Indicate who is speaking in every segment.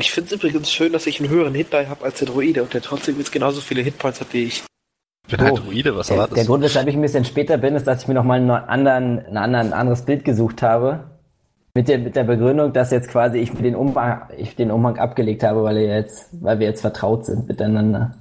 Speaker 1: Ich finde es übrigens schön, dass ich einen höheren Hitbei habe als der Droide und der trotzdem jetzt genauso viele Hitpoints hat wie ich.
Speaker 2: Ich bin halt Druide, was
Speaker 3: Der,
Speaker 2: erwartest
Speaker 3: der
Speaker 2: du?
Speaker 3: Grund, weshalb ich ein bisschen später bin, ist, dass ich mir nochmal einen anderen, einen anderen, ein anderes Bild gesucht habe. Mit der, mit der Begründung, dass jetzt quasi ich mir den Umhang, ich den Umhang abgelegt habe, weil, ihr jetzt, weil wir jetzt vertraut sind miteinander.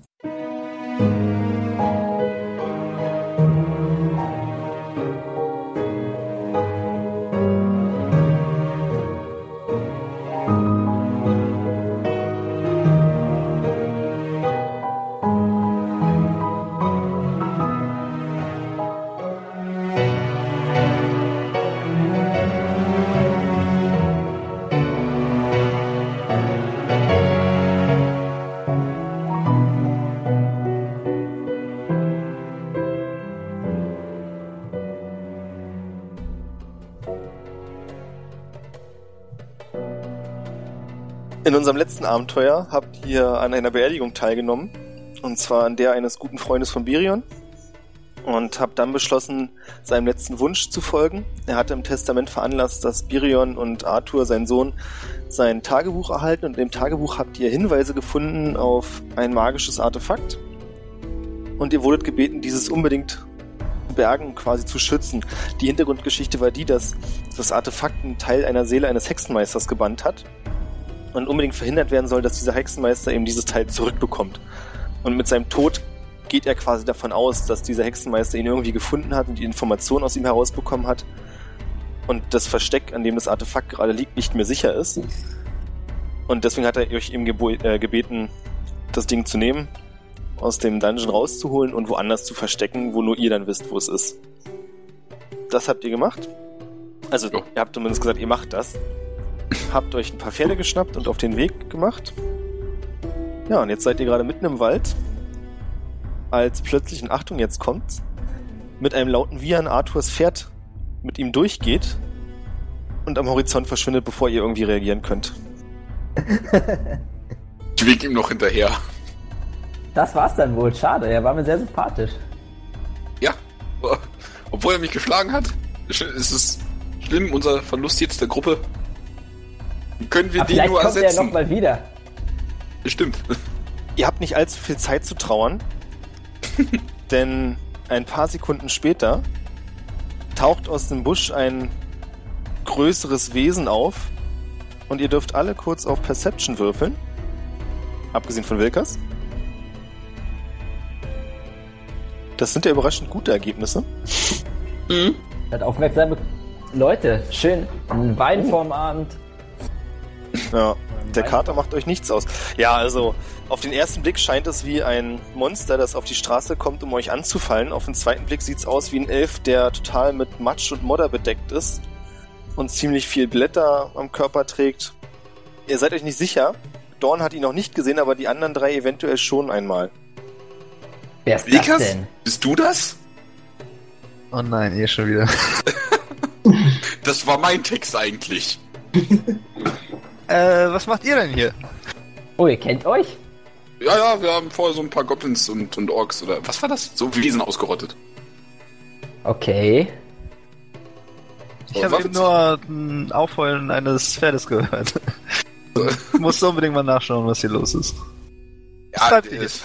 Speaker 4: In unserem letzten Abenteuer habt ihr an einer Beerdigung teilgenommen. Und zwar an der eines guten Freundes von Birion. Und habt dann beschlossen, seinem letzten Wunsch zu folgen. Er hatte im Testament veranlasst, dass Birion und Arthur, sein Sohn, sein Tagebuch erhalten. Und in dem Tagebuch habt ihr Hinweise gefunden auf ein magisches Artefakt. Und ihr wurdet gebeten, dieses unbedingt zu bergen und quasi zu schützen. Die Hintergrundgeschichte war die, dass das Artefakt einen Teil einer Seele eines Hexenmeisters gebannt hat und unbedingt verhindert werden soll, dass dieser Hexenmeister eben dieses Teil zurückbekommt. Und mit seinem Tod geht er quasi davon aus, dass dieser Hexenmeister ihn irgendwie gefunden hat und die Information aus ihm herausbekommen hat und das Versteck, an dem das Artefakt gerade liegt, nicht mehr sicher ist. Und deswegen hat er euch eben gebo- äh, gebeten, das Ding zu nehmen, aus dem Dungeon rauszuholen und woanders zu verstecken, wo nur ihr dann wisst, wo es ist. Das habt ihr gemacht. Also,
Speaker 2: Jo.
Speaker 4: ihr habt zumindest gesagt, ihr macht das habt euch ein paar Pferde geschnappt und auf den Weg gemacht. Ja, und jetzt seid ihr gerade mitten im Wald, als plötzlich, und Achtung, jetzt kommt's, mit einem lauten Wiehern Arthurs Pferd mit ihm durchgeht und am Horizont verschwindet, bevor ihr irgendwie reagieren könnt.
Speaker 5: Ich wink ihm noch hinterher.
Speaker 3: Das war's dann wohl. Schade, er war mir sehr sympathisch.
Speaker 5: Ja. Obwohl er mich geschlagen hat, ist es schlimm, unser Verlust jetzt der Gruppe. Können wir
Speaker 3: Aber
Speaker 5: den
Speaker 3: vielleicht
Speaker 5: nur
Speaker 3: kommt er
Speaker 5: ersetzen?
Speaker 3: nochmal wieder.
Speaker 5: Stimmt.
Speaker 4: Ihr habt nicht allzu viel Zeit zu trauern, denn ein paar Sekunden später taucht aus dem Busch ein größeres Wesen auf und ihr dürft alle kurz auf Perception würfeln. Abgesehen von Wilkers. Das sind ja überraschend gute Ergebnisse.
Speaker 3: Hat aufmerksame Leute. Schön. Ein
Speaker 5: Oh.
Speaker 3: Wein vorm Abend.
Speaker 4: Ja, der Kater macht euch nichts aus. Ja, also auf den ersten Blick scheint es wie ein Monster, das auf die Straße kommt, um euch anzufallen. Auf den zweiten Blick sieht's aus wie ein Elf, der total mit Matsch und Modder bedeckt ist und ziemlich viel Blätter am Körper trägt. Ihr seid euch nicht sicher. Dorn hat ihn noch nicht gesehen, aber die anderen drei eventuell schon einmal.
Speaker 3: Wer ist das
Speaker 5: Vikas,
Speaker 3: denn?
Speaker 5: bist du das?
Speaker 2: Oh nein, eh schon wieder.
Speaker 5: Das war mein Text eigentlich.
Speaker 2: Äh, was macht ihr denn hier?
Speaker 3: Oh, ihr kennt euch?
Speaker 5: Ja, ja, wir haben vorher so ein paar Goblins und, und Orks oder was war das? So Wesen ausgerottet.
Speaker 3: Okay.
Speaker 2: Ich
Speaker 5: Oh,
Speaker 2: habe
Speaker 5: was
Speaker 2: eben
Speaker 5: jetzt?
Speaker 2: nur ein Aufheulen eines Pferdes gehört. Muss unbedingt mal nachschauen, was hier los ist.
Speaker 5: Ja,
Speaker 2: Schreibt ihr
Speaker 5: das,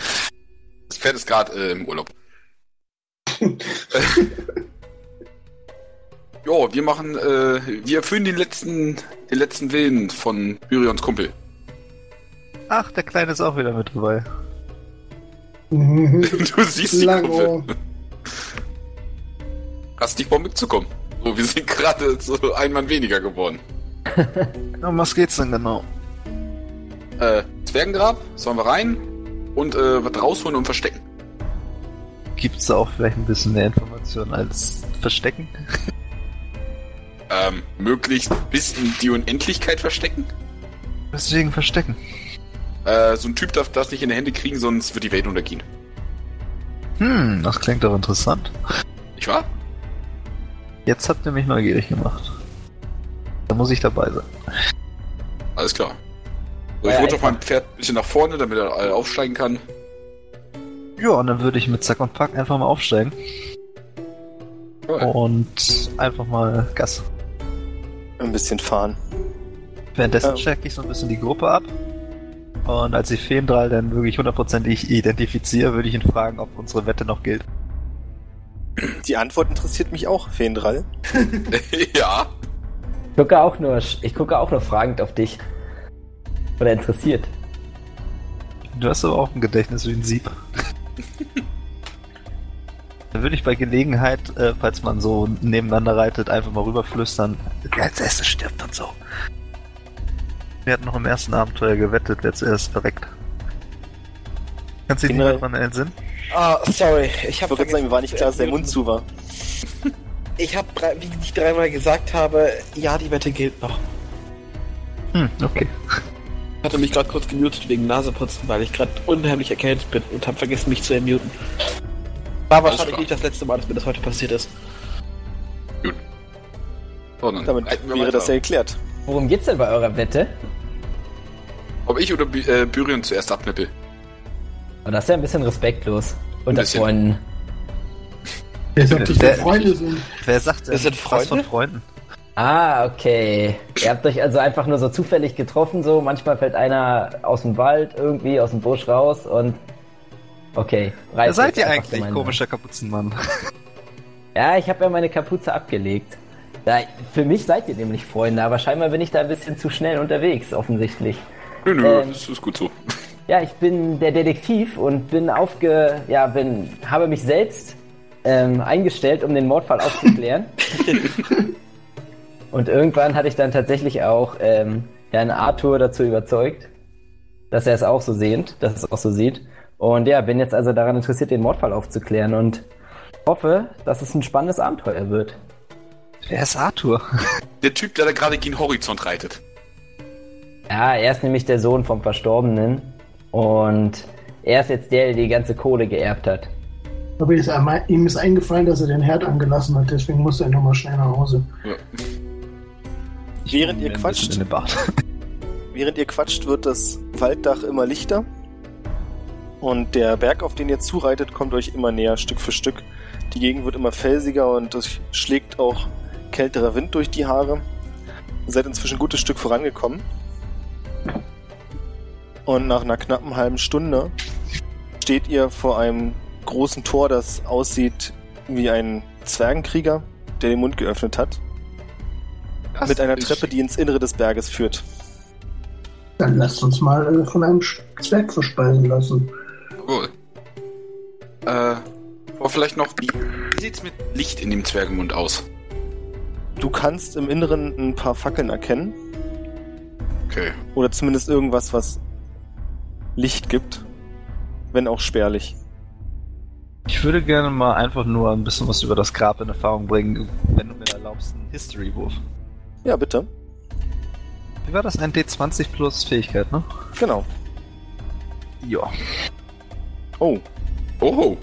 Speaker 5: das Pferd ist gerade äh, im Urlaub. jo, wir machen, äh, wir erfüllen den letzten, den letzten Willen von Byrions Kumpel.
Speaker 2: Ach, der Kleine ist auch wieder mit dabei.
Speaker 6: Mhm.
Speaker 5: Du siehst die Kumpel.
Speaker 6: Lango.
Speaker 5: Hast dich vor mitzukommen. So, wir sind gerade so ein Mann weniger geworden.
Speaker 2: Um was geht's denn genau?
Speaker 5: Äh, Zwergengrab, sollen wir rein und äh, was rausholen und verstecken.
Speaker 2: Gibt's da auch vielleicht ein bisschen mehr Informationen als Verstecken?
Speaker 5: Ähm, möglichst bis in die Unendlichkeit verstecken.
Speaker 2: Deswegen Verstecken.
Speaker 5: Äh, so ein Typ darf das nicht in die Hände kriegen, sonst wird die Welt untergehen.
Speaker 2: Hm, das klingt doch interessant.
Speaker 5: Nicht wahr?
Speaker 2: Jetzt habt ihr mich neugierig gemacht. Da muss ich dabei sein.
Speaker 5: Alles klar. So,
Speaker 3: Ja,
Speaker 5: ich
Speaker 3: ja,
Speaker 5: rutsche
Speaker 3: ich
Speaker 5: auf mein Pferd ein bisschen nach vorne, damit er äh, aufsteigen kann.
Speaker 2: Ja, und dann würde ich mit Zack und Pack einfach mal aufsteigen
Speaker 5: Oh.
Speaker 2: und einfach mal Gas.
Speaker 4: Ein bisschen fahren.
Speaker 2: Währenddessen
Speaker 4: Ähm.
Speaker 2: checke ich so ein bisschen die Gruppe ab Und als ich Fendral dann wirklich hundertprozentig identifiziere, würde ich ihn fragen, ob unsere Wette noch gilt.
Speaker 4: Die Antwort interessiert mich auch, Fendral.
Speaker 5: ja.
Speaker 3: Ich gucke auch nur, ich gucke auch nur fragend auf dich. Oder interessiert.
Speaker 2: Du hast aber auch ein Gedächtnis wie ein Sieb. Dann würde ich bei Gelegenheit, äh, falls man so nebeneinander reitet, einfach mal rüberflüstern. Wer als erstes stirbt und so. Wir hatten noch im ersten Abenteuer gewettet, wer zuerst verreckt. Kannst
Speaker 1: Genau.
Speaker 2: du dich
Speaker 4: Generell-
Speaker 2: nicht mehr daran erinnern?
Speaker 1: Ah, sorry. Ich
Speaker 4: Ich
Speaker 1: habe
Speaker 4: wollte gerade sagen, mir war nicht klar, dass der Mund zu war.
Speaker 1: Ich habe, wie ich dreimal gesagt habe, ja, die Wette gilt noch.
Speaker 2: Hm, okay.
Speaker 1: Ich hatte mich gerade kurz gemutet wegen Naseputzen, weil ich gerade unheimlich erkältet bin und habe vergessen, mich zu ermuten. War wahrscheinlich
Speaker 5: klar.
Speaker 1: nicht das letzte Mal, dass mir das heute passiert ist.
Speaker 5: So, dann
Speaker 4: Damit
Speaker 5: reiten wir
Speaker 4: wäre
Speaker 5: weiter.
Speaker 4: das ja geklärt.
Speaker 3: Worum geht's denn bei eurer Wette?
Speaker 5: Ob ich oder Bi- äh, Byrion zuerst abnippel.
Speaker 3: Aber das ist ja ein bisschen respektlos. Unter
Speaker 5: bisschen.
Speaker 3: Freunden.
Speaker 6: Wer sagt, dass
Speaker 2: Der-
Speaker 6: wir Freunde sind?
Speaker 2: Wer sagt denn
Speaker 1: Das sind
Speaker 2: was von
Speaker 1: Freunde?
Speaker 2: Freunden?
Speaker 3: Ah, okay. Ihr habt euch also einfach nur so zufällig getroffen, so. Manchmal fällt einer aus dem Wald irgendwie, aus dem Busch raus und. Okay.
Speaker 2: Wer
Speaker 3: reißt
Speaker 2: seid
Speaker 3: jetzt
Speaker 2: ihr
Speaker 3: einfach
Speaker 2: eigentlich,
Speaker 3: gemeinsam.
Speaker 2: komischer Kapuzenmann?
Speaker 3: Ja, ich habe ja meine Kapuze abgelegt. Da, für mich seid ihr nämlich Freunde, aber scheinbar bin ich da ein bisschen zu schnell unterwegs, offensichtlich.
Speaker 5: Nö, nö,
Speaker 3: Ähm.
Speaker 5: das ist gut so.
Speaker 3: Ja, ich bin der Detektiv und bin aufge. Ja, bin. habe mich selbst ähm, eingestellt, um den Mordfall aufzuklären. und irgendwann hatte ich dann tatsächlich auch ähm, Herrn Arthur dazu überzeugt, dass er es auch so sehnt, dass es auch so sieht. Und ja, bin jetzt also daran interessiert, den Mordfall aufzuklären und hoffe, dass es ein spannendes Abenteuer wird.
Speaker 2: Wer ist Arthur?
Speaker 5: Der Typ, der da gerade gegen Horizont reitet.
Speaker 3: Ja, er ist nämlich der Sohn vom Verstorbenen und er ist jetzt der, der die ganze Kohle geerbt hat.
Speaker 6: Aber ist einmal- ihm ist eingefallen, dass er den Herd angelassen hat, deswegen musste er nochmal schnell nach Hause.
Speaker 5: Ja.
Speaker 4: Während ihr
Speaker 2: Ein bisschen
Speaker 4: quatscht,
Speaker 2: In den Bart.
Speaker 4: während ihr quatscht, wird das Walddach immer lichter. Und der Berg, auf den ihr zureitet, kommt euch immer näher, Stück für Stück. Die Gegend wird immer felsiger und es schlägt auch kälterer Wind durch die Haare. Ihr seid inzwischen ein gutes Stück vorangekommen. Und nach einer knappen halben Stunde steht ihr vor einem großen Tor, das aussieht wie ein Zwergenkrieger, der den Mund geöffnet hat.
Speaker 5: Das
Speaker 4: mit einer
Speaker 5: ist-
Speaker 4: Treppe, die ins Innere des Berges führt.
Speaker 6: Dann lasst uns mal äh, von einem Sch- Zwerg verspeisen lassen.
Speaker 5: Jawohl. Äh, aber vielleicht noch, wie, wie sieht's mit Licht in dem Zwergenmund aus?
Speaker 4: Du kannst im Inneren ein paar Fackeln erkennen.
Speaker 5: Okay.
Speaker 4: Oder zumindest irgendwas, was Licht gibt. Wenn auch spärlich.
Speaker 2: Ich würde gerne mal einfach nur ein bisschen was über das Grab in Erfahrung bringen, wenn du mir erlaubst, einen History-Wurf.
Speaker 4: Ja, bitte.
Speaker 2: Wie war das? Ein D20 plus Fähigkeit, ne?
Speaker 4: Genau.
Speaker 2: Ja.
Speaker 4: Oh,
Speaker 5: Oh,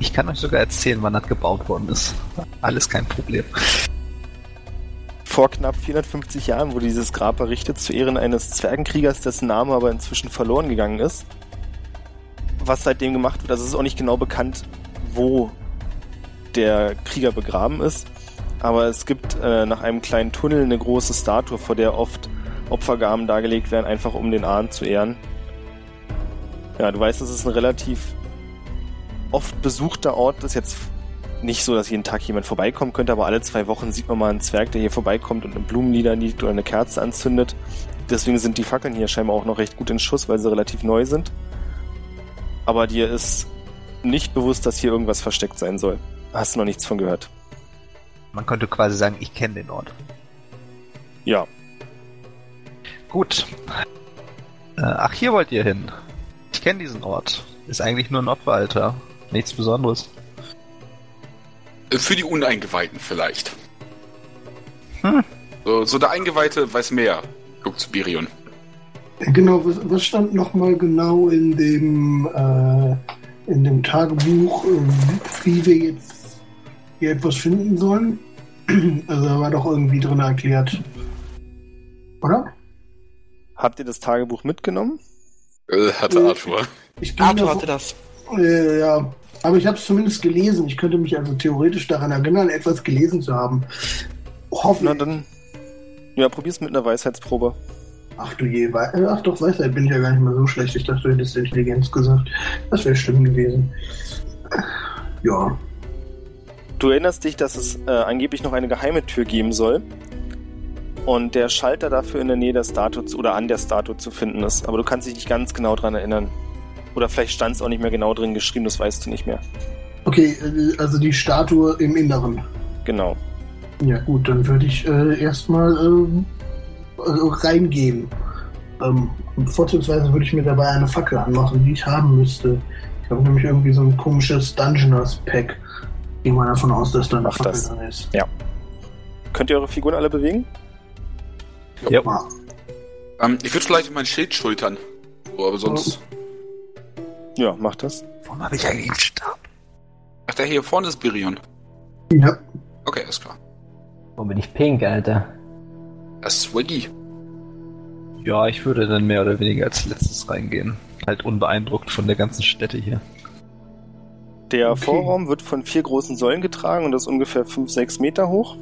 Speaker 2: Ich kann euch sogar erzählen, wann das gebaut worden ist. Alles kein Problem.
Speaker 4: vor knapp 450 Jahren wurde dieses Grab errichtet zu Ehren eines Zwergenkriegers, dessen Name aber inzwischen verloren gegangen ist. Was seitdem gemacht wird, also es ist auch nicht genau bekannt, wo der Krieger begraben ist. Aber es gibt äh, nach einem kleinen Tunnel eine große Statue, vor der oft Opfergaben dargelegt werden, einfach um den Ahnen zu ehren. Ja, du weißt, es ist ein relativ oft besuchter Ort. Ist jetzt nicht so, dass jeden Tag jemand vorbeikommen könnte, aber alle zwei Wochen sieht man mal einen Zwerg, der hier vorbeikommt und eine Blumenlieder liegt oder eine Kerze anzündet. Deswegen sind die Fackeln hier scheinbar auch noch recht gut in Schuss, weil sie relativ neu sind. Aber dir ist nicht bewusst, dass hier irgendwas versteckt sein soll. Hast du noch nichts von gehört?
Speaker 2: Man könnte quasi sagen, ich kenne den Ort.
Speaker 4: Ja.
Speaker 2: Gut. Äh, ach, hier wollt ihr hin. Ich kenne diesen Ort. Ist eigentlich nur ein Opferaltar. Nichts Besonderes.
Speaker 5: oh. Für die Uneingeweihten vielleicht.
Speaker 2: Hm.
Speaker 5: So, so der Eingeweihte weiß mehr. Guckt zu Birion.
Speaker 6: Äh, Genau, was, was stand nochmal genau in dem, äh, in dem Tagebuch, äh, wie wir jetzt hier etwas finden sollen? Also da war doch irgendwie drin erklärt. Oder?
Speaker 4: Habt ihr das Tagebuch mitgenommen?
Speaker 5: Äh, hatte Arthur.
Speaker 6: Ich ging
Speaker 1: Arthur
Speaker 6: davon-
Speaker 1: hatte das.
Speaker 6: Äh, ja, aber ich habe es zumindest gelesen. Ich könnte mich also theoretisch daran erinnern, etwas gelesen zu haben.
Speaker 4: Na
Speaker 6: Hoffentlich.
Speaker 4: dann. Ja, probier's mit einer Weisheitsprobe.
Speaker 6: Ach du je, Wei- äh, ach doch, Weisheit bin ich ja gar nicht mal so schlecht. Ich dachte, du hättest Intelligenz gesagt. Das wäre schlimm gewesen. Ja,
Speaker 4: Du erinnerst dich, dass es äh, angeblich noch eine geheime Tür geben soll. Und der Schalter dafür in der Nähe der Statue zu- oder an der Statue zu finden ist. Aber du kannst dich nicht ganz genau dran erinnern. Oder vielleicht stand es auch nicht mehr genau drin geschrieben, das weißt du nicht mehr.
Speaker 6: Okay, äh, also die Statue im Inneren.
Speaker 4: Genau.
Speaker 6: Ja gut, dann würde ich äh, erstmal ähm, also reingehen. Ähm, vorzugsweise würde ich mir dabei eine Fackel anmachen, die ich haben müsste. Ich habe nämlich irgendwie so ein komisches Dungeoners-Pack. Gehen wir davon aus, dass da eine
Speaker 4: Mach
Speaker 6: Fackel
Speaker 4: das.
Speaker 6: drin ist.
Speaker 4: Könnt ihr eure Figuren alle bewegen?
Speaker 6: Ah,
Speaker 5: Ähm, ich würde vielleicht mein Schild schultern. So, aber sonst.
Speaker 4: Oh. Ja, mach das.
Speaker 2: Warum habe ich eigentlich einen Stab?
Speaker 5: Ach, der hier vorne ist Birion.
Speaker 6: ja,
Speaker 5: Okay, alles klar.
Speaker 3: Wo bin ich pink, Alter?
Speaker 5: Das ist Swaggy.
Speaker 2: Ja, ich würde dann mehr oder weniger als letztes reingehen. Halt unbeeindruckt von der ganzen Stätte hier.
Speaker 4: Der
Speaker 6: Okay.
Speaker 4: Vorraum wird von vier großen Säulen getragen und ist ungefähr 5-6 Meter hoch.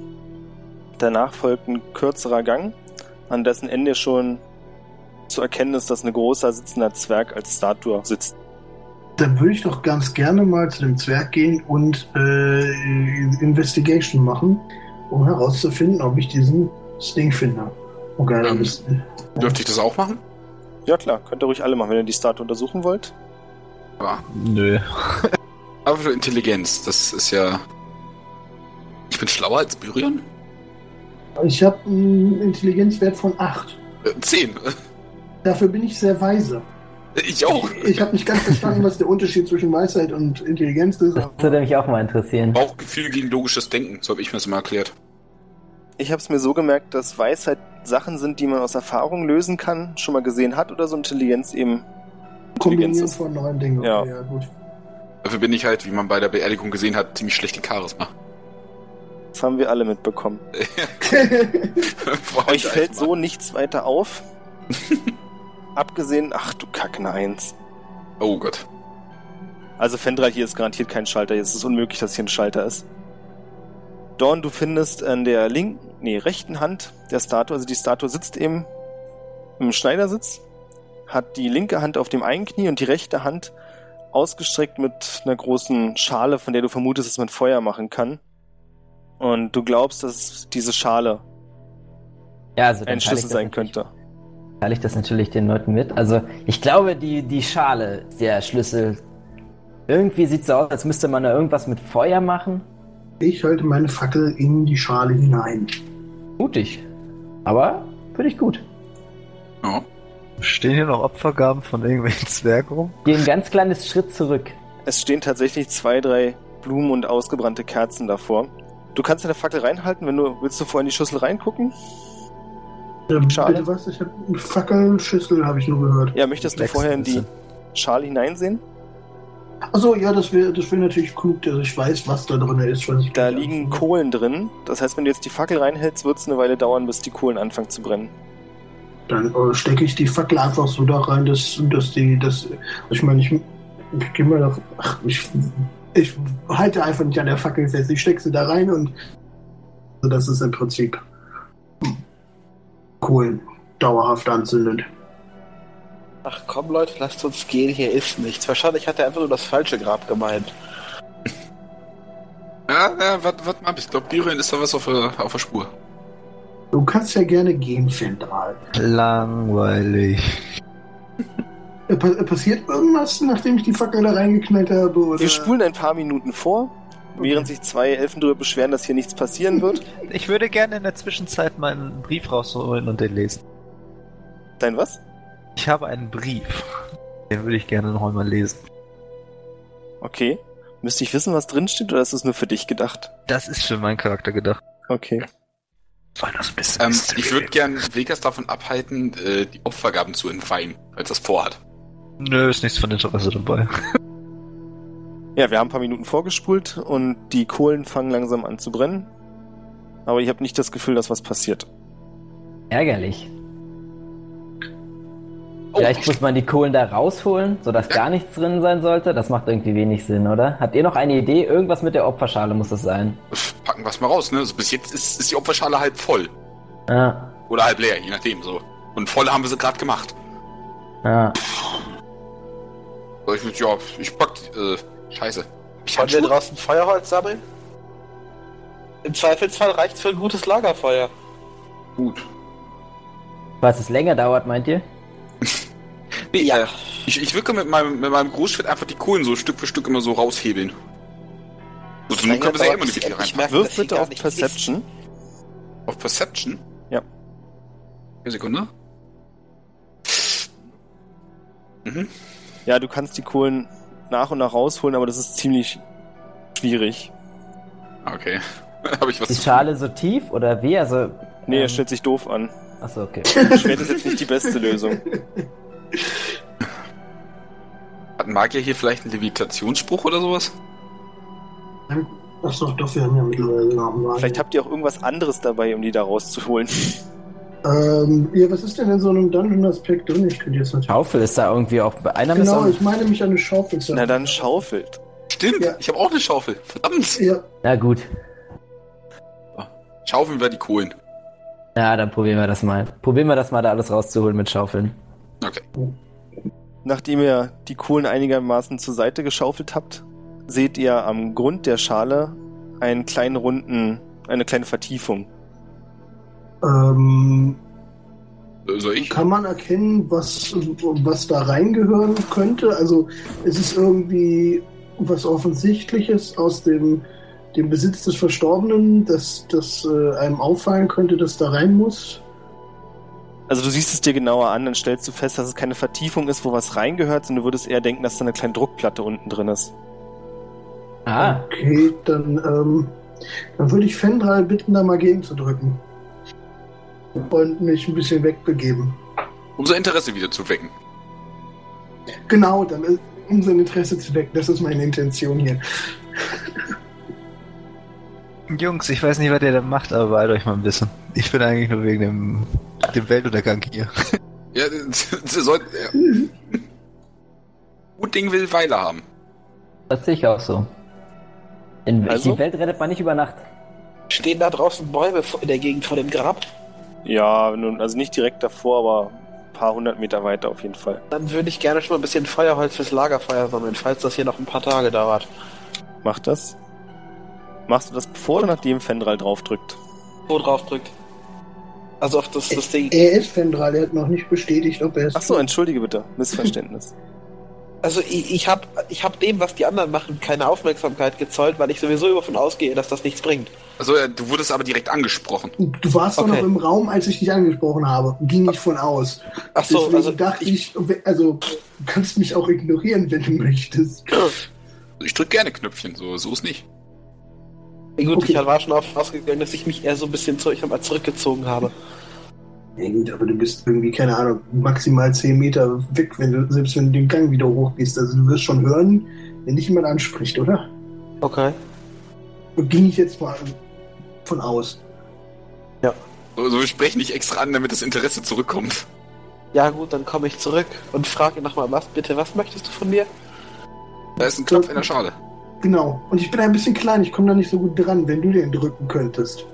Speaker 4: Danach folgt ein kürzerer Gang, an dessen Ende schon zu erkennen ist, dass ein großer sitzender Zwerg als Statue sitzt.
Speaker 6: dann würde ich doch ganz gerne mal zu dem Zwerg gehen und äh, Investigation machen, um herauszufinden, ob ich diesen Sting finde. Oh geil,
Speaker 5: Ähm.
Speaker 6: das ist-
Speaker 5: Dürfte ich das auch machen?
Speaker 4: Ja klar, könnt ihr ruhig alle machen, wenn ihr die Statue untersuchen wollt.
Speaker 5: Ja.
Speaker 2: Nö.
Speaker 5: Aber für Intelligenz, das ist ja. Ich bin schlauer als Birion?
Speaker 6: Ich habe einen Intelligenzwert von 8.
Speaker 5: Äh, zehn.
Speaker 6: Dafür bin ich sehr weise.
Speaker 5: Ich auch.
Speaker 6: Ich habe nicht ganz verstanden, was der Unterschied zwischen Weisheit und Intelligenz ist.
Speaker 3: Das würde mich auch mal interessieren.
Speaker 5: Bauchgefühl gegen logisches Denken, so habe ich mir das mal erklärt.
Speaker 4: Ich habe es mir so gemerkt, dass Weisheit Sachen sind, die man aus Erfahrung lösen kann, schon mal gesehen hat oder so Intelligenz eben. Intelligenz
Speaker 6: Kombinieren
Speaker 4: ist.
Speaker 6: von neuen Dingen.
Speaker 4: Ja.
Speaker 6: gut.
Speaker 5: Dafür bin ich halt, wie man bei der Beerdigung gesehen hat, ziemlich schlecht in Charisma.
Speaker 4: Das haben wir alle mitbekommen.
Speaker 5: Vor allem
Speaker 4: Euch
Speaker 5: der
Speaker 4: fällt
Speaker 5: Eisenbahn.
Speaker 4: so nichts weiter auf. Abgesehen, ach du Kackne eins.
Speaker 5: Oh Gott.
Speaker 4: Also Fendral hier ist garantiert kein Schalter. Es ist unmöglich, dass hier ein Schalter ist. Dorn, du findest an der linken, nee, rechten Hand der Statue, also die Statue sitzt eben im Schneidersitz, hat die linke Hand auf dem einen Knie und die rechte Hand ausgestreckt mit einer großen Schale, von der du vermutest, dass man Feuer machen kann. Und du glaubst, dass diese Schale
Speaker 3: Ja, also dann teile
Speaker 4: ein
Speaker 3: ich
Speaker 4: Schlüssel
Speaker 3: das
Speaker 4: sein
Speaker 3: natürlich-
Speaker 4: könnte.
Speaker 3: Teile ich das natürlich den Leuten mit. Also ich glaube, die, die Schale ist der Schlüssel. Irgendwie sieht es so aus, als müsste man da irgendwas mit Feuer machen.
Speaker 6: Ich halte meine Fackel in die Schale hinein.
Speaker 3: Mutig. Aber finde ich gut.
Speaker 5: Ja.
Speaker 2: Stehen hier noch Opfergaben von irgendwelchen Zwergen rum?
Speaker 3: Geh ein ganz kleines Schritt zurück.
Speaker 4: Es stehen tatsächlich zwei, drei Blumen und ausgebrannte Kerzen davor. Du kannst deine Fackel reinhalten, wenn du willst du vorhin in die Schüssel reingucken.
Speaker 6: Ähm,
Speaker 4: Schale?
Speaker 6: Bitte was? Ich habe eine Fackelschüssel, habe ich nur gehört.
Speaker 4: Ja, möchtest du
Speaker 2: Wächst
Speaker 4: vorher
Speaker 2: ein
Speaker 4: in die
Speaker 2: bisschen.
Speaker 4: Schale hineinsehen?
Speaker 6: Achso, ja, das wäre das wär natürlich klug, dass ich weiß, was da drin ist. Was ich genau
Speaker 4: Da
Speaker 6: nicht
Speaker 4: liegen
Speaker 6: weiß.
Speaker 4: Kohlen drin. Das heißt, wenn du jetzt die Fackel reinhältst, wird es eine Weile dauern, bis die Kohlen anfangen zu brennen.
Speaker 6: Dann äh, stecke ich die Fackel einfach so da rein, dass, dass die, dass, ich meine, ich, ich gehe mal davon, ach, ich, ich halte einfach nicht an der Fackel fest. Ich stecke sie da rein und also das ist im Prinzip Kohlen dauerhaft anzündend.
Speaker 1: Ach komm Leute, lasst uns gehen, hier ist nichts. Wahrscheinlich hat er einfach nur das falsche Grab gemeint.
Speaker 5: Ja, ja, warte wart mal ab. Ich glaube, Birion ist da was auf der, auf der Spur.
Speaker 6: Du kannst ja gerne gehen, Fendral.
Speaker 2: Langweilig.
Speaker 6: Äh, pa- äh, Passiert irgendwas, nachdem ich die Fackel da reingeknallt habe? Oder?
Speaker 4: Wir spulen ein paar Minuten vor, während sich zwei Elfen darüber beschweren, dass hier nichts passieren wird.
Speaker 2: Ich würde gerne in der Zwischenzeit meinen Brief rausholen und den lesen.
Speaker 4: Dein was?
Speaker 2: Ich habe einen Brief. Den würde ich gerne noch einmal lesen.
Speaker 4: Okay. Müsste ich wissen, was drinsteht, oder ist es nur für dich gedacht?
Speaker 2: Das ist für meinen Charakter gedacht.
Speaker 4: Okay.
Speaker 2: Soll das ein bisschen
Speaker 5: Ähm,
Speaker 2: Mystery
Speaker 5: ich würde
Speaker 2: geben?
Speaker 5: gern Vegas davon abhalten, äh, die Opfergaben zu entweihen, falls das vorhat.
Speaker 2: Nö, ist nichts von Interesse dabei.
Speaker 4: Ja, wir haben ein paar Minuten vorgespult und die Kohlen fangen langsam an zu brennen. Aber ich habe nicht das Gefühl, dass was passiert.
Speaker 3: Ärgerlich.
Speaker 5: Oh,
Speaker 3: Vielleicht muss man die Kohlen da rausholen, sodass gar nichts drin sein sollte. Das macht irgendwie wenig Sinn, oder? Habt ihr noch eine Idee? Irgendwas mit der Opferschale muss es sein.
Speaker 5: pf, packen wir es mal raus, ne? Also bis jetzt ist, ist die Opferschale halb voll.
Speaker 3: Ja.
Speaker 5: Oder halb leer, je nachdem, so. Und voll haben wir sie gerade gemacht.
Speaker 3: Ja.
Speaker 5: So, Ich, würd- ja, ich pack die, äh, scheiße. Ich
Speaker 1: Wollen wir
Speaker 5: Handschuhe?
Speaker 1: draußen Feuerholz sammeln? Im Zweifelsfall reicht's für ein gutes Lagerfeuer.
Speaker 5: Gut.
Speaker 3: Was es länger dauert, meint ihr?
Speaker 5: Nee,
Speaker 1: Ja.
Speaker 5: äh, ich, ich wirke mit meinem, mit meinem Großschwert einfach die Kohlen so Stück für Stück immer so raushebeln. So, zum Glück können wir sie ja immer nicht wieder rein.
Speaker 1: merke, dass
Speaker 4: Wirf
Speaker 1: sie
Speaker 4: bitte
Speaker 1: gar
Speaker 4: auf
Speaker 1: nichts
Speaker 4: Perception.
Speaker 5: Auf Perception?
Speaker 4: Ja.
Speaker 5: Eine Sekunde. Mhm.
Speaker 4: Ja, du kannst die Kohlen nach und nach rausholen, aber das ist ziemlich schwierig.
Speaker 5: Okay. Habe ich was
Speaker 3: Die
Speaker 5: zu-
Speaker 3: Schale so tief oder wie? Also.
Speaker 4: Nee,
Speaker 3: ähm,
Speaker 4: das stellt sich doof an.
Speaker 3: Achso, okay.
Speaker 4: Schwert ist jetzt nicht die beste Lösung.
Speaker 5: Hat ein Magier hier vielleicht einen Levitationsspruch oder sowas?
Speaker 6: Achso, doch, wir haben ja mittlerweile noch einen
Speaker 4: Vielleicht habt ihr auch irgendwas anderes dabei, um die da rauszuholen.
Speaker 6: ähm, ja, was ist denn in so einem Dungeon-Aspekt drin? Ich könnte jetzt natürlich.
Speaker 3: Schaufel ist da irgendwie auch. Einer
Speaker 6: Genau,
Speaker 3: ist
Speaker 6: ich meine mich an eine Schaufel. zu-
Speaker 4: Na dann schaufelt.
Speaker 5: Stimmt,
Speaker 6: Ja.
Speaker 5: ich habe auch eine Schaufel. Verdammt!
Speaker 6: Ja,
Speaker 3: auch. Na gut.
Speaker 5: Schaufeln wir die Kohlen.
Speaker 3: Ja, dann probieren wir das mal. Probieren wir das mal, da alles rauszuholen mit Schaufeln.
Speaker 4: Nachdem ihr die Kohlen einigermaßen zur Seite geschaufelt habt, seht ihr am Grund der Schale einen kleinen runden, eine kleine Vertiefung.
Speaker 6: ähm,
Speaker 5: Äh, Soll ich?
Speaker 6: kann man erkennen, was, was da reingehören könnte? Also, es ist irgendwie was Offensichtliches aus dem, dem Besitz des Verstorbenen, dass das äh, einem auffallen könnte, dass da rein muss.
Speaker 4: Also du siehst es dir genauer an, dann stellst du fest, dass es keine Vertiefung ist, wo was reingehört, sondern du würdest eher denken, dass da eine kleine Druckplatte unten drin ist.
Speaker 3: Ah,
Speaker 6: Okay, dann, ähm, dann würde ich Fendral bitten, da mal gegen zu drücken. Und mich ein bisschen wegbegeben.
Speaker 5: Unser Interesse wieder zu wecken.
Speaker 6: Genau, dann äh, um sein Interesse zu wecken. Das ist meine Intention hier.
Speaker 2: Jungs, ich weiß nicht, was ihr da macht, aber beeilt euch mal ein bisschen. Ich bin eigentlich nur wegen dem, dem Weltuntergang hier.
Speaker 5: Ja, sie sollten. Ja. Gut Ding will Weile haben.
Speaker 3: das sehe ich auch so. In
Speaker 4: Also?
Speaker 3: Die Welt rettet man nicht über Nacht.
Speaker 1: ist. Stehen da draußen Bäume vor- in der Gegend vor dem Grab?
Speaker 4: Ja, nun, also nicht direkt davor, aber ein paar hundert Meter weiter auf jeden Fall.
Speaker 1: Dann würde ich gerne schon mal ein bisschen Feuerholz fürs Lagerfeuer sammeln, falls das hier noch ein paar Tage dauert.
Speaker 4: Mach das. Machst du das bevor oder nachdem Fendral draufdrückt?
Speaker 1: Wo drauf drückt? Also auf das, das Ding.
Speaker 6: Er ist Fendral, er hat noch nicht bestätigt, ob er es.
Speaker 4: Ach so, entschuldige bitte, Missverständnis.
Speaker 1: Also ich, ich habe ich hab dem, was die anderen machen, keine Aufmerksamkeit gezollt, weil ich sowieso davon ausgehe, dass das nichts bringt.
Speaker 5: Also, ja, du wurdest aber direkt angesprochen.
Speaker 6: Du warst doch
Speaker 1: Okay.
Speaker 6: noch im Raum, als ich dich angesprochen habe. Ging ich von aus.
Speaker 1: Ach so,
Speaker 6: Deswegen
Speaker 1: also
Speaker 6: dachte ich, also du kannst mich auch ignorieren, wenn du möchtest.
Speaker 5: Also, Ich drück gerne Knöpfchen, so, so ist nicht.
Speaker 1: Gut,
Speaker 6: Okay.
Speaker 1: ich war schon davon ausgegangen, dass ich mich eher so ein bisschen zurück, ich hab mal zurückgezogen habe.
Speaker 6: Ja gut, aber du bist irgendwie, keine Ahnung, maximal 10 Meter weg, wenn du, selbst wenn du den Gang wieder hochgehst. Also du wirst schon hören, wenn dich jemand anspricht, oder?
Speaker 1: Okay.
Speaker 6: Ging ich jetzt mal von aus.
Speaker 5: So, so wir sprechen dich extra an, damit das Interesse zurückkommt.
Speaker 1: Ja gut, dann komme ich zurück und frage nochmal, was bitte, was möchtest du von mir?
Speaker 5: Da ist ein Knopf in der Schale.
Speaker 6: Genau. Und ich bin ein bisschen klein, ich komme da nicht so gut dran, wenn du den drücken könntest.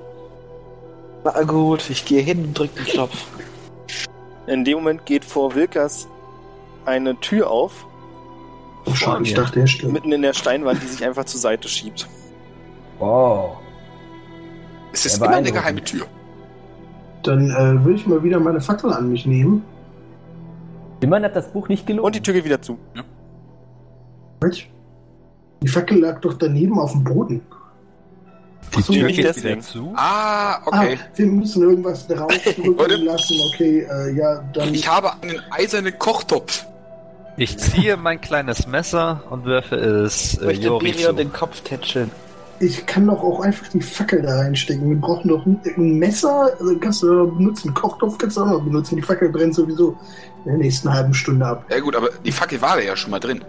Speaker 1: Na gut, ich gehe hin und drücke den Knopf.
Speaker 2: Äh,
Speaker 4: In dem Moment geht vor Wilkers eine Tür auf,
Speaker 6: Oh, schade, ich
Speaker 3: mir.
Speaker 6: dachte, er stirbt.
Speaker 4: mitten in der Steinwand, die sich einfach zur Seite schiebt.
Speaker 3: Wow.
Speaker 5: Es ist
Speaker 3: Ja,
Speaker 5: immer eine
Speaker 3: beeindruckend.
Speaker 5: geheime Tür.
Speaker 6: Dann äh, würde ich mal wieder meine Fackel an mich nehmen.
Speaker 3: Immerhin hat das Buch nicht gelogen.
Speaker 4: Und die Tür geht wieder zu.
Speaker 6: Was? Die Fackel lag doch daneben auf dem Boden.
Speaker 2: Die
Speaker 6: So,
Speaker 2: Tür
Speaker 4: nicht
Speaker 2: geht
Speaker 4: deswegen.
Speaker 2: wieder zu.
Speaker 5: Ah, okay.
Speaker 6: Ah, wir müssen irgendwas draufdrücken
Speaker 5: Warte.
Speaker 6: lassen. Okay, äh, ja, dann.
Speaker 5: Ich habe einen eisernen Kochtopf.
Speaker 2: Ich ziehe mein kleines Messer und werfe es
Speaker 1: Ich
Speaker 2: äh,
Speaker 1: möchte
Speaker 2: Jori
Speaker 1: Birion
Speaker 2: zu.
Speaker 1: den Kopf tätscheln.
Speaker 6: Ich kann doch auch einfach die Fackel da reinstecken. Wir brauchen doch ein- ein Messer, also kannst du doch benutzen. Kochtopf kannst du auch noch benutzen. Die Fackel brennt sowieso in der nächsten halben Stunde ab.
Speaker 5: Ja gut, aber die Fackel war da ja schon mal drin.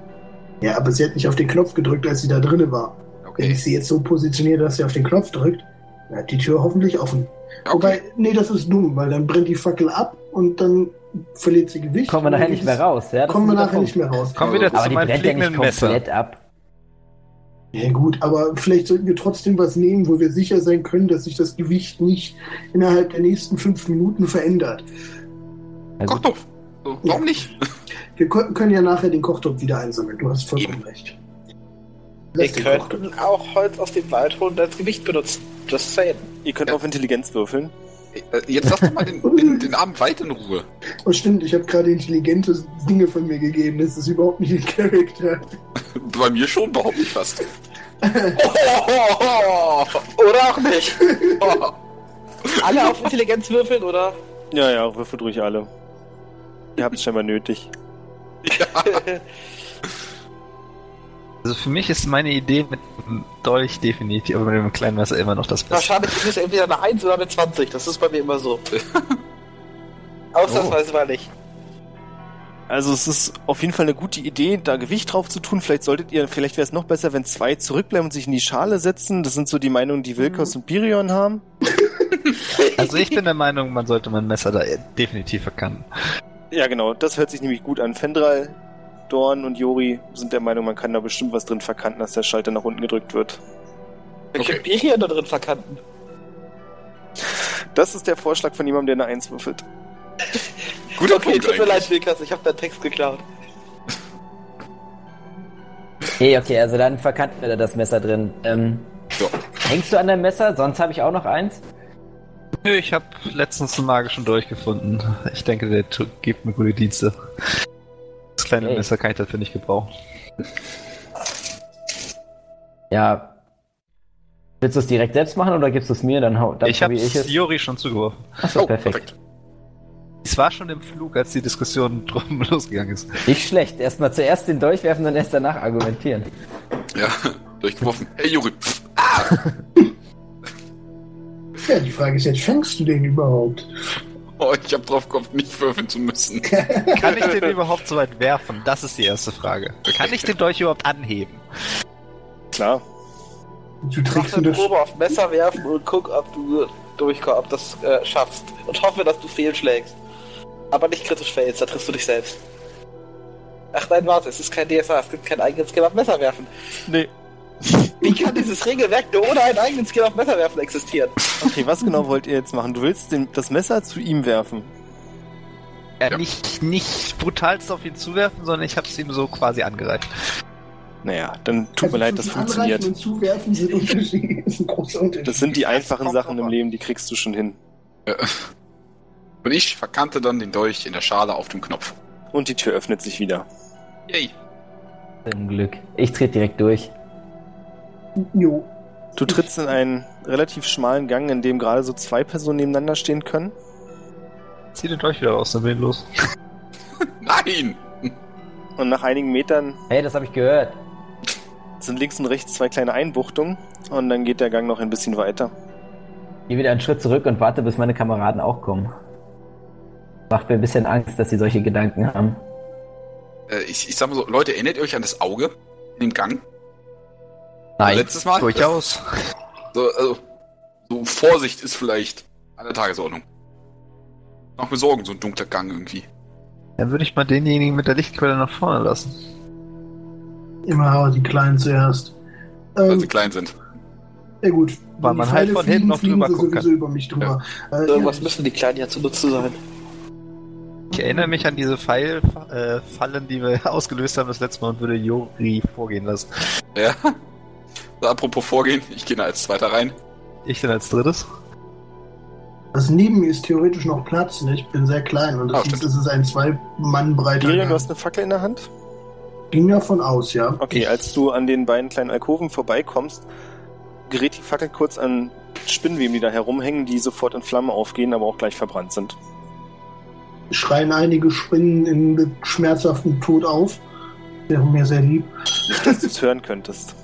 Speaker 6: Ja, aber sie hat nicht auf den Knopf gedrückt, als sie da drinne war. Wenn
Speaker 5: Okay.
Speaker 6: ich sie jetzt so positioniere, dass sie auf den Knopf drückt, bleibt die Tür hoffentlich offen.
Speaker 5: Ja, okay.
Speaker 6: Wobei, nee, das ist dumm, weil dann brennt die Fackel ab und dann verliert sie Gewicht.
Speaker 3: Kommen wir nachher nicht mehr raus. Ja, das ist
Speaker 6: Kommen wir
Speaker 3: ein guter
Speaker 6: nachher nicht
Speaker 3: Punkt.
Speaker 6: mehr raus.
Speaker 2: Komm wieder
Speaker 3: Aber
Speaker 2: zu
Speaker 3: die
Speaker 2: meinem
Speaker 3: brennt ja
Speaker 2: fliegenden
Speaker 3: nicht
Speaker 2: Messer.
Speaker 3: komplett ab.
Speaker 6: Ja gut, aber vielleicht sollten wir trotzdem was nehmen, wo wir sicher sein können, dass sich das Gewicht nicht innerhalb der nächsten fünf Minuten verändert.
Speaker 3: Na gut.
Speaker 5: Kochtopf. So, warum nicht?
Speaker 6: Wir kö- können ja nachher den Kochtopf wieder einsammeln. Du hast vollkommen recht.
Speaker 1: Wir
Speaker 6: Lass den Kochtopf.
Speaker 1: könnten auch Holz aus dem Wald holen und als Gewicht benutzen. Just saying.
Speaker 4: Ihr könnt
Speaker 5: Ja.
Speaker 4: auf Intelligenz würfeln.
Speaker 5: Äh, Jetzt lass doch mal den, den, den armen Wald in Ruhe.
Speaker 6: Oh, stimmt, ich habe gerade intelligente Dinge von mir gegeben. Das ist überhaupt nicht in Charakter.
Speaker 5: Bei mir schon, überhaupt nicht fast.
Speaker 1: Oder auch nicht. Alle auf Intelligenz würfeln, oder?
Speaker 4: Ja, ja, würfelt ruhig alle. Ihr habt es scheinbar nötig.
Speaker 2: Also für mich ist meine Idee mit dem Dolch definitiv, aber mit dem kleinen Messer immer noch das Beste.
Speaker 1: Wahrscheinlich ist es entweder eine 1 oder eine 20. Das ist bei mir immer so. Ausnahmsweise mal nicht.
Speaker 4: Also es ist auf jeden Fall eine gute Idee, da Gewicht drauf zu tun. Vielleicht solltet ihr, vielleicht wäre es noch besser, wenn zwei zurückbleiben und sich in die Schale setzen. Das sind so die Meinungen, die
Speaker 5: Mhm.
Speaker 4: Wilkos und Birion haben.
Speaker 2: Also ich bin der Meinung, man sollte mein Messer da eh- definitiv verkanten.
Speaker 4: Ja, genau. Das hört sich nämlich gut an. Fendral, Dorn und Jori sind der Meinung, man kann da bestimmt was drin verkanten, dass der Schalter nach unten gedrückt wird.
Speaker 1: Wir
Speaker 5: Okay.
Speaker 1: können Bier hier da drin verkanten.
Speaker 4: Das ist der Vorschlag von jemandem, der eine Eins würfelt.
Speaker 5: Guter
Speaker 1: Okay,
Speaker 5: Punkt
Speaker 1: tut mir
Speaker 5: eigentlich.
Speaker 1: leid, Wilkas, ich habe deinen Text geklaut.
Speaker 3: Nee, okay, also dann verkannt mir da das Messer drin. Ähm,
Speaker 5: Ja.
Speaker 3: Hängst du an dem Messer? Sonst habe ich auch noch eins.
Speaker 2: Nö, ich habe letztens einen magischen Dolch gefunden. Ich denke, der tu- gibt mir gute Dienste. Das kleine
Speaker 3: Ey.
Speaker 2: Messer kann ich dafür nicht gebrauchen.
Speaker 3: Ja. Willst du es direkt selbst machen oder gibst du es mir? Dann, hau- dann
Speaker 2: ich habe
Speaker 3: probier es.
Speaker 2: Jori schon zugeworfen.
Speaker 4: Oh.
Speaker 5: Oh,
Speaker 3: Achso, perfekt.
Speaker 2: Es war schon im Flug, als die Diskussion drum losgegangen ist.
Speaker 3: Nicht schlecht. Erstmal zuerst den Dolch werfen, dann erst danach argumentieren.
Speaker 5: Ja, durchgeworfen. Hey, Juri. pff,
Speaker 6: Ja, die Frage ist jetzt, fängst du den überhaupt?
Speaker 5: Oh, ich hab drauf gehofft, nicht würfeln zu müssen.
Speaker 2: Kann ich den überhaupt so weit werfen? Das ist die erste Frage. Kann ich den Dolch überhaupt anheben?
Speaker 4: Klar.
Speaker 6: Du
Speaker 1: Mach
Speaker 6: trägst ihn
Speaker 1: eine
Speaker 6: doch
Speaker 1: Probe auf Messer werfen und guck, ob du durchkommst, ob das äh, schaffst. Und hoffe, dass du fehlschlägst. Aber nicht kritisch failst, da triffst du dich selbst. Ach nein, warte, es ist kein DSA, es gibt kein eigenen Skill auf Messer werfen.
Speaker 4: Nee.
Speaker 1: Wie kann dieses Regelwerk nur ohne einen eigenen Skill auf Messer werfen existieren?
Speaker 4: Okay, was genau wollt ihr jetzt machen? Du willst den, das Messer zu ihm werfen.
Speaker 2: Äh, Nicht, nicht brutalst auf ihn zuwerfen, sondern ich habe es ihm so quasi angereicht.
Speaker 4: Naja, dann tut
Speaker 5: Also
Speaker 6: Also
Speaker 4: mir leid, das
Speaker 6: zwischen
Speaker 4: funktioniert.
Speaker 6: Anreichen Und zuwerfen sind Unterschiede. Das ist ein großer Unterschied.
Speaker 4: Das sind die einfachen
Speaker 5: kommt
Speaker 4: Sachen
Speaker 5: drauf
Speaker 4: im
Speaker 5: an.
Speaker 4: Leben, die kriegst du schon hin.
Speaker 5: Und ich verkannte dann den Dolch in der Schale auf dem Knopf.
Speaker 4: Und die Tür öffnet sich wieder.
Speaker 5: Yay.
Speaker 3: Zum Glück. Ich trete direkt durch.
Speaker 6: jo.
Speaker 4: Du trittst in einen relativ schmalen Gang, in dem gerade so zwei Personen nebeneinander stehen können.
Speaker 2: Zieh den Dolch wieder raus, dann bin ich los.
Speaker 5: Nein!
Speaker 4: Und nach einigen Metern
Speaker 3: Hey, das habe ich gehört.
Speaker 4: sind links und rechts zwei kleine Einbuchtungen. Und dann geht der Gang noch ein bisschen weiter.
Speaker 3: Geh wieder einen Schritt zurück und warte, bis meine Kameraden auch kommen. Macht mir ein bisschen Angst, dass sie solche Gedanken haben.
Speaker 5: Äh, ich, ich sag mal so, Leute, erinnert ihr euch an das Auge in dem Gang? Letztes Mal?
Speaker 2: Durchaus.
Speaker 5: So, also, so Vorsicht ist vielleicht an der Tagesordnung. Mach mir Sorgen, so ein dunkler Gang irgendwie.
Speaker 2: Dann würde ich mal denjenigen mit der Lichtquelle nach vorne lassen.
Speaker 6: Immer aber die Kleinen zuerst.
Speaker 5: Weil
Speaker 6: Ähm,
Speaker 5: sie klein sind.
Speaker 6: ja gut.
Speaker 2: Weil
Speaker 6: Wenn
Speaker 2: man halt
Speaker 6: die Pfeile
Speaker 2: von hinten noch
Speaker 6: fliegen,
Speaker 2: drüber
Speaker 6: fliegen sie
Speaker 2: gucken kann.
Speaker 6: sowieso über mich drüber. Äh,
Speaker 1: Also Irgendwas müssen die Kleinen ja zunutze sein.
Speaker 2: Ich erinnere mich an diese Pfeilfallen, die wir ausgelöst haben das letzte Mal und würde Jori vorgehen lassen.
Speaker 5: Ja. So, apropos Vorgehen, ich gehe da als Zweiter rein.
Speaker 2: Ich dann als drittes.
Speaker 6: Das neben mir ist theoretisch noch Platz, ne? Ich bin sehr klein und
Speaker 5: Ah,
Speaker 6: das
Speaker 5: stimmt.
Speaker 6: ist, es ist ein zwei Mann breiter.
Speaker 4: Miriam, du
Speaker 6: Gang.
Speaker 4: hast eine Fackel in der Hand?
Speaker 6: Ging davon aus, ja.
Speaker 4: Okay, also- als du an den beiden kleinen Alkoven vorbeikommst, gerät die Fackel kurz an Spinnweben, die da herumhängen, die sofort in Flammen aufgehen, aber auch gleich verbrannt sind.
Speaker 6: Schreien einige Spinnen in schmerzhaften Tod auf. Wäre mir sehr lieb.
Speaker 4: Nicht, dass du es hören könntest.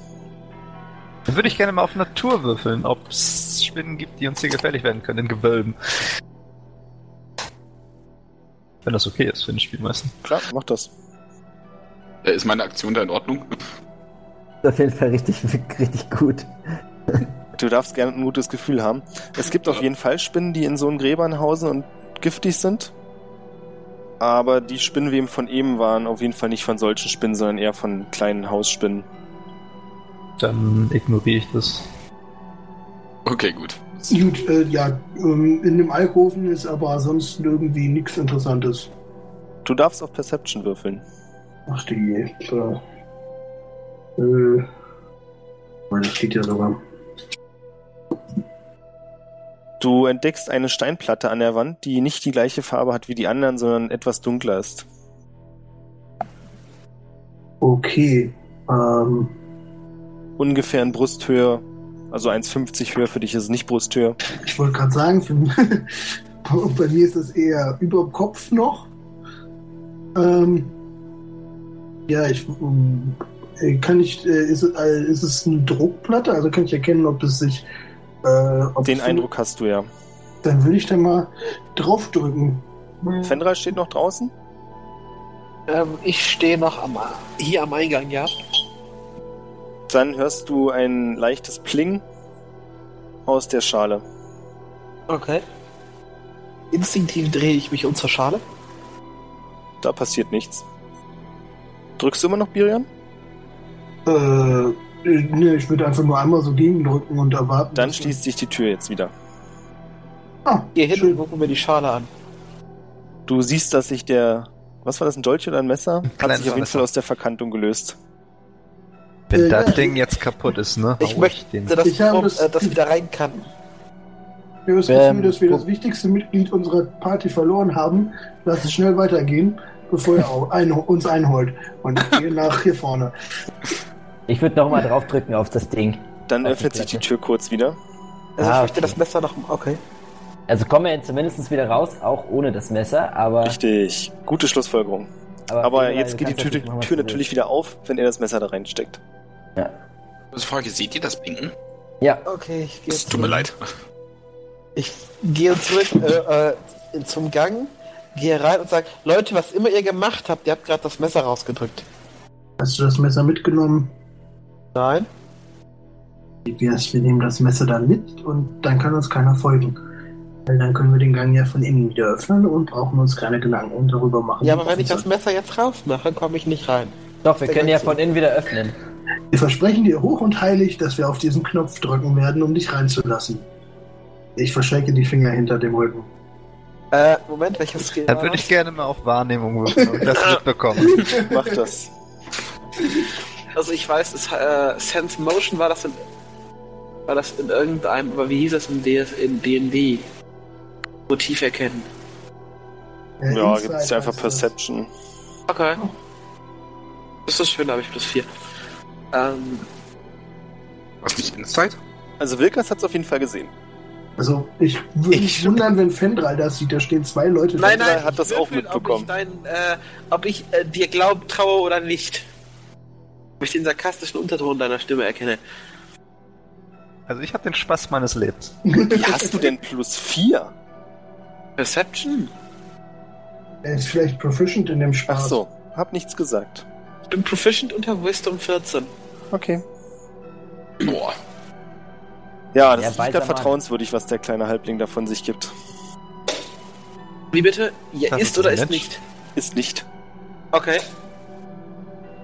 Speaker 2: Dann würde ich gerne mal auf Natur würfeln, ob es Spinnen gibt, die uns hier gefährlich werden können in Gewölben. Wenn das okay ist für den Spielmeister.
Speaker 4: Klar, mach das.
Speaker 5: Äh, ist meine Aktion da in Ordnung?
Speaker 3: Ist auf jeden Fall richtig, richtig gut.
Speaker 4: Du darfst gerne ein gutes Gefühl haben. Es gibt auf jeden Fall Spinnen, die in so einen Gräbern hausen und giftig sind. Aber die Spinnweben von eben waren auf jeden Fall nicht von solchen Spinnen, sondern eher von kleinen Hausspinnen.
Speaker 2: Dann ignoriere ich das.
Speaker 5: Okay, gut.
Speaker 6: Gut, äh, ja, ähm, in dem Alkoven ist aber sonst irgendwie nichts Interessantes.
Speaker 4: Du darfst auf Perception würfeln.
Speaker 6: Ach du je. So. Äh, weil das steht ja sogar.
Speaker 4: Du entdeckst eine Steinplatte an der Wand, die nicht die gleiche Farbe hat wie die anderen, sondern etwas dunkler ist.
Speaker 6: Okay. Ähm,
Speaker 4: Ungefähr in Brusthöhe, also 1,50 Höhe, für dich ist es nicht Brusthöhe.
Speaker 6: ich wollte gerade sagen, für, bei mir ist das eher über dem Kopf noch. Ähm, ja, ich ähm, äh, kann ich, äh, ist, es- äh, ist es eine Druckplatte? Also kann ich erkennen, ob es sich. Äh, ob
Speaker 4: Den
Speaker 6: es-
Speaker 4: Eindruck hast du ja.
Speaker 6: Dann will ich da mal draufdrücken.
Speaker 4: Fenrir steht noch draußen?
Speaker 1: Ähm, ich stehe noch am, hier am Eingang, ja.
Speaker 4: Dann hörst du ein leichtes Pling aus der Schale.
Speaker 1: Okay. Instinktiv drehe ich mich um zur Schale.
Speaker 4: Da passiert nichts. Drückst du immer noch Birion?
Speaker 6: Äh, äh, nee, ich würde einfach nur einmal so gegendrücken und erwarten.
Speaker 4: Dann
Speaker 6: dass-
Speaker 4: schließt sich die Tür jetzt wieder.
Speaker 6: Ah,
Speaker 1: Hier hinten
Speaker 6: schön.
Speaker 1: gucken wir die Schale an.
Speaker 4: Du siehst, dass sich der. Was war das, ein Dolch oder ein Messer? Hat
Speaker 2: kleines
Speaker 4: sich auf jeden
Speaker 2: Messer.
Speaker 4: Fall aus der Verkantung gelöst.
Speaker 2: Wenn
Speaker 6: Äh, ja.
Speaker 2: das Ding jetzt kaputt ist, ne?
Speaker 1: Ich
Speaker 2: hau
Speaker 1: möchte,
Speaker 2: den.
Speaker 1: dass
Speaker 6: Ich habe
Speaker 1: Tom,
Speaker 6: das-
Speaker 1: äh, das wieder rein kann.
Speaker 6: Wir haben das
Speaker 3: Ähm,
Speaker 6: Gefühl, dass wir das
Speaker 3: wo-
Speaker 6: wichtigste Mitglied unserer Party verloren haben. Lass es schnell weitergehen, bevor er au- ein, uns einholt. Und ich gehe nach hier vorne.
Speaker 3: Ich würde nochmal draufdrücken auf das Ding.
Speaker 4: Dann
Speaker 3: Auf die
Speaker 4: öffnet sich die
Speaker 3: Platte.
Speaker 4: Tür kurz wieder.
Speaker 1: Also
Speaker 3: Ah,
Speaker 1: ich möchte
Speaker 3: okay.
Speaker 1: das Messer noch. Okay.
Speaker 3: Also kommen wir zumindest wieder raus, auch ohne das Messer, aber.
Speaker 4: Richtig. Gute Schlussfolgerung. Aber
Speaker 3: egal,
Speaker 4: jetzt
Speaker 3: du
Speaker 4: geht die
Speaker 3: kannst
Speaker 4: Tür,
Speaker 3: natürlich machen, was
Speaker 4: Tür
Speaker 3: du
Speaker 4: natürlich wieder auf, wenn er das Messer da reinsteckt.
Speaker 5: Also Frage, seht ihr das Pinken?
Speaker 3: willst. Ja,
Speaker 1: Okay, ich gehe
Speaker 5: Es äh, tut mir leid.
Speaker 1: Ich gehe zurück äh, äh, zum Gang, gehe rein und sage, Leute, was immer ihr gemacht habt, ihr habt gerade das Messer rausgedrückt.
Speaker 6: Hast du das Messer mitgenommen?
Speaker 1: Nein?
Speaker 6: Wie wär's, wir nehmen das Messer dann mit und dann kann uns keiner folgen. Weil dann können wir den Gang ja von innen wieder öffnen und brauchen uns keine Gedanken darüber machen.
Speaker 1: Ja, aber wenn ich das Messer jetzt rausmache, komme ich nicht rein.
Speaker 3: doch, wir
Speaker 1: Der
Speaker 3: können ja
Speaker 1: ganze-
Speaker 3: von innen wieder öffnen.
Speaker 6: Wir versprechen dir hoch und heilig, dass wir auf diesen Knopf drücken werden, um dich reinzulassen. Ich verschränke die Finger hinter dem Rücken.
Speaker 1: Äh, Moment, welches Skill
Speaker 2: Dann
Speaker 1: war
Speaker 2: würde
Speaker 1: das?
Speaker 2: ich gerne mal auf Wahrnehmung würfeln und das mitbekommen.
Speaker 4: Mach das.
Speaker 1: Also ich weiß, es, äh, Sense Motion war das in war das in irgendeinem, aber wie hieß das in DS in D&D? Motiv erkennen.
Speaker 6: Äh,
Speaker 4: Ja,
Speaker 6: Insight
Speaker 4: gibt es einfach
Speaker 6: heißt das.
Speaker 4: Perception.
Speaker 1: Okay.
Speaker 3: Oh.
Speaker 1: Das ist schön, da habe ich plus 4. Ähm,
Speaker 5: Was nicht Insight?
Speaker 4: Also Wilkas hat es auf jeden Fall gesehen.
Speaker 6: Also, ich würde mich
Speaker 1: Ich-
Speaker 6: wundern, wenn Fendral das sieht. Da stehen zwei Leute.
Speaker 1: nein,
Speaker 4: Sandra
Speaker 1: nein,
Speaker 4: hat
Speaker 1: ich
Speaker 4: das auch
Speaker 1: würfel,
Speaker 4: mitbekommen.
Speaker 1: Ob ich, dein, äh, ob ich äh, dir glaub, traue oder nicht. Ob ich den sarkastischen Unterton deiner Stimme erkenne.
Speaker 2: Also ich habe den Spaß meines Lebens.
Speaker 4: Wie hast du denn plus vier?
Speaker 1: Perception?
Speaker 6: Er ist vielleicht proficient in dem
Speaker 4: Ach
Speaker 6: Spaß.
Speaker 4: so, hab nichts gesagt.
Speaker 1: Ich bin proficient unter Wisdom 14.
Speaker 4: Okay.
Speaker 5: Boah.
Speaker 3: Ja,
Speaker 4: Ja, das ist nicht
Speaker 3: weiser
Speaker 4: gerade
Speaker 3: Mann.
Speaker 4: vertrauenswürdig, was der kleine Halbling davon sich gibt.
Speaker 1: Wie bitte? Ja,
Speaker 2: Das
Speaker 1: ist
Speaker 2: ist
Speaker 1: oder
Speaker 2: ein
Speaker 1: ist
Speaker 2: Mensch.
Speaker 1: nicht?
Speaker 4: Ist nicht.
Speaker 1: Okay.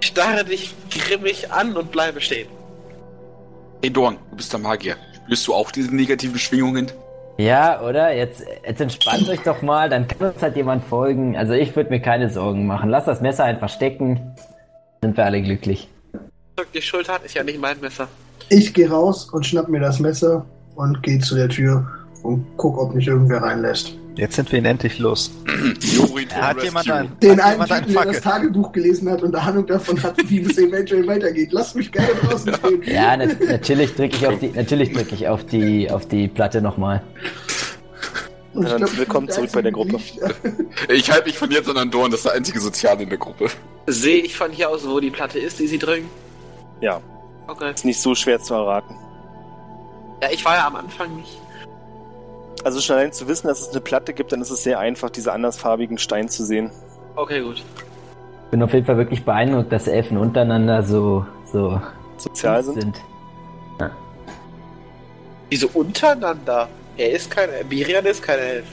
Speaker 1: Ich starre dich grimmig an und bleibe stehen.
Speaker 5: Hey Dorn, du bist der Magier. Spürst du auch diese negativen Schwingungen?
Speaker 3: Ja, oder? Jetzt, jetzt entspannt euch doch mal, dann kann uns halt jemand folgen. Also ich würde mir keine Sorgen machen. Lass das Messer einfach stecken. Sind wir alle glücklich.
Speaker 1: Drück die Schuld hat, ist ja nicht mein Messer.
Speaker 6: Ich gehe raus und schnapp mir das Messer und gehe zu der Tür und guck, ob mich irgendwer reinlässt.
Speaker 2: Jetzt sind wir ihn endlich los.
Speaker 5: Jorin
Speaker 2: Hat jemand ein,
Speaker 6: Den
Speaker 2: hat
Speaker 6: einen
Speaker 2: jemand ein
Speaker 6: Typen, der das
Speaker 2: Fackel?
Speaker 6: Tagebuch gelesen hat und eine Ahnung davon hat, wie es eventuell weitergeht. Lass mich gerne draußen stehen.
Speaker 3: Ja, nat natürlich drücke ich auf die, natürlich drücke ich auf die, auf die Platte nochmal.
Speaker 6: Und ich
Speaker 4: Dann
Speaker 6: glaub,
Speaker 4: willkommen
Speaker 6: die
Speaker 4: zurück bei der
Speaker 6: einzigen
Speaker 4: Gruppe.
Speaker 6: Lichter-
Speaker 5: Ich halte mich von jetzt an an Dorn, das ist der einzige Soziale in der Gruppe.
Speaker 1: Sehe ich von hier aus, wo die Platte ist, die sie drücken?
Speaker 4: Ja,
Speaker 1: Okay.
Speaker 4: ist nicht so schwer zu erraten.
Speaker 1: Ja, ich war ja am Anfang nicht.
Speaker 4: Also schon allein zu wissen, dass es eine Platte gibt, dann ist es sehr einfach, diese andersfarbigen Steine zu sehen.
Speaker 1: Okay, gut.
Speaker 3: Bin auf jeden Fall wirklich beeindruckt, dass Elfen untereinander so, so
Speaker 4: Sozial sind.
Speaker 3: sind.
Speaker 1: Wieso untereinander? Er ist kein. Birian ist kein Elf.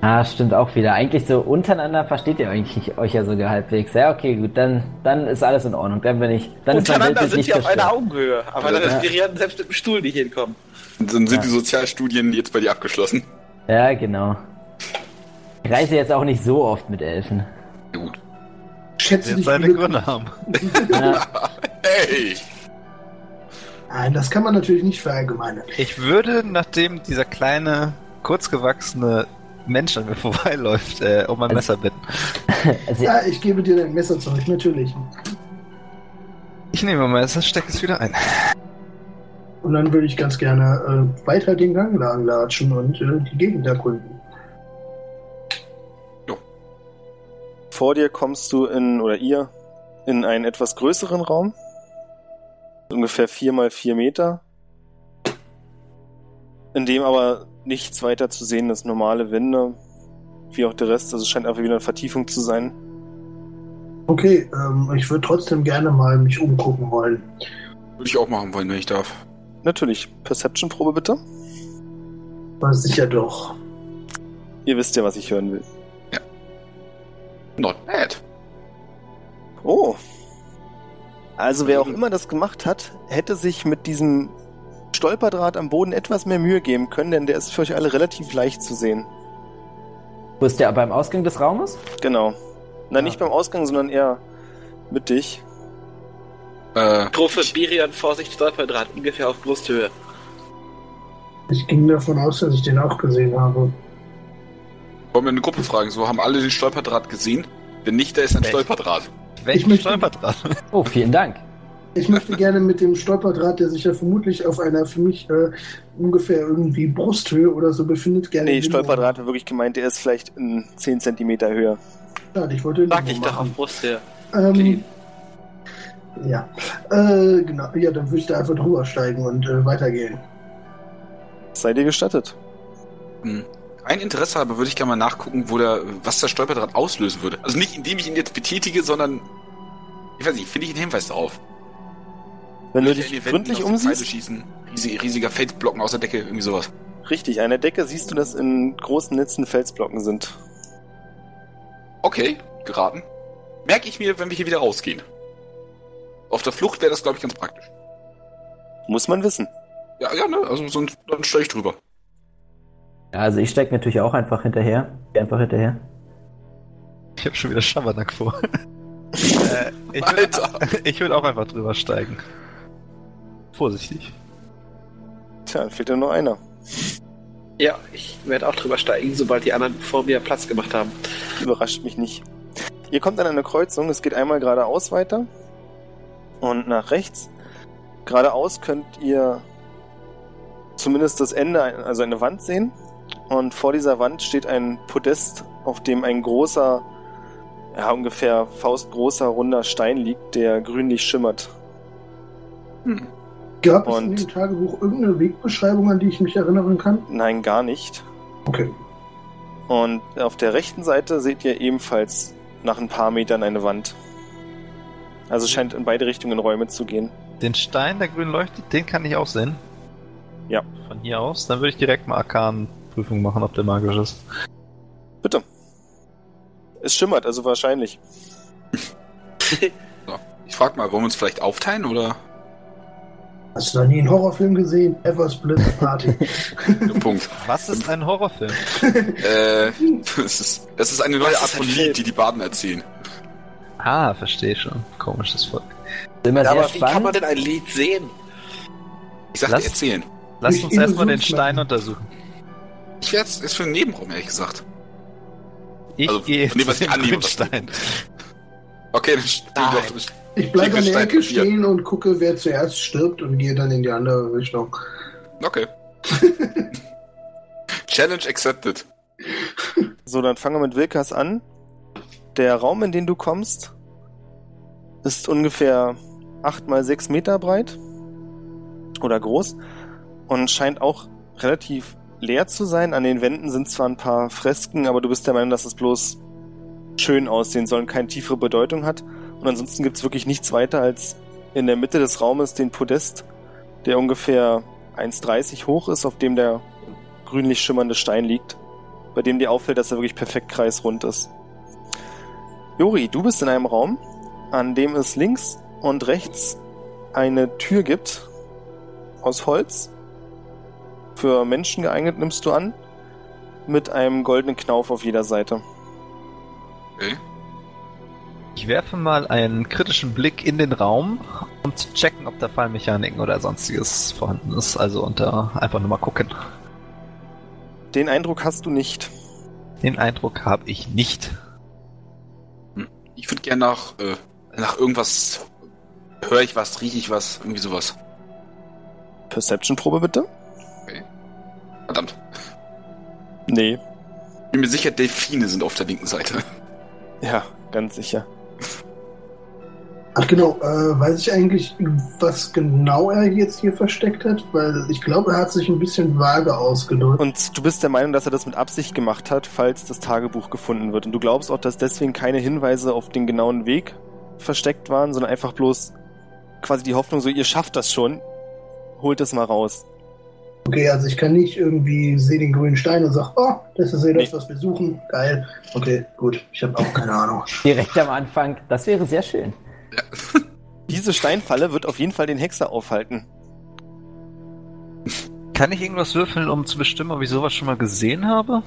Speaker 3: Ah, stimmt auch wieder. Eigentlich so untereinander versteht ihr eigentlich euch ja sogar halbwegs. Ja, okay, gut, dann, dann ist alles in Ordnung. Dann bin ich. Dann ist mein
Speaker 1: Untereinander
Speaker 3: Weltbild
Speaker 1: sind die auf
Speaker 3: zerstört.
Speaker 1: einer Augenhöhe, aber dann
Speaker 5: Ja.
Speaker 1: ist Miriam selbst mit dem Stuhl nicht hinkommen.
Speaker 5: Dann sind
Speaker 3: Ja.
Speaker 5: die Sozialstudien jetzt bei dir abgeschlossen.
Speaker 3: Ja, genau. Ich reise jetzt auch nicht so oft mit Elfen.
Speaker 5: Ja, gut.
Speaker 6: äh, Schätze
Speaker 2: Jetzt
Speaker 6: dich
Speaker 2: seine
Speaker 6: glücklich.
Speaker 2: Gründe haben.
Speaker 3: Ja,
Speaker 5: Ey!
Speaker 6: Nein, das kann man natürlich nicht verallgemeinern.
Speaker 2: Ich würde, nachdem dieser kleine, kurzgewachsene Mensch an mir vorbeiläuft, äh, um ein Messer bitten.
Speaker 3: also,
Speaker 6: Ja, ich gebe dir dein Messer zurück, natürlich.
Speaker 2: Ich nehme mein Messer, stecke es wieder ein.
Speaker 6: Und dann würde ich ganz gerne äh, weiter den Gang lang latschen und äh, die Gegend erkunden.
Speaker 4: Vor dir kommst du in, oder ihr, in einen etwas größeren Raum. Ungefähr 4 mal 4 Meter. In dem aber nichts weiter zu sehen ist. Normale Wände, wie auch der Rest. Also es scheint einfach wieder eine Vertiefung zu sein.
Speaker 6: Okay, ähm, ich würde trotzdem gerne mal mich umgucken wollen.
Speaker 5: Würde ich auch machen wollen, wenn ich darf.
Speaker 4: Natürlich, Perception-Probe bitte.
Speaker 6: War sicher doch.
Speaker 4: Ihr wisst ja, was ich hören will.
Speaker 5: Not bad.
Speaker 4: Oh. Also wer auch immer das gemacht hat, hätte sich mit diesem Stolperdraht am Boden etwas mehr Mühe geben können, denn der ist für euch alle relativ leicht zu sehen.
Speaker 3: wo ist der beim Ausgang des Raumes?
Speaker 4: Genau. Na,
Speaker 3: Ja.
Speaker 4: nicht beim Ausgang, sondern eher mittig.
Speaker 5: Äh,
Speaker 1: Strophe Miriam, Vorsicht, Stolperdraht, ungefähr auf Brusthöhe.
Speaker 6: Ich ging davon aus, dass ich den auch gesehen habe.
Speaker 5: wollen wir eine Gruppe fragen? So haben alle den Stolperdraht gesehen? Wenn nicht, da ist ein
Speaker 2: Echt?
Speaker 5: Stolperdraht.
Speaker 2: Welchen
Speaker 6: möchte-
Speaker 2: Stolperdraht?
Speaker 3: Oh, vielen Dank.
Speaker 6: Ich möchte gerne mit dem Stolperdraht, der sich ja vermutlich auf einer für mich äh, ungefähr irgendwie Brusthöhe oder so befindet, gerne.
Speaker 4: Nee,
Speaker 6: Limo.
Speaker 4: Stolperdraht war wirklich gemeint, der ist vielleicht in 10 Zentimeter Höhe.
Speaker 6: Schade, ich wollte
Speaker 1: Sag
Speaker 6: Limo
Speaker 1: ich doch auf
Speaker 6: machen.
Speaker 1: Brusthöhe.
Speaker 6: Oh Ähm, ja, äh, genau. Ja, dann würde ich da einfach drüber steigen und äh, weitergehen.
Speaker 4: Sei dir gestattet.
Speaker 5: Hm. Ein Interesse habe, würde ich gerne mal nachgucken, wo der, was der Stolperdraht auslösen würde. Also nicht, indem ich ihn jetzt betätige, sondern. Ich weiß nicht, finde ich einen Hinweis darauf.
Speaker 4: Wenn du
Speaker 5: Irgendwelche
Speaker 4: dich
Speaker 5: Wänden
Speaker 4: gründlich
Speaker 5: aus der Pfeile
Speaker 4: umsiehst,
Speaker 5: Schießen, riesige, riesiger Felsblocken aus der Decke, irgendwie sowas.
Speaker 4: richtig, an der Decke siehst du, dass in großen Netzen Felsblocken sind.
Speaker 5: Okay, geraten. Merke ich mir, wenn wir hier wieder rausgehen. Auf der Flucht wäre das, glaube ich, ganz praktisch.
Speaker 4: Muss man wissen.
Speaker 5: Ja, ja, ne? Also sonst dann steige ich drüber.
Speaker 3: Ja, also ich steig natürlich auch einfach hinterher. Geh Einfach hinterher.
Speaker 2: Ich habe schon wieder Schabernack vor. äh, ich,
Speaker 5: Alter!
Speaker 2: ich würde auch einfach drüber steigen. Vorsichtig.
Speaker 4: Tja, dann fehlt ja nur einer.
Speaker 1: Ja, ich werde auch drüber steigen, sobald die anderen vor mir Platz gemacht haben.
Speaker 4: Überrascht mich nicht. Ihr kommt an eine Kreuzung, es geht einmal geradeaus weiter und nach rechts. Geradeaus könnt ihr zumindest das Ende, also eine Wand sehen. Und vor dieser Wand steht ein Podest, auf dem ein großer, ja ungefähr faustgroßer, runder Stein liegt, der grünlich schimmert.
Speaker 6: Gab
Speaker 4: Und-
Speaker 6: es in dem Tagebuch irgendeine Wegbeschreibung, an die ich mich erinnern kann?
Speaker 4: Nein, gar nicht.
Speaker 6: Okay.
Speaker 4: Und auf der rechten Seite seht ihr ebenfalls nach ein paar Metern eine Wand. Also es scheint in beide Richtungen Räume zu gehen.
Speaker 2: Den Stein, der grün leuchtet, den kann ich auch sehen.
Speaker 4: Ja.
Speaker 2: Von hier aus. Dann würde ich direkt mal Arkan-Prüfung machen, ob der magisch ist.
Speaker 4: Bitte. Es schimmert, also wahrscheinlich.
Speaker 5: Ich frag mal, wollen wir uns vielleicht aufteilen oder?
Speaker 6: Hast du noch nie einen Horrorfilm gesehen? Ever Split Party.
Speaker 5: Punkt.
Speaker 2: Was ist ein Horrorfilm?
Speaker 5: äh, das ist, das ist eine neue Art von Lied, die die Baden erzählen.
Speaker 2: Ah, verstehe schon. Komisches Volk.
Speaker 3: Ist Immer
Speaker 1: Ja,
Speaker 3: sehr
Speaker 1: aber wie kann man
Speaker 3: spannend.
Speaker 1: denn ein Lied sehen?
Speaker 5: Ich sagte
Speaker 2: Lass-
Speaker 5: erzählen.
Speaker 2: Lasst
Speaker 6: Nicht
Speaker 2: uns erstmal den
Speaker 6: Illusion
Speaker 2: Stein
Speaker 6: schmecken.
Speaker 2: untersuchen.
Speaker 5: Ich werde es für einen Nebenraum, ehrlich gesagt.
Speaker 2: Ich
Speaker 5: Also,
Speaker 2: gehe
Speaker 5: nee, was
Speaker 2: zu
Speaker 5: ich annehme,
Speaker 2: dem
Speaker 5: was-
Speaker 2: Stein.
Speaker 5: Okay, dann spiel
Speaker 1: Nein.
Speaker 5: doch.
Speaker 6: Ich bleibe an der
Speaker 5: Stein
Speaker 6: Ecke
Speaker 5: probiert.
Speaker 6: stehen und gucke, wer zuerst stirbt und gehe dann in die andere Richtung.
Speaker 5: Okay. Challenge accepted.
Speaker 4: So, dann fangen wir mit Wilkas an. Der Raum, in den du kommst, ist ungefähr 8 mal 6 Meter breit oder groß und scheint auch relativ leer zu sein. An den Wänden sind zwar ein paar Fresken, aber du bist der Meinung, dass es bloß schön aussehen soll und keine tiefere Bedeutung hat. Und ansonsten gibt es wirklich nichts weiter als in der Mitte des Raumes den Podest, der ungefähr 1,30 hoch ist, auf dem der grünlich schimmernde Stein liegt bei dem dir auffällt, dass er wirklich perfekt kreisrund ist. Jori, du bist in einem Raum, an dem es links und rechts eine Tür gibt aus Holz. Für Menschen geeignet, nimmst du an, mit einem goldenen Knauf auf jeder Seite.
Speaker 5: Okay.
Speaker 2: Ich werfe mal einen kritischen Blick in den Raum, um zu checken, ob da Fallmechaniken oder sonstiges vorhanden ist. Also unter einfach nur mal gucken.
Speaker 4: Den Eindruck hast du nicht.
Speaker 2: Den Eindruck habe ich nicht.
Speaker 5: Ich würde gerne nach, äh, nach irgendwas. Höre ich was, rieche ich was, irgendwie sowas.
Speaker 4: Perception-Probe bitte?
Speaker 5: Verdammt.
Speaker 4: Nee.
Speaker 5: Ich bin mir sicher, Delfine sind auf der linken Seite.
Speaker 4: Ja, ganz sicher.
Speaker 6: Ach genau, äh, weiß ich eigentlich, was genau er jetzt hier versteckt hat? Weil ich glaube, er hat sich ein bisschen vage ausgedrückt.
Speaker 4: Und du bist der Meinung, dass er das mit Absicht gemacht hat, falls das Tagebuch gefunden wird. Und du glaubst auch, dass deswegen keine Hinweise auf den genauen Weg versteckt waren, sondern einfach bloß quasi die Hoffnung, so ihr schafft das schon, holt es mal raus.
Speaker 6: Okay, also ich kann nicht irgendwie sehe den grünen Stein und sag, oh, das ist ja das, was wir suchen. Geil. Okay, gut. Ich habe auch keine Ahnung.
Speaker 3: Direkt am Anfang. Das wäre sehr schön.
Speaker 4: Diese Steinfalle wird auf jeden Fall den Hexer aufhalten.
Speaker 2: Kann ich irgendwas würfeln, um zu bestimmen, ob ich sowas schon mal gesehen habe?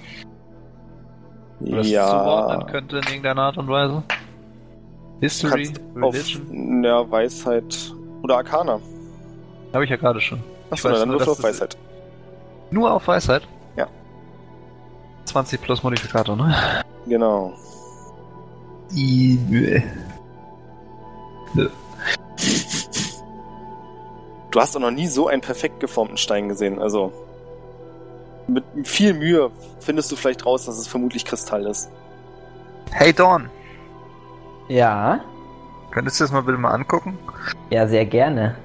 Speaker 2: Oder es zuordnen könnte in irgendeiner Art und Weise?
Speaker 4: du
Speaker 2: History,
Speaker 4: kannst auf
Speaker 2: Religion,
Speaker 4: ja, Weisheit oder Arcana.
Speaker 2: habe ich ja gerade schon.
Speaker 4: Achso, na, dann
Speaker 2: nur,
Speaker 4: wirst du
Speaker 2: dass
Speaker 4: auf
Speaker 2: es-
Speaker 4: Weisheit.
Speaker 2: Nur auf Weisheit?
Speaker 4: Ja.
Speaker 2: 20 plus Modifikator, ne?
Speaker 4: Genau.
Speaker 2: I äh. nö.
Speaker 4: Du hast auch noch nie so einen perfekt geformten Stein gesehen. Also mit viel Mühe findest du vielleicht raus, dass es vermutlich Kristall ist.
Speaker 2: Hey Dawn,
Speaker 3: Ja,
Speaker 2: könntest du das mal bitte mal angucken?
Speaker 3: ja, sehr gerne.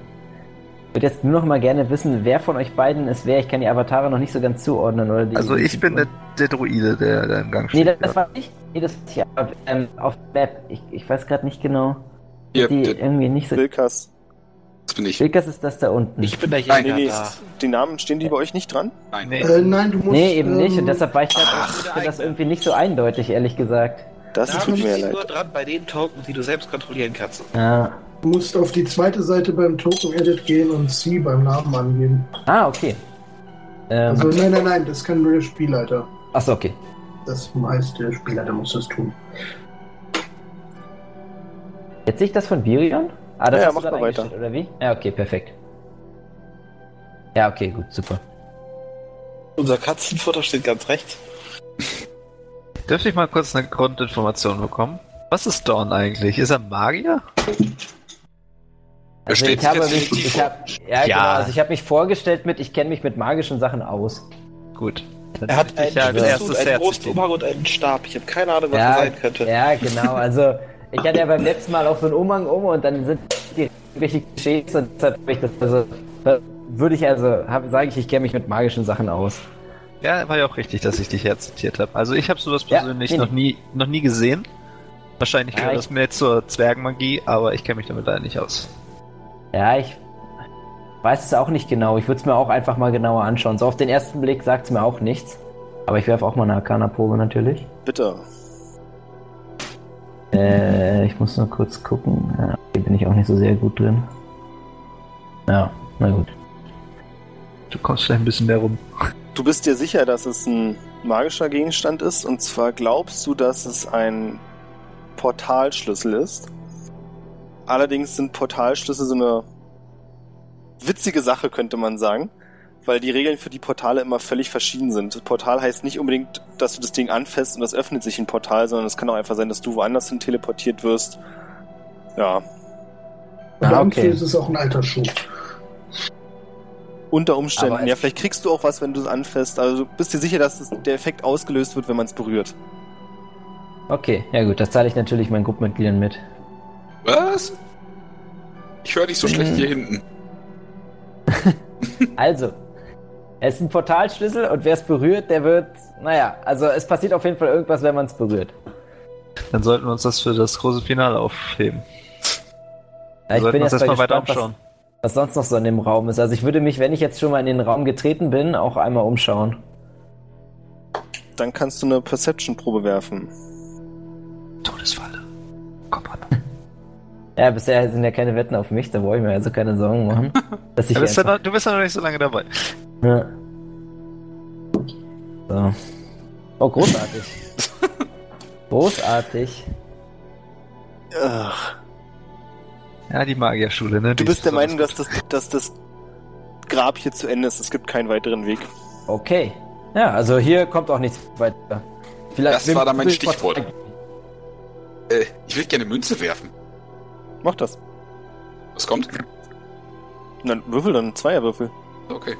Speaker 3: Ich würde jetzt nur noch mal gerne wissen, wer von euch beiden es wäre. Ich kann die Avatare noch nicht so ganz zuordnen. Oder die
Speaker 2: Also ich bin der, der Druide, der da im Gang
Speaker 3: Nee,
Speaker 2: steht.
Speaker 3: das, das
Speaker 2: ja.
Speaker 3: war ich. Nee, das war ich. Aber, ähm, auf Map. Ich, ich weiß gerade nicht genau.
Speaker 5: Hier,
Speaker 3: Die
Speaker 5: das
Speaker 3: irgendwie nicht so.
Speaker 4: Wilkas.
Speaker 5: das bin ich.
Speaker 3: Wilkas ist das da unten.
Speaker 1: Ich bin der
Speaker 5: Nein,
Speaker 1: Jäger
Speaker 4: nee, nee,
Speaker 1: da.
Speaker 4: die Namen stehen die bei euch nicht dran?
Speaker 5: Nein.
Speaker 2: Nee.
Speaker 6: Äh, nein, du musst.
Speaker 3: nee, eben nicht.
Speaker 6: ähm,
Speaker 3: Und deshalb war ich grad-
Speaker 1: Ach.
Speaker 3: ich finde das irgendwie nicht so eindeutig, ehrlich gesagt.
Speaker 4: Das
Speaker 1: Da
Speaker 4: tut
Speaker 1: bist
Speaker 4: mir
Speaker 1: du nur
Speaker 4: leid.
Speaker 1: dran bei den Token, die du selbst kontrollieren kannst.
Speaker 3: Ja.
Speaker 6: Du musst auf die zweite Seite beim Token Edit gehen und sie beim Namen angeben.
Speaker 3: Ah, okay. Ähm,
Speaker 6: Also nein, nein, nein, das kann nur der Spielleiter.
Speaker 3: achso, okay.
Speaker 6: Das heißt, der Spielleiter muss das tun.
Speaker 3: Jetzt sehe ich das von Virion? Ah, das
Speaker 4: Ja, ja,
Speaker 3: hast
Speaker 4: mach
Speaker 3: du gerade
Speaker 4: mal weiter.
Speaker 3: eingestellt, oder wie? Ja, okay, perfekt. Ja, okay, gut, super.
Speaker 1: Unser Katzenfutter steht ganz rechts.
Speaker 2: Dürfte ich mal kurz eine Grundinformation bekommen? Was ist Dawn eigentlich? Ist er Magier?
Speaker 3: Also
Speaker 5: stellt
Speaker 3: ich
Speaker 5: sich
Speaker 3: habe
Speaker 5: jetzt
Speaker 3: mich,
Speaker 5: richtig
Speaker 3: ich
Speaker 5: vor.
Speaker 3: hab,
Speaker 2: Ja.
Speaker 3: ja, Genau, also ich habe mich vorgestellt mit, ich kenne mich mit magischen Sachen aus.
Speaker 2: Gut. Dann
Speaker 1: Er hat
Speaker 2: hätte
Speaker 1: einen
Speaker 2: ich ja als
Speaker 1: Spitzhut,
Speaker 2: erstes
Speaker 1: einen
Speaker 2: Herz
Speaker 1: großen
Speaker 2: gegeben.
Speaker 1: Umhang und einen Stab. Ich habe keine Ahnung, was
Speaker 3: ja,
Speaker 1: er sein könnte.
Speaker 3: ja, genau, also ich hatte ja beim letzten Mal auch so einen Umhang um und dann sind die richtig Klischees und deshalb habe ich das, also, da würde ich also, sage ich, ich kenne mich mit magischen Sachen aus.
Speaker 2: Ja, war ja auch richtig, dass ich dich herzitiert habe. Also ich habe sowas
Speaker 3: Ja,
Speaker 2: persönlich
Speaker 3: nee,
Speaker 2: noch nie noch nie gesehen. Wahrscheinlich
Speaker 3: Ja,
Speaker 2: gehört
Speaker 3: ich-
Speaker 2: das mehr zur Zwergenmagie, aber ich kenne mich damit leider nicht aus.
Speaker 3: Ja, ich weiß es auch nicht genau. Ich würde es mir auch einfach mal genauer anschauen. So auf den ersten Blick sagt es mir auch nichts. Aber ich werfe auch mal eine Arcana-Probe natürlich.
Speaker 4: Bitte.
Speaker 3: Äh, ich muss nur kurz gucken. Ja, hier bin ich auch nicht so sehr gut drin. Ja, na gut.
Speaker 2: Du kommst vielleicht ein bisschen mehr rum.
Speaker 4: Du bist dir sicher, dass es ein magischer Gegenstand ist? Und zwar glaubst du, dass es ein Portalschlüssel ist? Allerdings sind Portalschlüssel so eine witzige Sache, könnte man sagen. Weil die Regeln für die Portale immer völlig verschieden sind. Portal heißt nicht unbedingt, dass du das Ding anfasst und das öffnet sich ein Portal, sondern es kann auch einfach sein, dass du woanders hin teleportiert wirst. Ja,
Speaker 6: Und
Speaker 3: Ah,
Speaker 6: ah,
Speaker 3: okay.
Speaker 6: okay. ist es auch ein alter Schuh.
Speaker 4: unter Umständen.
Speaker 3: Aber es-
Speaker 4: ja, vielleicht kriegst du auch was, wenn du es anfasst. Also du bist dir sicher, dass es- der Effekt ausgelöst wird, wenn man es berührt.
Speaker 3: Okay, ja gut, das teile ich natürlich meinen Gruppenmitgliedern mit.
Speaker 5: Was? Ich höre dich so schlecht hier hinten.
Speaker 3: Also, es ist ein Portalschlüssel und wer es berührt, der wird. Naja, also es passiert auf jeden Fall irgendwas, wenn man es berührt.
Speaker 2: Dann sollten wir uns das für das große Finale aufheben.
Speaker 3: Ja,
Speaker 2: sollten wir uns
Speaker 3: erst mal
Speaker 2: erstmal weiter
Speaker 3: gespannt, was-
Speaker 2: umschauen.
Speaker 3: was sonst noch so in dem Raum ist. Also ich würde mich, wenn ich jetzt schon mal in den Raum getreten bin, auch einmal umschauen.
Speaker 4: dann kannst du eine Perception-Probe werfen.
Speaker 2: Todesfalle. Komm an.
Speaker 3: Ja, bisher sind ja keine Wetten auf mich, da wollte ich mir also keine Sorgen machen. Dass ich
Speaker 2: Du bist, ja
Speaker 3: einfach,
Speaker 2: noch, du bist ja noch nicht so lange dabei.
Speaker 3: ja. so. Oh, großartig. großartig.
Speaker 4: Ach,
Speaker 2: Ja, die Magierschule, ne?
Speaker 4: du
Speaker 2: die
Speaker 4: bist
Speaker 2: ist
Speaker 4: der
Speaker 2: besonders
Speaker 4: Meinung,
Speaker 2: gut.
Speaker 4: dass das, dass das Grab hier zu Ende ist. Es gibt keinen weiteren Weg.
Speaker 3: Okay. Ja, also hier kommt auch nichts weiter. Vielleicht
Speaker 5: Das war dann mein Stichwort. Äh, ich würde gerne Münze werfen.
Speaker 4: Mach das.
Speaker 5: Was kommt?
Speaker 4: Und dann würfel dann Zweierwürfel.
Speaker 5: Okay.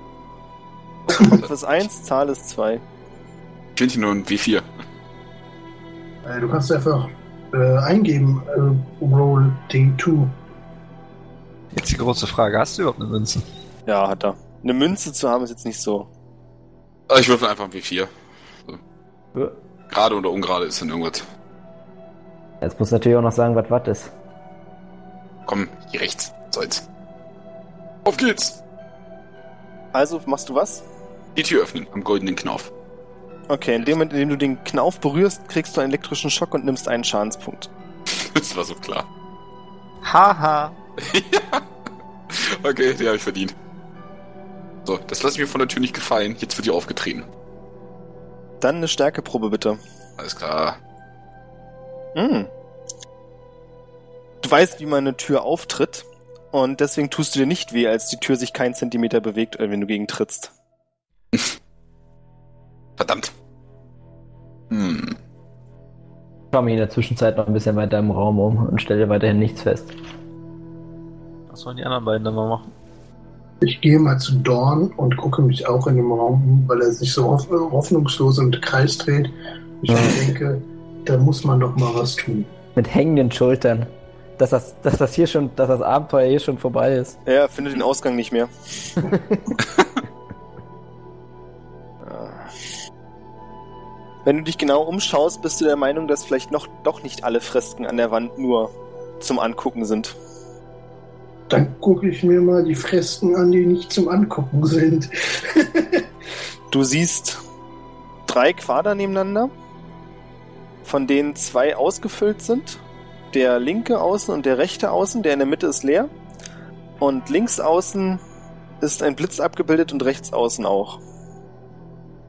Speaker 4: Kopf ist 1, Zahl ist 2.
Speaker 5: Ich finde hier nur ein W4.
Speaker 6: Äh, Du kannst einfach äh, eingeben, äh, Roll D2.
Speaker 2: Jetzt die große Frage: Hast du überhaupt eine Münze?
Speaker 4: Ja, hat er. Eine Münze zu haben ist jetzt nicht so.
Speaker 5: Ah, Ich würfel einfach ein W4. So. Gerade oder ungerade ist dann irgendwas.
Speaker 3: Jetzt muss natürlich auch noch sagen, was was ist.
Speaker 5: Komm, hier rechts. So jetzt. Auf geht's!
Speaker 4: Also machst du was?
Speaker 5: Die Tür öffnen am goldenen Knauf.
Speaker 4: Okay, in dem Moment, in dem du den Knauf berührst, kriegst du einen elektrischen Schock und nimmst einen Schadenspunkt.
Speaker 5: Das war so klar.
Speaker 2: Haha.
Speaker 5: Okay, die habe ich verdient. So, das lasse ich mir von der Tür nicht gefallen. Jetzt wird die aufgetreten.
Speaker 4: Dann eine Stärkeprobe bitte.
Speaker 5: Alles klar.
Speaker 4: Hm. Du weißt, wie man eine Tür auftritt und deswegen tust du dir nicht weh, als die Tür sich keinen Zentimeter bewegt, äh, wenn du gegen trittst.
Speaker 5: Verdammt. Hm.
Speaker 3: Schau mich in der Zwischenzeit noch ein bisschen weiter im Raum um und stelle weiterhin nichts fest.
Speaker 2: Was sollen die anderen beiden dann mal machen?
Speaker 6: Ich gehe mal zu Dorn und gucke mich auch in dem Raum um, weil er sich so hoff hoffnungslos im Kreis dreht. Ich denke, da muss man doch mal was tun.
Speaker 3: Mit hängenden Schultern. Dass das, dass das hier schon, dass das Abenteuer hier schon vorbei ist.
Speaker 4: Er findet den Ausgang nicht mehr. Ja. Wenn du dich genau umschaust, bist du der Meinung, dass vielleicht noch doch nicht alle Fresken an der Wand nur zum Angucken sind.
Speaker 6: Dann gucke ich mir mal die Fresken an, die nicht zum Angucken sind.
Speaker 4: Du siehst drei Quader nebeneinander, von denen zwei ausgefüllt sind. Der linke außen und der rechte außen, der in der Mitte ist leer. Und links außen ist ein Blitz abgebildet und rechts außen auch.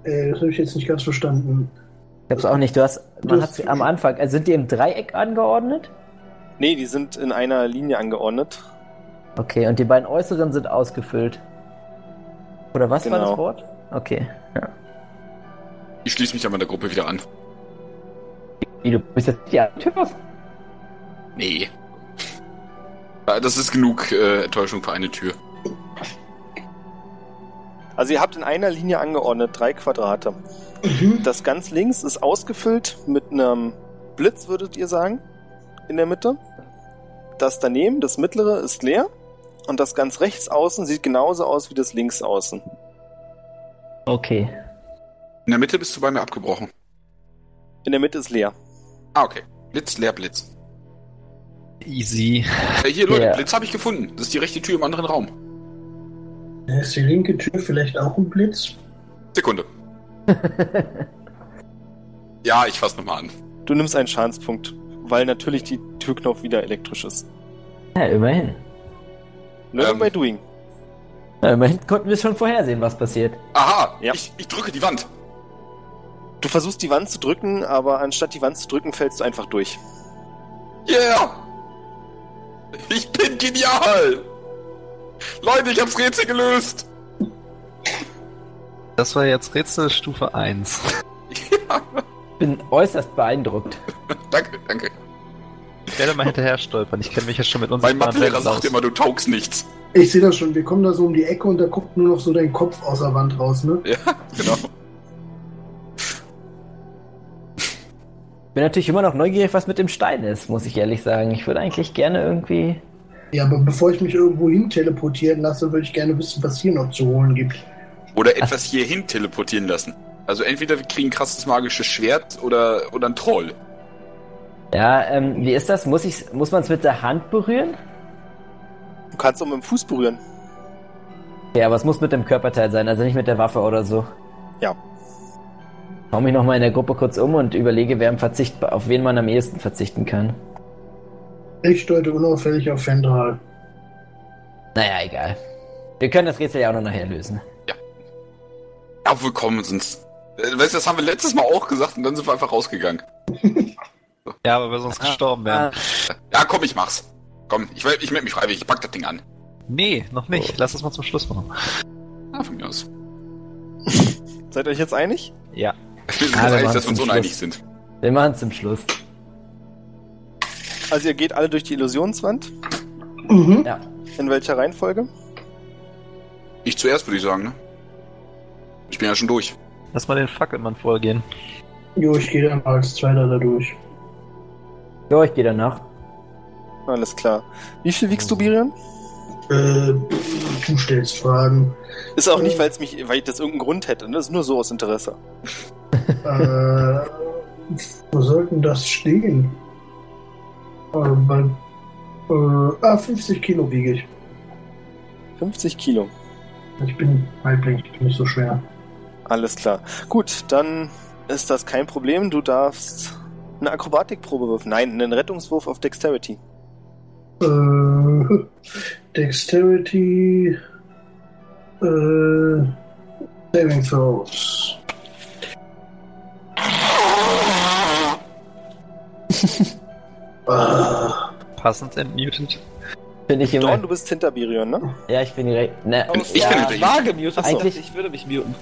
Speaker 6: Äh, das habe ich jetzt nicht ganz verstanden.
Speaker 3: Ich hab's auch nicht. Du hast, man
Speaker 6: Du
Speaker 3: hat
Speaker 6: hast-
Speaker 3: am Anfang, also sind die im Dreieck angeordnet?
Speaker 4: Nee, die sind in einer Linie angeordnet.
Speaker 3: Okay, und die beiden äußeren sind ausgefüllt. Oder was war
Speaker 4: Genau.
Speaker 3: das Wort? Okay. Ja.
Speaker 5: Ich schließe mich aber der Gruppe wieder an.
Speaker 3: Wie, du bist jetzt die andere Tür auf?
Speaker 5: Nee. Ja, Das ist genug äh, Enttäuschung für eine Tür.
Speaker 4: Also ihr habt in einer Linie angeordnet drei Quadrate.
Speaker 6: Mhm.
Speaker 4: Das ganz links ist ausgefüllt mit einem Blitz, würdet ihr sagen, in der Mitte. Das daneben, das mittlere, ist leer. Und das ganz rechts außen sieht genauso aus wie das links außen.
Speaker 3: Okay.
Speaker 5: In der Mitte bist du bei mir abgebrochen.
Speaker 4: In der Mitte ist leer.
Speaker 5: Ah, okay. Blitz, Leerblitz.
Speaker 2: Easy.
Speaker 5: Äh, hier, Leute,
Speaker 3: Ja.
Speaker 5: Blitz habe ich gefunden. Das ist die rechte Tür im anderen Raum.
Speaker 6: Da ist die linke Tür vielleicht auch ein Blitz.
Speaker 5: Sekunde. ja, ich fass nochmal an.
Speaker 4: Du nimmst einen Schadenspunkt, weil natürlich die Türknopf wieder elektrisch ist.
Speaker 3: Ja, immerhin.
Speaker 4: Learning
Speaker 5: Ähm.
Speaker 4: by doing.
Speaker 3: Ja, immerhin konnten wir schon vorhersehen, was passiert.
Speaker 5: Aha,
Speaker 4: Ja.
Speaker 5: ich, ich drücke die Wand.
Speaker 4: Du versuchst die Wand zu drücken, aber anstatt die Wand zu drücken, fällst du einfach durch.
Speaker 5: Yeah! Ich bin genial! Leute, ich hab's Rätsel gelöst!
Speaker 2: Das war jetzt Rätselstufe 1.
Speaker 3: Bin äußerst beeindruckt.
Speaker 5: Danke, danke.
Speaker 2: Ich werde mal hinterher stolpern. Ich kenne mich jetzt schon mit
Speaker 5: Mein
Speaker 2: unserem
Speaker 5: Mathelehrer sagt immer, du taugst nichts.
Speaker 6: Ich sehe das schon, wir kommen da so um die Ecke und da guckt nur noch so dein Kopf aus der Wand raus, ne?
Speaker 5: Genau.
Speaker 3: Bin natürlich immer noch neugierig, was mit dem Stein ist, muss ich ehrlich sagen. Ich würde eigentlich gerne irgendwie.
Speaker 6: Ja, aber bevor ich mich irgendwo hin teleportieren lasse, würde ich gerne wissen, was hier noch zu holen gibt.
Speaker 5: Oder etwas hierhin teleportieren lassen. Also entweder wir kriegen ein krasses magisches Schwert oder, oder ein Troll.
Speaker 3: Ja, ähm, wie ist das? Muss, ich, muss man es mit der Hand berühren?
Speaker 4: Du kannst auch mit dem Fuß berühren.
Speaker 3: Ja, aber es muss mit dem Körperteil sein, also nicht mit der Waffe oder so.
Speaker 4: Ja.
Speaker 3: Schau mich nochmal in der Gruppe kurz um und überlege, wer am Verzicht, auf wen man am ehesten verzichten kann.
Speaker 6: Ich deute unauffällig auf Fendral.
Speaker 3: Naja, egal. Wir können das Rätsel ja auch noch nachher lösen.
Speaker 5: Ja, willkommen sonst. Äh, Weißt du, das haben wir letztes Mal auch gesagt und dann sind wir einfach rausgegangen.
Speaker 2: Ja, weil wir sonst gestorben
Speaker 3: Ah,
Speaker 2: wären.
Speaker 5: Ja, komm, ich mach's. Komm, ich, ich melde mich freiwillig, ich pack das Ding an.
Speaker 2: Nee, noch nicht. Lass es mal zum Schluss machen.
Speaker 5: Ja, Ah, von mir aus.
Speaker 4: Seid ihr euch jetzt einig?
Speaker 2: Ja.
Speaker 5: Ich bin
Speaker 3: Ah, wir
Speaker 5: mir einig,
Speaker 3: machen
Speaker 5: dass wir uns
Speaker 3: zum
Speaker 5: uneinig
Speaker 3: Schluss.
Speaker 5: sind.
Speaker 3: wir machen es zum Schluss.
Speaker 4: Also ihr geht alle durch die Illusionswand.
Speaker 6: Mhm.
Speaker 3: Ja.
Speaker 4: In welcher Reihenfolge?
Speaker 5: Ich zuerst, würde ich sagen, ne? Ich bin ja schon durch.
Speaker 2: Lass mal den Fackelmann vorgehen.
Speaker 6: Jo, ich gehe dann mal als Zweiter da durch.
Speaker 3: Jo, ich gehe danach.
Speaker 4: Alles klar. Wie viel wiegst du, Birion?
Speaker 6: Äh, pff, du stellst Fragen.
Speaker 4: Ist auch nicht, weil es mich, weil ich das irgendeinen Grund hätte. Ne? Das ist nur so aus Interesse.
Speaker 6: äh, wo sollten das stehen? Äh, bei, äh, ah, 50 Kilo wiege ich.
Speaker 4: 50 Kilo.
Speaker 6: Ich bin Halbling, ich bin nicht so schwer.
Speaker 4: Alles klar. Gut, dann ist das kein Problem. Du darfst eine Akrobatikprobe würfen. Nein, einen Rettungswurf auf Dexterity.
Speaker 6: Äh, Dexterity. Äh, Saving Throws. ah,
Speaker 2: Passend entmutet.
Speaker 3: Bin ich
Speaker 4: Dorn,
Speaker 3: immer.
Speaker 4: du Oh, bist hinter Birion, ne?
Speaker 3: Ja, ich bin direkt. Ne,
Speaker 5: Ich
Speaker 3: ja,
Speaker 5: bin übrigens-
Speaker 1: war gemutet.
Speaker 3: Achso.
Speaker 1: Eigentlich, ich würde mich muten.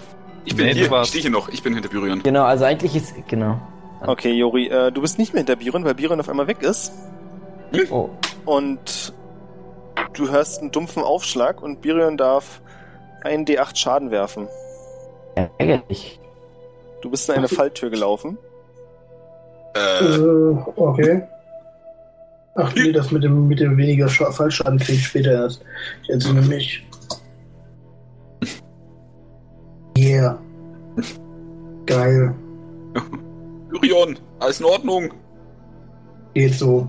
Speaker 5: Ich bin
Speaker 2: Nee, du
Speaker 5: hier, ich
Speaker 2: warst-
Speaker 5: stehe hier noch, ich bin hinter Byrion.
Speaker 3: Genau, also eigentlich ist. Genau.
Speaker 4: Okay, Jori, äh, du bist nicht mehr hinter Birion, weil Birion auf einmal weg ist.
Speaker 3: Oh.
Speaker 4: Und du hörst einen dumpfen Aufschlag und Birion darf einen D8 Schaden werfen.
Speaker 3: Ärgerlich.
Speaker 4: Du bist in eine Falltür gelaufen.
Speaker 5: Äh,
Speaker 6: äh, okay. Ach nee, das mit dem, mit dem weniger Scha Fallschaden krieg ich später erst. Ich entsinne mich. Yeah. Geil.
Speaker 5: Byrion, alles in Ordnung.
Speaker 6: Geht so.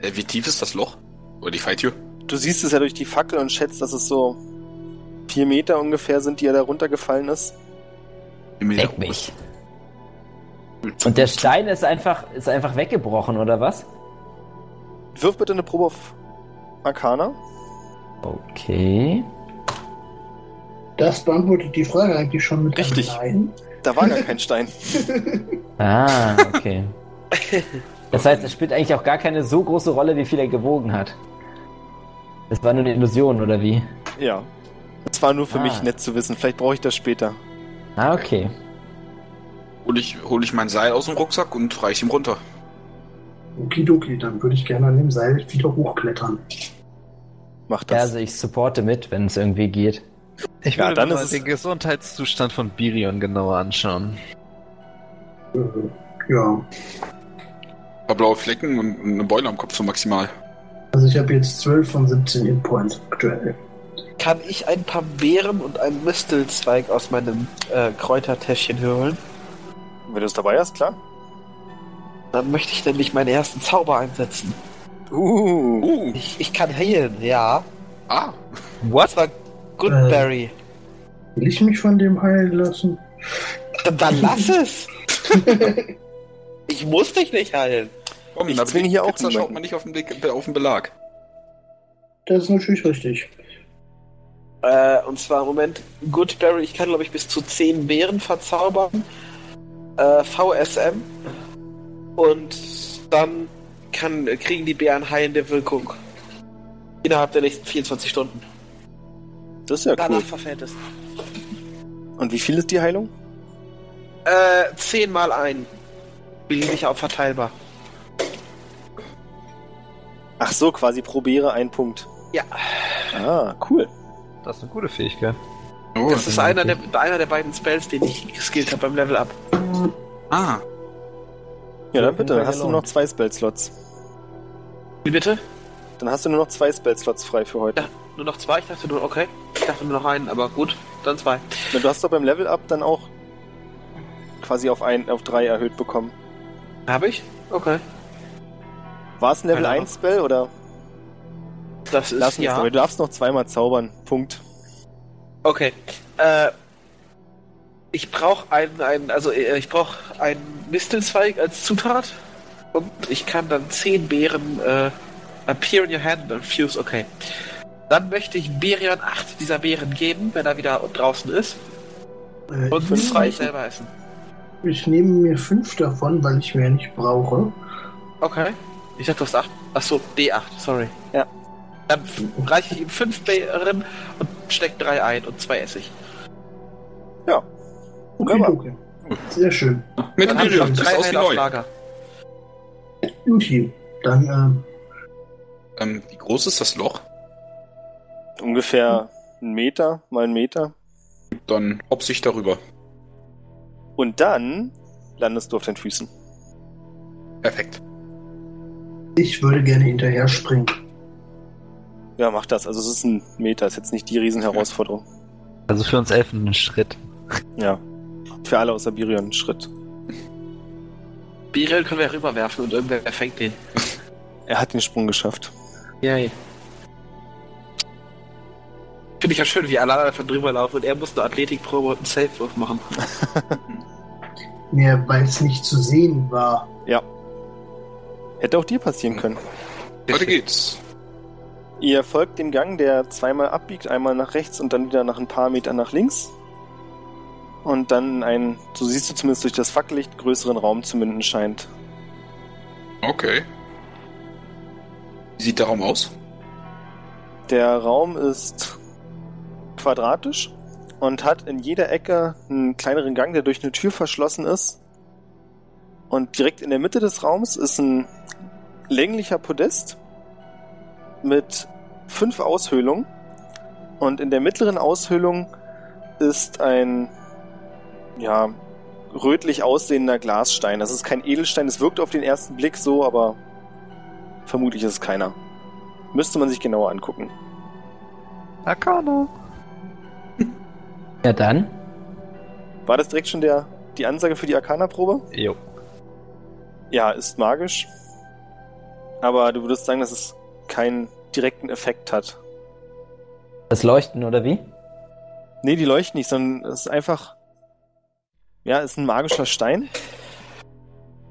Speaker 5: Äh, wie tief ist das Loch? Oder die Falltür?
Speaker 4: Du siehst es ja durch die Fackel und schätzt, dass es so vier Meter ungefähr sind, die er da runtergefallen ist.
Speaker 3: Leck mich. Und der Stein ist einfach, ist einfach weggebrochen, oder was?
Speaker 4: Wirf bitte eine Probe auf Arcana.
Speaker 3: Okay.
Speaker 6: Das beantwortet die Frage eigentlich schon mit einem
Speaker 4: Richtig.
Speaker 6: Nein.
Speaker 4: Da war gar kein Stein.
Speaker 3: Ah, okay. Das heißt, es spielt eigentlich auch gar keine so große Rolle, wie viel er gewogen hat. Das war nur eine Illusion, oder wie?
Speaker 4: Ja. Das war nur für
Speaker 3: Ah.
Speaker 4: mich nett zu wissen. Vielleicht brauche ich das später.
Speaker 3: Ah, okay.
Speaker 5: Hol ich, hol ich mein Seil aus dem Rucksack und reich ihm runter.
Speaker 6: Okidoki, dann würde ich gerne an dem Seil wieder hochklettern.
Speaker 4: Mach
Speaker 3: Ja,
Speaker 4: das.
Speaker 3: also ich supporte mit, wenn es irgendwie geht.
Speaker 2: Ich
Speaker 4: Ja,
Speaker 2: würde
Speaker 4: dann
Speaker 2: mir
Speaker 4: ist
Speaker 2: mal
Speaker 4: es-
Speaker 2: den Gesundheitszustand von Birion genauer anschauen.
Speaker 6: Ja.
Speaker 5: Ein paar blaue Flecken und eine Beule am Kopf so maximal.
Speaker 6: Also ich habe jetzt 12 von 17 Hitpoints aktuell.
Speaker 1: Kann ich ein paar Beeren und einen Mistelzweig aus meinem äh, Kräutertäschchen holen?
Speaker 4: Wenn du es dabei hast, klar.
Speaker 1: Dann möchte ich nämlich meinen ersten Zauber einsetzen.
Speaker 4: Uh.
Speaker 5: Uh,
Speaker 1: Ich, ich kann heilen, ja.
Speaker 5: ah.
Speaker 1: Das war Goodberry.
Speaker 6: Will ich mich von dem heilen lassen?
Speaker 1: Dann, dann lass es. ich muss dich nicht heilen.
Speaker 5: Komm,
Speaker 4: Ich
Speaker 5: da
Speaker 4: zwinge
Speaker 5: bewegt
Speaker 4: hier auch
Speaker 5: Pizza schaut
Speaker 4: niemanden.
Speaker 5: man nicht auf den, Blick, auf den Belag.
Speaker 6: Das ist natürlich richtig.
Speaker 1: Äh, und zwar, Moment, Goodberry, ich kann glaube ich bis zu 10 Beeren verzaubern. Äh, VSM. Und dann kann, kriegen die Beeren heilende Wirkung. Innerhalb der nächsten 24 Stunden.
Speaker 4: Das ist ja
Speaker 1: Danach
Speaker 4: cool.
Speaker 1: verfällt es.
Speaker 4: Und wie viel ist die Heilung?
Speaker 1: Äh, 10 mal ein. Beliebig auch verteilbar.
Speaker 4: Ach so, quasi probiere ein Punkt.
Speaker 1: Ja.
Speaker 4: Ah, cool.
Speaker 2: Das ist eine gute Fähigkeit.
Speaker 5: Oh,
Speaker 1: Das ist einer der, einer der beiden Spells, den ich geskillt habe beim Level Up.
Speaker 5: ah.
Speaker 4: Ja, dann
Speaker 3: jeden
Speaker 4: bitte. Dann
Speaker 3: Fall
Speaker 4: hast du nur noch zwei Spell-Slots.
Speaker 1: Wie bitte?
Speaker 4: Dann hast du nur noch zwei Spell-Slots frei für heute.
Speaker 1: Ja, nur noch zwei? Ich dachte nur, okay. Ich dachte nur noch einen, aber gut, dann zwei.
Speaker 4: Na, Du hast doch beim Level-Up dann auch quasi auf, ein, auf drei erhöht bekommen.
Speaker 1: Habe ich? Okay.
Speaker 4: War es ein Level
Speaker 1: Keine Ahnung.
Speaker 4: 1-Spell oder?
Speaker 1: Das ist
Speaker 4: Lassen wir es
Speaker 1: ja.
Speaker 4: dabei. Du darfst noch zweimal zaubern. Punkt.
Speaker 1: Okay. Äh, Ich brauche einen, einen, also äh, ich brauche einen Mistelzweig als Zutat und ich kann dann 10 Beeren äh, appear in your hand and fuse, okay. Dann möchte ich Berian 8 dieser Beeren geben, wenn er wieder draußen ist.
Speaker 6: Äh,
Speaker 1: Und
Speaker 6: ich,
Speaker 1: zwei
Speaker 6: nehme,
Speaker 1: selber essen.
Speaker 6: ich nehme mir fünf davon, weil ich mehr nicht brauche.
Speaker 1: Okay. Ich dachte, du hast 8. Achso, D8, sorry.
Speaker 4: Ja.
Speaker 1: Dann f- reiche ich ihm 5 Beeren und steck 3 ein und 2 esse ich.
Speaker 4: Ja.
Speaker 6: Okay,
Speaker 4: Wunderbar.
Speaker 6: okay. Sehr schön.
Speaker 5: Mit
Speaker 1: Dann habe ich noch
Speaker 5: Birion, das ist
Speaker 1: 3
Speaker 5: aus wie
Speaker 1: Heil auf
Speaker 5: neu.
Speaker 1: Lager.
Speaker 6: Juti, dann ähm,
Speaker 5: Ähm, wie groß ist das Loch?
Speaker 4: Ungefähr einen Meter mal einen Meter.
Speaker 5: Dann hops ich darüber.
Speaker 4: Und dann landest du auf den Füßen.
Speaker 5: Perfekt.
Speaker 6: äh, ich würde gerne hinterher springen.
Speaker 4: Ja, mach das. Also es ist ein Meter, ist jetzt nicht die Riesenherausforderung.
Speaker 2: Also für uns Elfen ein Schritt.
Speaker 4: Ja. Für alle außer Birion ein Schritt.
Speaker 1: Berion können wir rüberwerfen und irgendwer fängt den.
Speaker 4: Er hat den Sprung geschafft.
Speaker 1: Yay. Finde ich ja schön, wie alle anderen von drüber laufen und er muss eine Athletikprobe und einen Safe-Wurf machen.
Speaker 6: Mehr, weil es nicht zu sehen war.
Speaker 4: Hätte auch dir passieren können.
Speaker 5: Heute geht's.
Speaker 4: Ihr folgt dem Gang, der zweimal abbiegt, einmal nach rechts und dann wieder nach ein paar Metern nach links. Und dann ein, so siehst du zumindest durch das Fackellicht, größeren Raum zumindest scheint.
Speaker 5: Okay. Wie sieht der Raum aus?
Speaker 4: Der Raum ist quadratisch und hat in jeder Ecke einen kleineren Gang, der durch eine Tür verschlossen ist. Und direkt in der Mitte des Raums ist ein länglicher Podest mit fünf Aushöhlungen. Und in der mittleren Aushöhlung ist ein, ja, rötlich aussehender Glasstein. Das ist kein Edelstein, es wirkt auf den ersten Blick so, aber vermutlich ist es keiner. Müsste man sich genauer angucken.
Speaker 2: Arcana.
Speaker 3: Ja, dann.
Speaker 4: War das direkt schon der, die Ansage für die Arcana-Probe?
Speaker 2: Jo.
Speaker 4: Ja, ist magisch. Aber du würdest sagen, dass es keinen direkten Effekt hat.
Speaker 3: Das Leuchten, oder wie?
Speaker 4: Nee, die leuchten nicht, sondern es ist einfach. Ja, ist ein magischer Stein.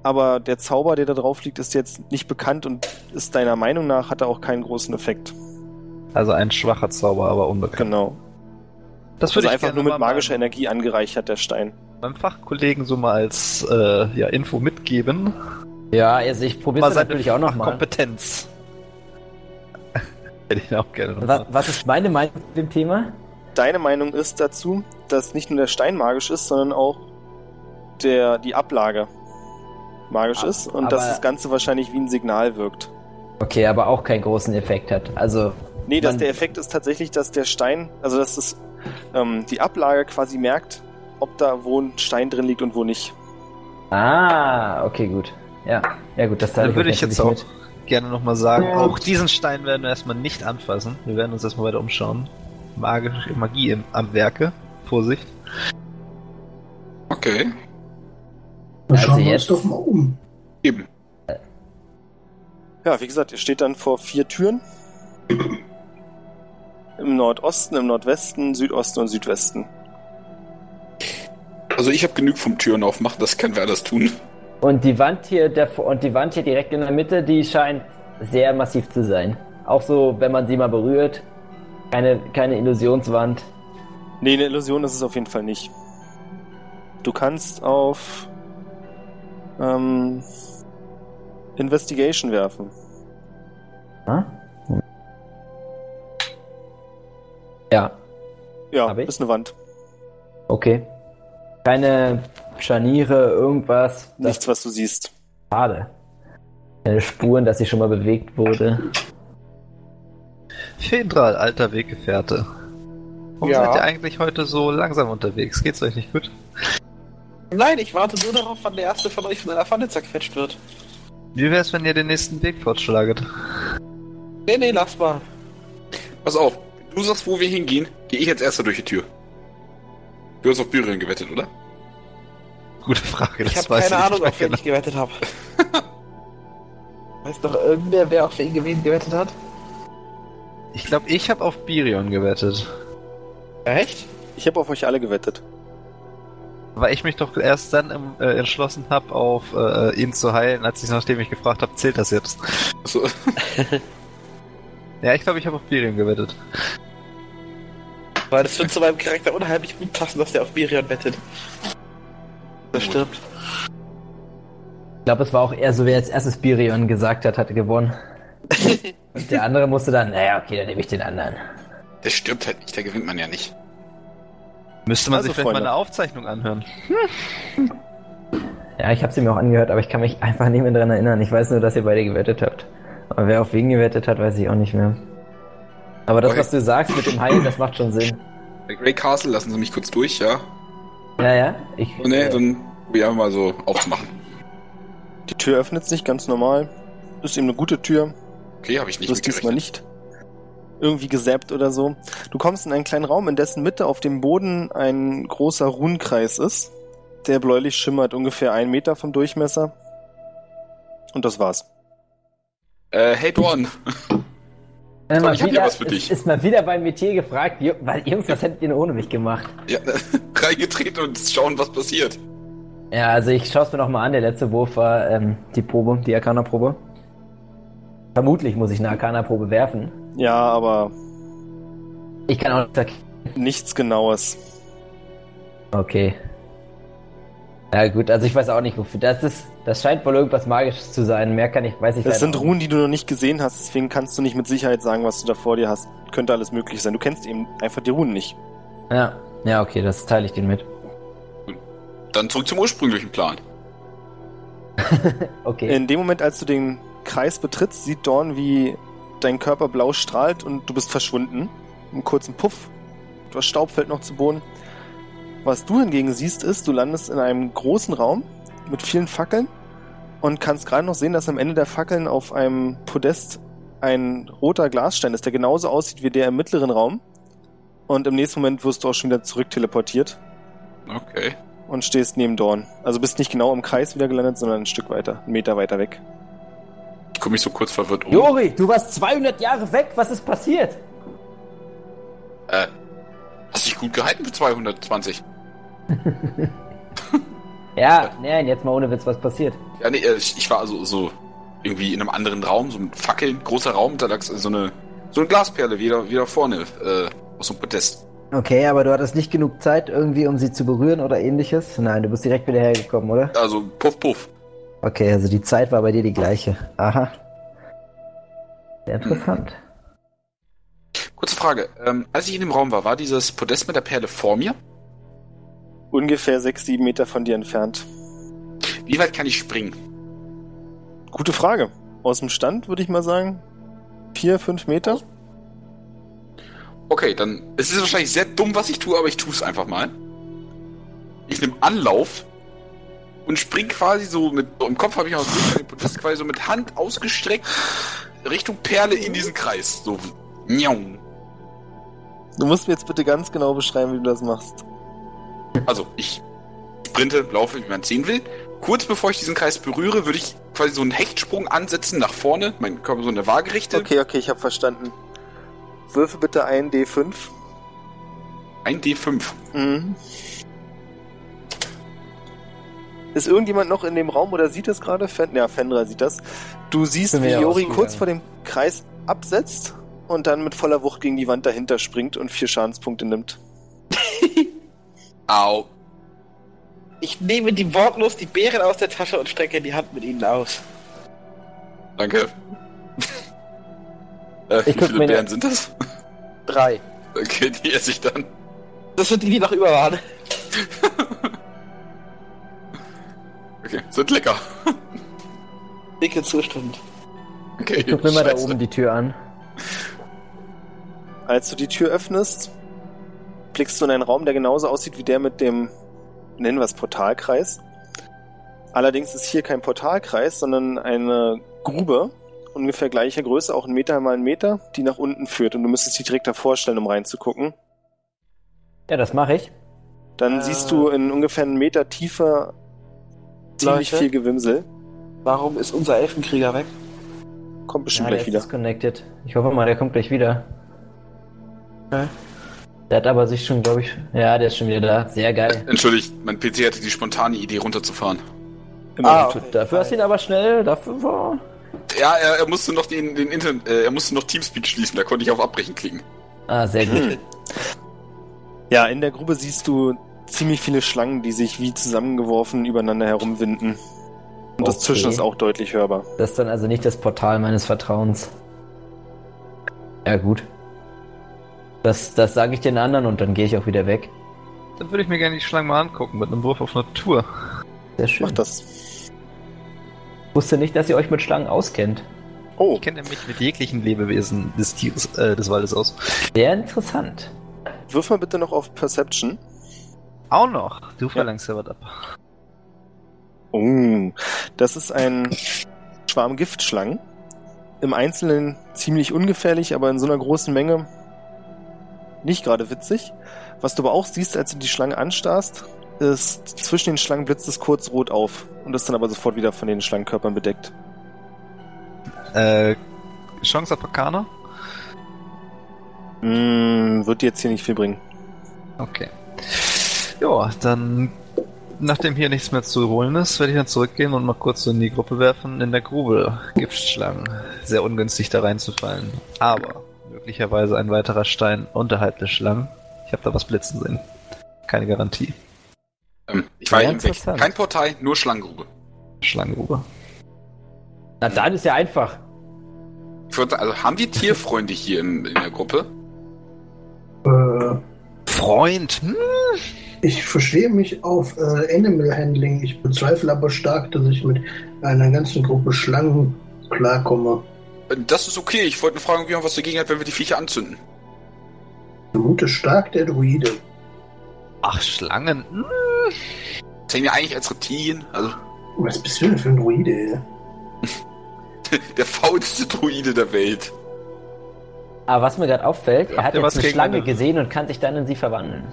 Speaker 4: Aber der Zauber, der da drauf liegt, ist jetzt nicht bekannt und ist deiner Meinung nach, hat er auch keinen großen Effekt.
Speaker 2: Also ein schwacher Zauber, aber unbekannt.
Speaker 4: Genau.
Speaker 2: Das
Speaker 4: Also
Speaker 2: würde ich
Speaker 4: einfach
Speaker 2: gerne
Speaker 4: nur mit
Speaker 2: mal meinem-
Speaker 4: magischer Energie angereichert, der Stein.
Speaker 2: meinem Fachkollegen so mal als äh, ja, Info mitgeben.
Speaker 3: Ja, also ich probiere es
Speaker 2: seine
Speaker 3: natürlich auch nochmal.
Speaker 2: Fachkompetenz. Hätte ich auch gerne
Speaker 3: Was,
Speaker 2: nochmal.
Speaker 3: was ist meine Meinung zu dem Thema?
Speaker 4: deine Meinung ist dazu, dass nicht nur der Stein magisch ist, sondern auch der, die Ablage magisch
Speaker 3: Ah,
Speaker 4: ist und dass
Speaker 3: aber-
Speaker 4: das Ganze wahrscheinlich wie ein Signal wirkt.
Speaker 3: Okay, aber auch keinen großen Effekt hat. Also,
Speaker 4: Nee, dass
Speaker 3: Man-
Speaker 4: der Effekt ist tatsächlich, dass der Stein, also dass das, ähm, die Ablage quasi merkt, ob da wo ein Stein drin liegt und wo nicht.
Speaker 3: ah, okay, gut. Ja, ja gut, das teile
Speaker 2: Dann würde ich
Speaker 3: euch
Speaker 2: jetzt auch
Speaker 3: natürlich mit.
Speaker 2: gerne nochmal sagen,
Speaker 6: Ja.
Speaker 2: auch diesen Stein werden wir erstmal nicht anfassen. Wir werden uns erstmal weiter umschauen. Magische Magie im, am Werke. Vorsicht.
Speaker 5: Okay.
Speaker 6: Dann
Speaker 3: Also
Speaker 6: schauen wir
Speaker 3: jetzt-
Speaker 6: uns doch mal um.
Speaker 5: Eben.
Speaker 4: Ja, wie gesagt, ihr steht dann vor vier Türen. Im Nordosten, im Nordwesten, Südosten und Südwesten.
Speaker 5: Also ich habe genug vom Türen aufmachen, das können wir alles tun.
Speaker 3: Und die Wand hier davor, und die Wand hier direkt in der Mitte, die scheint sehr massiv zu sein. Auch so, wenn man sie mal berührt. Keine, keine Illusionswand.
Speaker 4: Nee, eine Illusion ist es auf jeden Fall nicht. Du kannst auf ähm, Investigation werfen.
Speaker 3: Hm? Ja,
Speaker 4: Ja,
Speaker 3: Hab ich?
Speaker 4: ist eine Wand.
Speaker 3: okay. Keine Scharniere, irgendwas. Das
Speaker 4: Nichts, was du siehst.
Speaker 3: Schade. Keine Spuren, dass sie schon mal bewegt wurde.
Speaker 2: Fedral, alter Weggefährte. Warum
Speaker 1: Ja.
Speaker 2: seid ihr eigentlich heute so langsam unterwegs? Geht's euch nicht gut?
Speaker 1: Nein, ich warte nur darauf, wann der erste von euch von einer Pfanne zerquetscht wird.
Speaker 2: Wie wär's, wenn ihr den nächsten Weg fortschlaget?
Speaker 1: Nee, nee, lass mal.
Speaker 5: Pass auf, wenn du sagst, wo wir hingehen, gehe ich als erster durch die Tür. Du hast auf Birion gewettet, oder?
Speaker 2: Gute Frage,
Speaker 1: Ich
Speaker 2: das
Speaker 1: habe
Speaker 2: weiß
Speaker 1: keine
Speaker 2: ich
Speaker 1: Ahnung,
Speaker 2: nicht
Speaker 1: auf
Speaker 2: mehr
Speaker 1: wen
Speaker 2: genau.
Speaker 1: ich gewettet habe. Weiß noch irgendwer, wer auf wen gewin- gewettet hat?
Speaker 2: Ich glaube, ich habe auf Birion gewettet.
Speaker 1: Echt?
Speaker 4: Ich habe auf euch alle gewettet.
Speaker 2: weil ich mich doch erst dann ähm, äh, entschlossen habe, auf äh, ihn zu heilen, als ich nachdem ich gefragt habe, zählt das jetzt?
Speaker 5: So.
Speaker 2: Ja, ich glaube, ich habe auf Birion gewettet.
Speaker 1: Weil das wird zu meinem Charakter unheimlich gut passen, dass der auf Mirion wettet. Das stirbt.
Speaker 3: Ich glaube, es war auch eher so, wer als erstes Birion gesagt hat, hatte gewonnen. Und der andere musste dann, naja, okay, dann nehme ich den anderen.
Speaker 5: Der stirbt halt nicht, der gewinnt man ja nicht.
Speaker 2: Müsste man
Speaker 4: Also,
Speaker 2: sich vielleicht mal
Speaker 4: Freunde.
Speaker 2: eine Aufzeichnung anhören.
Speaker 3: Ja, ich habe sie mir auch angehört, aber ich kann mich einfach nicht mehr dran erinnern. Ich weiß nur, dass ihr beide gewettet habt. Aber wer auf wen gewettet hat, weiß ich auch nicht mehr. Aber das,
Speaker 5: Okay.
Speaker 3: was du sagst mit dem Heilen, das macht schon Sinn.
Speaker 5: Bei Grey Castle lassen sie mich kurz durch, ja?
Speaker 3: Ja, ja. Ich, äh,
Speaker 5: Oh, nee, dann probieren wir mal so aufzumachen.
Speaker 4: Die Tür öffnet sich ganz normal. Ist eben eine gute Tür.
Speaker 5: Okay, habe ich nicht
Speaker 4: Du bist diesmal nicht irgendwie gesäppt oder so. Du kommst in einen kleinen Raum, in dessen Mitte auf dem Boden ein großer Runenkreis ist, der bläulich schimmert, ungefähr einen Meter vom Durchmesser. Und das war's.
Speaker 5: Äh, hey Dorn,
Speaker 3: äh, mal
Speaker 5: ich hab ja
Speaker 3: wieder-
Speaker 5: was für dich.
Speaker 3: Ist, ist mal wieder beim Metier gefragt, jo, weil Jungs, was hättet ihr denn ohne mich gemacht?
Speaker 5: ja, reingetreten und schauen, was passiert.
Speaker 3: Ja, also ich schaue es mir nochmal an. Der letzte Wurf war ähm, die Probe, die Arcana-Probe. Vermutlich muss ich eine Arcana-Probe werfen.
Speaker 4: Ja, aber
Speaker 3: Ich kann auch nicht sagen,
Speaker 4: nichts Genaues.
Speaker 3: Okay. Ja gut, also ich weiß auch nicht, wofür das ist. Das scheint wohl irgendwas Magisches zu sein. Mehr kann ich, weiß ich
Speaker 4: Das
Speaker 3: leider
Speaker 4: sind
Speaker 3: auch
Speaker 4: Runen, die du noch nicht gesehen hast, deswegen kannst du nicht mit Sicherheit sagen, was du da vor dir hast. Könnte alles möglich sein. Du kennst eben einfach die Runen nicht.
Speaker 3: nicht. Ja, ja, okay, das teile ich den mit.
Speaker 5: Dann zurück zum ursprünglichen Plan.
Speaker 3: Okay.
Speaker 4: In dem Moment, als du den Kreis betrittst, sieht Dorn, wie dein Körper blau strahlt und du bist verschwunden. Einen kurzen Puff. Etwas Staub fällt noch zu Boden. Was du hingegen siehst, ist, du landest in einem großen Raum mit vielen Fackeln und kannst gerade noch sehen, dass am Ende der Fackeln auf einem Podest ein roter Glasstein ist, der genauso aussieht wie der im mittleren Raum. Und im nächsten Moment wirst du auch schon wieder zurückteleportiert
Speaker 5: Okay.
Speaker 4: und stehst neben Dorn. Also bist nicht genau im Kreis wieder gelandet, sondern ein Stück weiter, einen Meter weiter weg.
Speaker 5: Ich gucke mich so kurz verwirrt um.
Speaker 3: Jori, du warst 200 Jahre weg. Was ist passiert?
Speaker 5: Äh, hast dich gut gehalten für 220.
Speaker 3: Ja, nein, jetzt mal ohne Witz, was passiert?
Speaker 5: Ja, nee, äh, ich, ich war also so irgendwie in einem anderen Raum, so mit Fackeln, großer Raum, da lag so eine, so eine Glasperle wieder, wieder vorne, äh, aus so einem Podest.
Speaker 3: Okay, aber du hattest nicht genug Zeit irgendwie, um sie zu berühren oder ähnliches. Nein, du bist direkt wieder hergekommen, oder?
Speaker 5: Also, puff, puff.
Speaker 3: Okay, also die Zeit war bei dir die gleiche. Aha. Sehr
Speaker 4: Hm.
Speaker 3: interessant.
Speaker 5: Kurze Frage, ähm, als ich in dem Raum war, war dieses Podest mit der Perle vor mir?
Speaker 4: ungefähr sechs, sieben Meter von dir entfernt?
Speaker 5: Wie weit kann ich springen?
Speaker 4: Gute Frage. Aus dem Stand würde ich mal sagen, vier, fünf Meter.
Speaker 5: Okay, dann, es ist wahrscheinlich sehr dumm, was ich tue, aber ich tue es einfach mal. Ich nehme Anlauf und spring quasi so mit, so im Kopf habe ich noch so den Podest quasi so mit Hand ausgestreckt Richtung Perle in diesen Kreis. So, miau.
Speaker 4: Du musst mir jetzt bitte ganz genau beschreiben, wie du das machst.
Speaker 5: Also, ich sprinte, laufe, wie man es sehen will. Kurz bevor ich diesen Kreis berühre, würde ich quasi so einen Hechtsprung ansetzen nach vorne, meinen Körper so in der Waagerechte.
Speaker 4: Okay, okay, ich habe verstanden. Würfe bitte ein D5.
Speaker 5: Ein D5.
Speaker 4: Mhm. Ist irgendjemand noch in dem Raum oder sieht das gerade? Fen ja, Fendra sieht das. Du siehst,
Speaker 3: Bin
Speaker 4: wie
Speaker 3: mir ja
Speaker 4: Jori
Speaker 3: ausgegangen.
Speaker 4: kurz vor dem Kreis absetzt und dann mit voller Wucht gegen die Wand dahinter springt und vier Schadenspunkte nimmt.
Speaker 5: Au.
Speaker 1: Ich nehme die wortlos die Beeren aus der Tasche und strecke die Hand mit ihnen aus.
Speaker 5: Danke. äh, wie
Speaker 3: guck
Speaker 5: viele
Speaker 3: mir die-
Speaker 5: Bären sind das?
Speaker 1: Drei.
Speaker 5: Okay, die esse ich dann.
Speaker 1: Das sind die, die noch über waren.
Speaker 5: Okay, sind lecker.
Speaker 1: Dicke Zustimmung.
Speaker 5: Okay,
Speaker 3: Ich guck mir mal da
Speaker 5: scheiße.
Speaker 3: oben die Tür an.
Speaker 4: Als du die Tür öffnest, blickst du in einen Raum, der genauso aussieht wie der mit dem, nennen wir es Portalkreis. Allerdings ist hier kein Portalkreis, sondern eine Grube, ungefähr gleicher Größe, auch ein Meter mal ein Meter, die nach unten führt. Und du müsstest dich direkt davor stellen, um reinzugucken.
Speaker 3: Ja, das mache ich.
Speaker 4: Dann
Speaker 3: Ah.
Speaker 1: Äh.
Speaker 4: siehst du in ungefähr einen Meter Tiefe ziemlich
Speaker 1: Leute?
Speaker 4: viel Gewimsel.
Speaker 1: Warum ist unser Elfenkrieger weg?
Speaker 4: Kommt bestimmt
Speaker 3: Ja, der
Speaker 4: gleich
Speaker 3: ist
Speaker 4: wieder.
Speaker 3: disconnected. Ich hoffe mal, der kommt gleich wieder. Der hat aber sich schon, glaube ich. Ja, der ist schon wieder da. Sehr geil.
Speaker 5: Entschuldigt, mein PC hatte die spontane Idee runterzufahren.
Speaker 2: Ah,
Speaker 4: Immerhin.
Speaker 1: Ah,
Speaker 3: Dafür hast du ihn aber schnell. Dafür war.
Speaker 5: Ja, er, er musste noch den, den Internet, äh, er musste noch Teamspeak schließen, da konnte ich auf Abbrechen klicken.
Speaker 3: Ah, sehr gut.
Speaker 4: Ja, in der Grube siehst du ziemlich viele Schlangen, die sich wie zusammengeworfen übereinander herumwinden. Und das
Speaker 3: Okay.
Speaker 4: Zischen ist auch deutlich hörbar.
Speaker 3: Das ist dann also nicht das Portal meines Vertrauens. Ja, gut. Das, das sage ich den anderen und dann gehe ich auch wieder weg.
Speaker 2: Dann würde ich mir gerne die Schlange mal angucken mit einem Wurf auf Natur.
Speaker 3: Sehr schön.
Speaker 4: Mach das.
Speaker 3: Ich wusste nicht, dass ihr euch mit Schlangen auskennt.
Speaker 4: Oh,
Speaker 2: Ich kenne mich mit jeglichen Lebewesen des Tieres, äh, des Waldes aus.
Speaker 3: Sehr interessant.
Speaker 4: wirf mal bitte noch auf Perception.
Speaker 2: Auch noch. Du verlangst ja was ab.
Speaker 4: Oh, das ist ein Schwarm Giftschlangen. Im Einzelnen ziemlich ungefährlich, aber in so einer großen Menge nicht gerade witzig. Was du aber auch siehst, als du die Schlange anstarrst, ist zwischen den Schlangen blitzt es kurz rot auf und ist dann aber sofort wieder von den Schlangenkörpern bedeckt.
Speaker 2: Äh, Chance auf Arcana?
Speaker 4: Mm, wird dir jetzt hier nicht viel bringen.
Speaker 2: Okay. Ja, dann, nachdem hier nichts mehr zu holen ist, werde ich dann zurückgehen und mal kurz so in die Gruppe werfen. In der Grube Giftschlangen. Sehr ungünstig da reinzufallen. Aber möglicherweise ein weiterer Stein unterhalb der Schlangen. Ich habe da was blitzen sehen. Keine Garantie.
Speaker 5: Ähm, ich war
Speaker 3: Sehr
Speaker 5: eben weg.
Speaker 3: interessant.
Speaker 5: Kein Portal, nur Schlangengrube.
Speaker 2: Schlangengrube.
Speaker 3: Na dann ist ja einfach.
Speaker 5: Ich würde, also haben wir Tierfreunde hier in, in der Gruppe?
Speaker 6: Äh,
Speaker 2: Freund! Hm?
Speaker 6: ich verstehe mich auf äh, Animal Handling. Ich bezweifle aber stark, dass ich mit einer ganzen Gruppe Schlangen klarkomme.
Speaker 5: Äh, Das ist okay, ich wollte nur fragen, ob jemand was dagegen hat, wenn wir die Viecher anzünden.
Speaker 6: Ich Vermute stark der Druide.
Speaker 2: Ach, Schlangen. Hm?
Speaker 5: Sehen wir eigentlich als Reptilien? Also,
Speaker 6: Was bist du denn für ein Druide? ey?
Speaker 5: der faulste Druide der Welt.
Speaker 3: Aber was mir gerade auffällt, er
Speaker 2: Habt
Speaker 3: hat
Speaker 2: ihr
Speaker 3: jetzt
Speaker 2: was
Speaker 3: eine
Speaker 2: gegen
Speaker 3: Schlange
Speaker 2: eine-
Speaker 3: gesehen und kann sich dann in sie verwandeln.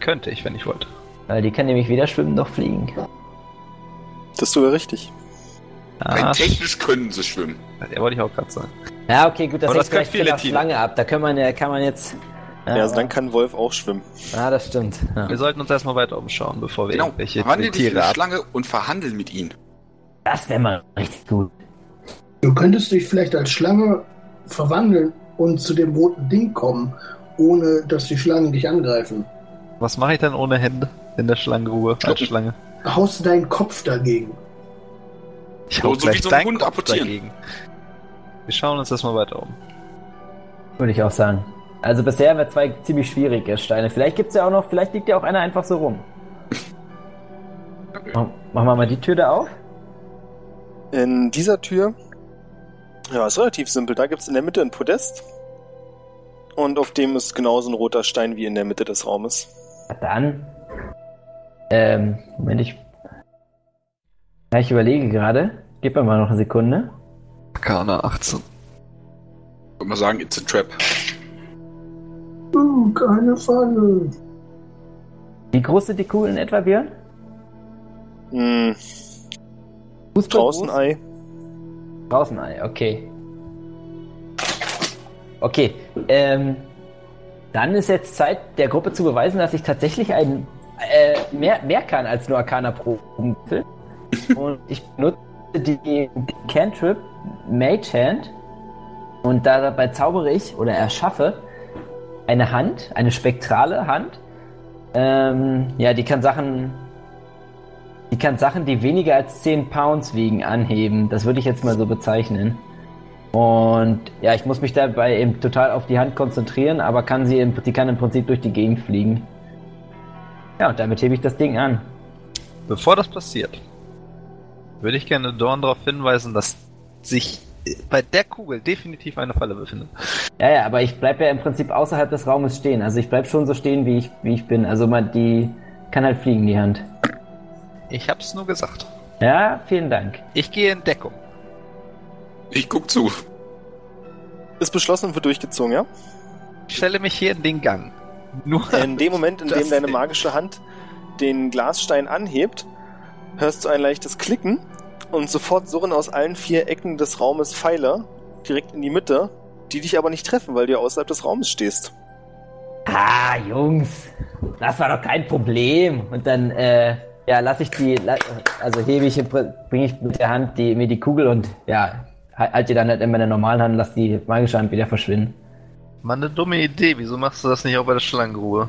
Speaker 2: Könnte ich, wenn ich wollte.
Speaker 3: Weil die kann nämlich weder schwimmen noch fliegen.
Speaker 4: Das ist sogar richtig.
Speaker 5: Rein
Speaker 2: Ah,
Speaker 5: technisch können sie schwimmen.
Speaker 2: ja, wollte ich auch gerade sagen.
Speaker 3: Ja, okay, gut, das
Speaker 2: Aber
Speaker 3: hängt
Speaker 2: das können
Speaker 3: vielleicht von der
Speaker 2: viele
Speaker 3: Schlange ab. Da kann man, ja- kann man jetzt.
Speaker 4: Ja, also dann kann Wolf auch schwimmen.
Speaker 3: Ah, das stimmt. Ja.
Speaker 2: Wir sollten uns erstmal weiter umschauen, bevor wir
Speaker 5: Genau,
Speaker 2: irgendwelche
Speaker 5: wandel dich in
Speaker 2: Tiere
Speaker 5: eine
Speaker 2: ab.
Speaker 5: Schlange und verhandel mit ihnen.
Speaker 3: Das wäre mal richtig gut.
Speaker 6: Du könntest dich vielleicht als Schlange verwandeln und zu dem roten Ding kommen, ohne dass die Schlangen dich angreifen.
Speaker 2: Was mache ich denn ohne Hände in der Schlangenruhe als
Speaker 5: Schlucken.
Speaker 2: Schlange?
Speaker 6: Haust deinen Kopf dagegen.
Speaker 2: Ich
Speaker 5: So-
Speaker 2: hau
Speaker 5: so
Speaker 2: gleich
Speaker 5: wie so ein
Speaker 2: deinen
Speaker 5: Hund
Speaker 2: Kopf
Speaker 5: apportieren.
Speaker 2: dagegen. Wir schauen uns erstmal weiter um.
Speaker 3: Würde ich auch sagen. Also bisher haben wir zwei ziemlich schwierige Steine. Vielleicht gibt's ja auch noch, vielleicht liegt ja auch einer einfach so rum. Mach- Machen wir mal die Tür da auf.
Speaker 4: In dieser Tür, ja, ist relativ simpel. Da gibt's in der Mitte ein Podest. Und auf dem ist genauso ein roter Stein wie in der Mitte des Raumes.
Speaker 3: Na Dann. Ähm, Moment, ich. Ja, ich überlege gerade. Gib mir mal noch eine Sekunde.
Speaker 2: Kana 18.
Speaker 5: Ich würde mal sagen, it's a trap.
Speaker 6: Hm, keine Falle.
Speaker 3: Wie groß sind die Kugeln etwa, Björn?
Speaker 4: Hm,
Speaker 3: Fußball
Speaker 4: draußen Ei.
Speaker 3: Draußen Ei, okay. Okay, ähm, dann ist jetzt Zeit, der Gruppe zu beweisen, dass ich tatsächlich ein, äh, mehr, mehr kann als nur Arcana Proben. Und ich nutze die, die Cantrip Mage Hand und da- dabei zaubere ich oder erschaffe eine Hand, eine spektrale Hand. Ähm, ja, die kann Sachen die kann Sachen, die weniger als 10 Pounds wiegen, anheben. Das würde ich jetzt mal so bezeichnen. Und ja, ich muss mich dabei eben total auf die Hand konzentrieren, aber kann sie im, die kann im Prinzip durch die Gegend fliegen. Ja, und damit hebe ich das Ding an.
Speaker 2: Bevor das passiert, würde ich gerne Dorn darauf hinweisen, dass sich bei der Kugel definitiv eine Falle befindet.
Speaker 3: Ja, ja, aber ich bleibe ja im Prinzip außerhalb des Raumes stehen. Also ich bleibe schon so stehen, wie ich, wie ich bin. Also man, die kann halt fliegen, die Hand.
Speaker 2: Ich hab's nur gesagt.
Speaker 3: Ja, vielen Dank.
Speaker 2: Ich gehe in Deckung.
Speaker 5: Ich guck zu.
Speaker 4: Ist beschlossen und wird durchgezogen, ja?
Speaker 2: Ich stelle mich hier in den Gang. Nur
Speaker 4: In dem Moment, in dem
Speaker 2: Das
Speaker 4: deine
Speaker 2: Ding.
Speaker 4: magische Hand den Glasstein anhebt, hörst du ein leichtes Klicken und sofort surren aus allen vier Ecken des Raumes Pfeiler direkt in die Mitte, die dich aber nicht treffen, weil du ja außerhalb des Raumes stehst.
Speaker 3: Ah, Jungs, das war doch kein Problem. Und dann, äh, ja, lasse ich die, la- also hebe ich, bringe ich mit der Hand die, mir die Kugel und, ja, ha- halt die dann halt in meiner normalen Hand und lass die magische Hand wieder verschwinden.
Speaker 2: Mann, eine dumme Idee. Wieso machst du das nicht auch bei der Schlangengrube?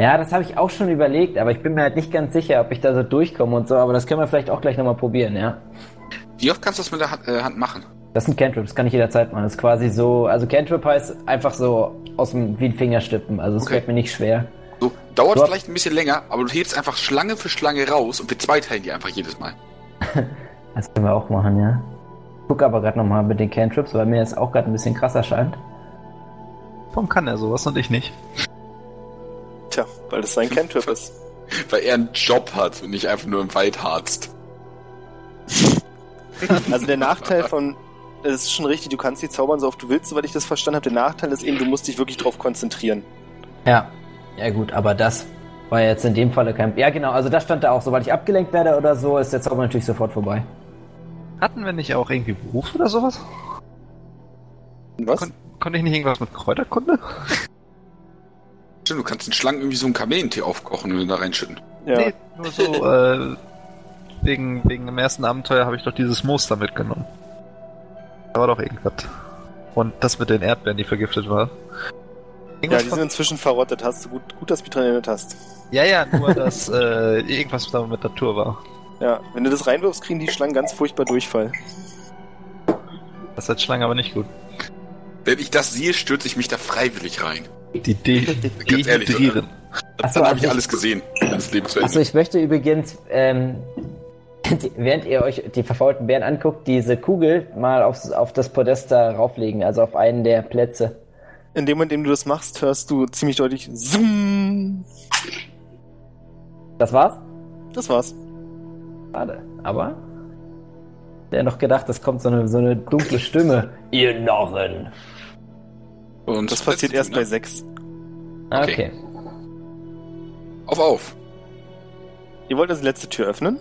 Speaker 3: Ja, das habe ich auch schon überlegt, aber ich bin mir halt nicht ganz sicher, ob ich da so durchkomme und so, aber das können wir vielleicht auch gleich nochmal probieren, ja.
Speaker 5: Wie oft kannst du das mit der Hand, äh, Hand machen?
Speaker 3: Das sind Cantrips, kann ich jederzeit machen. Das ist quasi so, also Cantrip heißt einfach so aus dem, wie ein Fingerstippen, also es
Speaker 5: Okay.
Speaker 3: fällt mir nicht schwer.
Speaker 5: So, dauert
Speaker 3: Ja.
Speaker 5: vielleicht ein bisschen länger, aber du hebst einfach Schlange für Schlange raus und wir zweiteilen die einfach jedes Mal.
Speaker 3: Das können wir auch machen, ja. Guck aber gerade nochmal mit den Cantrips, weil mir das auch gerade ein bisschen krass erscheint.
Speaker 2: Warum kann er sowas und ich nicht?
Speaker 4: Tja, weil das sein Cantrip ist.
Speaker 5: Weil er einen Job hat und nicht einfach nur im Wald harzt.
Speaker 4: Also der Nachteil von. Es ist schon richtig, du kannst die zaubern, so oft du willst, soweit ich das verstanden habe. Der Nachteil ist eben, du musst dich wirklich drauf konzentrieren.
Speaker 3: Ja. Ja gut, aber das war jetzt in dem Falle kein... Ja genau, also das stand da auch, sobald ich abgelenkt werde oder so, ist der Zauber natürlich sofort vorbei.
Speaker 2: Hatten wir nicht auch irgendwie Beruf oder sowas?
Speaker 4: Was?
Speaker 2: Kon konnte ich nicht irgendwas mit Kräuterkunde?
Speaker 5: Stimmt, du kannst den Schlangen irgendwie so einen Kamellentee aufkochen und ihn da reinschütten.
Speaker 4: ja.
Speaker 2: Nee, nur so, äh, wegen, wegen dem ersten Abenteuer habe ich doch dieses Moster mitgenommen. Da war doch irgendwas. Und das mit den Erdbeeren, die vergiftet war.
Speaker 4: ja,
Speaker 2: Irgendwas
Speaker 4: die
Speaker 2: von-
Speaker 4: sind inzwischen verrottet. Hast du gut, gut dass du mich dran erinnert hast.
Speaker 2: ja, ja, nur dass äh, irgendwas da mit Natur war.
Speaker 4: Ja, wenn du das reinwirfst, kriegen die Schlangen ganz furchtbar Durchfall.
Speaker 2: Das hat Schlange aber nicht gut.
Speaker 5: Wenn ich das sehe, stürze ich mich da freiwillig rein.
Speaker 2: Die de
Speaker 5: Ganz ehrlich,
Speaker 2: dehydrieren.
Speaker 5: Dann
Speaker 3: Achso,
Speaker 5: habe
Speaker 3: also
Speaker 5: ich
Speaker 3: ich-
Speaker 5: alles gesehen. Das Leben zu
Speaker 3: Also
Speaker 5: Ende.
Speaker 3: ich möchte übrigens, ähm, die, während ihr euch die verfaulten Bären anguckt, diese Kugel mal aufs, auf das Podest da rauflegen, also auf einen der Plätze.
Speaker 4: In dem Moment, in dem du das machst, hörst du ziemlich deutlich Zoom.
Speaker 3: Das war's?
Speaker 4: Das war's.
Speaker 3: Schade. Aber der noch gedacht, das kommt so eine, so eine dunkle Stimme. Ihr Narren.
Speaker 5: Und
Speaker 4: Das passiert erst
Speaker 2: ne?
Speaker 4: bei sechs.
Speaker 3: Ah,
Speaker 5: Okay.
Speaker 3: Okay.
Speaker 5: Auf, auf.
Speaker 4: Ihr wollt also die letzte Tür öffnen?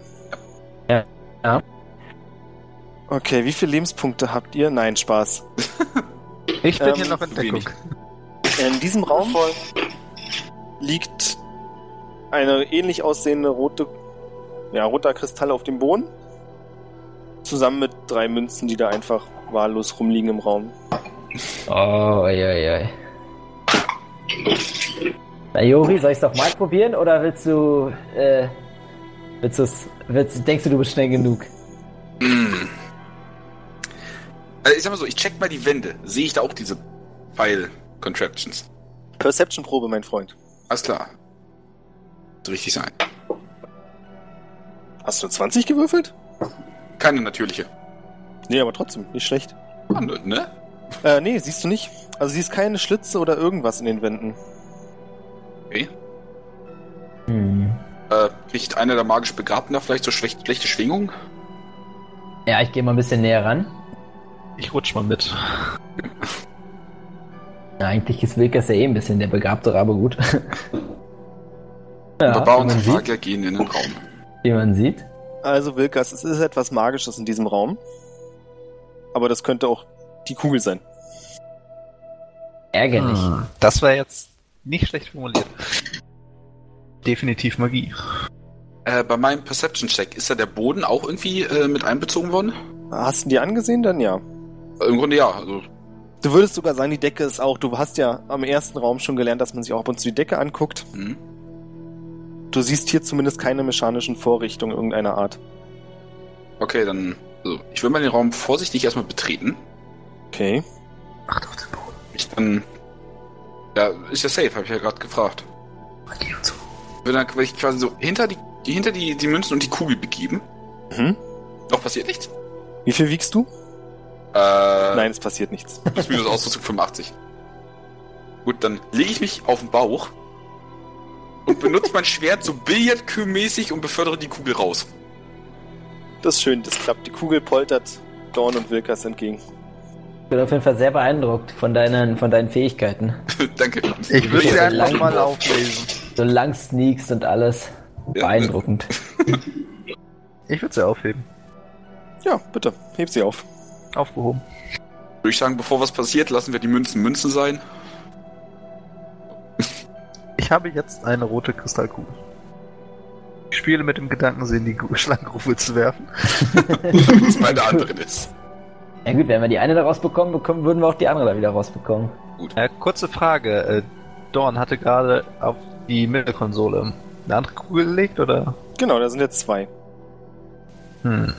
Speaker 3: Ja. Ja.
Speaker 4: Okay, wie viele Lebenspunkte habt ihr? Nein, Spaß.
Speaker 2: Ich bin
Speaker 4: Ähm,
Speaker 2: hier noch in
Speaker 5: zu wenig.
Speaker 2: Deckung.
Speaker 4: In diesem Raum liegt eine ähnlich aussehende rote, ja, roter Kristall auf dem Boden. Zusammen mit drei Münzen, die da einfach wahllos rumliegen im Raum.
Speaker 3: Oh, oi, oi, oi. Na, Jori, soll ich es doch mal probieren oder willst du, äh, willst du's, willst, denkst du, du bist schnell genug?
Speaker 5: Hm. Also ich sag mal so, ich check mal die Wände. Sehe ich da auch diese Pfeil-Contraptions?
Speaker 4: Perception-Probe, mein Freund.
Speaker 5: Alles klar. Muss richtig sein.
Speaker 4: Hast du 20 gewürfelt?
Speaker 5: Keine natürliche.
Speaker 4: Nee, aber trotzdem, nicht schlecht.
Speaker 5: Spannend, ne?
Speaker 4: Äh, nee, siehst du nicht. Also siehst keine Schlitze oder irgendwas in den Wänden.
Speaker 3: Hm.
Speaker 5: Äh, kriegt einer der magisch Begabten da vielleicht so schlecht, schlechte Schwingung?
Speaker 3: Ja, ich gehe mal ein bisschen näher ran.
Speaker 2: Ich rutsch mal mit.
Speaker 3: Na, eigentlich ist Wilkers ja eh ein bisschen der begabtere, aber gut. ja,
Speaker 5: Barbar
Speaker 3: wie
Speaker 5: und
Speaker 3: man, sieht,
Speaker 5: Magier gehen in den Raum.
Speaker 3: wie man sieht.
Speaker 4: Also, Wilkas, es ist etwas Magisches in diesem Raum. Aber das könnte auch die Kugel sein.
Speaker 3: Ärgerlich.
Speaker 2: Hm, das war jetzt nicht schlecht formuliert. Definitiv Magie.
Speaker 5: Äh, bei meinem Perception-Check ist da der Boden auch irgendwie äh, mit einbezogen worden?
Speaker 4: Hast du die angesehen? Dann ja.
Speaker 5: Äh, Im Grunde ja. Also,
Speaker 4: Du würdest sogar sagen, die Decke ist auch. Du hast ja am ersten Raum schon gelernt, dass man sich auch ab und zu die Decke anguckt.
Speaker 5: hm.
Speaker 4: Du siehst hier zumindest keine mechanischen Vorrichtungen irgendeiner Art.
Speaker 5: Okay, dann. Also, ich will mal den Raum vorsichtig erstmal betreten.
Speaker 4: Okay.
Speaker 5: Ich dann. Ja, ist ja safe, habe ich ja gerade gefragt. Wenn dann will ich quasi so hinter die hinter die, die Münzen und die Kugel begeben.
Speaker 4: Mhm.
Speaker 5: Noch passiert nichts?
Speaker 4: Wie viel wiegst du?
Speaker 5: Äh,
Speaker 4: Nein, es passiert nichts.
Speaker 5: Plus minus Ausrüstung 85. Gut, dann lege ich mich auf den Bauch und benutze mein Schwert so Billardkühlmäßig und befördere die Kugel raus.
Speaker 4: Das ist schön, das klappt. Die Kugel poltert Dorn und Wilkas entgegen.
Speaker 3: Ich bin auf jeden Fall sehr beeindruckt von deinen, von deinen Fähigkeiten.
Speaker 5: Danke.
Speaker 2: Ich
Speaker 3: würde sie einfach mal
Speaker 2: auflesen.
Speaker 3: So lang sneakst und alles.
Speaker 5: Ja.
Speaker 3: Beeindruckend.
Speaker 2: Ich würde sie aufheben.
Speaker 4: Ja, bitte, heb sie auf.
Speaker 2: Aufgehoben.
Speaker 5: Würde ich sagen, bevor was passiert, lassen wir die Münzen Münzen sein.
Speaker 2: Ich habe jetzt eine rote Kristallkugel. Ich spiele mit dem Gedanken, sie in die Gu- Schlangengrube zu werfen.
Speaker 5: Das bei der anderen ist.
Speaker 3: Ja gut, wenn wir die eine da rausbekommen, bekommen, würden wir auch die andere da wieder rausbekommen.
Speaker 2: Äh, kurze Frage. Äh, Dorn hatte gerade auf die Mittelkonsole eine andere Kugel gelegt, oder?
Speaker 4: Genau, da sind jetzt zwei.
Speaker 2: Hm.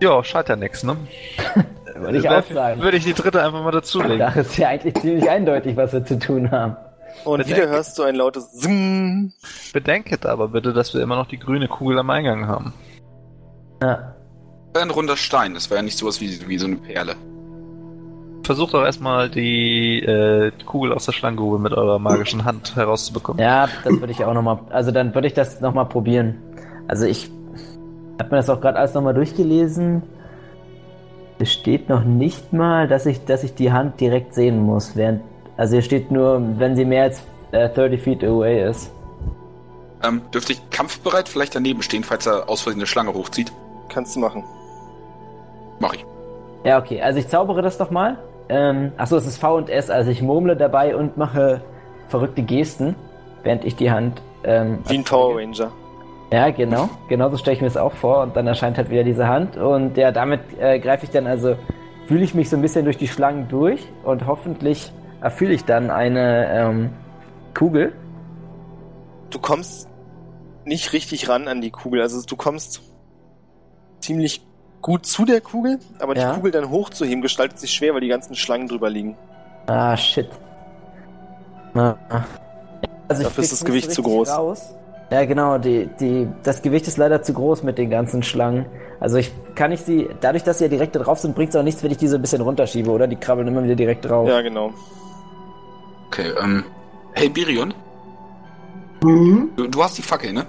Speaker 2: Ja, schadet ja nichts, ne? Äh,
Speaker 3: Würde ich auch sagen.
Speaker 2: Würde ich die dritte einfach mal dazulegen.
Speaker 3: Das ist ja eigentlich ziemlich eindeutig, was wir zu tun haben.
Speaker 4: Und
Speaker 2: Bitte?
Speaker 4: wieder hörst du ein lautes Zing.
Speaker 2: Bedenket aber bitte, dass wir immer noch die grüne Kugel am Eingang haben.
Speaker 3: Ja.
Speaker 5: Das war ein runder Stein, das war ja nicht sowas wie, wie so eine Perle.
Speaker 2: Versucht doch erstmal die äh, Kugel aus der Schlangengrube mit eurer magischen Hand herauszubekommen.
Speaker 3: Ja, das würde ich auch nochmal, also dann würde ich das nochmal probieren. Also ich habe mir das auch gerade alles nochmal durchgelesen. Es steht noch nicht mal, dass ich, dass ich die Hand direkt sehen muss. Während, also hier steht nur, wenn sie mehr als äh, 30 feet away ist.
Speaker 5: Ähm, dürfte ich kampfbereit vielleicht daneben stehen, falls er aus Versehen eine Schlange hochzieht?
Speaker 4: Kannst du machen.
Speaker 5: Mach ich.
Speaker 3: Ja, okay, also ich zaubere das nochmal. Ähm, achso, es ist V und S, also ich murmle dabei und mache verrückte Gesten, während ich die Hand. Ähm,
Speaker 4: Wie ein Power Ranger.
Speaker 3: Ja, genau. Genauso stelle ich mir es auch vor. Und dann erscheint halt wieder diese Hand. Und ja, damit äh, greife ich dann also, fühle ich mich so ein bisschen durch die Schlangen durch und hoffentlich erfühle ich dann eine ähm, Kugel.
Speaker 4: Du kommst nicht richtig ran an die Kugel. Also du kommst ziemlich gut zu der Kugel, aber
Speaker 3: Ja.
Speaker 4: die Kugel dann hochzuheben gestaltet sich schwer, weil die ganzen Schlangen drüber liegen.
Speaker 3: Ah, shit. Ah. Also
Speaker 4: Dafür ist
Speaker 3: krieg's
Speaker 4: das
Speaker 3: nicht
Speaker 4: Gewicht zu
Speaker 3: richtig
Speaker 4: groß.
Speaker 3: Raus. Ja, genau. Die, die, das Gewicht ist leider zu groß mit den ganzen Schlangen. Also ich kann ich sie, dadurch, dass sie ja direkt da drauf sind, bringt es auch nichts, wenn ich die so ein bisschen runterschiebe, oder? Die krabbeln immer wieder direkt drauf.
Speaker 4: Ja, genau.
Speaker 5: Okay, ähm. Hey Birion,
Speaker 6: Mhm.
Speaker 5: du, du hast die Fackel, ne?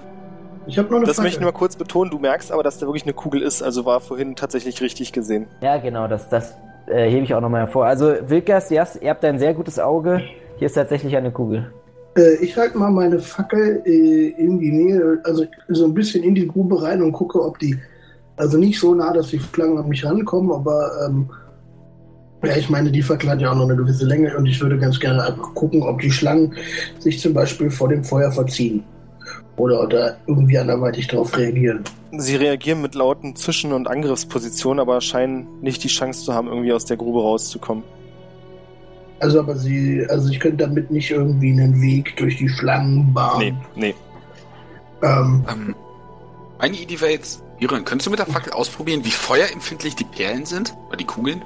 Speaker 6: Ich habe noch eine
Speaker 4: Das
Speaker 6: Frage.
Speaker 4: möchte ich nur mal kurz betonen. Du merkst aber, dass da wirklich eine Kugel ist. Also war vorhin tatsächlich richtig gesehen.
Speaker 3: Ja, genau, das, das äh, hebe ich auch nochmal hervor. Also, Wilkas, ihr, hast, ihr habt ein sehr gutes Auge. Hier ist tatsächlich eine Kugel.
Speaker 6: Äh, ich halte mal meine Fackel äh, in die Nähe, also so ein bisschen in die Grube rein und gucke, ob die, also nicht so nah, dass die Schlangen an mich rankommen, aber ähm, ja, ich meine, die Fackel hat ja auch noch eine gewisse Länge und ich würde ganz gerne einfach gucken, ob die Schlangen sich zum Beispiel vor dem Feuer verziehen oder, oder irgendwie anderweitig darauf reagieren.
Speaker 4: Sie reagieren mit lauten Zischen- und Angriffspositionen, aber scheinen nicht die Chance zu haben, irgendwie aus der Grube rauszukommen.
Speaker 6: Also, aber sie, also ich könnte damit nicht irgendwie einen Weg durch die Schlangen bauen.
Speaker 4: Nee, nee.
Speaker 6: Ähm,
Speaker 5: Ähm. Meine Idee wäre jetzt, Birion, könntest du mit der Fackel ausprobieren, wie feuerempfindlich die Perlen sind? Oder die Kugeln?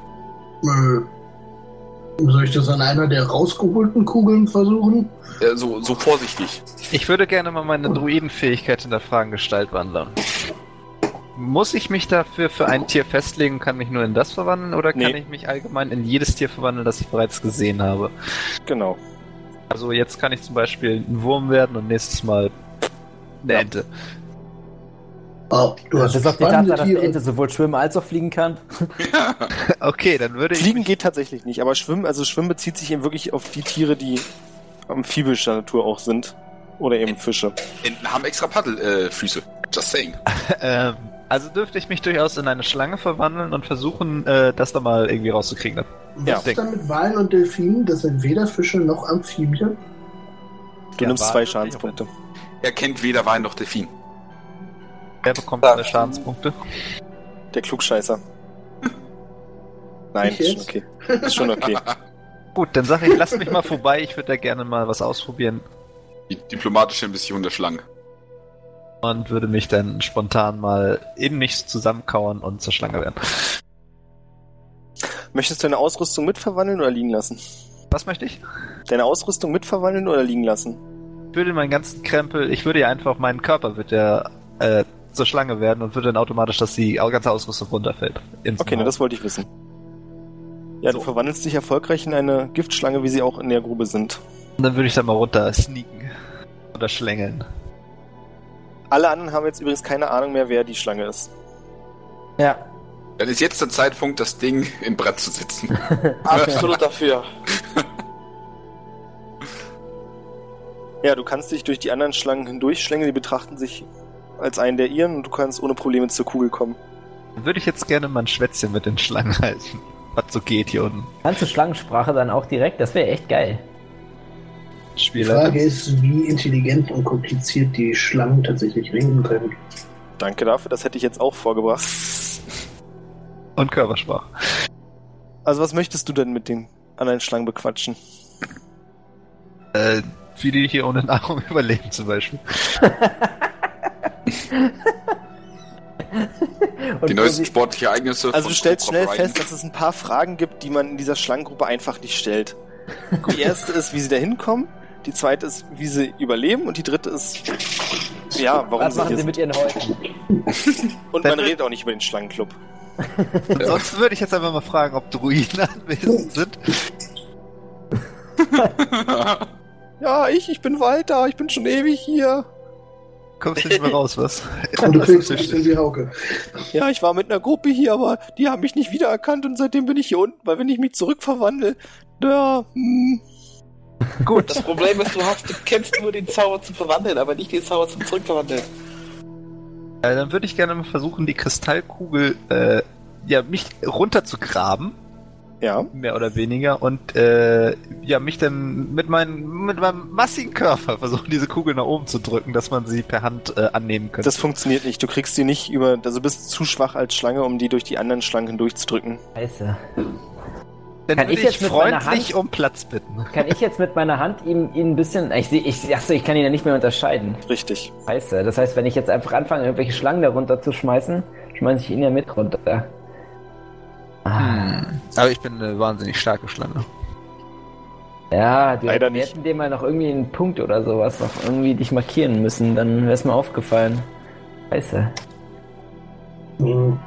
Speaker 6: äh, soll ich das an einer der rausgeholten Kugeln versuchen?
Speaker 5: Äh, so, so vorsichtig.
Speaker 2: Ich würde gerne mal meine Druidenfähigkeit hinterfragen, Gestaltwandler. Muss ich mich dafür für ein Tier festlegen und kann mich nur in das verwandeln oder kann
Speaker 4: Nee.
Speaker 2: ich mich allgemein in jedes Tier verwandeln, das ich bereits gesehen habe?
Speaker 4: Genau.
Speaker 2: Also jetzt kann ich zum Beispiel ein Wurm werden und nächstes Mal eine Ente.
Speaker 6: Oh, du hast
Speaker 3: das ist auch Also, die
Speaker 6: spannende
Speaker 3: Tatsache, dass die
Speaker 6: Tiere.
Speaker 3: Ente sowohl schwimmen als auch fliegen kann.
Speaker 2: Okay, dann würde ich
Speaker 4: Fliegen geht tatsächlich nicht, aber Schwimmen, also Schwimmen bezieht sich eben wirklich auf die Tiere, die amphibischer Natur auch sind. Oder eben Fische.
Speaker 5: Enten haben extra Paddelfüße. Äh, Füße. Just saying.
Speaker 2: Ähm, also dürfte ich mich durchaus in eine Schlange verwandeln und versuchen, äh, das da mal irgendwie rauszukriegen.
Speaker 6: Was
Speaker 4: Ja.
Speaker 6: ist dann mit Walen und Delfinen? Das sind weder Fische noch Amphibien.
Speaker 4: Du
Speaker 2: Ja,
Speaker 4: nimmst
Speaker 2: warte,
Speaker 4: zwei
Speaker 2: ich hab
Speaker 4: Schadenspunkte.
Speaker 5: Er kennt weder Wein noch Delfin.
Speaker 2: Wer bekommt seine Schadenspunkte?
Speaker 4: Der Klugscheißer. Nein,
Speaker 6: Ich
Speaker 4: ist schon
Speaker 6: jetzt?
Speaker 4: okay. Ist schon okay.
Speaker 2: Gut, dann sage ich, lasst mich mal vorbei, ich würde da gerne mal was ausprobieren
Speaker 5: Die diplomatische Mission der Schlange.
Speaker 2: und würde mich dann spontan mal in mich zusammenkauern und zur Schlange werden.
Speaker 4: Möchtest du deine Ausrüstung mitverwandeln oder liegen lassen?
Speaker 2: Was möchte ich?
Speaker 4: Deine Ausrüstung mitverwandeln oder liegen lassen?
Speaker 2: Ich würde meinen ganzen Krempel, ich würde ja einfach, mein Körper wird ja äh, zur Schlange werden und würde dann automatisch, dass die ganze Ausrüstung runterfällt. Ins
Speaker 4: Okay, na,
Speaker 2: Maul.
Speaker 4: das wollte ich wissen. Ja, du verwandelst dich erfolgreich in eine Giftschlange, wie sie auch in der Grube sind.
Speaker 2: Und dann würde ich da mal runter sneaken oder schlängeln.
Speaker 4: Alle anderen haben jetzt übrigens keine Ahnung mehr, wer die Schlange ist.
Speaker 3: Ja.
Speaker 5: Dann ist jetzt der Zeitpunkt, das Ding in Brand zu setzen.
Speaker 1: Absolut dafür.
Speaker 4: Ja, du kannst dich durch die anderen Schlangen hindurchschlängeln, die betrachten sich als einen der ihren und du kannst ohne Probleme zur Kugel kommen.
Speaker 2: Dann würde ich jetzt gerne mal ein Schwätzchen mit den Schlangen halten. Was so geht hier unten.
Speaker 3: Kannst du Schlangensprache dann auch direkt? Das wäre echt geil.
Speaker 6: Die
Speaker 2: Spieler.
Speaker 6: Frage ist, wie intelligent und kompliziert die Schlangen tatsächlich reden können.
Speaker 4: Danke dafür, das hätte ich jetzt auch vorgebracht.
Speaker 2: Und Körpersprache.
Speaker 4: Also was möchtest du denn mit den anderen Schlangen bequatschen?
Speaker 2: Äh, wie die hier ohne Nahrung überleben zum Beispiel.
Speaker 3: Und
Speaker 5: Die neuesten sportlichen Ereignisse
Speaker 4: Also
Speaker 5: von
Speaker 4: du stellst
Speaker 5: Cobra
Speaker 4: schnell
Speaker 5: Ryan.
Speaker 4: fest, dass es ein paar Fragen gibt, die man in dieser Schlangengruppe einfach nicht stellt. Die erste ist, wie sie da hinkommen. Die zweite ist, wie sie überleben. Und die dritte ist, ja, warum
Speaker 3: was
Speaker 4: sie
Speaker 3: machen
Speaker 4: hier
Speaker 3: sie
Speaker 4: sind.
Speaker 3: mit ihren Häuten?
Speaker 4: Und man redet auch nicht über den Schlangenclub.
Speaker 2: Ansonsten würde ich jetzt einfach mal fragen, ob Druiden anwesend sind.
Speaker 4: Ja, ich, ich bin weiter. Ich bin schon ewig hier.
Speaker 2: Kommst du nicht mehr raus, was?
Speaker 6: Und du kriegst nicht in die Hauke.
Speaker 4: Ja, ich war mit einer Gruppe hier, aber die haben mich nicht wiedererkannt. Und seitdem bin ich hier unten, weil wenn ich mich zurückverwandle, ja, hm,
Speaker 1: Das Problem ist, du, hast, du kennst nur den Zauber zum Verwandeln, aber nicht den Zauber zum Zurückverwandeln.
Speaker 2: Äh, dann würde ich gerne mal versuchen, die Kristallkugel äh, ja, mich runterzugraben,
Speaker 4: ja.
Speaker 2: mehr oder weniger, und äh, ja, mich dann mit, mein, mit meinem massigen Körper versuchen, diese Kugel nach oben zu drücken, dass man sie per Hand äh, annehmen könnte.
Speaker 4: Das funktioniert nicht. Du kriegst die nicht über, also du bist zu schwach als Schlange, um die durch die anderen Schlangen hindurchzudrücken.
Speaker 3: Scheiße.
Speaker 2: dann
Speaker 3: kann
Speaker 2: würde
Speaker 3: ich jetzt mit meiner
Speaker 2: freundlich
Speaker 3: Hand-
Speaker 2: um Platz bitten.
Speaker 3: Kann ich jetzt mit meiner Hand ihm, ihm ein bisschen. Ich, seh- ich, achso, ich kann ihn ja nicht mehr unterscheiden.
Speaker 4: Richtig.
Speaker 3: Scheiße. Das heißt, wenn ich jetzt einfach anfange, irgendwelche Schlangen da runter zu schmeißen, schmeiße ich ihn ja mit runter. Ah,
Speaker 2: Aber ich bin eine wahnsinnig starke Schlange.
Speaker 3: ja, du,
Speaker 4: Leider
Speaker 3: wir
Speaker 4: nicht.
Speaker 3: hätten dir mal noch irgendwie einen Punkt oder sowas noch irgendwie dich markieren müssen, dann wär's mir aufgefallen. Scheiße.
Speaker 6: Hm.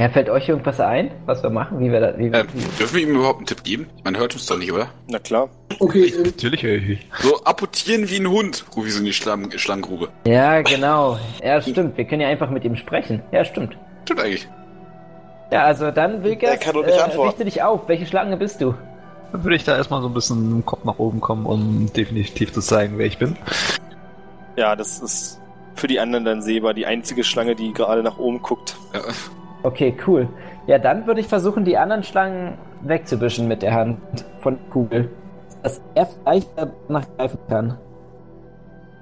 Speaker 3: Ja, fällt euch irgendwas ein, was wir machen, wie wir da, wie wir,
Speaker 5: Ähm, dürfen wir ihm überhaupt einen Tipp geben? Man hört uns doch nicht, oder?
Speaker 4: Na klar.
Speaker 6: Okay, ähm,
Speaker 2: Natürlich höre ich.
Speaker 5: So, apportieren wie ein Hund, rufe ich so in die Schlamm Schlammgrube.
Speaker 3: Ja, genau. Ja, stimmt. Wir können ja einfach mit ihm sprechen. Ja, stimmt.
Speaker 5: Stimmt eigentlich.
Speaker 3: Ja, also dann, Wilkas,
Speaker 1: Der kann doch nicht antworten.
Speaker 3: richte dich auf. Welche Schlange bist du?
Speaker 2: Dann würde ich da erstmal so ein bisschen im Kopf nach oben kommen, um definitiv zu zeigen, wer ich bin.
Speaker 4: Ja, das ist für die anderen dann sehbar. Die einzige Schlange, die gerade nach oben guckt.
Speaker 5: Ja.
Speaker 3: Okay, cool. Ja, dann würde ich versuchen, die anderen Schlangen wegzubischen mit der Hand von der Kugel. Dass er vielleicht danach greifen kann.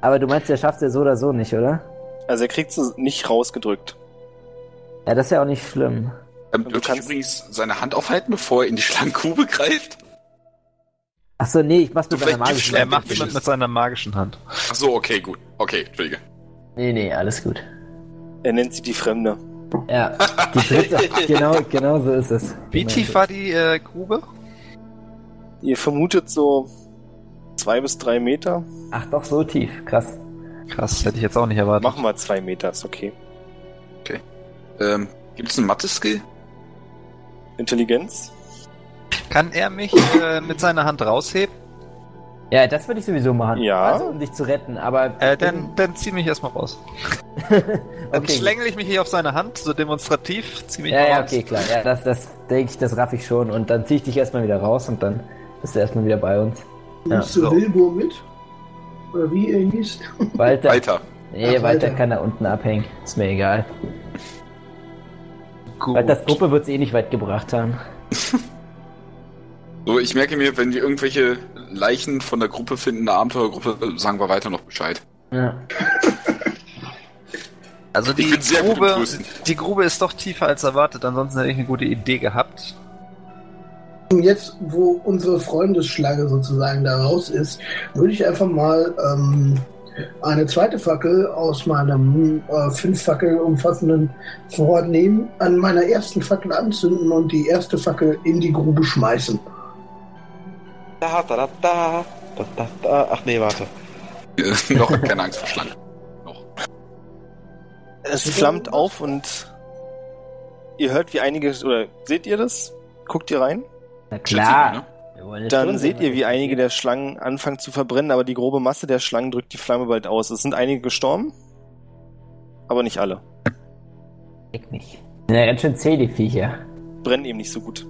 Speaker 3: Aber du meinst, der schafft ja so oder so nicht, oder?
Speaker 4: Also er kriegt sie nicht rausgedrückt.
Speaker 3: Ja, das ist ja auch nicht schlimm.
Speaker 5: Ähm,
Speaker 4: Du
Speaker 5: dürfte ich
Speaker 4: kannst-
Speaker 5: übrigens seine Hand aufhalten, bevor er in die Schlammgrube greift?
Speaker 3: Achso, nee, ich mach's mit
Speaker 5: Du,
Speaker 3: meiner
Speaker 5: vielleicht
Speaker 3: magischen
Speaker 5: gibt's
Speaker 2: Er
Speaker 3: Hand.
Speaker 2: macht es mit, mit seiner magischen Hand.
Speaker 5: Ach so, okay, gut. Okay, Entschuldige.
Speaker 3: Nee, nee, alles gut.
Speaker 4: Er nennt sie die Fremde.
Speaker 3: Ja, die dritte, genau, genau so ist es.
Speaker 2: Wie
Speaker 3: genau
Speaker 2: tief
Speaker 3: so.
Speaker 2: war die äh, Grube?
Speaker 4: Ihr vermutet so zwei bis drei Meter.
Speaker 3: Ach doch, so tief. Krass.
Speaker 2: Krass, hätte ich jetzt auch nicht erwartet.
Speaker 4: Machen wir zwei Meter, ist okay.
Speaker 5: Ähm, Gibt es einen Mathe-Skill?
Speaker 4: Intelligenz?
Speaker 2: Kann er mich äh, mit seiner Hand rausheben?
Speaker 3: Ja, das würde ich sowieso machen.
Speaker 4: Ja.
Speaker 3: Also, um dich zu retten, aber.
Speaker 2: Äh, dann, dann zieh mich erstmal raus. Dann
Speaker 3: Okay.
Speaker 2: schlängel ich mich hier auf seine Hand, so demonstrativ, zieh mich
Speaker 3: Ja, ja,
Speaker 2: raus.
Speaker 3: okay, klar. Ja, das, das denke ich, das raff ich schon. Und dann ziehe ich dich erstmal wieder raus und dann bist du erstmal wieder bei uns.
Speaker 6: ähm, nimmst du
Speaker 2: so.
Speaker 6: Wilbur mit? Oder wie er hieß?
Speaker 3: Walter.
Speaker 5: Weiter.
Speaker 3: Nee,
Speaker 6: Ach,
Speaker 3: Walter
Speaker 6: Walter.
Speaker 3: kann da unten abhängen. Ist mir egal.
Speaker 2: Gut.
Speaker 3: Walters Gruppe wird es eh nicht weit gebracht haben.
Speaker 5: So, ich merke mir, wenn wir irgendwelche Leichen von der Gruppe finden, der Abenteuergruppe, äh, sagen wir weiter noch Bescheid.
Speaker 3: Ja.
Speaker 2: Also die
Speaker 5: Ich bin sehr gut im
Speaker 2: Grube,
Speaker 5: Grüßen.
Speaker 2: die Grube ist doch tiefer als erwartet, ansonsten hätte ich eine gute Idee gehabt.
Speaker 6: Und jetzt, wo unsere Freundesschlange sozusagen da raus ist, würde ich einfach mal ähm, eine zweite Fackel aus meinem äh, fünf Fackel umfassenden Vorrat nehmen, an meiner ersten Fackel anzünden und die erste Fackel in die Grube schmeißen.
Speaker 1: Da, da, da, da, da, da, da. Ach nee, warte.
Speaker 5: Äh, noch keine Angst vor Schlangen. Noch.
Speaker 4: Es flammt auf und ihr hört wie einige, oder seht ihr das? Guckt ihr rein?
Speaker 3: Na
Speaker 5: Schätze ich
Speaker 3: klar.
Speaker 5: mal, ne?
Speaker 3: Wir wollen jetzt
Speaker 4: Dann
Speaker 3: schon
Speaker 4: seht
Speaker 3: sehen,
Speaker 4: ihr, wie
Speaker 3: was
Speaker 4: einige
Speaker 3: passiert.
Speaker 4: der Schlangen anfangen zu verbrennen, aber die grobe Masse der Schlangen drückt die Flamme bald aus. Es sind einige gestorben, aber nicht alle.
Speaker 3: Leck mich. Ja, ganz schön zäh, die Viecher.
Speaker 4: Brennen eben nicht so gut.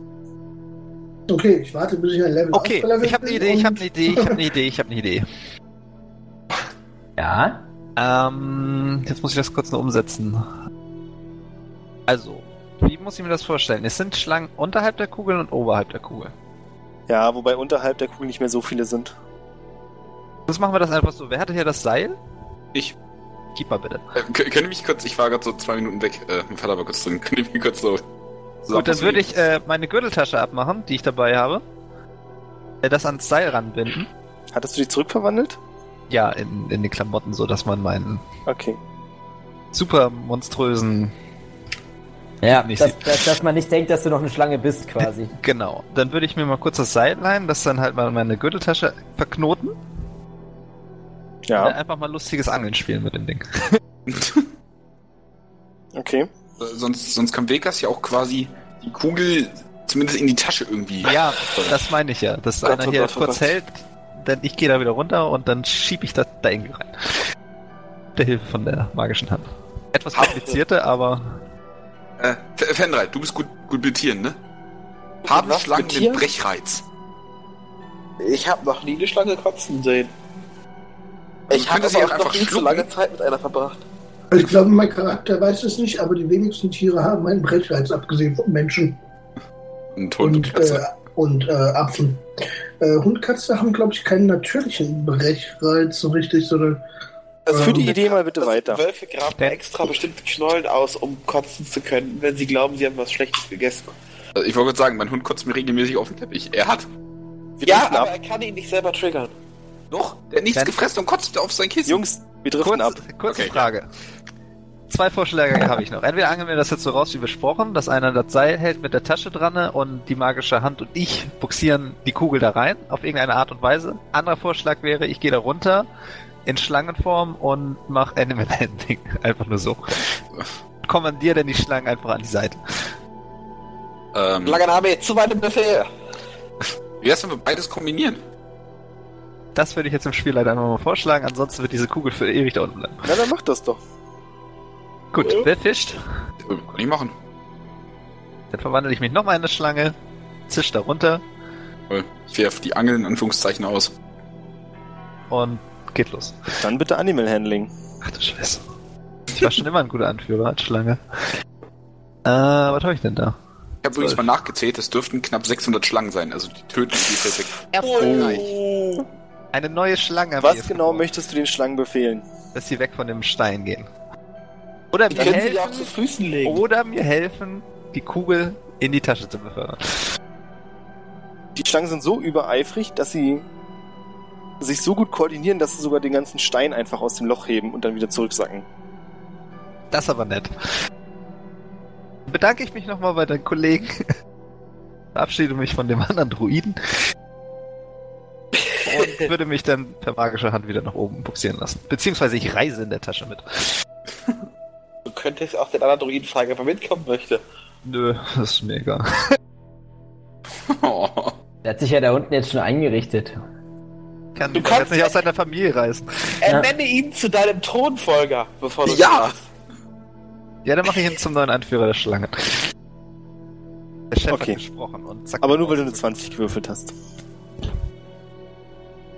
Speaker 6: Okay, ich warte, bis ich ein Level
Speaker 2: Okay,
Speaker 6: aufgelevelt
Speaker 2: ich habe eine
Speaker 6: bin
Speaker 2: Idee, ich habe
Speaker 6: und-
Speaker 2: eine Idee, ich habe eine Idee, ich habe eine Idee.
Speaker 3: Ja?
Speaker 2: Ähm, jetzt muss ich das kurz nur umsetzen. Also, wie muss ich mir das vorstellen? Es sind Schlangen unterhalb der Kugel und oberhalb der Kugel.
Speaker 4: Ja, wobei unterhalb der Kugel nicht mehr so viele sind.
Speaker 2: Sonst machen wir das einfach so. Wer hatte hier das Seil?
Speaker 5: Ich.
Speaker 2: Gib mal bitte.
Speaker 5: Äh, kö- könnt ihr mich kurz, ich war gerade so zwei Minuten weg, äh, mein Vater war kurz drin, könnt ihr mich kurz so. so
Speaker 2: Gut, dann
Speaker 5: abziehen?
Speaker 2: würde ich äh, meine Gürteltasche abmachen, die ich dabei habe. Äh, das ans Seil ranbinden.
Speaker 4: Hattest du die zurückverwandelt?
Speaker 2: Ja, in, in den Klamotten, so dass man meinen
Speaker 4: Okay.
Speaker 2: super monströsen.
Speaker 3: Ja,
Speaker 2: Nicht
Speaker 3: dass, dass, dass man nicht denkt, dass du noch eine Schlange bist, quasi.
Speaker 2: Genau. Dann würde ich mir mal kurz das Seil leihen, das dann halt mal meine Gürteltasche verknoten. Und dann
Speaker 4: Ja,
Speaker 2: einfach mal lustiges Angeln spielen mit dem Ding.
Speaker 4: okay.
Speaker 5: Äh, sonst, sonst kann Vekas ja auch quasi die Kugel zumindest in die Tasche irgendwie.
Speaker 2: Ja, das meine ich ja. Dass
Speaker 4: Gott,
Speaker 2: einer
Speaker 4: oh
Speaker 2: hier
Speaker 4: Gott, oh
Speaker 2: kurz
Speaker 4: Gott.
Speaker 2: hält, dann ich gehe da wieder runter und dann schiebe ich das da irgendwie rein. Mit Der Hilfe von der magischen Hand. Etwas komplizierter, aber
Speaker 5: Äh, F- Fenrei, du bist gut, gut mit Tieren, ne? Haben
Speaker 1: was
Speaker 5: Schlangen
Speaker 1: mit
Speaker 5: den
Speaker 1: Tieren?
Speaker 5: Brechreiz?
Speaker 1: Ich habe noch nie eine Schlange kotzen sehen.
Speaker 5: Also
Speaker 1: ich
Speaker 5: könnte
Speaker 1: habe
Speaker 5: sie auch
Speaker 1: aber auch
Speaker 5: einfach
Speaker 1: noch nie so
Speaker 5: schlucken?
Speaker 1: lange Zeit mit einer verbracht.
Speaker 6: Also ich glaube, mein Charakter weiß es nicht, aber die wenigsten Tiere haben einen Brechreiz, abgesehen von Menschen
Speaker 5: Ein Hund und
Speaker 6: und, äh,
Speaker 5: Katze.
Speaker 6: und äh, Affen. Äh, Hund, Katze haben, glaube ich, keinen natürlichen Brechreiz so richtig, sondern
Speaker 1: Also
Speaker 4: Führ die Idee mal bitte
Speaker 1: dass
Speaker 4: weiter.
Speaker 1: Wölfe graben
Speaker 2: Ja.
Speaker 1: extra bestimmte Knollen aus, um kotzen zu können, wenn sie glauben, sie haben was Schlechtes gegessen.
Speaker 5: Äh, Ich wollte gerade sagen, mein Hund kotzt mir regelmäßig auf den Teppich. Er hat
Speaker 4: Wir
Speaker 1: ja,
Speaker 4: driften
Speaker 1: aber
Speaker 4: ab.
Speaker 1: er kann ihn nicht selber triggern.
Speaker 5: doch, der hat nichts
Speaker 2: Dann-
Speaker 5: gefressen und kotzt auf sein Kissen.
Speaker 4: Jungs, wir driften
Speaker 2: kurz,
Speaker 4: ab.
Speaker 2: kurze
Speaker 5: Okay.
Speaker 2: Frage. Zwei Vorschläge habe ich noch. Entweder angeln wir das jetzt so raus wie besprochen, dass einer das Seil hält mit der Tasche dran und die magische Hand und ich buxieren die Kugel da rein, auf irgendeine Art und Weise. Anderer Vorschlag wäre, ich gehe da runter in Schlangenform und mache Animal Landing. Einfach nur so. Kommandier denn die Schlangen einfach an die Seite.
Speaker 5: Ähm,
Speaker 1: Langer Name, zu meinem Befehl.
Speaker 5: wie wär's, wenn wir beides kombinieren?
Speaker 2: Das würde ich jetzt im Spiel leider einfach mal vorschlagen, ansonsten wird diese Kugel für ewig da unten bleiben.
Speaker 4: Na, dann mach das doch.
Speaker 2: Gut, wer fischt?
Speaker 5: Äh, Kann ich machen.
Speaker 2: Dann verwandle ich mich nochmal in eine Schlange, zisch da runter
Speaker 5: Äh, Ich werf die Angel in Anführungszeichen aus.
Speaker 2: und geht los.
Speaker 4: Dann bitte Animal Handling.
Speaker 2: Ach du Scheiße. Ich war schon immer ein guter Anführer als Schlange. Äh, was habe ich denn da?
Speaker 5: Ich habe übrigens mal nachgezählt, es dürften knapp 600 Schlangen sein, also die töten die Physik.
Speaker 1: Oh.
Speaker 2: Eine neue Schlange.
Speaker 4: Was genau möchtest du den Schlangen befehlen?
Speaker 2: Dass sie weg von dem Stein gehen. Oder
Speaker 1: Die
Speaker 2: mir
Speaker 1: können sie ja auch
Speaker 2: helfen,
Speaker 1: zu Füßen legen.
Speaker 2: oder mir helfen, die Kugel in die Tasche zu befördern.
Speaker 4: Die Schlangen sind so übereifrig, dass sie sich so gut koordinieren, dass sie sogar den ganzen Stein einfach aus dem Loch heben und dann wieder zurücksacken.
Speaker 2: Das ist aber nett. Bedanke ich mich nochmal bei den Kollegen. Verabschiede mich von dem anderen Druiden. Und würde mich dann per magischer Hand wieder nach oben buxieren lassen. Beziehungsweise ich reise in der Tasche mit.
Speaker 1: Du könntest auch den anderen Druiden fragen, ob er mitkommen möchte.
Speaker 2: Nö, das ist mir egal.
Speaker 5: Oh.
Speaker 3: Der hat sich ja da unten jetzt schon eingerichtet.
Speaker 2: Kann
Speaker 1: Du
Speaker 2: du kannst
Speaker 1: kannst-
Speaker 2: nicht aus seiner Familie reißen.
Speaker 1: Ernenne Äh, ihn zu deinem Thronfolger, bevor du
Speaker 5: Ja.
Speaker 2: Ja, dann mache ich ihn zum neuen Anführer der Schlange. Der Chef
Speaker 4: Okay.
Speaker 2: hat gesprochen und zack.
Speaker 4: Aber nur weil du eine 20 gewürfelt hast.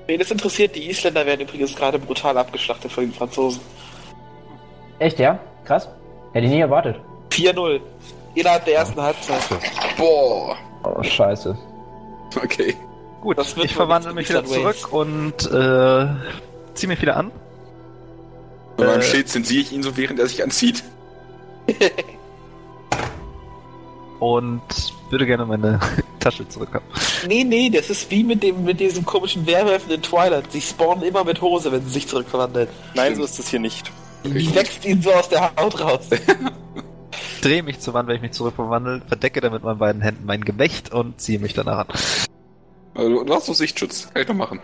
Speaker 1: Wen das interessiert, die Isländer werden übrigens gerade brutal abgeschlachtet von den Franzosen.
Speaker 3: Echt, ja? Krass. Hätte ich nie erwartet.
Speaker 1: 4-0. Innerhalb der ersten Halbzeit.
Speaker 5: Boah.
Speaker 3: Oh, scheiße.
Speaker 5: Okay.
Speaker 2: Gut,
Speaker 1: Das wird
Speaker 2: ich
Speaker 1: wohl
Speaker 2: verwandle mich
Speaker 1: nichts
Speaker 2: wieder
Speaker 1: mit Island
Speaker 2: zurück und äh, zieh mich wieder an.
Speaker 5: Mit meinem
Speaker 2: Äh.
Speaker 5: Schild zensiere ich ihn so, während er sich anzieht.
Speaker 2: und würde gerne meine Tasche zurückhaben.
Speaker 1: Nee, nee, das ist wie mit dem mit diesem komischen Werwölfen in Twilight. Sie spawnen immer mit Hose, wenn sie sich zurückverwandeln.
Speaker 4: Nein, so ist das hier nicht.
Speaker 1: Die wächst ihnen so aus der Haut raus.
Speaker 2: Drehe mich zur Wand, wenn ich mich zurückverwandle, verdecke dann mit meinen beiden Händen mein Gemächt und ziehe mich danach an.
Speaker 5: Also, Du, du hast doch Sichtschutz. Kann ich doch machen.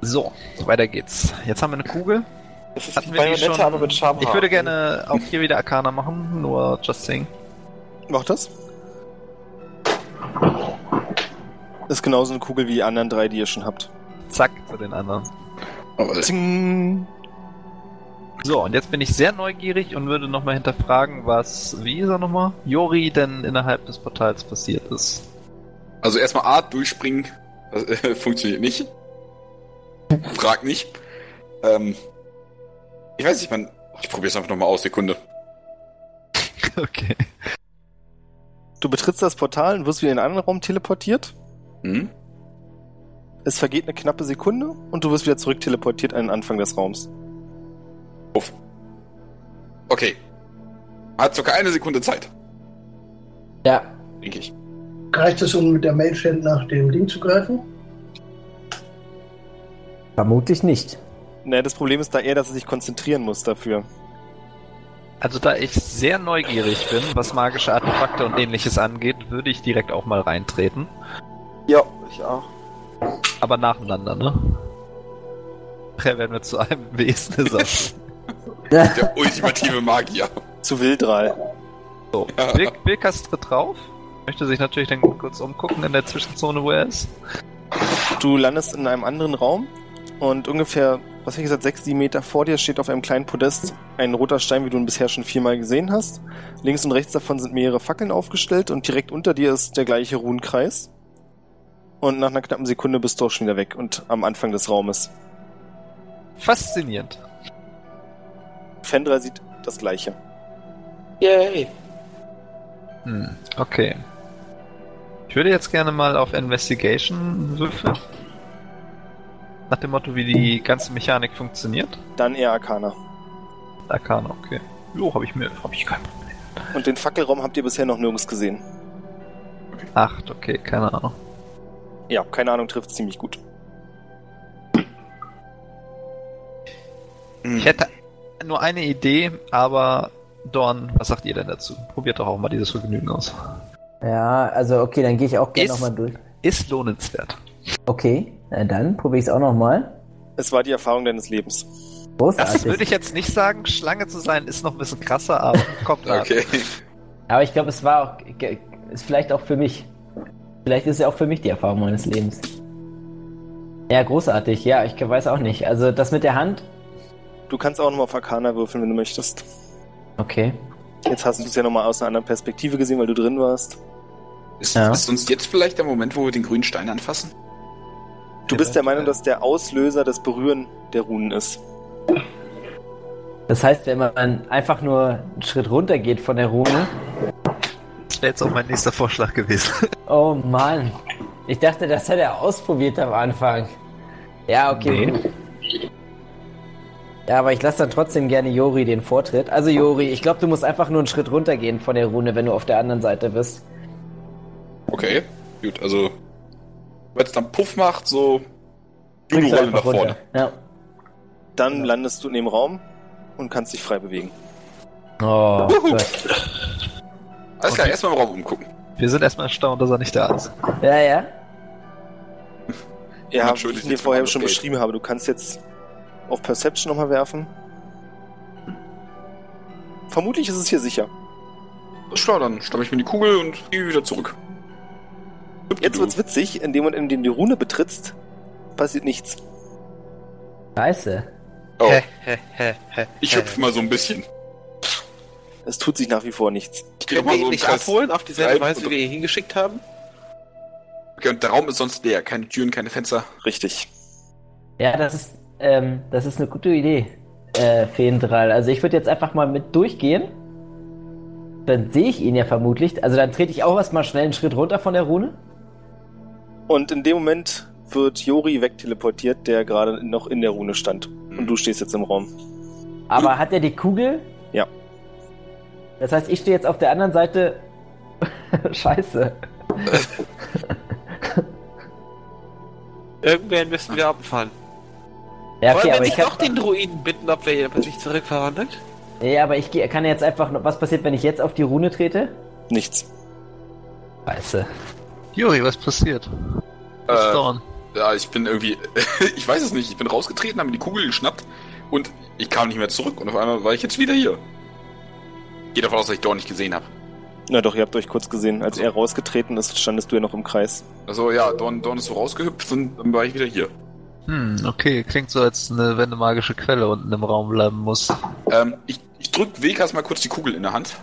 Speaker 2: So, weiter geht's. Jetzt haben wir eine Kugel.
Speaker 1: Das ist
Speaker 2: Hatten
Speaker 1: wie
Speaker 2: wir die schon?
Speaker 1: Bayonette, aber mit Charme.
Speaker 2: Ich würde gerne auch hier wieder Arcana machen, nur just saying.
Speaker 4: Mach das. Das ist genauso eine Kugel wie die anderen drei, die ihr schon habt.
Speaker 2: Zack, zu den anderen.
Speaker 5: Aber
Speaker 4: Zing.
Speaker 2: So, und jetzt bin ich sehr neugierig und würde nochmal hinterfragen, was, wie ist er nochmal? Jori denn innerhalb des Portals passiert ist.
Speaker 5: Also erstmal A, durchspringen. Das, äh, funktioniert nicht. Frag nicht. Ähm, ich weiß nicht, man. Ich probier's einfach nochmal aus, Sekunde.
Speaker 2: Okay.
Speaker 4: Du betrittst das Portal und wirst wieder in einen anderen Raum teleportiert.
Speaker 5: Hm?
Speaker 4: Es vergeht eine knappe Sekunde und du wirst wieder zurückteleportiert an den Anfang des Raums.
Speaker 5: Okay. Hat sogar eine Sekunde Zeit,
Speaker 3: Ja,
Speaker 5: denke ich.
Speaker 6: Reicht es, um mit der Mage Hand nach dem Ding zu greifen?
Speaker 3: vermutlich nicht.
Speaker 4: Naja, das Problem ist da eher, dass er sich konzentrieren muss dafür.
Speaker 2: Also da ich sehr neugierig bin, was magische Artefakte und ähnliches angeht, würde ich direkt auch mal reintreten.
Speaker 1: Ja, ich auch.
Speaker 2: Aber nacheinander, ne? Nachher werden wir zu einem Wesen. Ist
Speaker 5: Der ultimative Magier.
Speaker 4: Zu Wildral.
Speaker 2: so. Birk, Birkas tritt drauf. Möchte sich natürlich dann kurz umgucken in der Zwischenzone, wo er ist.
Speaker 4: Du landest in einem anderen Raum und ungefähr, was ich gesagt, sechs, sieben Meter vor dir steht auf einem kleinen Podest ein roter Stein, wie du ihn bisher schon viermal gesehen hast. Links und rechts davon sind mehrere Fackeln aufgestellt und direkt unter dir ist der gleiche Runenkreis. Und nach einer knappen Sekunde bist du auch schon wieder weg und am Anfang des Raumes.
Speaker 2: Faszinierend.
Speaker 4: Fendra sieht das gleiche.
Speaker 1: Yay.
Speaker 2: Hm, okay. Ich würde jetzt gerne mal auf Investigation würfeln. Nach dem Motto, wie die ganze Mechanik funktioniert.
Speaker 4: Dann eher Arcana.
Speaker 2: Arcana, okay. Jo, habe ich mir, habe ich kein Problem.
Speaker 4: Und den Fackelraum habt ihr bisher noch nirgends gesehen.
Speaker 2: Acht, okay, keine Ahnung.
Speaker 4: Ja, keine Ahnung, trifft ziemlich gut.
Speaker 2: Ich hätte nur eine Idee, aber Dorn, was sagt ihr denn dazu? Probiert doch auch mal dieses Vergnügen aus.
Speaker 3: Ja, also okay, dann gehe ich auch gerne
Speaker 2: Ist-
Speaker 3: nochmal durch.
Speaker 2: Ist lohnenswert.
Speaker 3: Okay, na dann probiere ich es auch nochmal.
Speaker 4: Es war die Erfahrung deines Lebens.
Speaker 2: Das
Speaker 3: Großartig.
Speaker 2: würde ich jetzt nicht sagen. Schlange zu sein ist noch ein bisschen krasser, aber kommt an.
Speaker 5: Okay.
Speaker 3: Aber ich glaube, es war auch, ge- ist vielleicht auch für mich. Vielleicht ist ja auch für mich die Erfahrung meines Lebens. Ja, großartig. Ja, ich weiß auch nicht. Also das mit der Hand.
Speaker 4: Du kannst auch nochmal auf Arcana würfeln, wenn du möchtest.
Speaker 3: Okay.
Speaker 4: Jetzt hast du es ja nochmal aus einer anderen Perspektive gesehen, weil du drin warst.
Speaker 5: Ist,
Speaker 3: Ja.
Speaker 5: ist uns jetzt vielleicht der Moment, wo wir den grünen Stein anfassen?
Speaker 4: Du bist der Meinung, dass der Auslöser das Berühren der Runen ist.
Speaker 3: Das heißt, wenn man einfach nur einen Schritt runter geht von der Rune.
Speaker 2: Das wäre jetzt auch mein nächster Vorschlag gewesen.
Speaker 3: Oh Mann. Ich dachte, das hätte er ausprobiert am Anfang. Ja, okay.
Speaker 2: Nee.
Speaker 3: gut. Ja, aber ich lasse dann trotzdem gerne Jori den Vortritt. Also Jori, ich glaube, du musst einfach nur einen Schritt runtergehen von der Rune, wenn du auf der anderen Seite bist.
Speaker 5: Okay. Gut, also. Wenn es dann Puff macht, so.
Speaker 3: Springst du
Speaker 5: Judo-Rolle nach
Speaker 3: einfach runter.
Speaker 5: vorne.
Speaker 3: Ja.
Speaker 4: Dann landest du in dem Raum und kannst dich frei bewegen.
Speaker 3: Oh, Gott.
Speaker 5: Alles klar, erstmal im Raum umgucken.
Speaker 2: Wir sind erstmal erstaunt, dass er nicht da ist.
Speaker 3: Ja, ja.
Speaker 4: Ja, wie
Speaker 5: Entschuldigt
Speaker 4: ich dir
Speaker 5: jetzt
Speaker 4: vorher
Speaker 5: mal,
Speaker 4: schon
Speaker 5: okay.
Speaker 4: beschrieben habe, du kannst jetzt auf Perception nochmal werfen. Vermutlich ist es hier sicher.
Speaker 5: Ist klar, dann stamme ich mir die Kugel und gehe wieder zurück.
Speaker 4: Jetzt wird's witzig, in dem Moment, in dem du die Rune betrittst, passiert nichts.
Speaker 3: Scheiße.
Speaker 5: Oh,
Speaker 2: hä, hä.
Speaker 5: ich hüpfe mal so ein bisschen.
Speaker 4: Es tut sich nach wie vor nichts.
Speaker 5: Ich gehe
Speaker 1: Können wir
Speaker 5: mal
Speaker 1: ihn
Speaker 5: so im
Speaker 1: nicht
Speaker 5: Kreis.
Speaker 1: abholen auf dieselbe
Speaker 5: Rein
Speaker 1: Weise,
Speaker 5: und-
Speaker 1: wie wir ihn hingeschickt haben?
Speaker 5: Okay, und der Raum ist sonst leer. Keine Türen, keine Fenster.
Speaker 4: Richtig.
Speaker 3: Ja, das ist, ähm, das ist eine gute Idee, äh, Feendral. Also ich würde jetzt einfach mal mit durchgehen. Dann sehe ich ihn ja vermutlich. Also dann trete ich auch erstmal schnell einen Schritt runter von der Rune.
Speaker 4: Und in dem Moment wird Jori wegteleportiert, der gerade noch in der Rune stand. Und du stehst jetzt im Raum.
Speaker 3: Aber hat er die Kugel?
Speaker 4: Ja.
Speaker 3: Das heißt, ich stehe jetzt auf der anderen Seite. Scheiße.
Speaker 1: Irgendwen müssen wir abfahren.
Speaker 3: Ja, okay,
Speaker 1: Wollen wir
Speaker 3: aber ich
Speaker 1: nicht
Speaker 3: hab,
Speaker 1: noch den Druiden bitten, ob wir ihn plötzlich zurückverwandelt?
Speaker 3: Ja, aber ich geh- kann jetzt einfach. noch- Was passiert, wenn ich jetzt auf die Rune trete?
Speaker 4: Nichts.
Speaker 3: Scheiße.
Speaker 2: Juri, was passiert? Wo ist
Speaker 5: Äh,
Speaker 2: Dorn?
Speaker 5: ja, ich bin irgendwie. ich weiß es nicht. Ich bin rausgetreten, habe mir die Kugel geschnappt und ich kam nicht mehr zurück. Und auf einmal war ich jetzt wieder hier. Ich gehe davon aus, dass ich Dorn nicht gesehen habe.
Speaker 4: Na doch, ihr habt euch kurz gesehen. Als er rausgetreten ist, standest du ja noch im Kreis.
Speaker 5: Also ja, Dorn, Dorn ist so rausgehüpft und dann war ich wieder hier.
Speaker 2: Hm, okay, klingt so, als eine, wenn eine magische Quelle unten im Raum bleiben muss.
Speaker 5: Ähm, ich ich drück Vekas mal kurz die Kugel in der Hand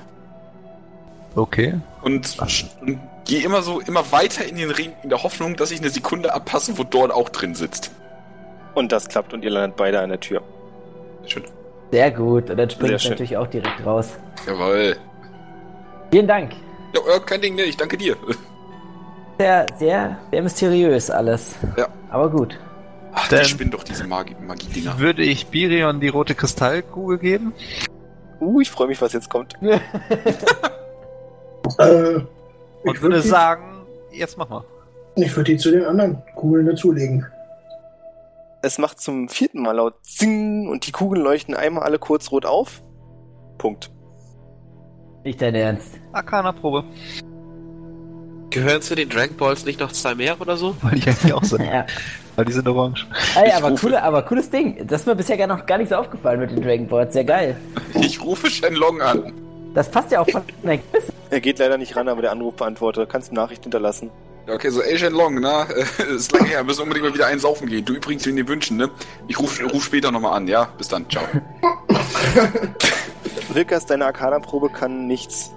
Speaker 2: Okay.
Speaker 5: und, und gehe immer so immer weiter in den Ring in der Hoffnung, dass ich eine Sekunde abpasse, wo Dorn auch drin sitzt.
Speaker 4: Und das klappt und ihr landet beide an der Tür.
Speaker 5: Schön.
Speaker 3: Sehr gut. Und dann springe
Speaker 4: Sehr
Speaker 3: ich
Speaker 4: schön.
Speaker 3: natürlich auch direkt raus.
Speaker 5: Jawohl.
Speaker 3: Vielen Dank.
Speaker 5: Ja, äh, kein Ding, ne, ich danke dir.
Speaker 3: sehr, sehr, sehr mysteriös alles.
Speaker 5: Ja.
Speaker 3: Aber gut.
Speaker 5: Ach,
Speaker 2: Dann-
Speaker 5: die spinnen doch diese Magi- Magie-Dinger.
Speaker 2: Würde ich Birion die rote Kristallkugel geben?
Speaker 4: Uh, ich freue mich, was jetzt kommt.
Speaker 6: Äh,
Speaker 2: Und
Speaker 6: ich
Speaker 2: würde
Speaker 6: würde die,
Speaker 2: sagen, jetzt mach mal.
Speaker 6: ich würd die zu den anderen Kugeln dazulegen.
Speaker 4: Es macht zum vierten Mal laut Zing und die Kugeln leuchten einmal alle kurz rot auf. Punkt.
Speaker 3: Nicht dein Ernst.
Speaker 2: Arcana-Probe.
Speaker 1: Gehören zu den Dragon Balls nicht noch zwei mehr oder so?
Speaker 2: Wollte ich eigentlich auch sagen,
Speaker 3: Ja.
Speaker 2: weil die sind orange.
Speaker 3: Ey,
Speaker 5: Ich
Speaker 3: aber,
Speaker 5: rufe.
Speaker 3: coole, aber cooles Ding. Das ist mir bisher gar noch gar nicht so aufgefallen mit den Dragon Balls. Sehr geil.
Speaker 5: Ich rufe Shenlong an.
Speaker 3: Das passt ja auch von deinem Quiz.
Speaker 4: Er geht leider nicht ran, aber der Anrufbeantworter kannst eine Nachricht hinterlassen.
Speaker 5: Ja, Okay, so, ey Shenlong, na, ist lange her, müssen unbedingt mal wieder einen saufen gehen. Du übrigens, wenn dir wünschen, ne? Ich ruf, ruf später nochmal an, ja? Bis dann, ciao.
Speaker 4: Wilkas, deine Arcana-Probe kann nichts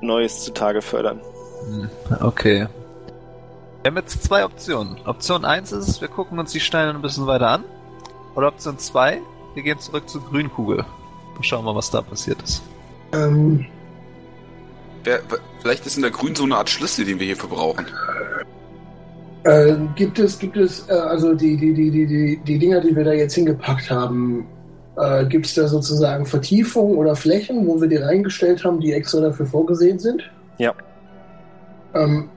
Speaker 4: Neues zutage fördern.
Speaker 2: Okay. Wir haben jetzt zwei Optionen. Option 1 ist, wir gucken uns die Steine ein bisschen weiter an. Oder Option 2, wir gehen zurück zur Grünkugel. Und schauen mal, was da passiert ist.
Speaker 6: Ähm,
Speaker 5: Wer, wer- vielleicht ist in der Grün so eine Art Schlüssel, den wir hierfür brauchen.
Speaker 6: äh, gibt es, gibt es, äh, also die, die, die, die, die, die Dinger, die wir da jetzt hingepackt haben, äh, gibt es da sozusagen Vertiefungen oder Flächen, wo wir die reingestellt haben, die extra dafür vorgesehen sind?
Speaker 4: Ja.
Speaker 6: Ähm,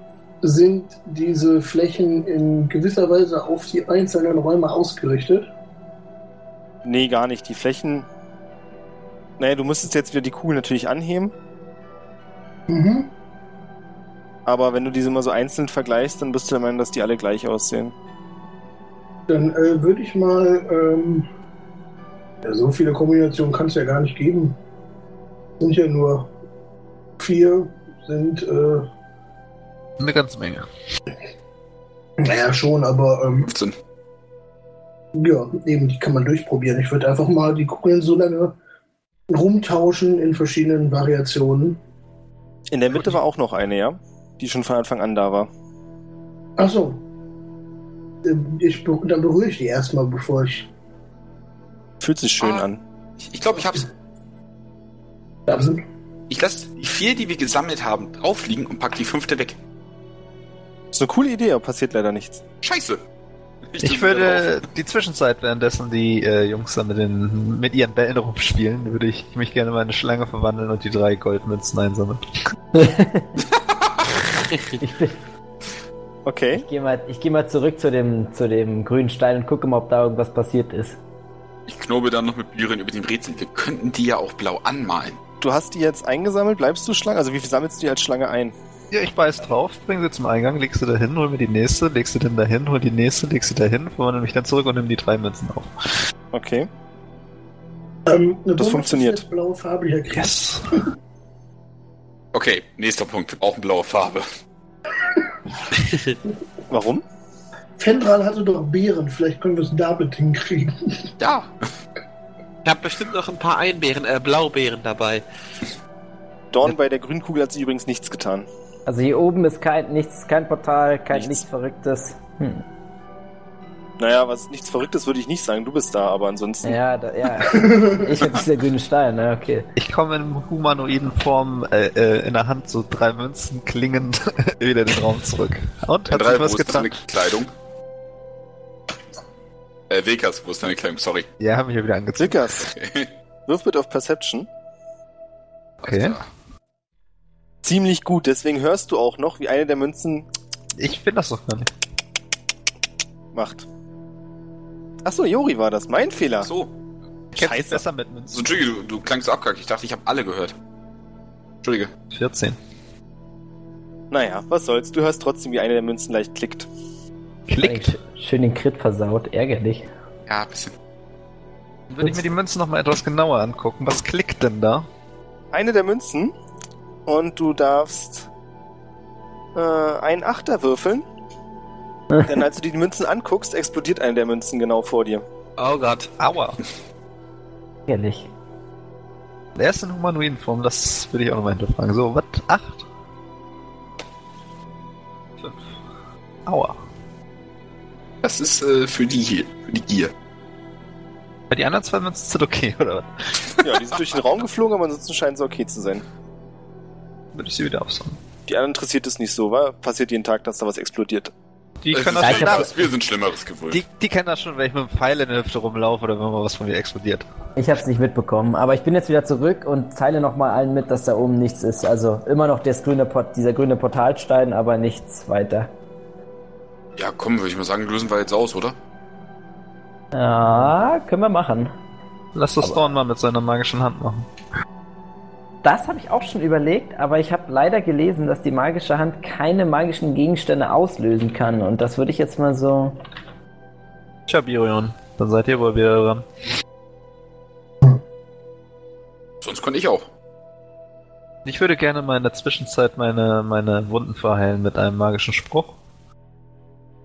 Speaker 6: sind diese Flächen in gewisser Weise auf die einzelnen Räume ausgerichtet?
Speaker 4: Nee, gar nicht. Die Flächen. Naja, du müsstest jetzt wieder die Kugel natürlich anheben,
Speaker 6: Mhm.
Speaker 4: aber wenn du diese mal so einzeln vergleichst, dann bist du der Meinung, dass die alle gleich aussehen.
Speaker 6: Dann äh, würde ich mal. Ähm, ja, so viele Kombinationen kann es ja gar nicht geben. Sind ja nur vier, sind. Äh,
Speaker 2: Eine ganze Menge.
Speaker 6: naja, schon, aber. Ähm,
Speaker 5: 15.
Speaker 6: ja, eben, die kann man durchprobieren. Ich würde einfach mal die Kugeln so lange rumtauschen in verschiedenen Variationen.
Speaker 4: In der Mitte war auch noch eine, ja? Die schon von Anfang an da war.
Speaker 6: Achso. Ähm, Ich, be- dann berühre ich die erstmal, bevor ich.
Speaker 4: Fühlt sich schön
Speaker 5: Ah.
Speaker 4: an.
Speaker 5: Ich, ich glaube, ich hab's. Ich lasse die vier, die wir gesammelt haben, drauf liegen und pack die fünfte weg.
Speaker 4: Ist eine coole Idee, aber passiert leider nichts.
Speaker 5: Scheiße. drück
Speaker 2: Ich
Speaker 5: wieder drauf.
Speaker 2: würde die Zwischenzeit, währenddessen die äh, Jungs da mit, den, mit ihren Bällen rumspielen, würde ich mich gerne mal in eine Schlange verwandeln und die drei Goldmünzen einsammeln.
Speaker 3: Ich, bin-
Speaker 4: Okay.
Speaker 3: ich gehe mal, ich geh mal zurück zu dem, zu dem grünen Stein und gucke mal, ob da irgendwas passiert ist.
Speaker 5: Ich knobel dann noch mit Biren über den Rätsel. Wir könnten die ja auch blau anmalen.
Speaker 4: Du hast die jetzt eingesammelt, bleibst du Schlange? Also wie viel sammelst du die als Schlange ein?
Speaker 2: Ja, ich beiß drauf, bring sie zum Eingang, legst sie dahin, hol mir die nächste, legst sie dann dahin, hol die nächste, legst sie dahin, verwandle mich dann zurück und nimm die drei Münzen auf.
Speaker 4: Okay.
Speaker 6: Ähm, eine
Speaker 4: Das
Speaker 6: Bombe
Speaker 4: funktioniert.
Speaker 6: ist jetzt Blaue Farbe, ja,
Speaker 2: Yes.
Speaker 5: Okay, nächster Punkt. Wir brauchen blaue Farbe.
Speaker 4: Warum?
Speaker 6: Fendral hatte doch Beeren, vielleicht können wir es damit hinkriegen.
Speaker 5: Ja.
Speaker 1: Ich habe bestimmt noch ein paar Einbeeren, äh, Blaubeeren dabei.
Speaker 4: Dorn bei der grünen Kugel hat sie übrigens nichts getan.
Speaker 3: Also hier oben ist kein, nichts, kein Portal, kein nichts,
Speaker 4: Nichts.
Speaker 3: Verrücktes. Hm.
Speaker 4: Naja, was nichts Verrücktes würde ich nicht sagen, du bist da, aber
Speaker 5: Hm.
Speaker 4: ansonsten.
Speaker 3: Ja, da, ja. Ich hab dieser grüne Stein, ne, okay.
Speaker 2: Ich komme in humanoiden Form äh, äh, in der Hand so drei Münzen klingend wieder in den Raum zurück. Und hat sich
Speaker 5: wo
Speaker 2: was
Speaker 5: ist deine
Speaker 2: getan?
Speaker 5: Kleidung? Äh, Wekas, wo ist deine Kleidung? Sorry.
Speaker 2: Ja, hab mich ja wieder angezogen.
Speaker 4: Silkas, wirf bitte auf Perception.
Speaker 2: Okay.
Speaker 4: Ziemlich gut, deswegen hörst du auch noch, wie eine der Münzen
Speaker 2: Ich bin das doch gar nicht.
Speaker 4: macht. Achso, Jori war das, mein Fehler.
Speaker 5: Ach so.
Speaker 2: Ich kenn's
Speaker 4: Scheiße.
Speaker 2: besser mit
Speaker 5: so
Speaker 2: Münzen.
Speaker 5: Entschuldige, du, du klangst so abgehackt. Ich dachte, ich habe alle gehört. Entschuldige.
Speaker 2: 14.
Speaker 4: Naja, was soll's, du hörst trotzdem, wie eine der Münzen leicht klickt.
Speaker 2: Klickt.
Speaker 3: Sch- Schön den Crit versaut, ärgerlich.
Speaker 5: Ja, ein bisschen.
Speaker 2: Würde ich mir die Münzen nochmal etwas genauer angucken. Was klickt denn da?
Speaker 4: Eine der Münzen und du darfst äh, einen Achter würfeln. Denn als du die Münzen anguckst, explodiert eine der Münzen genau vor dir.
Speaker 1: Oh Gott.
Speaker 2: Aua.
Speaker 3: Ärgerlich.
Speaker 2: Er ist in humanoiden Form, das würde ich auch nochmal hinterfragen. So, was? 8? 5. Aua.
Speaker 5: Das ist äh, für die hier. Für die Gier.
Speaker 2: Bei die anderen zwei Münzen sind okay, oder was?
Speaker 4: Ja, die sind durch den Raum geflogen, aber ansonsten scheinen sie okay zu sein.
Speaker 2: Würde ich sie wieder aufsammeln.
Speaker 4: Die anderen interessiert es nicht so, weil passiert jeden Tag, dass da was explodiert.
Speaker 2: Äh, Die
Speaker 5: Es
Speaker 2: können, das
Speaker 5: ist
Speaker 3: gleich,
Speaker 2: schon,
Speaker 5: schlimmer,
Speaker 3: aber-
Speaker 5: als Äh, wir sind Schlimmeres gewöhnt.
Speaker 2: die, die kennen das schon, wenn ich mit einem Pfeil in der Hüfte rumlaufe oder wenn mal was von mir explodiert.
Speaker 3: Ich habe es nicht mitbekommen, aber ich bin jetzt wieder zurück und teile nochmal allen mit, dass da oben nichts ist. Also immer noch das grüne Port dieser grüne Portalstein, aber nichts weiter.
Speaker 5: Ja, komm, würde ich mal sagen, lösen wir jetzt aus, oder?
Speaker 3: Ja, können wir machen.
Speaker 2: Lass das
Speaker 3: Aber-
Speaker 2: Thorn mal mit seiner magischen Hand machen.
Speaker 3: Das habe ich auch schon überlegt, aber ich habe leider gelesen, dass die magische Hand keine magischen Gegenstände auslösen kann. Und das würde ich jetzt mal so.
Speaker 2: Tja, Birion, dann seid ihr wohl wieder dran.
Speaker 5: Sonst könnte ich auch.
Speaker 2: Ich würde gerne mal in der Zwischenzeit meine, meine Wunden verheilen mit einem magischen Spruch.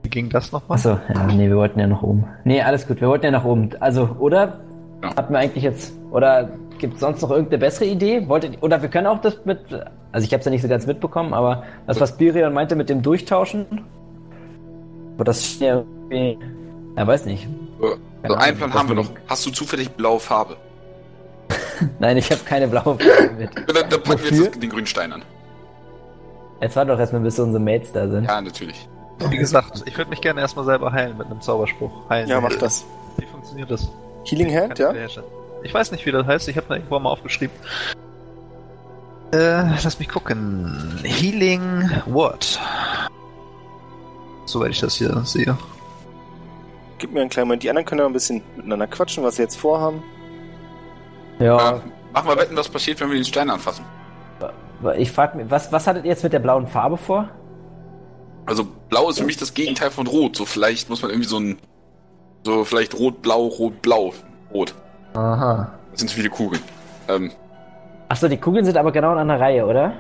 Speaker 2: Wie ging das nochmal?
Speaker 3: Achso, ja, nee, wir wollten ja noch oben. Nee, alles gut, wir wollten ja noch oben. Also, oder?
Speaker 5: Ja.
Speaker 3: Hatten wir eigentlich jetzt. Oder gibt es sonst noch irgendeine bessere Idee? Wolltet, oder wir können auch das mit. Also, ich habe es ja nicht so ganz mitbekommen, aber das, was Birion meinte mit dem Durchtauschen. Aber das schien ja irgendwie. Ja, weiß nicht.
Speaker 5: Äh, Also
Speaker 3: Keine
Speaker 5: einen
Speaker 3: Ahnung,
Speaker 5: Plan
Speaker 3: das
Speaker 5: haben wir
Speaker 3: mit-
Speaker 5: noch. Hast du zufällig blaue Farbe?
Speaker 3: Nein, ich habe keine blaue Farbe mit.
Speaker 5: Ja, Dann, dann packen wir
Speaker 3: Wofür?
Speaker 5: jetzt das- den grünen Stein an.
Speaker 3: Jetzt war doch erstmal, bis unsere Mates da sind.
Speaker 5: Ja, natürlich.
Speaker 2: Wie gesagt, ich würde mich gerne erstmal selber heilen mit einem Zauberspruch. Heilen.
Speaker 4: Ja, mach das.
Speaker 2: Wie funktioniert das?
Speaker 4: Healing Hand,
Speaker 2: Kann
Speaker 4: ja?
Speaker 2: ich wiederherstellen. Ich weiß nicht, wie das heißt. Ich habe da irgendwo mal aufgeschrieben. Äh, lass mich gucken. Healing Word. Soweit ich das hier sehe.
Speaker 4: Gib mir einen kleinen Moment. Die anderen können ja ein bisschen miteinander quatschen, was sie jetzt vorhaben.
Speaker 5: Äh, mach mal wetten, was passiert, wenn wir den Stein anfassen.
Speaker 3: Ich frage mich, was, was hattet ihr jetzt mit der blauen Farbe vor?
Speaker 5: Also blau ist für mich das Gegenteil von rot. So vielleicht muss man irgendwie so ein... So vielleicht rot-blau, rot-blau, rot.
Speaker 3: Aha.
Speaker 5: Das sind viele Kugeln. Ähm,
Speaker 3: Achso, die Kugeln sind aber genau in einer Reihe, oder?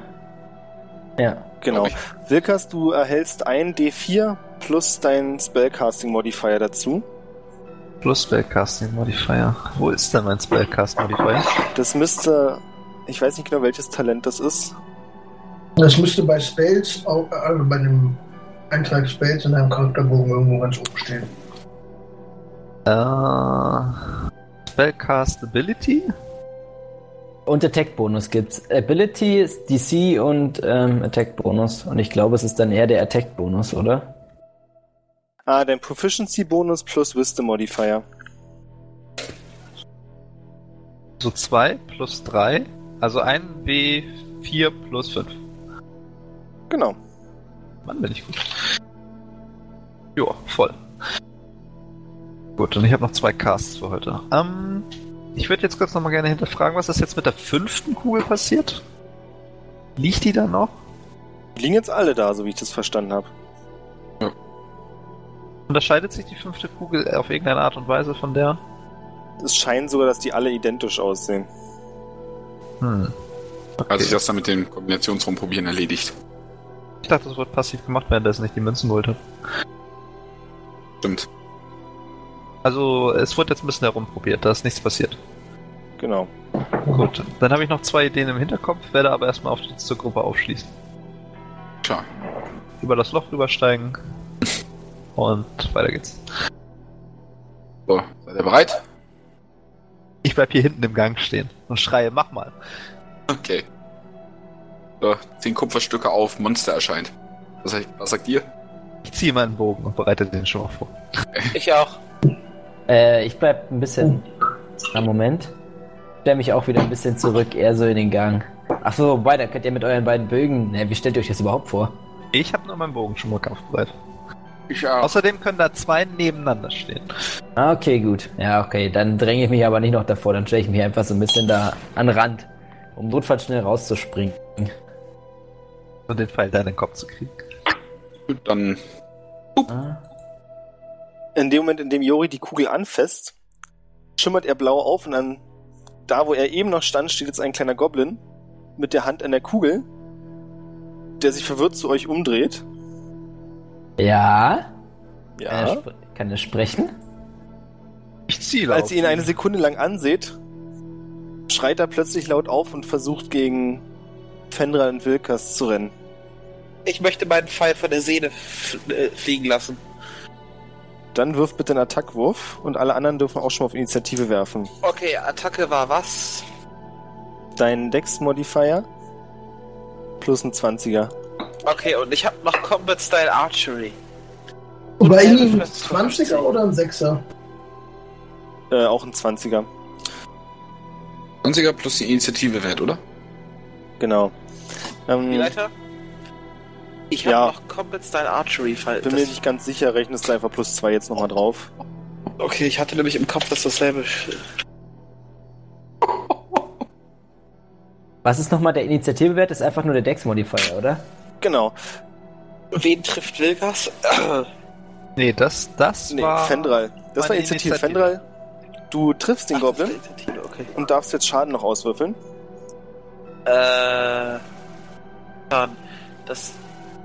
Speaker 3: Ja.
Speaker 4: Genau.
Speaker 5: Glaub
Speaker 4: Wilkas, du erhältst ein D4 plus deinen Spellcasting Modifier dazu.
Speaker 2: Plus Spellcasting Modifier. Wo ist denn mein Spellcast Modifier?
Speaker 4: Das müsste, ich weiß nicht genau, welches Talent das ist.
Speaker 6: Das müsste bei Spells, auch, also bei dem Eintrag Spells in einem Charakterbogen irgendwo ganz oben stehen.
Speaker 2: Äh, Spellcast Ability?
Speaker 3: Und Attack-Bonus gibt's. Ability ist DC und ähm, Attack-Bonus. Und ich glaube, es ist dann eher der Attack-Bonus, oder?
Speaker 4: Ah, dein Proficiency Bonus plus Wisdom Modifier.
Speaker 2: So 2 Also plus 3, also 1 W4 plus 5.
Speaker 4: Genau.
Speaker 2: Mann, bin ich gut. Joa, voll. Gut, und ich habe noch zwei Casts für heute. Ähm, ich würde jetzt kurz nochmal gerne hinterfragen, was ist jetzt mit der fünften Kugel passiert? Liegt die da noch?
Speaker 4: Die liegen jetzt alle da, so wie ich das verstanden habe.
Speaker 2: Unterscheidet sich die fünfte Kugel auf irgendeine Art und Weise von der?
Speaker 4: Es scheint sogar, dass die alle identisch aussehen.
Speaker 2: Hm.
Speaker 5: Also ich das dann mit dem Kombinationsrumprobieren erledigt.
Speaker 2: Ich dachte, das wird passiv gemacht, währenddessen ich die Münzen wollte.
Speaker 5: Stimmt.
Speaker 2: Also, es wurde jetzt ein bisschen herumprobiert, da ist nichts passiert.
Speaker 4: Genau.
Speaker 2: Gut, dann habe ich noch zwei Ideen im Hinterkopf, werde aber erstmal auf die zur Gruppe aufschließen.
Speaker 5: Tja.
Speaker 2: Über das Loch rübersteigen und weiter geht's.
Speaker 5: So, seid ihr bereit?
Speaker 2: Ich bleib hier hinten im Gang stehen und schreie, mach mal.
Speaker 5: Okay. So, zehn Kupferstücke auf, Monster erscheint. Was, sag- was sagt ihr?
Speaker 2: Ich ziehe meinen Bogen und bereite den schon mal vor.
Speaker 1: Ich auch.
Speaker 3: Äh, ich bleib ein bisschen. Na, Moment. Stell mich auch wieder ein bisschen zurück, eher so in den Gang. Achso, wobei, da könnt ihr mit euren beiden Bögen. Ne, wie stellt ihr euch das überhaupt vor?
Speaker 2: Ich habe nur meinen Bogen schon mal kampfbereit.
Speaker 5: Ich auch.
Speaker 2: Außerdem können da zwei nebeneinander stehen.
Speaker 3: Ah, okay, gut. Ja, okay. Dann dränge ich mich aber nicht noch davor. Dann stelle ich mich einfach so ein bisschen da an den Rand, um notfalls schnell rauszuspringen.
Speaker 2: Um den Pfeil da in den Kopf zu kriegen.
Speaker 5: Gut, dann
Speaker 3: Ah.
Speaker 4: In dem Moment, in dem Jori die Kugel anfasst, schimmert er blau auf und dann, da wo er eben noch stand, steht jetzt ein kleiner Goblin mit der Hand an der Kugel, der sich verwirrt zu euch umdreht.
Speaker 3: Ja? Kann, er
Speaker 4: Ja.
Speaker 3: spr- kann er sprechen?
Speaker 2: Ich ziehe laut.
Speaker 4: Als ihr ihn eine Sekunde lang anseht, schreit er plötzlich laut auf und versucht gegen Fendra und Wilkas zu rennen.
Speaker 1: Ich möchte meinen Pfeil von der Sehne f- äh, fliegen lassen.
Speaker 4: Dann wirft bitte einen Attackwurf und alle anderen dürfen auch schon mal auf Initiative werfen.
Speaker 1: Okay, Attacke war was?
Speaker 4: Dein Dex-Modifier plus ein 20er.
Speaker 1: Okay, und ich habe noch Combat Style Archery.
Speaker 6: Oder irgendwie ein 20er oder ein 6er?
Speaker 4: Äh, auch ein 20er.
Speaker 5: 20er plus die Initiative wert, oder?
Speaker 4: Genau.
Speaker 1: Wie
Speaker 4: Ähm,
Speaker 1: weiter? Ich habe
Speaker 4: Ja.
Speaker 1: noch Combat Style Archery. Fall,
Speaker 4: bin mir nicht ganz sicher, rechnest du einfach plus zwei jetzt nochmal drauf.
Speaker 1: okay, ich hatte nämlich im Kopf, dass dasselbe. sch-
Speaker 3: Was ist nochmal der Initiativewert? Ist einfach nur der Dex-Modifier, oder?
Speaker 4: Genau.
Speaker 1: Wen trifft Wilgas?
Speaker 2: Nee, das, das
Speaker 4: Nee,
Speaker 2: war.
Speaker 4: Fendral. Das war
Speaker 2: meine
Speaker 4: Initiative.
Speaker 2: Initiative.
Speaker 4: Fendral, du triffst den
Speaker 1: Ach, das ist
Speaker 4: Goblin
Speaker 1: der Initiative, Okay.
Speaker 4: und darfst jetzt Schaden noch auswürfeln.
Speaker 1: Äh. Dann. Das.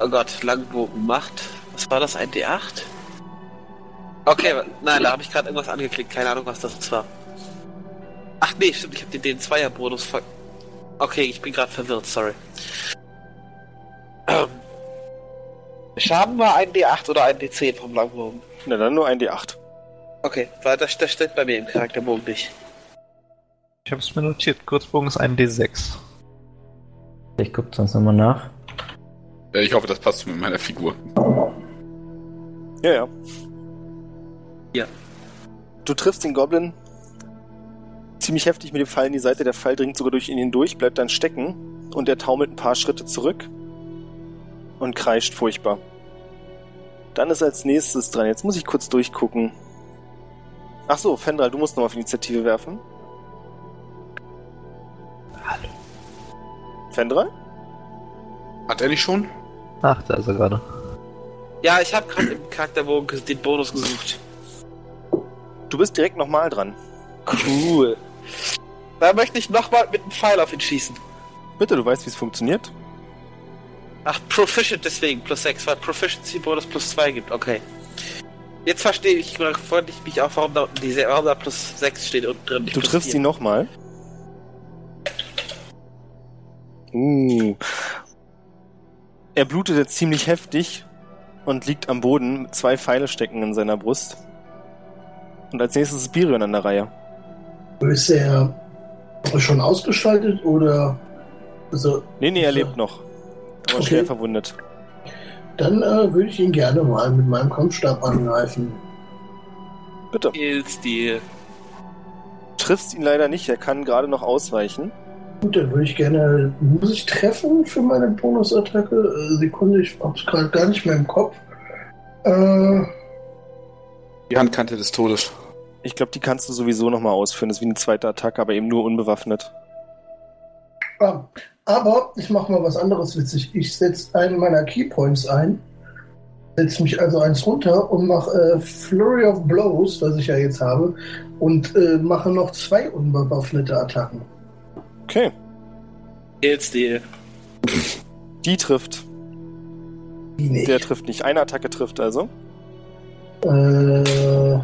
Speaker 1: Oh Gott, Langbogen macht. Was war das? Ein D8? Okay, wa- nein, da habe ich gerade irgendwas angeklickt. Keine Ahnung, was das jetzt war. Ach nee, stimmt, ich habe den D2er-Bonus ver. Okay, ich bin gerade verwirrt, sorry. Ähm, Schaden war ein D8 oder ein D10 vom Langbogen.
Speaker 4: Na dann nur ein D8.
Speaker 1: Okay, weil das, das steht bei mir im Charakterbogen nicht.
Speaker 2: Ich hab's mir notiert. Kurzbogen ist ein D6.
Speaker 3: Ich guck sonst nochmal nach.
Speaker 5: Äh, Ich hoffe, das passt zu meiner Figur.
Speaker 4: Ja, ja.
Speaker 1: Ja.
Speaker 4: Du triffst den Goblin ziemlich heftig mit dem Fall in die Seite. Der Fall dringt sogar durch ihn hindurch, bleibt dann stecken und er taumelt ein paar Schritte zurück und kreischt furchtbar. Dann ist als nächstes dran. Jetzt muss ich kurz durchgucken. Ach so, Fendral, du musst nochmal auf Initiative werfen. Hallo. Fendral?
Speaker 5: Hat er nicht schon?
Speaker 2: Ach, da ist er gerade.
Speaker 1: Ja, ich habe gerade im Charakterbogen ges- den Bonus gesucht.
Speaker 4: Du bist direkt nochmal dran.
Speaker 1: Cool. Da möchte ich nochmal mit einem Pfeil auf ihn schießen.
Speaker 4: Bitte, du weißt, wie es funktioniert.
Speaker 1: Ach, Proficient deswegen, plus 6, weil Proficiency Bonus plus 2 gibt, okay. Jetzt verstehe ich freundlich mich auch, warum da, unten diese, warum da plus 6 steht unten drin. nicht
Speaker 4: Du
Speaker 1: plus
Speaker 4: triffst
Speaker 1: vier.
Speaker 4: ihn nochmal. Uh. Er blutet jetzt ziemlich heftig und liegt am Boden. mit Zwei Pfeile stecken in seiner Brust. Und als nächstes ist Birion an der Reihe.
Speaker 6: Ist er schon ausgeschaltet oder. Also,
Speaker 4: Nee, nee, er
Speaker 6: So.
Speaker 4: lebt noch. Aber
Speaker 6: Okay.
Speaker 4: schwer verwundet.
Speaker 6: dann äh, würde ich ihn gerne mal mit meinem Kampfstab angreifen.
Speaker 4: Bitte.
Speaker 1: Skills, die.
Speaker 4: Triffst ihn leider nicht. Er kann gerade noch ausweichen.
Speaker 6: Gut, dann würde ich gerne. Muss ich treffen für meine Bonusattacke? Äh, Sekunde, ich hab's gerade gar nicht mehr im Kopf. Äh,
Speaker 5: Die Handkante des Todes.
Speaker 4: Ich glaube, die kannst du sowieso nochmal ausführen. Das ist wie eine zweite Attacke, aber eben nur unbewaffnet.
Speaker 6: ah, aber ich mache mal was anderes witzig. Ich setze einen meiner Keypoints ein, setze mich also eins runter und mache äh, Flurry of Blows, was ich ja jetzt habe, und äh, mache noch zwei unbewaffnete Attacken.
Speaker 4: Okay.
Speaker 1: Skills, die.
Speaker 4: Die trifft.
Speaker 6: Die nicht.
Speaker 4: Der trifft nicht. Eine Attacke trifft also.
Speaker 6: Äh,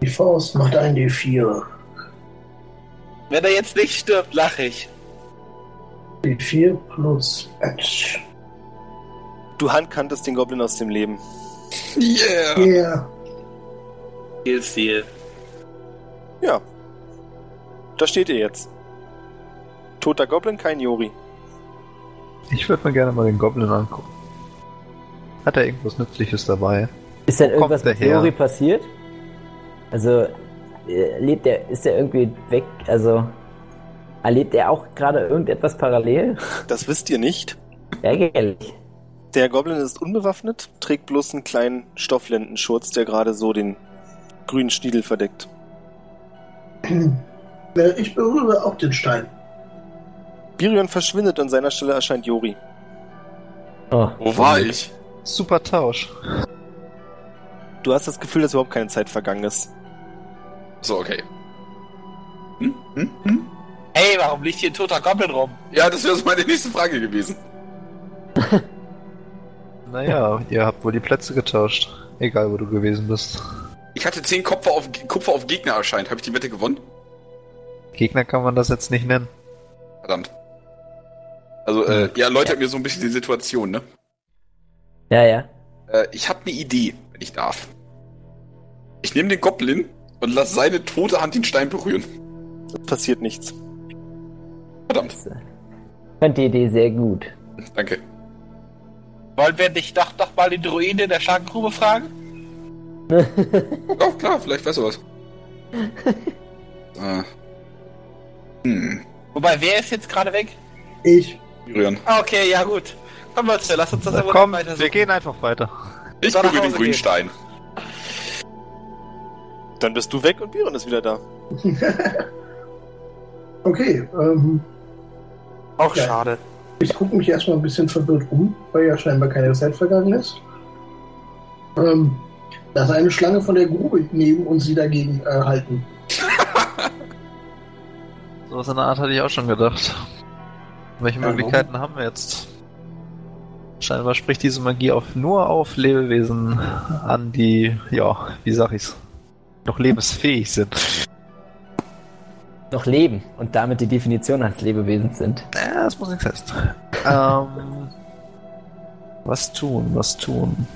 Speaker 6: die Faust macht ein D4.
Speaker 1: Wenn er jetzt nicht stirbt, lache ich.
Speaker 6: D4 plus 1.
Speaker 4: Du handkantest den Goblin aus dem Leben.
Speaker 5: Yeah!
Speaker 6: Yeah.
Speaker 1: Skills, die.
Speaker 4: Ja. Da steht ihr jetzt. Toter Goblin, kein Jori.
Speaker 2: Ich würde mir gerne mal den Goblin angucken. Hat er irgendwas Nützliches dabei?
Speaker 3: Ist denn
Speaker 2: Wo kommt
Speaker 3: irgendwas mit
Speaker 2: der her?
Speaker 3: Jori passiert? Also, äh, lebt der, ist der irgendwie weg? Also, erlebt er auch gerade irgendetwas parallel?
Speaker 4: Das wisst ihr nicht.
Speaker 3: Ärgerlich.
Speaker 4: Der Goblin ist unbewaffnet, trägt bloß einen kleinen Stofflendenschurz, der gerade so den grünen Schniedel verdeckt.
Speaker 6: Äh, Ich berühre auch den Stein.
Speaker 4: Birion verschwindet, an seiner Stelle erscheint Jori.
Speaker 3: Oh,
Speaker 5: Wo war ich?
Speaker 2: Super Tausch.
Speaker 4: Du hast das Gefühl, dass überhaupt keine Zeit vergangen ist.
Speaker 5: So, okay. Hm? Hm? Hm?
Speaker 1: Hey, warum liegt hier ein toter Goblin rum?
Speaker 5: Ja, das wäre so meine nächste Frage gewesen.
Speaker 2: Naja, ihr habt wohl die Plätze getauscht. Egal, wo du gewesen bist.
Speaker 5: Ich hatte 10 Kupfer auf, Kupfer auf Gegner erscheint. Habe ich die Wette gewonnen?
Speaker 2: Gegner kann man das jetzt nicht nennen.
Speaker 5: Verdammt. Also, äh, ihr erläutert mir so ein bisschen die Situation, ne?
Speaker 3: ja, ja.
Speaker 5: Äh, ich habe eine Idee, wenn ich darf. Ich nehme den Goblin und lass seine tote Hand den Stein berühren.
Speaker 4: Es passiert nichts.
Speaker 5: Verdammt,
Speaker 3: Das, äh, fand die Idee sehr gut.
Speaker 5: danke.
Speaker 1: Wollen wir nicht doch, doch mal den Druiden in der Scharkengrube fragen?
Speaker 5: Doch, klar, vielleicht weißt du was. äh. Hm,
Speaker 1: Wobei, wer ist jetzt gerade weg?
Speaker 6: Ich.
Speaker 5: Miriam.
Speaker 1: Ah, Okay, ja gut. Komm, Leute, lass uns das
Speaker 2: Na,
Speaker 1: einfach
Speaker 2: komm,
Speaker 1: weiter
Speaker 2: Also, wir gehen einfach weiter.
Speaker 5: Ich
Speaker 1: Soll nach
Speaker 5: berühre den
Speaker 1: Hause
Speaker 5: grünen
Speaker 1: gehen.
Speaker 5: Stein.
Speaker 4: Dann bist du weg und Biron ist wieder da.
Speaker 6: Okay, ähm,
Speaker 1: Auch
Speaker 6: Ja.
Speaker 1: schade.
Speaker 6: ich gucke mich erstmal ein bisschen verwirrt um, weil ja scheinbar keine Zeit vergangen ist. Ähm, dass eine Schlange von der Grube nehmen und sie dagegen äh, halten.
Speaker 2: Sowas in der Art hatte ich auch schon gedacht. Welche
Speaker 6: Ja,
Speaker 2: Möglichkeiten haben wir jetzt? Scheinbar spricht diese Magie auf, nur auf Lebewesen an, die, ja, wie sag ich's, noch lebensfähig sind.
Speaker 3: Noch leben und damit die Definition als Lebewesen sind.
Speaker 2: Ja, das muss nichts heißen. ähm, was tun, was tun?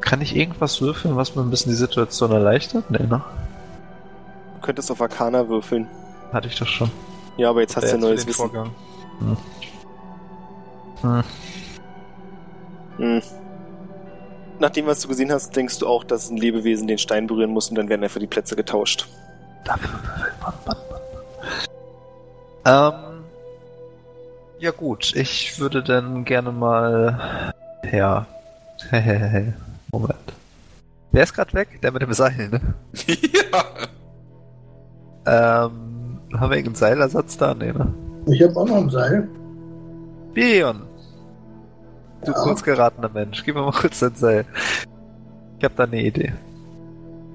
Speaker 2: Kann ich irgendwas würfeln, was mir ein bisschen die Situation erleichtert? Nee, ne?
Speaker 4: Du könntest auf Arcana würfeln.
Speaker 2: Hatte ich doch schon.
Speaker 4: Ja, aber jetzt hast
Speaker 2: Ja,
Speaker 4: du ja neues
Speaker 2: Äh, für den
Speaker 4: Wissen.
Speaker 2: Vorgang.
Speaker 4: Hm. Nach dem, was du gesehen hast, denkst du auch, dass ein Lebewesen den Stein berühren muss und dann werden einfach die Plätze getauscht.
Speaker 2: Ähm, ja gut, ich würde dann gerne mal... Ja. Moment. Wer ist gerade weg? Der mit dem Seil, ne?
Speaker 5: ja.
Speaker 2: Ähm, haben wir irgendeinen Seilersatz da? Nee, ne?
Speaker 6: Ich habe auch noch ein Seil.
Speaker 2: Bion! Du
Speaker 6: Ja.
Speaker 2: kurz geratener Mensch, gib mir mal kurz dein Seil. Ich hab da eine Idee.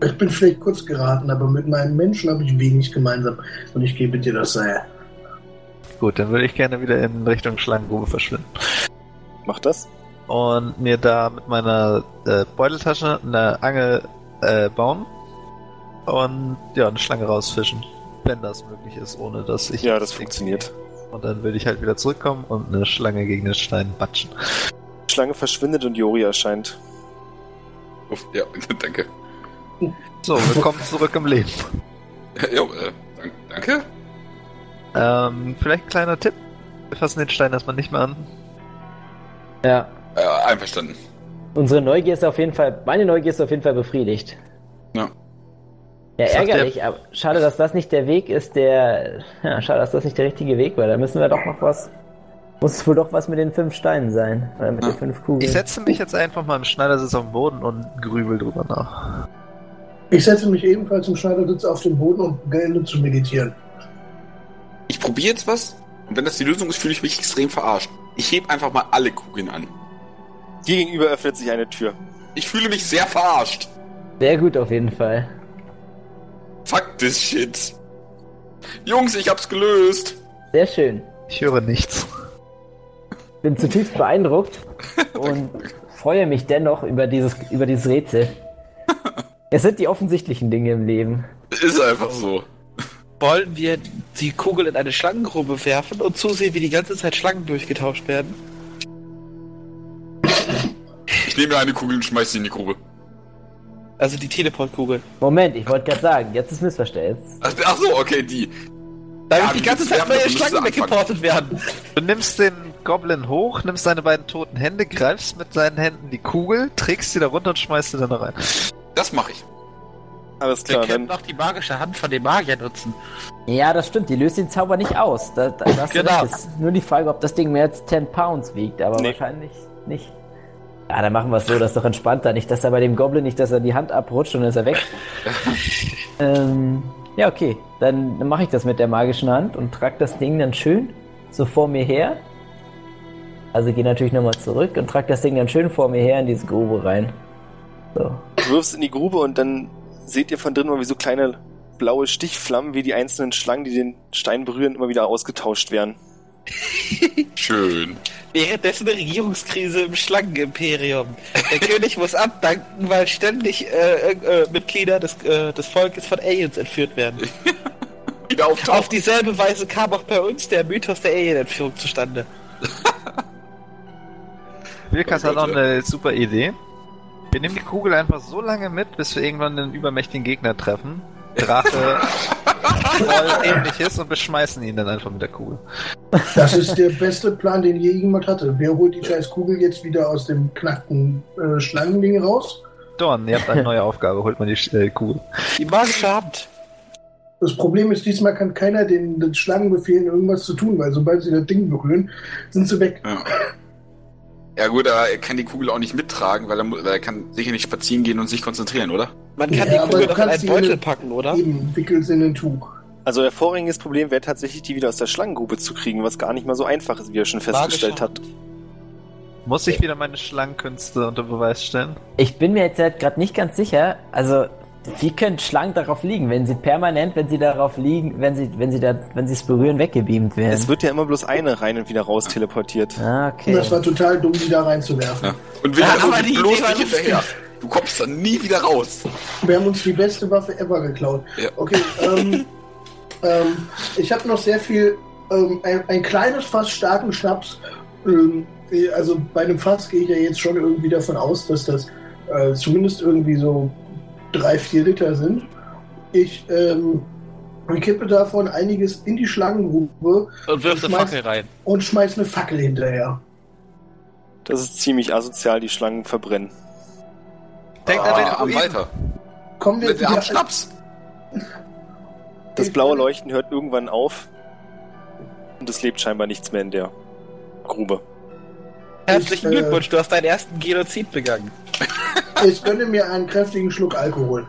Speaker 6: Ich bin vielleicht kurz geraten, aber mit meinen Menschen habe ich wenig gemeinsam und ich gebe dir das Seil.
Speaker 2: Gut, dann würde ich gerne wieder in Richtung Schlangengrube verschwinden.
Speaker 4: Mach das?
Speaker 2: Und mir da mit meiner äh, Beuteltasche eine Angel äh, bauen. Und ja, eine Schlange rausfischen. Wenn das möglich ist, ohne dass ich.
Speaker 4: Ja, das funktioniert.
Speaker 2: Und dann würde ich halt wieder zurückkommen und eine Schlange gegen den Stein batschen.
Speaker 4: Die Schlange verschwindet und Jori erscheint.
Speaker 5: Uff, Ja, danke.
Speaker 2: So, willkommen zurück im Leben.
Speaker 5: Jo, äh, dank- danke.
Speaker 2: Ähm, vielleicht ein kleiner Tipp. Wir fassen den Stein erstmal nicht mehr an.
Speaker 3: Ja.
Speaker 5: Äh, einverstanden.
Speaker 3: Unsere Neugier ist auf jeden Fall, meine Neugier ist auf jeden Fall befriedigt.
Speaker 5: Ja.
Speaker 3: Ja,
Speaker 2: Sagt
Speaker 3: ärgerlich, aber schade, dass das nicht der Weg ist, der. Ja, schade, dass das nicht der richtige Weg war. Da müssen wir doch noch was. Muss es wohl doch was mit den fünf Steinen sein. Oder mit
Speaker 5: Ja.
Speaker 3: den fünf Kugeln.
Speaker 2: Ich setze mich jetzt einfach mal im Schneidersitz auf den Boden und grübel drüber nach.
Speaker 6: Ich setze mich ebenfalls im Schneidersitz auf den Boden und beginne zu meditieren.
Speaker 5: Ich probiere jetzt was und wenn das die Lösung ist, fühle ich mich extrem verarscht. Ich hebe einfach mal alle Kugeln an.
Speaker 4: Dir gegenüber öffnet sich eine Tür.
Speaker 5: Ich fühle mich sehr verarscht.
Speaker 3: Sehr gut auf jeden Fall.
Speaker 5: Fuck this shit. Jungs, ich hab's gelöst.
Speaker 3: Sehr schön.
Speaker 2: Ich höre nichts.
Speaker 3: Bin zutiefst beeindruckt und freue mich dennoch über dieses, über dieses Rätsel. Es sind die offensichtlichen Dinge im Leben.
Speaker 5: Ist einfach so.
Speaker 1: Wollen wir die Kugel in eine Schlangengrube werfen und zusehen, wie die ganze Zeit Schlangen durchgetauscht werden?
Speaker 5: Ich nehme mir eine Kugel und schmeiß sie in die Grube.
Speaker 1: Also die Teleportkugel.
Speaker 3: Moment, ich wollte gerade sagen, jetzt ist Missverständnis.
Speaker 5: Ach, ach so, okay, die.
Speaker 1: Damit
Speaker 5: Ja,
Speaker 1: die
Speaker 5: wir
Speaker 1: ganze
Speaker 5: müssen
Speaker 1: Zeit
Speaker 5: werfen,
Speaker 1: neue
Speaker 5: wir müssen
Speaker 1: Schlangen
Speaker 5: anfangen.
Speaker 1: weggeportet werden.
Speaker 2: Du nimmst den Goblin hoch, nimmst seine beiden toten Hände, greifst mit seinen Händen die Kugel, trägst sie da runter und schmeißt sie dann da rein.
Speaker 5: Das mache ich.
Speaker 4: Alles
Speaker 1: Wir
Speaker 4: klar,
Speaker 1: können
Speaker 4: dann
Speaker 1: doch die magische Hand von dem Magier nutzen.
Speaker 3: Ja, das stimmt, die löst den Zauber nicht aus. Da, da, da hast du
Speaker 1: Genau.
Speaker 3: recht. Es ist nur die Frage, ob das Ding mehr als 10 Pounds wiegt, aber
Speaker 4: Nee.
Speaker 3: wahrscheinlich nicht. Ja, dann machen wir es so, das ist doch entspannter. Nicht, dass er bei dem Goblin nicht, dass er die Hand abrutscht und dann ist er weg. ähm, ja, okay. Dann mache ich das mit der magischen Hand und trage das Ding dann schön so vor mir her. Also gehe natürlich nochmal zurück und trage das Ding dann schön vor mir her in diese Grube rein. So.
Speaker 4: Du wirfst in die Grube und dann seht ihr von drinnen mal, wie so kleine blaue Stichflammen, wie die einzelnen Schlangen, die den Stein berühren, immer wieder ausgetauscht werden.
Speaker 5: Schön.
Speaker 1: Währenddessen eine Regierungskrise im Schlangenimperium. Der König muss abdanken, weil ständig äh, äh, Mitglieder des, äh, des Volkes von Aliens entführt werden.
Speaker 5: Wieder
Speaker 1: Auf
Speaker 5: auftaucht.
Speaker 1: dieselbe Weise kam auch bei uns der Mythos der Alien-Entführung zustande.
Speaker 2: Wilkas
Speaker 5: Oh
Speaker 2: hat
Speaker 5: Gott,
Speaker 2: noch
Speaker 5: ja.
Speaker 2: eine super Idee. Wir nehmen die Kugel einfach so lange mit, bis wir irgendwann den übermächtigen Gegner treffen. Drache, voll ähnliches und beschmeißen ihn dann einfach mit der Kugel.
Speaker 6: Das ist der beste Plan, den je jemand hatte. Wer holt die scheiß Kugel jetzt wieder aus dem knackten äh, Schlangending raus?
Speaker 2: Dorn, ihr habt eine neue Aufgabe, holt mal die äh, Kugel.
Speaker 1: Die magische Hand.
Speaker 6: Das Problem ist, diesmal kann keiner den, den Schlangenbefehlen irgendwas zu tun, weil sobald sie das Ding berühren, sind sie weg.
Speaker 5: Ja. ja gut, aber er kann die Kugel auch nicht mittragen, weil er, mu- weil er kann sicher nicht spazieren gehen und sich konzentrieren, oder?
Speaker 1: Man kann
Speaker 6: Ja,
Speaker 1: die
Speaker 6: aber
Speaker 1: Kugel
Speaker 6: du
Speaker 1: doch in
Speaker 6: kannst
Speaker 1: einen
Speaker 6: die-
Speaker 1: Beutel packen, oder?
Speaker 6: Eben, wickel sie in ein Tuch.
Speaker 4: Also ihr vorrangiges Problem wäre tatsächlich, die wieder aus der Schlangengrube zu kriegen, was gar nicht mal so einfach ist, wie er schon festgestellt hat.
Speaker 2: Muss ich wieder meine Schlangenkünste unter Beweis stellen?
Speaker 3: Ich bin mir jetzt halt gerade nicht ganz sicher. Also, wie können Schlangen darauf liegen, wenn sie permanent, wenn sie darauf liegen, wenn sie, wenn sie da, wenn sie es berühren, weggebeamt werden?
Speaker 4: Es wird ja immer bloß eine rein und wieder raus teleportiert.
Speaker 3: ah,
Speaker 6: Und
Speaker 3: okay.
Speaker 6: das war total dumm, die da reinzuwerfen.
Speaker 5: Ja. Und wir
Speaker 1: Ja,
Speaker 5: kommen
Speaker 1: aber die
Speaker 5: bloß
Speaker 1: Idee war
Speaker 5: nicht hinterher. Du kommst dann nie wieder raus.
Speaker 6: Wir haben uns die beste Waffe ever geklaut.
Speaker 5: Ja.
Speaker 6: Okay, ähm, ähm, ich habe noch sehr viel, ähm, ein, ein kleines, fast starken Schnaps. Ähm, eh, also bei einem Fass gehe ich ja jetzt schon irgendwie davon aus, dass das äh, zumindest irgendwie so drei, vier Liter sind. Ich ähm, kippe davon einiges in die Schlangengrube
Speaker 7: Und wirft eine
Speaker 6: Schmeiß-
Speaker 7: Fackel rein.
Speaker 6: und schmeiß eine Fackel hinterher.
Speaker 4: Das ist ziemlich asozial, die Schlangen verbrennen.
Speaker 2: Denkt an den
Speaker 5: Ah,
Speaker 2: Druiden.
Speaker 5: weiter.
Speaker 6: Kommen wir,
Speaker 5: Wir, wir haben
Speaker 6: wieder-
Speaker 5: Schnaps.
Speaker 4: Das blaue Leuchten hört irgendwann auf und es lebt scheinbar nichts mehr in der Grube.
Speaker 1: Herzlichen
Speaker 6: Ich, äh,
Speaker 1: Glückwunsch, du hast deinen ersten Genozid begangen.
Speaker 6: Ich gönne mir einen kräftigen Schluck Alkohol.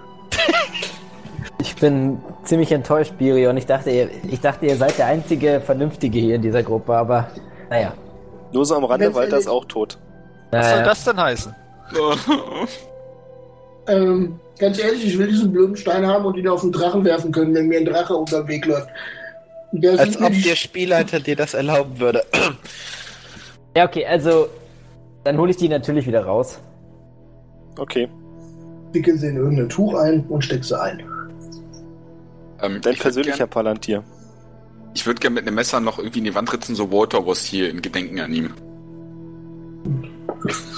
Speaker 3: Ich bin ziemlich enttäuscht, Biri, und ich dachte, ihr, ich dachte, ihr seid der einzige Vernünftige hier in dieser Gruppe, aber naja.
Speaker 4: Nur so am Rande,
Speaker 6: Ganz
Speaker 4: Walter ist
Speaker 6: ehrlich.
Speaker 4: auch tot.
Speaker 2: Was soll
Speaker 3: Naja.
Speaker 2: das denn heißen?
Speaker 6: Ähm, ganz ehrlich, ich will diesen blöden Stein haben und ihn auf den Drachen werfen können, wenn mir ein Drache unter den Weg läuft. Der
Speaker 1: Als
Speaker 6: sieht mir
Speaker 1: ob
Speaker 6: die
Speaker 1: der Spielleiter dir das erlauben würde.
Speaker 3: Ja, okay, also dann hole ich die natürlich wieder raus.
Speaker 4: Okay.
Speaker 6: Wickel sie in irgendein Tuch ein und steck sie ein.
Speaker 5: Ähm,
Speaker 4: Dein
Speaker 5: ich würd
Speaker 4: persönlicher
Speaker 5: gern-
Speaker 4: Palantir.
Speaker 5: Ich würde gerne mit einem Messer noch irgendwie in die Wand ritzen, so Walter was hier in Gedenken an ihm.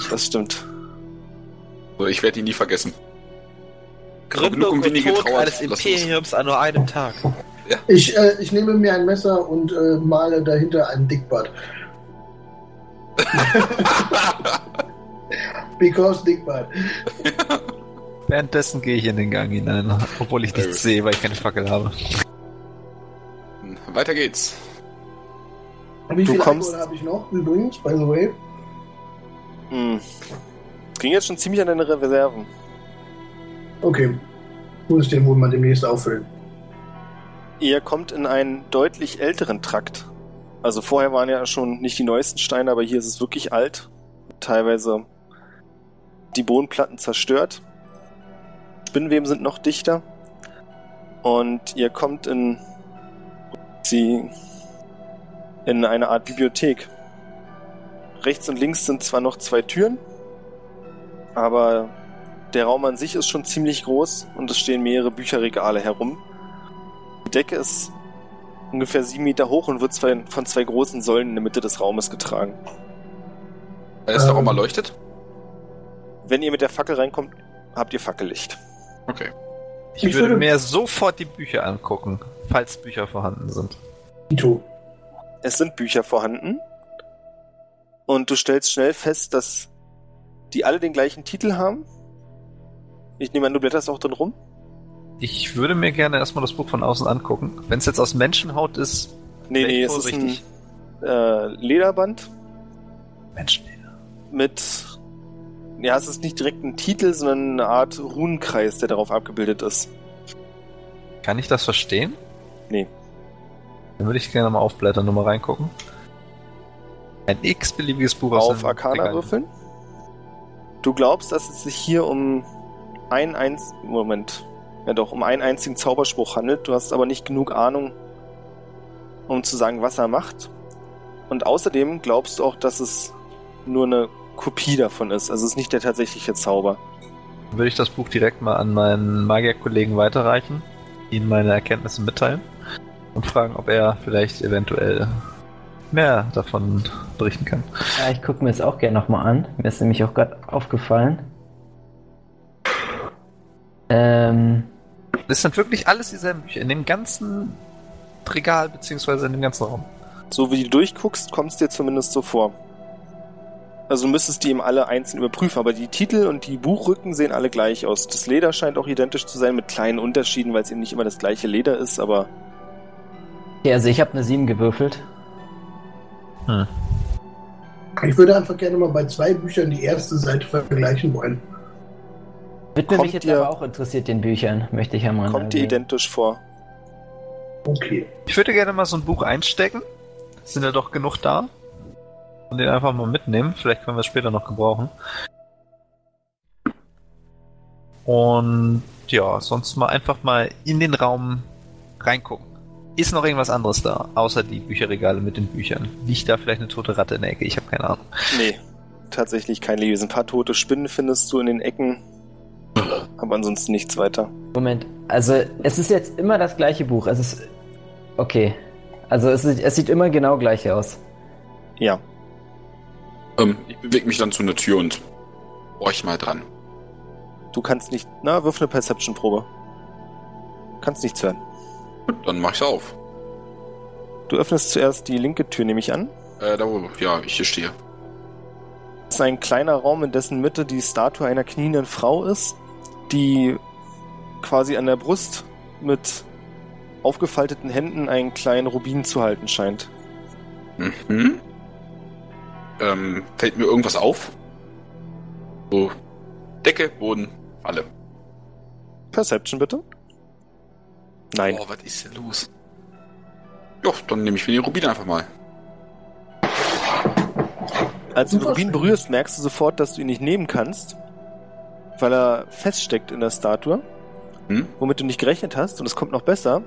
Speaker 4: Das stimmt.
Speaker 5: So, ich werde ihn nie vergessen. genug,
Speaker 1: Gründung
Speaker 5: um
Speaker 1: und
Speaker 5: wenige
Speaker 1: Tod
Speaker 5: Trauer
Speaker 1: eines
Speaker 5: zu lassen.
Speaker 1: Imperiums an nur einem Tag.
Speaker 6: Ich, äh, ich nehme mir ein Messer und äh, male dahinter einen Dickbart. Because Dickbart.
Speaker 2: Währenddessen gehe ich in den Gang hinein, obwohl ich nichts sehe, weil ich keine Fackel habe.
Speaker 5: Weiter geht's.
Speaker 6: Wie
Speaker 4: Du
Speaker 6: viel
Speaker 4: kommst-
Speaker 6: Alkohol habe ich noch übrigens, by the way?
Speaker 4: Hm. Es ging jetzt schon ziemlich an deine Reserven.
Speaker 6: Okay. Muss ich den wohl mal demnächst auffüllen.
Speaker 4: Ihr kommt in einen deutlich älteren Trakt. Also vorher waren ja schon nicht die neuesten Steine, aber hier ist es wirklich alt. Teilweise die Bodenplatten zerstört. Spinnweben sind noch dichter. Und ihr kommt in sie in eine Art Bibliothek. Rechts und links sind zwar noch zwei Türen, aber der Raum an sich ist schon ziemlich groß und es stehen mehrere Bücherregale herum. Die Decke ist ungefähr sieben Meter hoch und wird zwei, von zwei großen Säulen in der Mitte des Raumes getragen.
Speaker 5: Er ist doch auch
Speaker 6: Ähm.
Speaker 5: mal leuchtet.
Speaker 4: Wenn ihr mit der Fackel reinkommt, habt ihr Fackellicht.
Speaker 5: Okay.
Speaker 2: Ich,
Speaker 6: Ich
Speaker 2: würde
Speaker 6: würde-
Speaker 2: mir sofort die Bücher angucken, falls Bücher vorhanden sind.
Speaker 6: Ito.
Speaker 4: Es sind Bücher vorhanden und du stellst schnell fest, dass die alle den gleichen Titel haben. Ich nehme an, du blätterst auch drin rum.
Speaker 2: Ich würde mir gerne erstmal das Buch von außen angucken. Wenn es jetzt aus Menschenhaut ist,
Speaker 4: Nee,
Speaker 2: Recht
Speaker 4: nee, es ist ein
Speaker 2: vorsichtig.
Speaker 4: äh, Lederband
Speaker 2: Menschen.
Speaker 4: mit... Ja, es ist nicht direkt ein Titel, sondern eine Art Runenkreis, der darauf abgebildet ist.
Speaker 2: Kann ich das verstehen?
Speaker 4: Nee.
Speaker 2: Dann würde ich gerne mal aufblättern und mal reingucken. Ein x-beliebiges Buch aus
Speaker 4: auf
Speaker 2: dem
Speaker 4: Arcana
Speaker 2: Regal.
Speaker 4: würfeln. Du glaubst, dass es sich hier um einen einzigen Moment, ja doch, um einen einzigen Zauberspruch handelt. Du hast aber nicht genug Ahnung, um zu sagen, was er macht. Und außerdem glaubst du auch, dass es nur eine Kopie davon ist. Also es ist nicht der tatsächliche Zauber.
Speaker 2: Dann Würde ich das Buch direkt mal an meinen Magierkollegen weiterreichen, ihnen meine Erkenntnisse mitteilen und fragen, ob er vielleicht eventuell mehr davon berichten kann.
Speaker 3: Ja, ich gucke mir das auch gerne nochmal an. Mir ist nämlich auch gerade aufgefallen. Ähm,
Speaker 2: Das sind wirklich alles dieselben Bücher in dem ganzen Regal beziehungsweise in dem ganzen Raum.
Speaker 4: So wie du durchguckst, kommst dir zumindest so vor. Also du müsstest die eben alle einzeln überprüfen, aber die Titel und die Buchrücken sehen alle gleich aus. Das Leder scheint auch identisch zu sein mit kleinen Unterschieden, weil es eben nicht immer das gleiche Leder ist, aber
Speaker 3: Okay, also ich habe eine 7 gewürfelt.
Speaker 6: Ich würde einfach gerne mal bei zwei Büchern die erste Seite vergleichen wollen.
Speaker 3: Widme
Speaker 4: Kommt
Speaker 3: mich jetzt
Speaker 4: dir-
Speaker 3: aber auch interessiert den Büchern, möchte ich ja mal.
Speaker 4: kommt dir
Speaker 3: erwähnen.
Speaker 4: identisch vor.
Speaker 6: Okay.
Speaker 2: Ich würde gerne mal so ein Buch einstecken. Sind ja doch genug da. Und den einfach mal mitnehmen. Vielleicht können wir es später noch gebrauchen. Und ja, sonst mal einfach mal in den Raum reingucken. Ist noch irgendwas anderes da, außer die Bücherregale mit den Büchern? Liegt da vielleicht eine tote Ratte in der Ecke? Ich habe keine Ahnung.
Speaker 4: Nee, tatsächlich kein Leben. Ein paar tote Spinnen findest du in den Ecken, aber ansonsten nichts weiter.
Speaker 3: Moment, also es ist jetzt immer das gleiche Buch. Es ist. Okay. Also es, ist, es sieht immer genau gleich aus.
Speaker 4: Ja,
Speaker 5: Ähm, ich bewege mich dann zu einer Tür und horch mal dran.
Speaker 4: du kannst nicht... Na, wirf eine Perception-Probe. Kannst nichts hören.
Speaker 5: Gut, dann mach ich auf.
Speaker 4: Du öffnest zuerst die linke Tür, nehme ich an.
Speaker 5: Äh, da wo, ja, ich hier stehe.
Speaker 4: Es ist ein kleiner Raum, in dessen Mitte die Statue einer knienden Frau ist, die quasi an der Brust mit aufgefalteten Händen einen kleinen Rubin zu halten scheint.
Speaker 5: Mhm. Ähm, fällt mir irgendwas auf? So, Decke, Boden, alle.
Speaker 4: Perception bitte? Nein.
Speaker 5: Oh, was ist denn los? Ja, dann nehme ich mir den Rubin einfach mal.
Speaker 4: Als du den
Speaker 6: Super
Speaker 4: Rubin
Speaker 6: spannend.
Speaker 4: berührst, merkst du sofort, dass du ihn nicht nehmen kannst, weil er feststeckt in der Statue,
Speaker 5: Hm?
Speaker 4: womit du nicht gerechnet hast, und es kommt noch besser.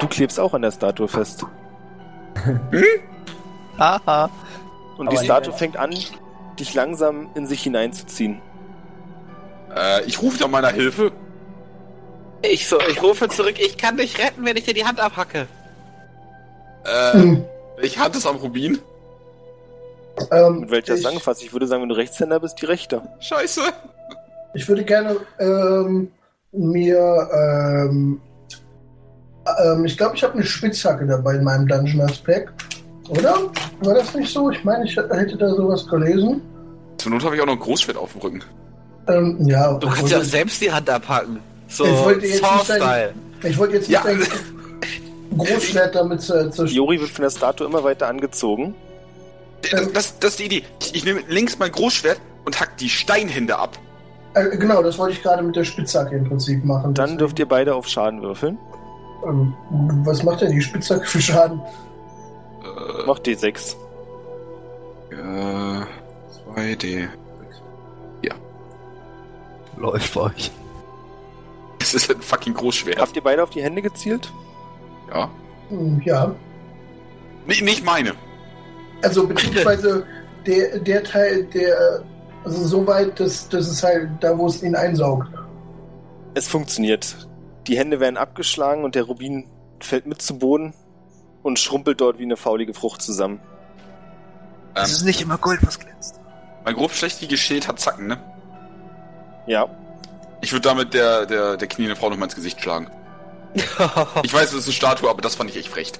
Speaker 4: Du klebst auch an der Statue fest.
Speaker 2: Haha.
Speaker 4: Und
Speaker 3: Aber
Speaker 4: die
Speaker 3: nicht
Speaker 4: Statue
Speaker 3: mehr.
Speaker 4: fängt an, dich langsam in sich hineinzuziehen.
Speaker 5: Äh, ich rufe nach meiner Hilfe.
Speaker 1: Ich so, ich rufe zurück, ich kann dich retten, wenn ich dir die Hand abhacke.
Speaker 5: Äh,
Speaker 6: Ähm,
Speaker 5: ich hatte es am Rubin.
Speaker 6: ähm,
Speaker 4: Mit welcher
Speaker 6: ich,
Speaker 4: Sangfass? Ich würde sagen, wenn du Rechtshänder bist, die rechte.
Speaker 5: Scheiße.
Speaker 6: ich würde gerne ähm, mir. Ähm, ähm, ich glaube, ich habe eine Spitzhacke dabei in meinem Dungeon Aspect. Oder? War das nicht so? Ich meine, ich hätte da sowas gelesen.
Speaker 5: Zur Not habe ich auch noch ein Großschwert auf dem Rücken.
Speaker 6: Ähm, ja,
Speaker 1: Du kannst ja auch selbst die Hand abhacken. So,
Speaker 6: Ich wollte jetzt nicht
Speaker 1: Saw-Style.
Speaker 6: ich wollte jetzt
Speaker 5: Ja.
Speaker 6: nicht dein Großschwert damit zerstören. Zu,
Speaker 4: Jori wird von der Statue immer weiter angezogen.
Speaker 5: Das, das, das ist die Idee. Ich, ich nehme links mein Großschwert und hack die Steinhände ab.
Speaker 6: Äh, genau, das wollte ich gerade mit der Spitzhacke im Prinzip machen.
Speaker 4: Dann dürft ihr beide auf Schaden würfeln.
Speaker 6: Ähm, was macht denn die Spitzhacke für Schaden?
Speaker 5: Äh,
Speaker 4: Macht D6.
Speaker 5: Äh, 2D.
Speaker 2: Läuft bei euch.
Speaker 5: Das ist ein fucking Großschwert.
Speaker 4: Habt ihr beide auf die Hände gezielt?
Speaker 5: Ja.
Speaker 6: Hm, ja.
Speaker 5: Nee, nicht meine.
Speaker 6: Also beziehungsweise der, der Teil, der also so weit, dass, dass es halt da, wo es ihn einsaugt.
Speaker 4: Es funktioniert. Die Hände werden abgeschlagen und der Rubin fällt mit zu Boden und schrumpelt dort wie eine faulige Frucht zusammen.
Speaker 2: Es ist nicht immer Gold, was glänzt.
Speaker 5: Mein grob schlechtiges Schild hat Zacken, ne?
Speaker 4: Ja,
Speaker 5: Ich würde damit der, der, der knienden Frau nochmal ins Gesicht schlagen. Ich weiß, es ist eine Statue, aber das fand ich echt frech.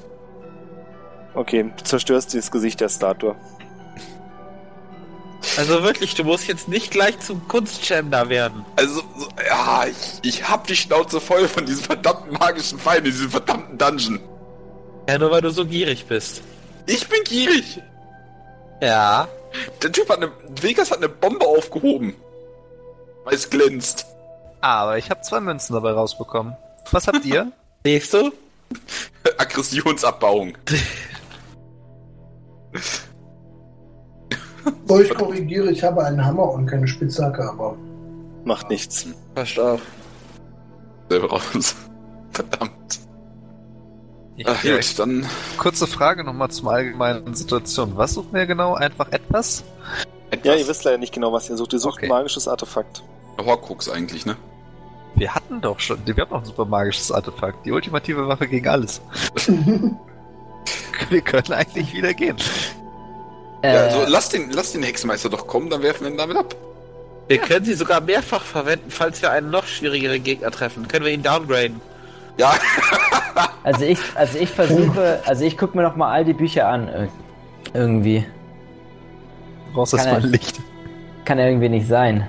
Speaker 4: okay. Du zerstörst das Gesicht der Statue.
Speaker 1: also wirklich, du musst jetzt nicht gleich zum Kunstchamp da werden.
Speaker 5: Also, so, ja, ich, ich hab die Schnauze voll von diesem verdammten magischen Feind in diesem verdammten Dungeon.
Speaker 1: Ja, nur weil du so gierig bist.
Speaker 5: Ich bin gierig.
Speaker 1: Ja.
Speaker 5: Der Typ hat eine, Vegas hat eine Bombe aufgehoben. Weil es glänzt.
Speaker 2: Aber ich habe zwei Münzen dabei rausbekommen. Was habt ihr?
Speaker 1: Siehst du?
Speaker 5: Aggressionsabbauung.
Speaker 6: So, ich korrigiere, ich habe einen Hammer und keine Spitzhacke, aber
Speaker 4: Macht nichts.
Speaker 1: Passt auf.
Speaker 5: Selber raus. Verdammt.
Speaker 2: Ich,
Speaker 5: Ach,
Speaker 2: ja,
Speaker 5: gut, dann
Speaker 2: Kurze Frage nochmal zum allgemeinen Situation. Was suchen wir genau? Einfach etwas?
Speaker 5: etwas
Speaker 4: Ja, ihr wisst leider nicht genau, was ihr sucht. Ihr sucht
Speaker 2: Okay.
Speaker 4: ein magisches Artefakt.
Speaker 5: Horcrux eigentlich, ne?
Speaker 2: Wir hatten doch schon, wir haben noch ein super magisches Artefakt. Die ultimative Waffe gegen alles. wir können eigentlich wieder gehen.
Speaker 3: Äh,
Speaker 5: ja, also lass den, lass den Hexenmeister doch kommen, dann werfen wir ihn damit ab.
Speaker 1: Wir können sie sogar mehrfach verwenden, falls wir einen noch schwierigeren Gegner treffen. Können wir ihn downgraden.
Speaker 5: Ja,
Speaker 3: Also ich, also ich versuche, also ich gucke mir noch mal all die Bücher an. irg- Irgendwie.
Speaker 2: Du brauchst
Speaker 3: Kann
Speaker 2: erstmal
Speaker 3: er-
Speaker 2: ein Licht.
Speaker 3: Kann ja irgendwie nicht sein.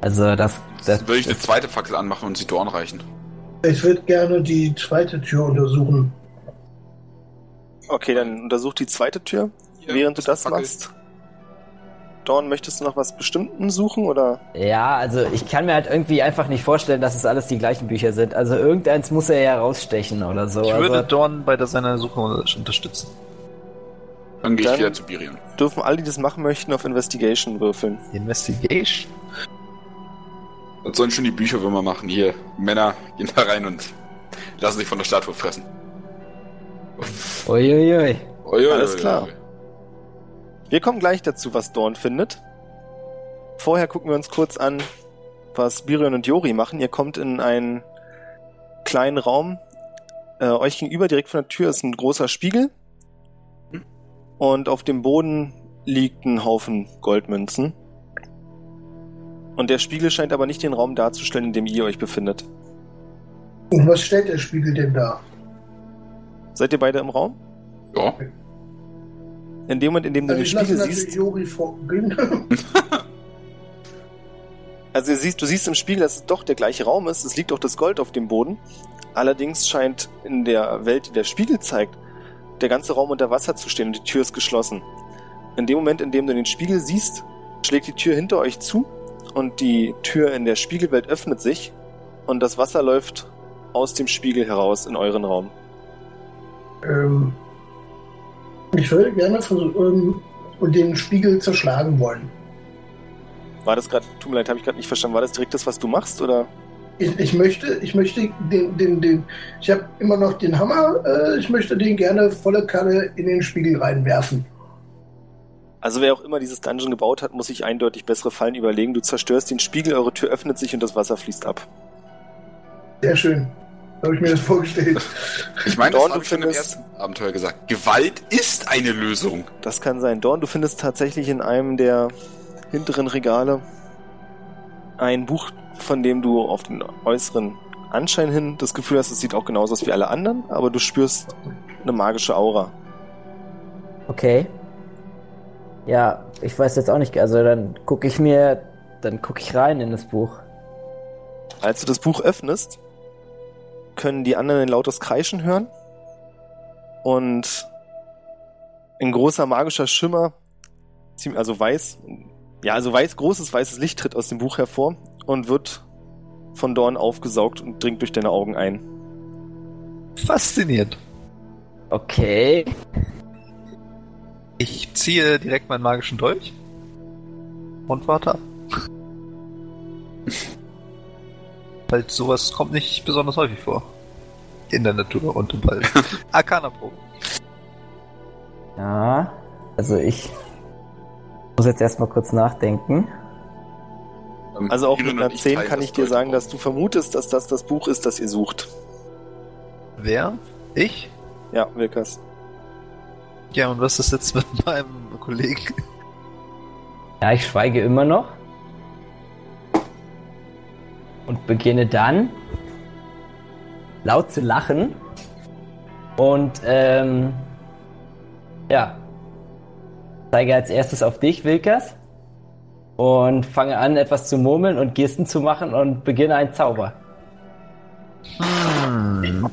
Speaker 3: Also das, das,
Speaker 5: Dann würde ich eine zweite Fackel anmachen und sie Dorn reichen.
Speaker 6: Ich würde gerne die zweite Tür untersuchen.
Speaker 4: Okay, dann untersuch die zweite Tür, während du das machst. Dawn, möchtest du noch was Bestimmten suchen oder?
Speaker 3: Ja, also ich kann mir halt irgendwie einfach nicht vorstellen, dass es alles die gleichen Bücher sind. Also irgendeins muss er ja rausstechen oder so.
Speaker 2: Ich würde
Speaker 3: also,
Speaker 2: Dorn bei der, seiner Suche unterstützen.
Speaker 5: Dann gehe
Speaker 4: Dann-
Speaker 5: ich wieder zu Birion.
Speaker 4: Dürfen alle, die das machen möchten, auf Investigation würfeln?
Speaker 2: Investigation.
Speaker 5: Das sollen schon die Bücherwürmer machen. Hier, Männer, gehen da rein und lassen sich von der Statue fressen.
Speaker 3: Also, uiuiui.
Speaker 5: Ui, ui,
Speaker 4: Alles
Speaker 5: ui,
Speaker 4: klar.
Speaker 5: ui.
Speaker 4: Wir kommen gleich dazu, was Dorn findet. Vorher gucken wir uns kurz an, was Birion und Jori machen. Ihr kommt in einen kleinen Raum. Äh, euch gegenüber, direkt von der Tür, ist ein großer Spiegel. Und auf dem Boden liegt ein Haufen Goldmünzen. Und der Spiegel scheint aber nicht den Raum darzustellen, in dem ihr euch befindet.
Speaker 6: Und was stellt der Spiegel denn da?
Speaker 4: Seid ihr beide im Raum?
Speaker 5: Ja.
Speaker 4: In dem Moment, in dem du
Speaker 6: Also
Speaker 4: den
Speaker 6: ich lasse
Speaker 4: Spiegel
Speaker 6: natürlich
Speaker 4: siehst,
Speaker 6: Jori vorgehen.
Speaker 4: Also ihr siehst, du siehst im Spiegel, dass es doch der gleiche Raum ist. Es liegt auch das Gold auf dem Boden. Allerdings scheint in der Welt, die der Spiegel zeigt, der ganze Raum unter Wasser zu stehen und die Tür ist geschlossen. In dem Moment, in dem du den Spiegel siehst, schlägt die Tür hinter euch zu und die Tür in der Spiegelwelt öffnet sich und das Wasser läuft aus dem Spiegel heraus in euren Raum.
Speaker 6: ähm, ich würde gerne versuchen, ähm, den Spiegel zerschlagen wollen.
Speaker 4: War das gerade, tut mir leid, habe ich gerade nicht verstanden, war das direkt das, was du machst oder?
Speaker 6: Ich, ich möchte, ich möchte den, den, den, ich habe immer noch den Hammer, äh, ich möchte den gerne volle Kanne in den Spiegel reinwerfen.
Speaker 4: Also wer auch immer dieses Dungeon gebaut hat, muss sich eindeutig bessere Fallen überlegen. Du zerstörst den Spiegel, eure Tür öffnet sich und das Wasser fließt ab.
Speaker 6: Sehr schön. Habe ich mir das vorgestellt.
Speaker 5: Ich meine, das
Speaker 4: Dorn,
Speaker 5: habe
Speaker 4: du
Speaker 5: ich schon im
Speaker 4: findest-
Speaker 5: ersten Abenteuer gesagt. Gewalt ist eine Lösung.
Speaker 4: Das kann sein. Dorn, du findest tatsächlich in einem der hinteren Regale ein Buch, von dem du auf den äußeren Anschein hin das Gefühl hast, es sieht auch genauso aus wie alle anderen, aber du spürst eine magische Aura.
Speaker 3: Okay. Ja, ich weiß jetzt auch nicht. Also dann gucke ich mir, dann gucke ich rein in das Buch.
Speaker 4: Als du das Buch öffnest, können die anderen ein lautes Kreischen hören und ein großer magischer Schimmer, ziem- also weiß, ja, also weiß, großes weißes Licht tritt aus dem Buch hervor und wird von Dorn aufgesaugt und dringt durch deine Augen ein.
Speaker 2: Faszinierend.
Speaker 3: Okay.
Speaker 2: Ich ziehe direkt meinen magischen Dolch und warte ab. Weil sowas kommt nicht besonders häufig vor. In der Natur und im Wald. Arcana-Probe.
Speaker 3: Ja. Also ich muss jetzt erstmal kurz nachdenken.
Speaker 5: Ähm,
Speaker 4: Also auch mit
Speaker 5: Birion
Speaker 4: einer
Speaker 5: und ich
Speaker 4: 10
Speaker 5: teilen
Speaker 4: kann
Speaker 5: das
Speaker 4: ich dir
Speaker 5: Gold
Speaker 4: sagen,
Speaker 5: auf.
Speaker 4: dass du vermutest, dass das das Buch ist, das ihr sucht.
Speaker 2: Wer? Ich?
Speaker 4: Ja, Wilkas.
Speaker 2: Ja, und was ist jetzt mit meinem Kollegen?
Speaker 3: Ja, ich schweige immer noch. Und beginne dann laut zu lachen. Und ähm, ja, zeige als erstes auf dich, Wilkas. Und fange an, etwas zu murmeln und Gesten zu machen und beginne einen Zauber.
Speaker 2: Hm.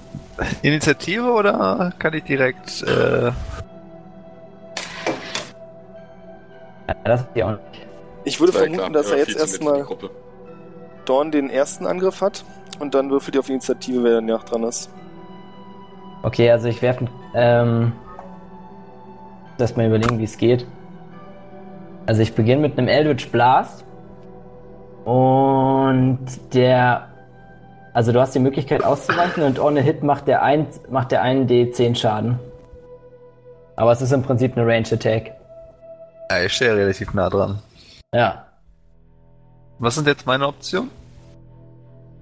Speaker 2: Initiative oder kann ich direkt äh,
Speaker 3: Ja, das habt ihr auch nicht.
Speaker 4: Ich würde
Speaker 5: Ja,
Speaker 4: vermuten,
Speaker 5: klar.
Speaker 4: dass
Speaker 5: Ja,
Speaker 4: er jetzt
Speaker 5: viel zu nett für die
Speaker 4: erstmal
Speaker 5: Gruppe.
Speaker 4: Dorn den ersten Angriff hat und dann würfelt ihr auf Initiative, wer danach dran ist.
Speaker 3: Okay, also ich werfe. Ähm, lass mal überlegen, wie es geht. Also ich beginne mit einem Eldritch Blast. Und der. Also du hast die Möglichkeit auszuweichen und ohne Hit macht der, ein, macht der einen D10 Schaden. Aber es ist im Prinzip eine Range Attack.
Speaker 2: Ja, ich stehe ja relativ nah dran.
Speaker 3: Ja.
Speaker 2: Was sind jetzt meine Optionen?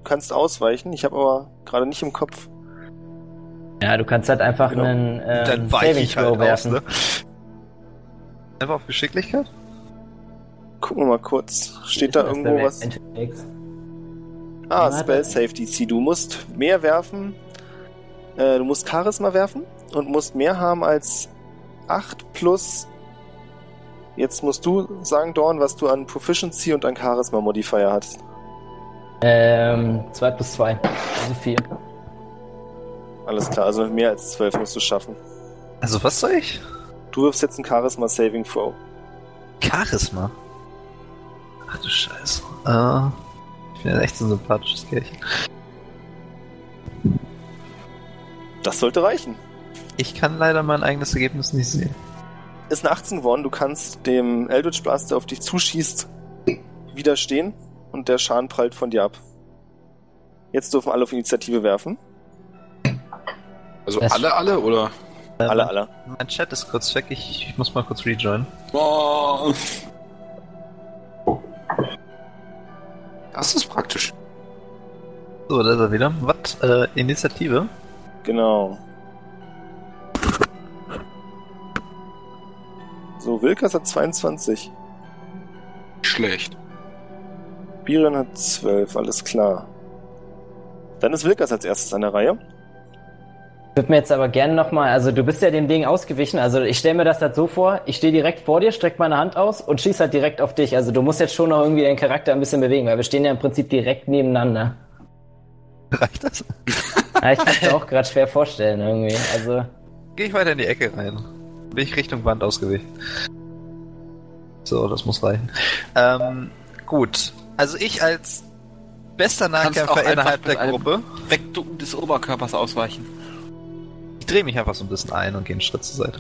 Speaker 4: Du kannst ausweichen, ich habe aber gerade nicht im Kopf.
Speaker 3: Ja, du kannst halt einfach
Speaker 4: Genau.
Speaker 3: einen ähm,
Speaker 2: Dann weiche
Speaker 3: Saving
Speaker 2: ich
Speaker 3: Throw
Speaker 2: halt aus,
Speaker 3: werfen.
Speaker 2: ne? Einfach auf Geschicklichkeit?
Speaker 4: Gucken wir mal kurz. Steht da
Speaker 3: Das ist
Speaker 4: irgendwo
Speaker 3: der
Speaker 4: was?
Speaker 3: Range Attacks.
Speaker 4: Ah,
Speaker 3: Ja,
Speaker 4: Spell
Speaker 3: da-
Speaker 4: Safety DC. Du musst mehr werfen Äh, du musst Charisma werfen und musst mehr haben als 8 plus. Jetzt musst du sagen, Dorn, was du an Proficiency und an Charisma Modifier hast.
Speaker 3: Ähm, 2 plus 2. Also 4.
Speaker 4: Alles klar, also mehr als 12 musst du schaffen.
Speaker 2: Also was soll ich?
Speaker 4: Du wirfst jetzt einen Charisma Saving Throw.
Speaker 2: Charisma. Ach du Scheiße. Äh, ich bin ja echt so ein sympathisches Kirchen.
Speaker 4: Das sollte reichen.
Speaker 2: Ich kann leider mein eigenes Ergebnis nicht sehen.
Speaker 4: Ist eine 18 geworden, du kannst dem Eldritch Blast, der auf dich zuschießt, widerstehen und der Schaden prallt von dir ab. Jetzt dürfen alle auf Initiative werfen.
Speaker 5: Also
Speaker 3: Das-
Speaker 5: alle, alle oder?
Speaker 2: Ähm,
Speaker 4: Alle, alle.
Speaker 2: Mein Chat ist kurz weg, ich, ich muss mal kurz rejoinen.
Speaker 5: Oh. Das ist praktisch.
Speaker 2: So, da ist er wieder. Was? Äh, Initiative?
Speaker 4: Genau. So, Wilkas hat 22.
Speaker 5: Schlecht.
Speaker 4: Birion hat 12, alles klar. Dann ist Wilkas als erstes an der Reihe.
Speaker 3: Ich würde mir jetzt aber gerne nochmal, also du bist ja dem Ding ausgewichen, also ich stelle mir das halt so vor, ich stehe direkt vor dir, streck meine Hand aus und schieß halt direkt auf dich. Also du musst jetzt schon noch irgendwie deinen Charakter ein bisschen bewegen, weil wir stehen ja im Prinzip direkt nebeneinander.
Speaker 2: Reicht das?
Speaker 3: Ja, ich kann es mir auch gerade schwer vorstellen irgendwie. Also
Speaker 2: Gehe ich weiter in die Ecke rein. Bin ich Richtung Wand ausgewichen. So, das muss reichen. Ähm, gut. Also ich als bester
Speaker 7: kannst auch
Speaker 2: Nahkämpfer
Speaker 7: einfach
Speaker 2: innerhalb
Speaker 7: mit
Speaker 2: der
Speaker 7: einem-
Speaker 2: Gruppe.
Speaker 7: Wegducken des Oberkörpers ausweichen.
Speaker 2: Ich drehe mich einfach so ein bisschen ein und gehe einen Schritt zur Seite.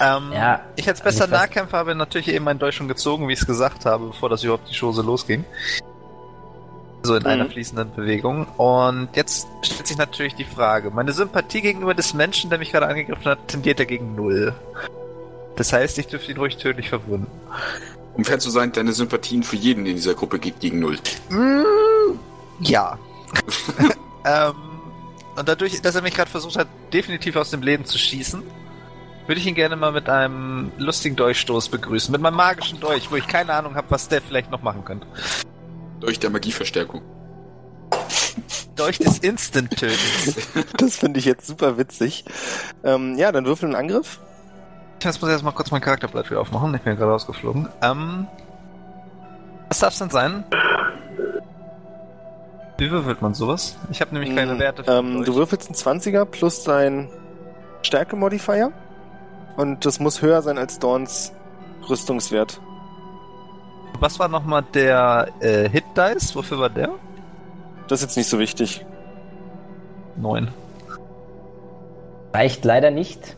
Speaker 2: Ähm,
Speaker 3: Ja,
Speaker 2: ich als bester
Speaker 3: also ich weiß-
Speaker 2: Nahkämpfer habe natürlich eben mein Dolch schon gezogen, wie ich es gesagt habe, bevor das überhaupt die Chose losging. So in
Speaker 4: Mhm.
Speaker 2: einer fließenden Bewegung. Und jetzt stellt sich natürlich die Frage, meine Sympathie gegenüber des Menschen, der mich gerade angegriffen hat, tendiert dagegen null. Das heißt, ich dürfte ihn ruhig tödlich verwunden.
Speaker 5: Um fair zu sein, deine Sympathien für jeden in dieser Gruppe geht gegen null.
Speaker 2: Mm, ja. ähm, und dadurch, dass er mich gerade versucht hat, definitiv aus dem Leben zu schießen, würde ich ihn gerne mal mit einem lustigen Dolchstoß begrüßen. Mit meinem magischen Dolch, wo ich keine Ahnung habe, was der vielleicht noch machen könnte.
Speaker 5: Durch der Magieverstärkung.
Speaker 2: Dolch des Instant-Tötens.
Speaker 4: Das finde ich jetzt super witzig. Ähm, ja, dann würfel einen Angriff.
Speaker 2: Jetzt muss ich erstmal kurz mein Charakterblatt wieder aufmachen. Ich bin ja gerade rausgeflogen. Ähm, was darf es denn sein? Wie würfelt man sowas? Ich habe nämlich keine
Speaker 4: Mm,
Speaker 2: Werte. für
Speaker 4: Ähm, du
Speaker 2: Dolch.
Speaker 4: würfelst einen 20er plus dein Stärke-Modifier. Und das muss höher sein als Dorns Rüstungswert.
Speaker 2: Was war nochmal der äh, Hit-Dice? Wofür war der?
Speaker 4: Das ist jetzt nicht so wichtig.
Speaker 2: Neun.
Speaker 3: reicht leider nicht.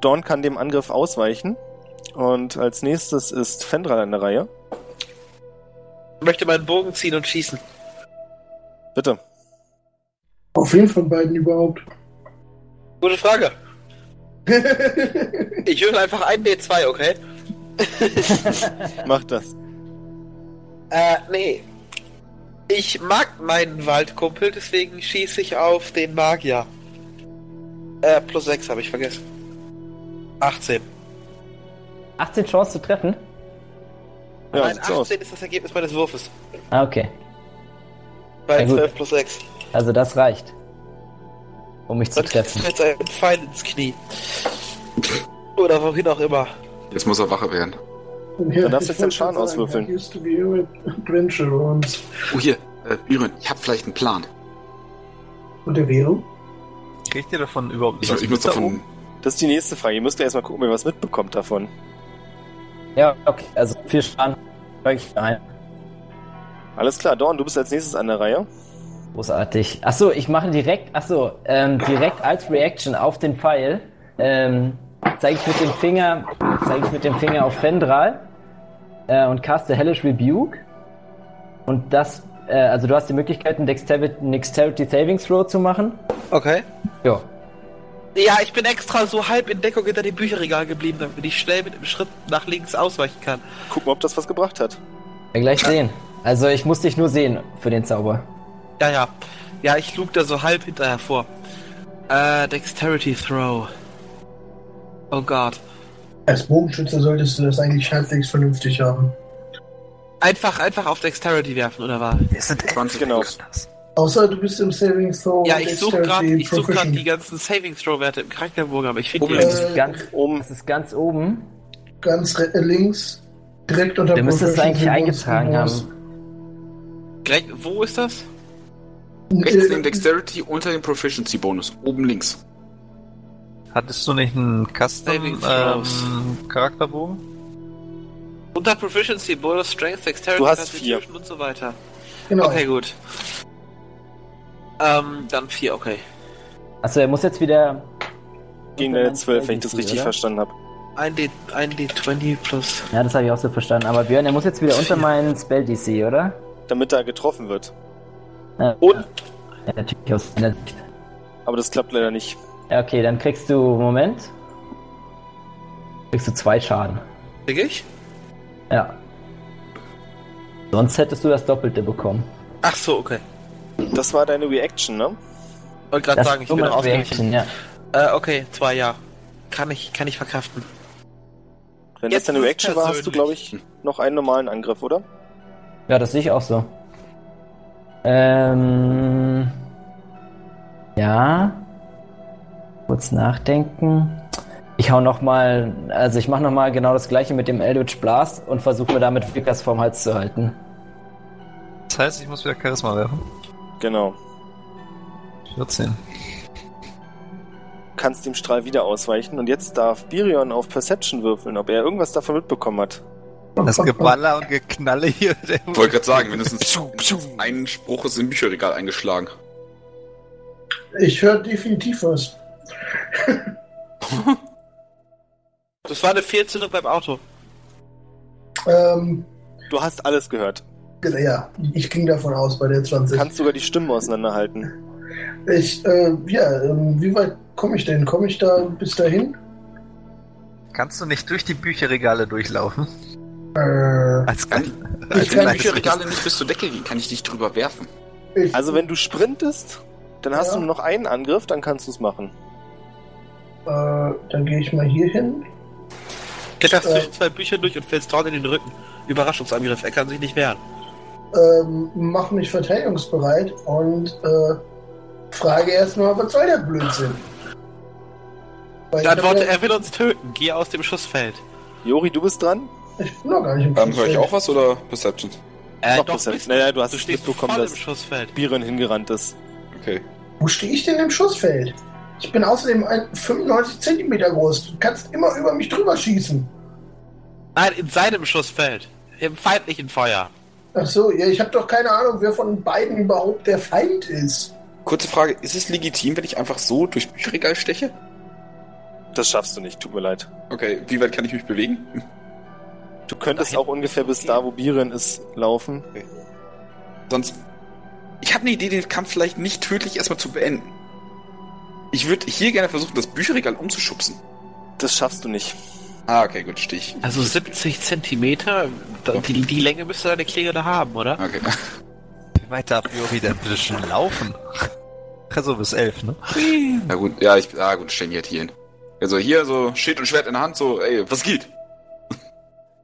Speaker 4: Dorn kann dem Angriff ausweichen. Und als nächstes ist Fendral an der Reihe.
Speaker 1: Ich möchte meinen Bogen ziehen und schießen.
Speaker 4: Bitte.
Speaker 6: Auf jeden von beiden überhaupt.
Speaker 1: Gute Frage. Ich höre einfach ein D2, okay?
Speaker 4: Mach das.
Speaker 1: Äh, nee. Ich mag meinen Waldkumpel, deswegen schieße ich auf den Magier. Äh, plus 6 habe ich vergessen. 18.
Speaker 3: 18 Chance zu treffen?
Speaker 4: Ja,
Speaker 1: Nein,
Speaker 4: sieht so aus.
Speaker 1: 18 ist das Ergebnis meines Wurfes.
Speaker 3: Ah, okay.
Speaker 1: Bei
Speaker 3: Na gut.
Speaker 1: 12 plus 6.
Speaker 3: Also das reicht. Um mich zu
Speaker 1: Dann
Speaker 3: treffen.
Speaker 1: trifft ein Pfeil ins Knie. Oder wohin auch immer.
Speaker 5: Jetzt muss er wache werden.
Speaker 4: Dann darfst du jetzt den Schaden auswürfeln.
Speaker 6: Used to be adventure und,
Speaker 5: Oh, hier, äh, Iren, ich habe vielleicht einen Plan.
Speaker 6: und der Währung.
Speaker 2: Kriegt ihr davon überhaupt
Speaker 5: Ich, ich
Speaker 2: mit
Speaker 5: nutze davon.
Speaker 4: Das ist die nächste Frage. Ihr müsst ja erstmal gucken, ob ihr was mitbekommt davon.
Speaker 3: Ja, okay. Also viel Schaden. Steig ich ein.
Speaker 4: Alles klar, Dorn, du bist als nächstes an der Reihe.
Speaker 3: Großartig. Achso, ich mache direkt, achso, ähm, direkt als Reaction auf den Pfeil. Ähm, zeige ich mit dem Finger, zeige ich mit dem Finger auf Fendral äh, und caste Hellish Rebuke. Und das, äh, also du hast die Möglichkeit, einen Dexterity, einen Dexterity Savings Throw zu machen.
Speaker 1: Okay.
Speaker 3: Ja.
Speaker 1: Ja, ich bin extra so halb in Deckung hinter dem Bücherregal geblieben, damit ich schnell mit dem Schritt nach links ausweichen kann.
Speaker 4: Gucken, ob das was gebracht hat.
Speaker 3: Wir gleich sehen. Also ich muss dich nur sehen für den Zauber.
Speaker 1: Ja, ja. Ja, ich lug da so halb hinterher vor. Äh, Dexterity Throw. Oh Gott.
Speaker 6: Als Bogenschütze solltest du das eigentlich halbwegs vernünftig haben.
Speaker 1: Einfach, einfach auf Dexterity werfen, oder was?
Speaker 2: Wir sind
Speaker 5: 20
Speaker 4: Genau.
Speaker 5: plus.
Speaker 6: Außer du bist im Saving Throw.
Speaker 1: Ja,
Speaker 6: und
Speaker 1: ich suche
Speaker 6: Oh, Dexterity
Speaker 1: gerade ich such grad
Speaker 6: proficient.
Speaker 1: die ganzen Saving Throw Werte im Charakterbogen, aber ich finde die
Speaker 5: Oben
Speaker 1: nicht.
Speaker 5: links.
Speaker 6: Äh,
Speaker 3: Ganz,
Speaker 4: Oben.
Speaker 3: das ist ganz oben.
Speaker 6: Ganz re- äh, links, direkt unter
Speaker 3: Der müsste es
Speaker 6: Proficiency
Speaker 3: eigentlich
Speaker 6: Bonus
Speaker 3: eingetragen
Speaker 6: hinaus.
Speaker 3: haben.
Speaker 1: Gleich- Wo ist das?
Speaker 5: Rechts
Speaker 6: Äh,
Speaker 5: neben Dexterity unter dem Proficiency-Bonus. Oben links.
Speaker 2: Hattest du nicht einen Custom
Speaker 1: Saving throws.
Speaker 2: ähm, Charakterbogen?
Speaker 1: Unter Proficiency, Bonus, Strength, Dexterity,
Speaker 4: Du hast
Speaker 1: Constitution und so weiter.
Speaker 6: Genau.
Speaker 1: Okay, gut. Ähm, dann vier, okay.
Speaker 3: Achso, er muss jetzt wieder.
Speaker 4: Gegen deine 12, wenn ich das richtig verstanden habe.
Speaker 1: Ein D, ein D20 plus.
Speaker 3: Ja, das habe ich auch so verstanden. Aber Björn, er muss jetzt wieder unter meinen Spell DC, oder?
Speaker 4: Damit er getroffen wird.
Speaker 3: Ja,
Speaker 4: Und?
Speaker 3: ja, natürlich aus meiner Sicht.
Speaker 4: Aber das klappt leider nicht.
Speaker 3: Ja, okay, dann kriegst du. Moment. Kriegst du zwei Schaden.
Speaker 1: Krieg ich?
Speaker 3: Ja. Sonst hättest du das Doppelte bekommen.
Speaker 1: Ach so, okay.
Speaker 4: Das war deine Reaction, ne?
Speaker 1: Wollte gerade
Speaker 3: Das
Speaker 1: sagen, ich bin
Speaker 3: dumme
Speaker 1: ausgeglichen.
Speaker 3: Reaction, ja.
Speaker 1: Äh, okay, zwei, ja. Kann ich, kann ich verkraften.
Speaker 4: Wenn
Speaker 1: Jetzt
Speaker 4: das deine
Speaker 1: ist
Speaker 4: Reaction war, hast du, glaube
Speaker 1: persönlich.
Speaker 4: ich, noch einen normalen Angriff, oder?
Speaker 3: Ja, das sehe ich auch so. Ähm. Ja. Kurz nachdenken. Ich hau nochmal, also ich mache nochmal genau das gleiche mit dem Eldritch Blast und versuche mir damit Vickers vom Hals zu halten.
Speaker 2: Das heißt, ich muss wieder Charisma werfen.
Speaker 4: Genau.
Speaker 2: 14.
Speaker 4: Du kannst dem Strahl wieder ausweichen und jetzt darf Birion auf Perception würfeln, ob er irgendwas davon mitbekommen hat.
Speaker 2: Das Geballer und Geknalle hier. der-
Speaker 5: Ich wollte gerade sagen, mindestens mindestens ein Spruch ist im Bücherregal eingeschlagen.
Speaker 6: Ich höre definitiv was.
Speaker 1: Das war eine Fehlzündung beim Auto.
Speaker 6: Ähm,
Speaker 4: Du hast alles gehört.
Speaker 6: ja, ich ging davon aus bei der 20.
Speaker 4: Du kannst sogar die Stimmen auseinanderhalten.
Speaker 6: Ich, äh, ja, ähm, wie weit komme ich denn? Komme ich da bis dahin?
Speaker 2: Kannst du nicht durch die Bücherregale durchlaufen?
Speaker 6: Äh,
Speaker 2: Als als
Speaker 5: Kann
Speaker 4: Also
Speaker 5: Als wenn
Speaker 2: kleines
Speaker 5: Bücherregale nicht bis zur Decke gehen, kann ich dich drüber werfen.
Speaker 6: ich,
Speaker 4: Also wenn du sprintest, dann hast
Speaker 6: Ja.
Speaker 4: du nur noch einen Angriff, dann kannst du es machen.
Speaker 6: äh, dann gehe ich mal hier hin.
Speaker 1: Kletterst
Speaker 6: Äh.
Speaker 1: zwischen zwei Bücher durch und fällst Thorn in den Rücken. Überraschungsangriff, er kann sich nicht wehren.
Speaker 6: Ähm, mach mich verteidigungsbereit und äh, frage erstmal, was soll der Blödsinn? Weil ich
Speaker 1: Dann
Speaker 6: hab
Speaker 1: Antworte,
Speaker 6: ja-
Speaker 1: er will uns töten. Geh aus dem Schussfeld.
Speaker 4: Jori, du bist dran?
Speaker 6: Ich bin noch gar nicht im
Speaker 5: Ähm, höre ich
Speaker 6: Kampffeld.
Speaker 5: auch was oder Perception?
Speaker 1: Äh,
Speaker 4: Noch besser. Naja, du hast
Speaker 1: du
Speaker 4: es
Speaker 1: stehst
Speaker 4: mitbekommen,
Speaker 1: voll
Speaker 4: dass-
Speaker 1: im Schussfeld.
Speaker 4: Birion hingerannt ist.
Speaker 5: Okay.
Speaker 6: Wo stehe ich denn im Schussfeld? Ich bin außerdem ein 95 Zentimeter groß. Du kannst immer über mich drüber schießen.
Speaker 1: Nein, in seinem Schussfeld. Im feindlichen Feuer.
Speaker 6: Ach so, ja, ich habe doch keine Ahnung, wer von beiden überhaupt der Feind ist.
Speaker 5: Kurze Frage, ist es legitim, wenn ich einfach so durchs Bücherregal steche?
Speaker 4: Das schaffst du nicht, tut mir leid.
Speaker 5: Okay, wie weit kann ich mich bewegen?
Speaker 4: Du könntest auch ungefähr bis da, wo Birion ist, laufen.
Speaker 5: Sonst. Ich habe eine Idee, den Kampf vielleicht nicht tödlich erstmal zu beenden. Ich würde hier gerne versuchen, das Bücherregal umzuschubsen.
Speaker 4: Das schaffst du nicht.
Speaker 5: Ah, okay, gut, Stich.
Speaker 1: Also 70 Zentimeter, da- die, die Länge müsste deine Klinge da haben, oder?
Speaker 5: Okay.
Speaker 2: Wie weit darf Jori denn bitte schon laufen? Also bis elf, ne?
Speaker 5: Na gut, ja, ich. Ah, gut, stehen jetzt hier hin. Also hier so Schild und Schwert in der Hand, so, ey, was geht?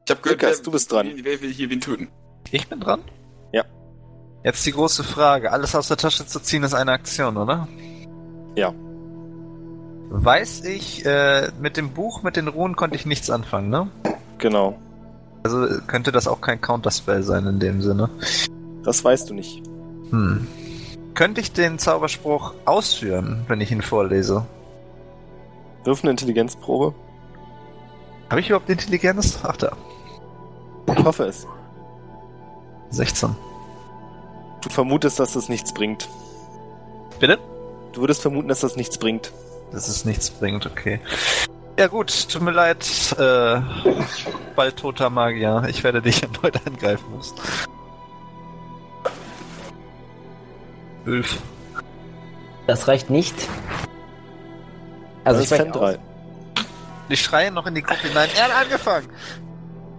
Speaker 5: Ich hab gehört,
Speaker 4: Lukas, du bist dran.
Speaker 5: Wer, wer will hier wen töten?
Speaker 2: Ich bin dran.
Speaker 4: Ja.
Speaker 2: Jetzt die große Frage. Alles aus der Tasche zu ziehen ist eine Aktion, oder?
Speaker 4: Ja.
Speaker 2: Weiß ich, äh, mit dem Buch, mit den Ruhen konnte ich nichts anfangen, ne?
Speaker 4: Genau.
Speaker 2: Also äh, könnte das auch kein Counterspell sein in dem Sinne.
Speaker 4: Das weißt du nicht.
Speaker 2: Hm. Könnte ich den Zauberspruch ausführen, wenn ich ihn vorlese?
Speaker 4: Wirf eine Intelligenzprobe.
Speaker 2: Habe ich überhaupt Intelligenz? Ach da,
Speaker 4: Ich hoffe es.
Speaker 2: 16.
Speaker 4: Du vermutest, dass das nichts bringt.
Speaker 2: Bitte?
Speaker 4: Du würdest vermuten, dass das nichts bringt.
Speaker 2: Dass es nichts bringt, okay. Ja gut, tut mir leid, äh, bald toter Magier. Ich werde dich erneut angreifen müssen. Ulf.
Speaker 3: Das reicht nicht. Also
Speaker 4: Also das
Speaker 3: ich
Speaker 4: ist Fan
Speaker 3: weiß
Speaker 4: 3.
Speaker 2: Ich schreie noch in die Gruppe hinein. Er hat angefangen!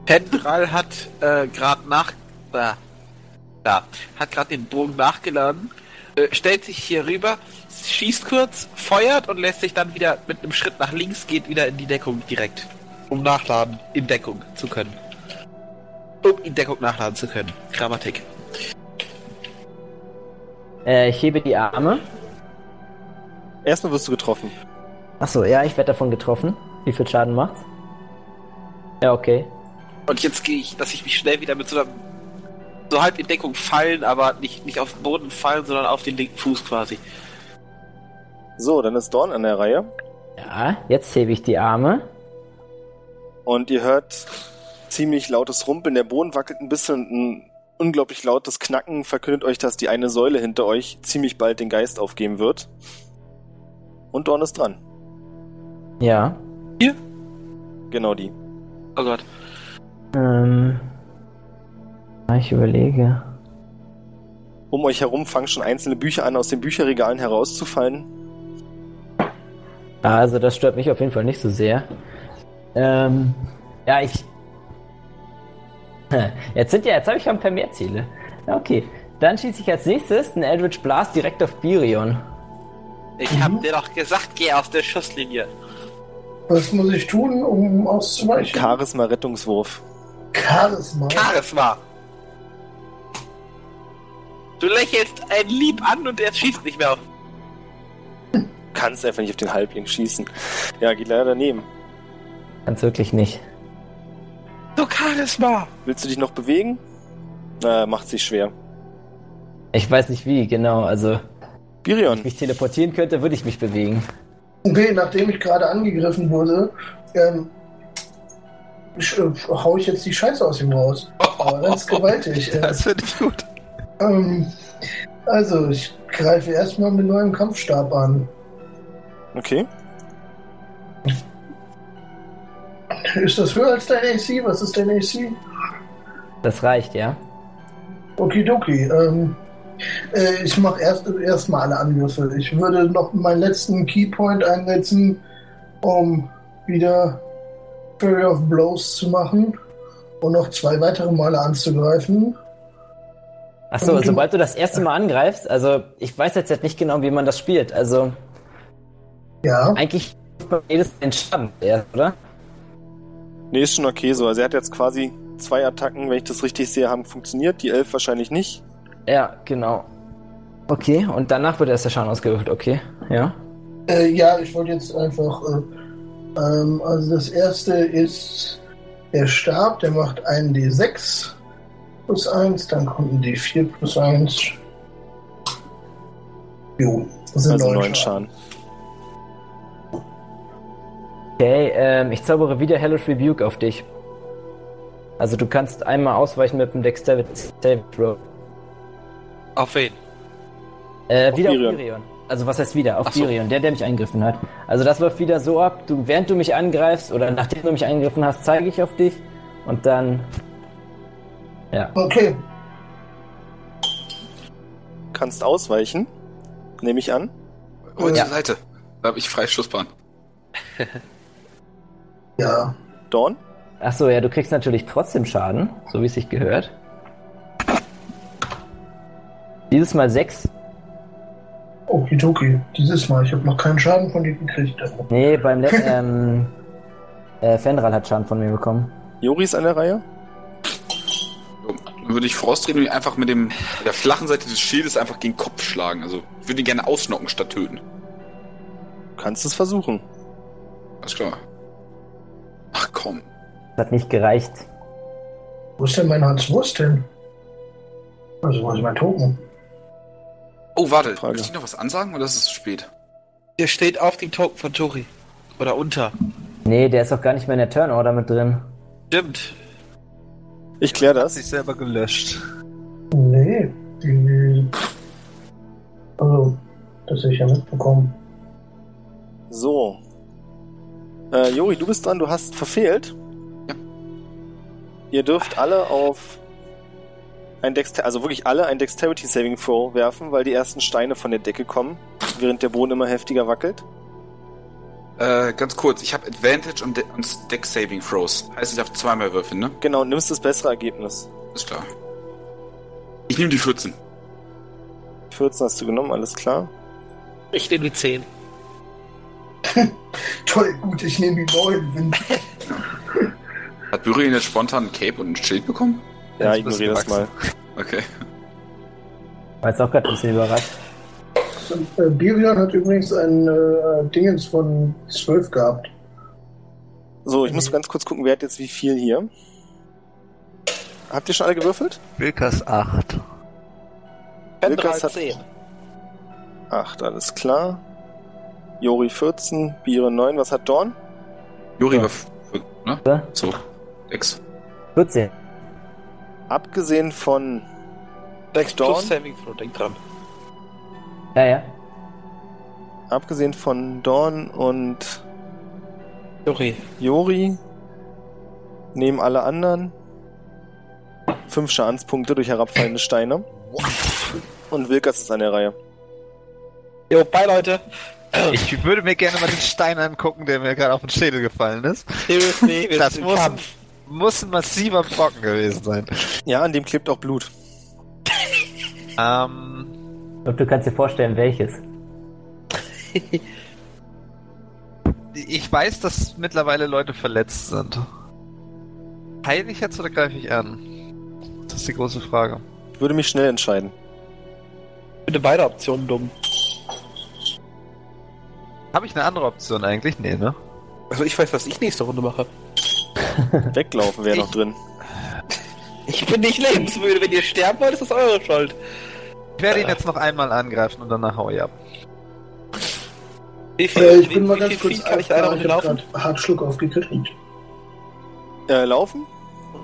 Speaker 1: Pendral hat äh, gerade nach. Da. Da. Hat gerade den Bogen nachgeladen. Äh, stellt sich hier rüber, schießt kurz, feuert und lässt sich dann wieder mit einem Schritt nach links geht wieder in die Deckung direkt. Um nachladen, in Deckung zu können. Um in Deckung nachladen zu können. Grammatik.
Speaker 3: Äh, ich hebe die Arme.
Speaker 4: Erstmal wirst du getroffen.
Speaker 3: Achso, ja, ich werde davon getroffen. Wie viel Schaden macht's? Ja, okay.
Speaker 7: Und jetzt gehe ich, dass ich mich schnell wieder mit so einer. So halb in Deckung fallen, aber nicht, nicht auf den Boden fallen, sondern auf den linken Fuß quasi.
Speaker 4: So, dann ist Dorn an der Reihe.
Speaker 3: Ja, jetzt hebe ich die Arme.
Speaker 4: Und ihr hört ziemlich lautes Rumpeln. Der Boden wackelt ein bisschen. und Ein unglaublich lautes Knacken verkündet euch, dass die eine Säule hinter euch ziemlich bald den Geist aufgeben wird. Und Dorn ist dran.
Speaker 3: Ja.
Speaker 4: Genau die.
Speaker 7: Oh Gott.
Speaker 3: Ähm. ja, Ich überlege.
Speaker 4: Um euch herum fangen schon einzelne Bücher an, aus den Bücherregalen herauszufallen.
Speaker 3: Ja, Also das stört mich auf jeden Fall nicht so sehr. Ähm, ja, ich. Jetzt sind ja, jetzt habe ich ja ein paar mehr Ziele. Ja, Okay. Dann schieße ich als nächstes einen Eldritch Blast direkt auf Birion.
Speaker 7: Ich hab dir doch gesagt, geh aus der Schusslinie.
Speaker 6: Was muss ich tun, um auszuweichen?
Speaker 4: Charisma-Rettungswurf.
Speaker 6: Charisma.
Speaker 7: Charisma. Du lächelst ein Lieb an und er schießt nicht mehr auf.
Speaker 4: Kannst einfach nicht auf den Halbling schießen. Ja, geht leider daneben.
Speaker 3: Ganz wirklich nicht.
Speaker 7: So Charisma.
Speaker 4: Willst du dich noch bewegen? Na, macht sich schwer.
Speaker 3: Ich weiß nicht wie, genau. Also, wenn ich
Speaker 4: Birion,
Speaker 3: mich teleportieren könnte, würde ich mich bewegen.
Speaker 6: Okay, nachdem ich gerade angegriffen wurde, ähm, sch, äh, hau ich jetzt die Scheiße aus ihm raus. Aber ganz gewaltig. Äh,
Speaker 2: Das finde ich gut.
Speaker 6: ähm, also, ich greife erstmal mit neuem Kampfstab an.
Speaker 4: okay.
Speaker 6: Ist das höher als dein AC? Was ist dein AC?
Speaker 3: Das reicht, ja?
Speaker 6: Okidoki. Ähm, äh, ich mache erst erstmal alle Angriffe. Ich würde noch meinen letzten Keypoint einsetzen, um wieder Fury of Blows zu machen und noch zwei weitere Male anzugreifen.
Speaker 3: Achso, sobald du das erste Mal angreifst, also ich weiß jetzt nicht genau, wie man das spielt. Also,
Speaker 6: Ja.
Speaker 3: eigentlich muss man jedes den Schaden erst, oder?
Speaker 4: Nee, ist schon okay so. Also er hat jetzt quasi zwei Attacken, wenn ich das richtig sehe, haben funktioniert. Die elf wahrscheinlich nicht.
Speaker 3: Ja, genau. Okay, und danach wird erst der Schaden ausgewürfelt, okay. Ja.
Speaker 6: Äh, ja, ich wollte jetzt einfach. Äh, ähm, also das erste ist der Stab, der macht einen D6 plus 1, dann kommt ein D4 plus 1. Jo, das sind
Speaker 4: Also
Speaker 6: neun
Speaker 4: neun
Speaker 6: Schaden.
Speaker 4: Schaden.
Speaker 3: Okay, ähm, ich zaubere wieder Hellish Rebuke auf dich. Also du kannst einmal ausweichen mit dem Dexterity Save Throw.
Speaker 7: Auf wen?
Speaker 3: Äh,
Speaker 4: Auf
Speaker 3: wieder
Speaker 4: Virion.
Speaker 3: auf Virion. Also was heißt wieder? Auf
Speaker 7: Ach so.
Speaker 3: Virion, der, der mich angegriffen hat. Also das läuft wieder so ab, du, während du mich angreifst oder nachdem du mich angegriffen hast, zeige ich auf dich und dann... Ja.
Speaker 6: Okay,
Speaker 4: Kannst ausweichen. Nehme ich an.
Speaker 5: Oh, zur
Speaker 6: Ja.
Speaker 5: Seite. Da habe ich freie Schussbahn.
Speaker 6: ja.
Speaker 4: Dorn?
Speaker 3: Achso, ja, du kriegst natürlich trotzdem Schaden, so wie es sich gehört. Dieses Mal 6.
Speaker 6: Okidoki, dieses Mal. Ich habe noch keinen Schaden von dir gekriegt.
Speaker 3: Nee, beim letzten... ähm, äh, Fenral hat Schaden von mir bekommen.
Speaker 4: Jori ist an der Reihe.
Speaker 5: So, Dann würde ich Frostreden und ihn einfach mit dem mit der flachen Seite des Schildes einfach gegen den Kopf schlagen. Also ich würde ihn gerne ausnocken statt töten.
Speaker 4: Kannst es versuchen.
Speaker 5: Alles klar. Ach komm.
Speaker 3: Das hat nicht gereicht.
Speaker 6: Wo ist denn mein Hans Wurst hin? Also, wo ist mein Token?
Speaker 5: Oh, warte.
Speaker 4: Frage.
Speaker 5: Möchte ich noch was ansagen oder ist es zu spät?
Speaker 7: Der steht auf dem Token von Tori. Oder unter.
Speaker 3: Nee, der ist doch gar nicht mehr in der Turnorder mit drin.
Speaker 7: Stimmt.
Speaker 4: Ich kläre
Speaker 2: Hat
Speaker 4: das.
Speaker 2: sich selber gelöscht.
Speaker 6: Nee, die. Also, das hab ich ja mitbekommen.
Speaker 4: So. Äh, Jori, du bist dran, du hast verfehlt.
Speaker 5: Ja.
Speaker 4: Ihr dürft alle auf ein Dexter also wirklich alle ein Dexterity Saving Throw werfen, weil die ersten Steine von der Decke kommen, während der Boden immer heftiger wackelt.
Speaker 5: Äh, ganz kurz. Ich habe Advantage und, De und Deck Saving Throws. Heißt, ich darf zweimal würfeln, ne?
Speaker 4: Genau, und nimmst das bessere Ergebnis.
Speaker 5: Ist klar. Ich nehme die 14.
Speaker 4: 14 hast du genommen, alles klar.
Speaker 7: Ich nehme die 10.
Speaker 6: Toll, gut, ich nehme die neuen. Wenn
Speaker 5: Hat Burian jetzt spontan ein Cape und ein Schild bekommen?
Speaker 4: Ja,
Speaker 2: Jetzt bist
Speaker 4: ignoriere das
Speaker 2: du gewachsen.
Speaker 4: mal.
Speaker 5: Okay.
Speaker 3: War jetzt auch gerade ein bisschen überrascht.
Speaker 6: Äh, Birion hat übrigens ein äh, Dingens von 12 gehabt.
Speaker 4: So, ich muss ganz kurz gucken, wer hat jetzt wie viel hier. Habt ihr schon alle gewürfelt?
Speaker 2: Wilkas 8.
Speaker 4: Wilkas hat 8, alles klar. Jori 14, Bieren 9. Was hat Dorn?
Speaker 5: Juri war. f- Ne?
Speaker 3: Ja.
Speaker 5: So. Sechs.
Speaker 3: 14.
Speaker 4: Abgesehen von
Speaker 1: Dex
Speaker 4: Dawn?
Speaker 1: plus Saving Throw, denk dran.
Speaker 3: Ja, ja.
Speaker 4: abgesehen von Dorn und
Speaker 1: Juri.
Speaker 4: Jori nehmen alle anderen fünf Schadenspunkte durch herabfallende Steine. Und Wilkas ist an der Reihe.
Speaker 1: Jo, bye Leute.
Speaker 2: Ich würde mir gerne mal den Stein angucken, der mir gerade auf den Schädel gefallen ist.
Speaker 1: Seriously, wir
Speaker 2: Das
Speaker 1: sind im
Speaker 2: muss-
Speaker 1: Kampf.
Speaker 2: Muss ein massiver Brocken gewesen sein.
Speaker 4: Ja, an dem klebt auch Blut.
Speaker 2: Ähm,
Speaker 3: Ich glaube, du kannst dir vorstellen, welches.
Speaker 2: ich weiß, dass mittlerweile Leute verletzt sind. Heile ich jetzt oder greife ich an? Das ist die große Frage.
Speaker 4: Ich würde mich schnell entscheiden.
Speaker 1: Ich finde beide Optionen dumm.
Speaker 2: Habe ich eine andere Option eigentlich? Nee, ne?
Speaker 1: Also ich weiß, was ich nächste Runde mache.
Speaker 4: Weglaufen wäre noch
Speaker 1: Ich-
Speaker 4: drin.
Speaker 1: Ich bin nicht lebensmüde. Wenn ihr sterben wollt, ist das eure Schuld.
Speaker 2: Ich werde
Speaker 1: Äh.
Speaker 2: ihn jetzt noch einmal angreifen und danach hau ich ab.
Speaker 1: Wie viel,
Speaker 6: Äh, ich
Speaker 1: wie,
Speaker 6: bin mal
Speaker 1: wie
Speaker 6: ganz
Speaker 1: viel
Speaker 6: kurz
Speaker 1: Vieh kann ich in einer
Speaker 6: aufgeregt,
Speaker 1: Runde
Speaker 6: ich hab
Speaker 1: laufen?
Speaker 6: grad Hartschluck aufgekriegt.
Speaker 4: Äh, laufen?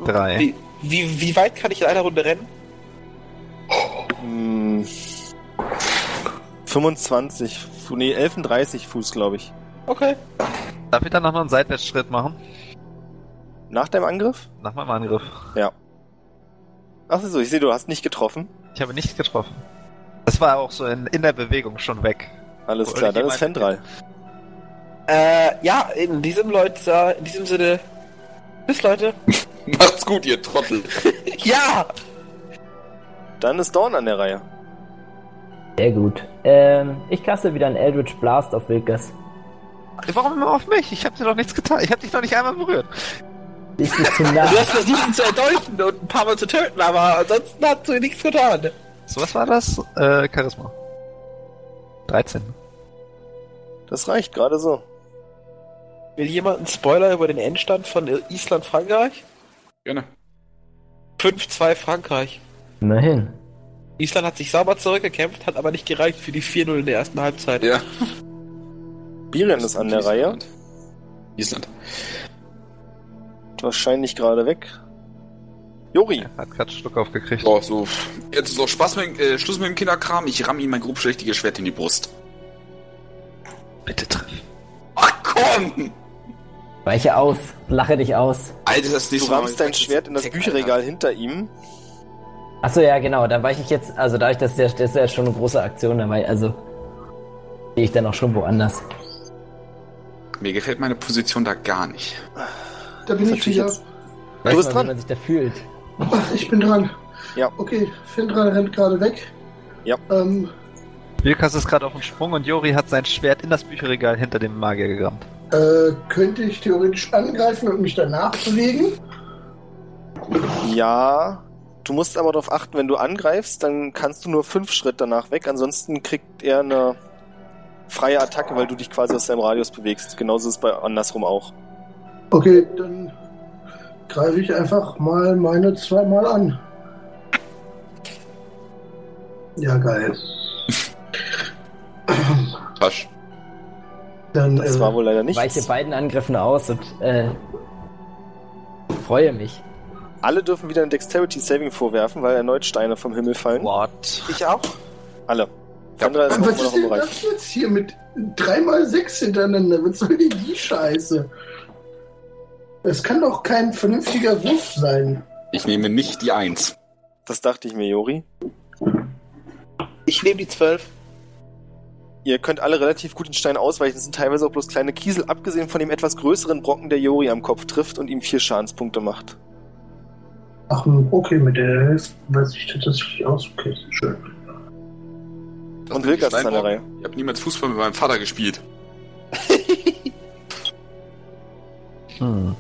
Speaker 2: Drei.
Speaker 1: Wie, wie, wie weit kann ich in einer Runde rennen?
Speaker 4: Hm, 25, Fu- nee, 11,30 Fuß, glaube ich.
Speaker 1: Okay.
Speaker 2: Darf ich dann nochmal einen Seitwärtsschritt machen?
Speaker 4: Nach deinem Angriff?
Speaker 2: Nach meinem Angriff.
Speaker 4: Ach so, ich sehe, du hast nicht getroffen.
Speaker 2: Ich habe nicht getroffen. Das war auch so in, in der Bewegung schon weg.
Speaker 4: Alles
Speaker 2: Wollte
Speaker 4: klar, dann
Speaker 2: jemand-
Speaker 4: ist Fendral.
Speaker 1: Äh, ja, in diesem Leute, in diesem Sinne. Bis Leute.
Speaker 5: Macht's gut, ihr Trottel.
Speaker 1: Ja!
Speaker 4: Dann ist Dawn an der Reihe.
Speaker 3: Sehr gut. Ähm, ich kaste wieder einen Eldritch Blast auf Wilkas.
Speaker 2: Warum immer auf mich? Ich habe dir doch nichts getan. Ich habe dich doch nicht einmal berührt.
Speaker 3: Ich bin zu nah.
Speaker 1: Du hast versucht, ihn zu erdolchen und ein paar Mal zu töten, aber ansonsten hast du nichts getan.
Speaker 2: So, was war das? Äh, Charisma. 13.
Speaker 4: Das reicht gerade so.
Speaker 1: Will jemand einen Spoiler über den Endstand von Island-Frankreich?
Speaker 5: Gerne.
Speaker 1: 5-2 Frankreich.
Speaker 3: Immerhin.
Speaker 1: Island hat sich sauber zurückgekämpft, hat aber nicht gereicht für die 4-0 in der ersten Halbzeit.
Speaker 5: Ja.
Speaker 4: Birion ist an der Reihe.
Speaker 5: Island.
Speaker 4: Wahrscheinlich gerade weg. Jori,
Speaker 2: Hat gerade Schluck aufgekriegt.
Speaker 5: So, so. Jetzt ist auch Spaß mit, äh, Schluss mit dem Kinderkram. Ich ramme ihm mein grobschlächtiges Schwert in die Brust.
Speaker 2: Bitte triff.
Speaker 5: Ach komm!
Speaker 3: Weiche aus. Lache dich aus.
Speaker 5: Alter, das
Speaker 4: du
Speaker 5: nächste
Speaker 4: rammst dein Schwert in das Bücherregal hinter ihm.
Speaker 3: Achso, ja, genau. Dann weiche ich jetzt, also dadurch, dass der, das ist ja jetzt schon eine große Aktion dabei, also gehe ich dann auch schon woanders.
Speaker 5: Mir gefällt meine Position da gar nicht.
Speaker 6: Da bin
Speaker 4: Das
Speaker 6: ich
Speaker 4: natürlich
Speaker 6: wieder.
Speaker 4: jetzt-
Speaker 3: Weiß
Speaker 4: bist
Speaker 3: man,
Speaker 4: dran.
Speaker 3: Wie man sich da fühlt.
Speaker 6: Ach, ich bin dran.
Speaker 4: Ja.
Speaker 6: Okay, Fendral rennt gerade weg.
Speaker 4: Ja.
Speaker 6: Ähm,
Speaker 2: Wilkas ist gerade auf dem Sprung und Jori hat sein Schwert in das Bücherregal hinter dem Magier gerammt.
Speaker 6: äh, könnte ich theoretisch angreifen und mich danach bewegen?
Speaker 4: Ja. Du musst aber darauf achten, wenn du angreifst, dann kannst du nur fünf Schritt danach weg. Ansonsten kriegt er eine freie Attacke, weil du dich quasi aus seinem Radius bewegst. Genauso ist es bei andersrum auch.
Speaker 6: Okay, dann greife ich einfach mal meine zweimal an. Ja, geil.
Speaker 5: Pasch.
Speaker 6: Dann,
Speaker 4: Das
Speaker 6: äh,
Speaker 4: war wohl leider
Speaker 3: Weiche
Speaker 4: nichts.
Speaker 3: beiden Angriffen aus und äh, freue mich.
Speaker 4: Alle dürfen wieder einen Dexterity Saving vorwerfen, weil erneut Steine vom Himmel fallen.
Speaker 2: What?
Speaker 1: Ich auch.
Speaker 4: Alle. Fandra ist auch
Speaker 6: was
Speaker 4: immer
Speaker 6: ist
Speaker 4: noch im
Speaker 6: denn
Speaker 4: Bereich.
Speaker 6: das jetzt hier mit 3x6 hintereinander? Was soll denn die Scheiße? Das kann doch kein vernünftiger Wurf sein.
Speaker 5: Ich nehme nicht die Eins.
Speaker 4: Das dachte ich mir, Jori.
Speaker 1: Ich nehme die 12.
Speaker 4: Ihr könnt alle relativ gut den Stein ausweichen. Es sind teilweise auch bloß kleine Kiesel, abgesehen von dem etwas größeren Brocken, der Jori am Kopf trifft und ihm vier Schadenspunkte macht.
Speaker 6: Ach, hm, okay, mit der Hälfte weiß ich tatsächlich aus. Okay, ist schön.
Speaker 4: Und Wilkas ist an der Reihe.
Speaker 5: Ich habe niemals Fußball mit meinem Vater gespielt.
Speaker 2: Hm.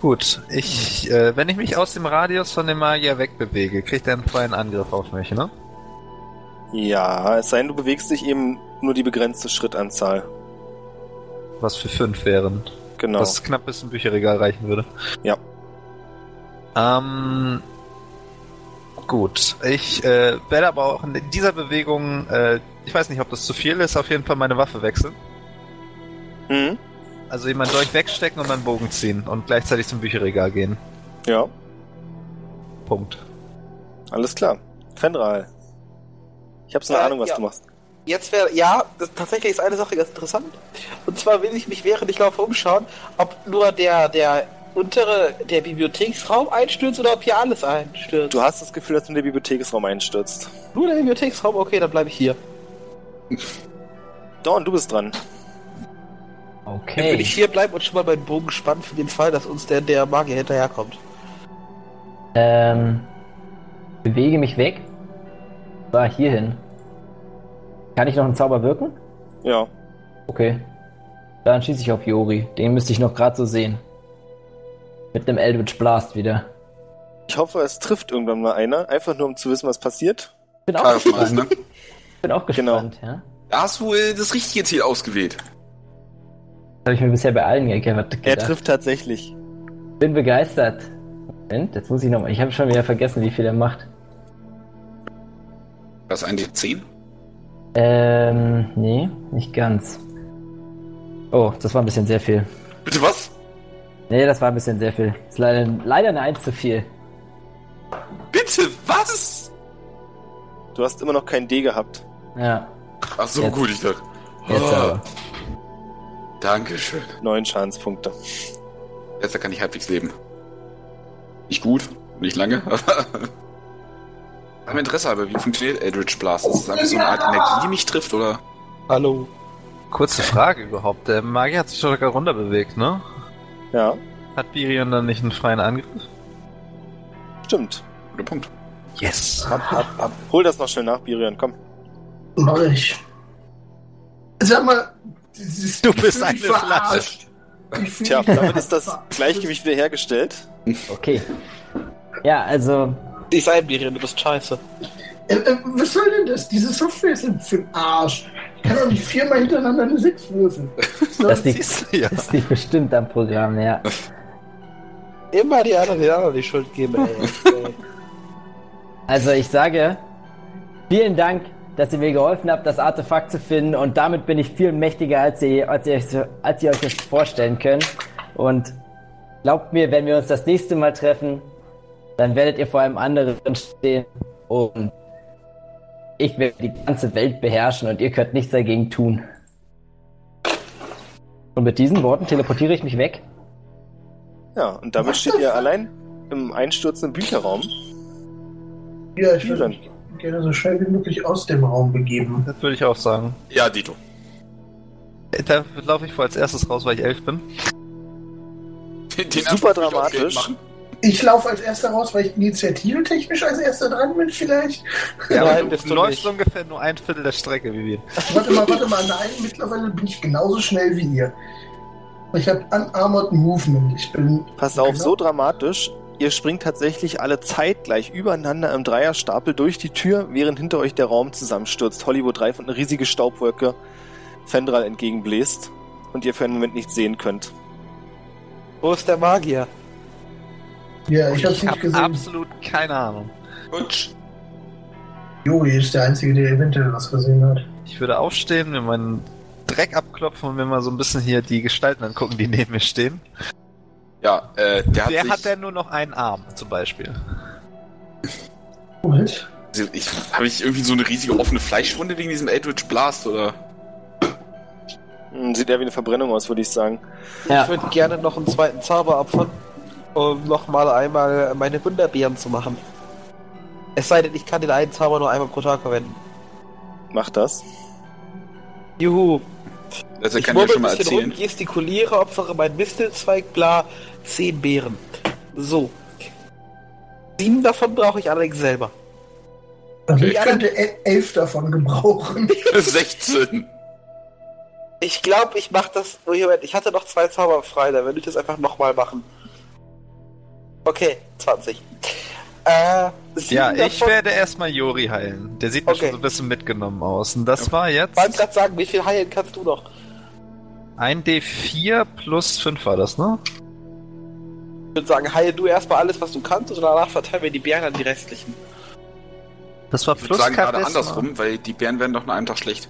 Speaker 2: Gut, ich, äh, wenn ich mich aus dem Radius von dem Magier wegbewege, kriegt er einen freien Angriff auf mich, ne?
Speaker 4: Ja, es sei denn, du bewegst dich eben nur die begrenzte Schrittanzahl.
Speaker 2: Was für fünf wären.
Speaker 4: Genau.
Speaker 2: Was knapp bis ein Bücherregal reichen würde.
Speaker 4: Ja.
Speaker 2: Ähm, gut. Ich äh, werde aber auch in dieser Bewegung, äh, ich weiß nicht, ob das zu viel ist, auf jeden Fall meine Waffe wechseln.
Speaker 4: Mhm.
Speaker 2: Also jemand durch wegstecken und meinen Bogen ziehen und gleichzeitig zum Bücherregal gehen.
Speaker 4: Ja,
Speaker 2: Punkt.
Speaker 4: alles klar. Fenral. Ich habe so eine
Speaker 1: Äh,
Speaker 4: Ahnung, was
Speaker 1: ja.
Speaker 4: du machst.
Speaker 1: Jetzt wäre, ja, das, tatsächlich ist eine Sache ganz interessant. Und zwar will ich mich während ich laufe umschauen, ob nur der, der untere, der Bibliotheksraum einstürzt oder ob hier alles einstürzt.
Speaker 4: Du hast das Gefühl, dass du in den Bibliotheksraum einstürzt.
Speaker 1: Nur der Bibliotheksraum, okay, dann bleibe ich hier.
Speaker 4: Dawn, du bist dran.
Speaker 1: Dann
Speaker 3: Okay.
Speaker 1: will ich hier bleiben und schon mal meinen Bogen spannen für den Fall, dass uns der, der Magier hinterherkommt.
Speaker 3: Ähm, bewege mich weg. War hierhin. Kann ich noch einen Zauber wirken?
Speaker 4: Ja.
Speaker 3: Okay. Dann schieße ich auf Yori. Den müsste ich noch gerade so sehen. Mit einem Eldritch Blast wieder.
Speaker 4: Ich hoffe, es trifft irgendwann mal einer, einfach nur um zu wissen, was passiert.
Speaker 3: Bin auch
Speaker 5: Charisma ist, ne?
Speaker 3: gespannt. Bin auch gespannt, ja.
Speaker 5: Da hast du äh, das richtige Ziel ausgewählt.
Speaker 3: Das habe ich mir bisher bei allen gedacht.
Speaker 4: Er trifft tatsächlich.
Speaker 3: Bin begeistert. Moment, jetzt muss ich nochmal. Ich habe schon wieder vergessen, wie viel er macht.
Speaker 5: Das ist ein D10?
Speaker 3: Ähm, nee, nicht ganz. Oh, das war ein bisschen sehr viel.
Speaker 5: Bitte was?
Speaker 3: Nee, das war ein bisschen sehr viel. Ist leider, leider eine 1 zu viel.
Speaker 5: Bitte was?
Speaker 4: Du hast immer noch kein D gehabt.
Speaker 3: Ja,
Speaker 5: Ach so,
Speaker 3: Jetzt.
Speaker 5: gut, ich dachte. Oh.
Speaker 3: jetzt aber.
Speaker 5: Dankeschön.
Speaker 4: Neun Schadenspunkte.
Speaker 5: Besser kann ich halbwegs leben. Nicht gut, nicht lange, aber. Am Interesse aber, wie funktioniert Eldritch Blast? Ist das einfach so eine Art Energie, die mich trifft, oder?
Speaker 1: Hallo.
Speaker 2: Kurze Frage überhaupt. Der Magier hat sich doch gerade runterbewegt, ne?
Speaker 4: Ja,
Speaker 2: Hat Birion dann nicht einen freien Angriff?
Speaker 4: stimmt.
Speaker 5: Guter Punkt.
Speaker 2: Yes.
Speaker 4: Hol das noch schnell nach, Birion, komm.
Speaker 6: Mach ich. Sag mal, das ist-
Speaker 2: Du
Speaker 6: ich
Speaker 2: bist
Speaker 6: fühl mich
Speaker 2: eine Flasche.
Speaker 6: verarscht. Ich fühl
Speaker 4: Tja,
Speaker 6: mich
Speaker 4: damit ist das
Speaker 6: verarscht.
Speaker 4: Gleichgewicht wieder hergestellt.
Speaker 3: Okay. Ja, also,
Speaker 1: Ich sei Miriam, du bist scheiße.
Speaker 6: Äh, äh, was soll denn das? Diese Software sind für den Arsch. Ich kann doch nicht viermal hintereinander eine Sechs würfeln.
Speaker 3: das liegt,
Speaker 2: Siehst du, ja.
Speaker 3: das liegt bestimmt am Programm, ja.
Speaker 1: Immer die anderen, den anderen die Schuld geben, ey.
Speaker 3: Also, ich sage, vielen Dank, dass ihr mir geholfen habt, das Artefakt zu finden und damit bin ich viel mächtiger, als ihr, als ihr, euch so- als ihr euch das vorstellen könnt. Und glaubt mir, wenn wir uns das nächste Mal treffen, dann werdet ihr vor einem anderen stehen und ich werde die ganze Welt beherrschen und ihr könnt nichts dagegen tun. Und mit diesen Worten teleportiere ich mich weg.
Speaker 4: Ja, und damit steht ihr allein im einstürzenden Bücherraum.
Speaker 6: Ja, ich würde
Speaker 4: Dann.
Speaker 6: mich gerne so schnell wie möglich aus dem Raum begeben.
Speaker 2: Das würde ich auch sagen.
Speaker 5: Ja, Dito.
Speaker 2: Äh, Da laufe ich vor als erstes raus, weil ich elf bin.
Speaker 5: Den,
Speaker 4: Super
Speaker 5: Anspruch würde ich auch
Speaker 4: dramatisch.
Speaker 5: gerne machen.
Speaker 6: Ich laufe als erster raus, weil ich initiativtechnisch als erster dran bin, vielleicht.
Speaker 2: Ja,
Speaker 1: Nein,
Speaker 2: aber
Speaker 1: bist
Speaker 2: du
Speaker 1: du
Speaker 2: läufst
Speaker 1: nicht.
Speaker 2: ungefähr nur ein Viertel der Strecke, Vivian.
Speaker 6: Warte mal, warte mal. Nein, mittlerweile bin ich genauso schnell wie ihr. Ich habe Unarmored Movement. Ich bin.
Speaker 4: Pass auf,
Speaker 6: Genau.
Speaker 4: so dramatisch. Ihr springt tatsächlich alle zeitgleich übereinander im Dreierstapel durch die Tür, während hinter euch der Raum zusammenstürzt. Hollywood reif und eine riesige Staubwolke Fendral entgegenbläst und ihr für einen Moment nichts sehen könnt.
Speaker 1: Wo ist der Magier?
Speaker 6: Ja, ich
Speaker 2: Und
Speaker 6: habe
Speaker 2: ich
Speaker 6: nicht
Speaker 2: habe
Speaker 6: gesehen.
Speaker 2: absolut keine Ahnung.
Speaker 5: Rutsch.
Speaker 6: Juri ist der Einzige, der eventuell was gesehen hat.
Speaker 2: Ich würde aufstehen, mir meinen Dreck abklopfen und mir mal so ein bisschen hier die Gestalten angucken, die neben mir stehen.
Speaker 5: Ja, äh, der hat
Speaker 2: Wer
Speaker 5: sich...
Speaker 2: hat denn nur noch einen Arm, zum Beispiel?
Speaker 6: Moment.
Speaker 5: Ich, habe ich irgendwie so eine riesige offene Fleischwunde wegen diesem Eldritch Blast, oder?
Speaker 4: Hm, Sieht eher wie eine Verbrennung aus, würde ich sagen.
Speaker 3: Ja.
Speaker 1: Ich würde gerne noch einen zweiten Zauber opfern, um nochmal einmal meine Wunderbeeren zu machen. Es sei denn, ich kann den einen Zauber nur einmal pro Tag verwenden.
Speaker 4: Macht das.
Speaker 1: Juhu.
Speaker 5: Also,
Speaker 1: ich
Speaker 5: kann ich dir
Speaker 1: murmel
Speaker 5: schon mal
Speaker 1: ein bisschen rum,
Speaker 5: erzählen.
Speaker 1: gestikuliere, opfere meinen Mistelzweig, bla, zehn Beeren. So. Sieben davon brauche ich allerdings selber.
Speaker 6: Also
Speaker 5: Okay.
Speaker 6: ich könnte e- elf davon gebrauchen.
Speaker 5: 16.
Speaker 1: Ich glaube, ich mache das. Oh, Moment, ich hatte noch zwei Zauber frei, da würde ich das einfach nochmal machen. Okay, 20. Äh, Sieben
Speaker 2: Ja, ich
Speaker 1: davon-
Speaker 2: werde erstmal Jori heilen. Der sieht mir
Speaker 1: Okay.
Speaker 2: schon so ein bisschen mitgenommen aus. Und das war jetzt
Speaker 1: Wollte gerade sagen, wie viel heilen kannst du noch?
Speaker 2: ein D4 plus 5 war das, ne?
Speaker 1: Ich würde sagen, heil du erstmal alles, was du kannst, und danach verteilen wir die Bären an die restlichen.
Speaker 2: Das war
Speaker 5: Ich würde
Speaker 2: plus
Speaker 5: sagen, gerade
Speaker 2: Charisma.
Speaker 5: andersrum, weil die Bären werden doch nach einem Tag schlecht.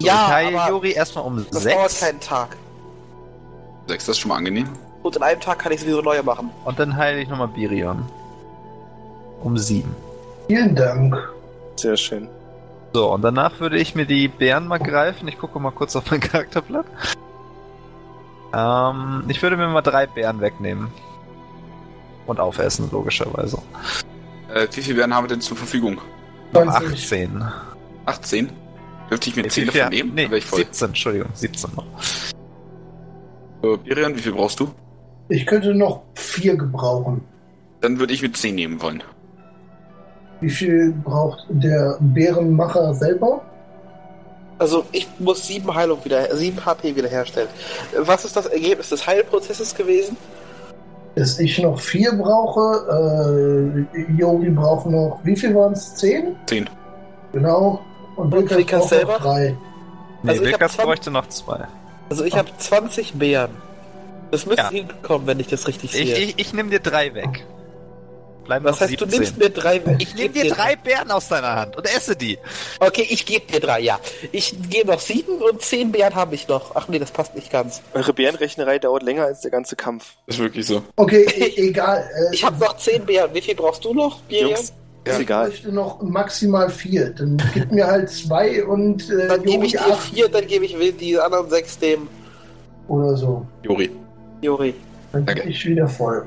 Speaker 2: So, ich heile Jori erstmal um
Speaker 1: das dauert
Speaker 2: 6
Speaker 1: keinen Tag.
Speaker 5: Sechs, das ist schon mal angenehm.
Speaker 1: Und in einem Tag kann ich sowieso neue machen.
Speaker 2: und dann heile ich nochmal Birion. Um 7.
Speaker 6: Vielen Dank.
Speaker 4: Sehr schön.
Speaker 2: So, und danach würde ich mir die Bären mal greifen. Ich gucke mal kurz auf mein Charakterblatt. Ähm, ich würde mir mal drei Bären wegnehmen. Und aufessen, logischerweise.
Speaker 5: Äh, wie viele Bären haben wir denn zur Verfügung?
Speaker 6: 20.
Speaker 2: 18.
Speaker 5: 18? Dürfte ich mir
Speaker 2: Nee,
Speaker 5: 10
Speaker 2: wie viel-
Speaker 5: davon nehmen?
Speaker 2: Nee,
Speaker 5: Dann wär ich voll.
Speaker 2: 17, Entschuldigung, 17 noch.
Speaker 5: Äh, Birion, wie viel brauchst du?
Speaker 6: Ich könnte noch vier gebrauchen.
Speaker 5: Dann würde ich mit 10 nehmen wollen.
Speaker 6: Wie viel braucht der Bärenmacher selber?
Speaker 1: Also ich muss sieben Heilung wieder, sieben HP wiederherstellen. Was ist das Ergebnis des Heilprozesses gewesen?
Speaker 6: Dass ich noch vier brauche. Äh, Yogi braucht noch, wie viel waren es? Zehn?
Speaker 5: 10.
Speaker 6: Genau. Und
Speaker 1: Und
Speaker 6: Wilkas
Speaker 1: Wilkas
Speaker 6: braucht selber?
Speaker 1: selber?
Speaker 6: noch drei.
Speaker 2: Nee,
Speaker 1: Also ich hab
Speaker 2: Wilkas
Speaker 1: zwei-
Speaker 2: bräuchte noch zwei.
Speaker 1: Also ich habe 20 Bären. Das müsste
Speaker 2: Ja.
Speaker 1: hinkommen, wenn ich das richtig
Speaker 2: Ich,
Speaker 1: sehe.
Speaker 2: ich, ich nehme dir drei weg. Bleiben
Speaker 1: das
Speaker 2: noch
Speaker 1: heißt,
Speaker 2: 17.
Speaker 1: du nimmst mir drei weg.
Speaker 2: ich nehme dir drei Bären aus deiner Hand und esse die.
Speaker 1: Okay, ich gebe dir drei, ja. Ich gebe noch sieben und zehn Bären habe ich noch. Ach nee, das passt nicht ganz.
Speaker 4: Eure Bärenrechnerei dauert länger als der ganze Kampf.
Speaker 5: Ist wirklich so.
Speaker 6: Okay, e egal. Äh,
Speaker 1: Ich habe noch zehn Bären. Wie viel brauchst du noch, Birion?
Speaker 4: Jungs, ist
Speaker 6: Ich
Speaker 4: egal.
Speaker 6: möchte noch maximal vier. Dann gib mir halt zwei und äh,
Speaker 1: Dann gebe ich
Speaker 6: Yogi
Speaker 1: dir
Speaker 6: acht
Speaker 1: vier, dann gebe ich will die anderen sechs dem
Speaker 6: oder so.
Speaker 5: Jori.
Speaker 1: Juri.
Speaker 6: Dann bin
Speaker 5: Okay.
Speaker 6: ich wieder voll.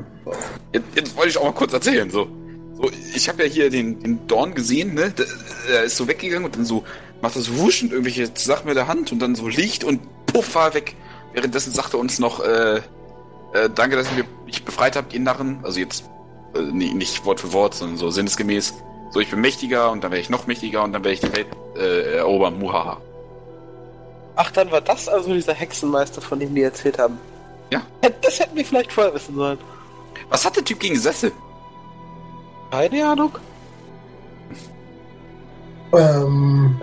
Speaker 5: Jetzt, jetzt wollte ich auch mal kurz erzählen. So, so ich habe ja hier den, den Dorn gesehen, ne? Der, der ist so weggegangen und dann so macht das Wuschen irgendwelche Sachen mit der Hand und dann so Licht und puff war er weg. Währenddessen sagte uns noch, äh, äh, danke, dass ihr mich befreit habt, ihr Narren. Also jetzt äh, nee, nicht Wort für Wort, sondern so sinnesgemäß. So, ich bin mächtiger und dann werde ich noch mächtiger und dann werde ich die Welt äh, erobern. Muhaha.
Speaker 1: Ach, dann war das also dieser Hexenmeister, von dem die erzählt haben.
Speaker 5: Ja.
Speaker 1: Das hätten wir vielleicht vorher wissen sollen.
Speaker 5: Was hat der Typ gegen Sessel?
Speaker 1: Keine Ahnung.
Speaker 6: Ähm,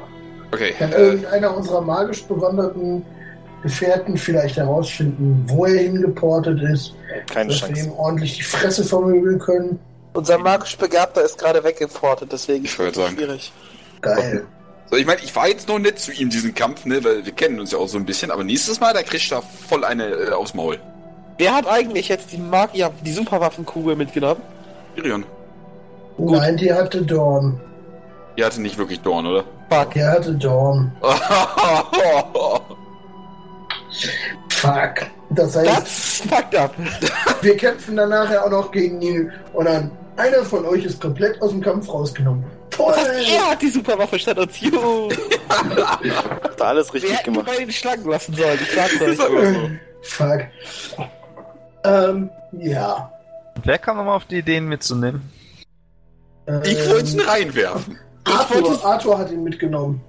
Speaker 5: Okay.
Speaker 6: Kann
Speaker 5: Äh,
Speaker 6: irgendeiner unserer magisch bewanderten Gefährten vielleicht herausfinden, wo er hingeportet ist,
Speaker 4: Keine
Speaker 6: dass wir
Speaker 4: Chance.
Speaker 6: ihm ordentlich die Fresse vermöbeln können?
Speaker 1: Unser magisch Begabter ist gerade weggeportet, deswegen
Speaker 5: Ich wollte
Speaker 1: ist das
Speaker 5: sagen.
Speaker 1: schwierig.
Speaker 6: Geil.
Speaker 5: So, ich meine, ich war jetzt noch nett zu ihm, diesen Kampf, ne, weil wir kennen uns ja auch so ein bisschen, aber nächstes Mal, da kriegt er voll eine äh, aufs Maul.
Speaker 1: Wer hat eigentlich jetzt die Magier, die Superwaffenkugel mitgenommen?
Speaker 5: Irion.
Speaker 6: Nein, die hatte Dorn.
Speaker 5: Ihr hatte nicht wirklich Dorn, oder?
Speaker 1: Fuck.
Speaker 6: Die hatte Dorn. Fuck. Das heißt,
Speaker 1: Das fucked up.
Speaker 6: wir kämpfen dann nachher auch noch gegen ihn und dann einer von euch ist komplett aus dem Kampf rausgenommen. Toll!
Speaker 1: Er hat die Superwaffe statt uns. Juhu.
Speaker 4: Habt ihr alles
Speaker 1: Wir
Speaker 4: richtig
Speaker 1: hätten die
Speaker 4: gemacht.
Speaker 1: bei den Schlangen lassen sollen, ich sag's euch.
Speaker 6: Fuck. Ähm, ja.
Speaker 2: Und wer kam nochmal auf die Ideen mitzunehmen?
Speaker 5: ich
Speaker 6: Ähm,
Speaker 5: wollte ihn reinwerfen.
Speaker 6: Arthur, Arthur hat ihn mitgenommen.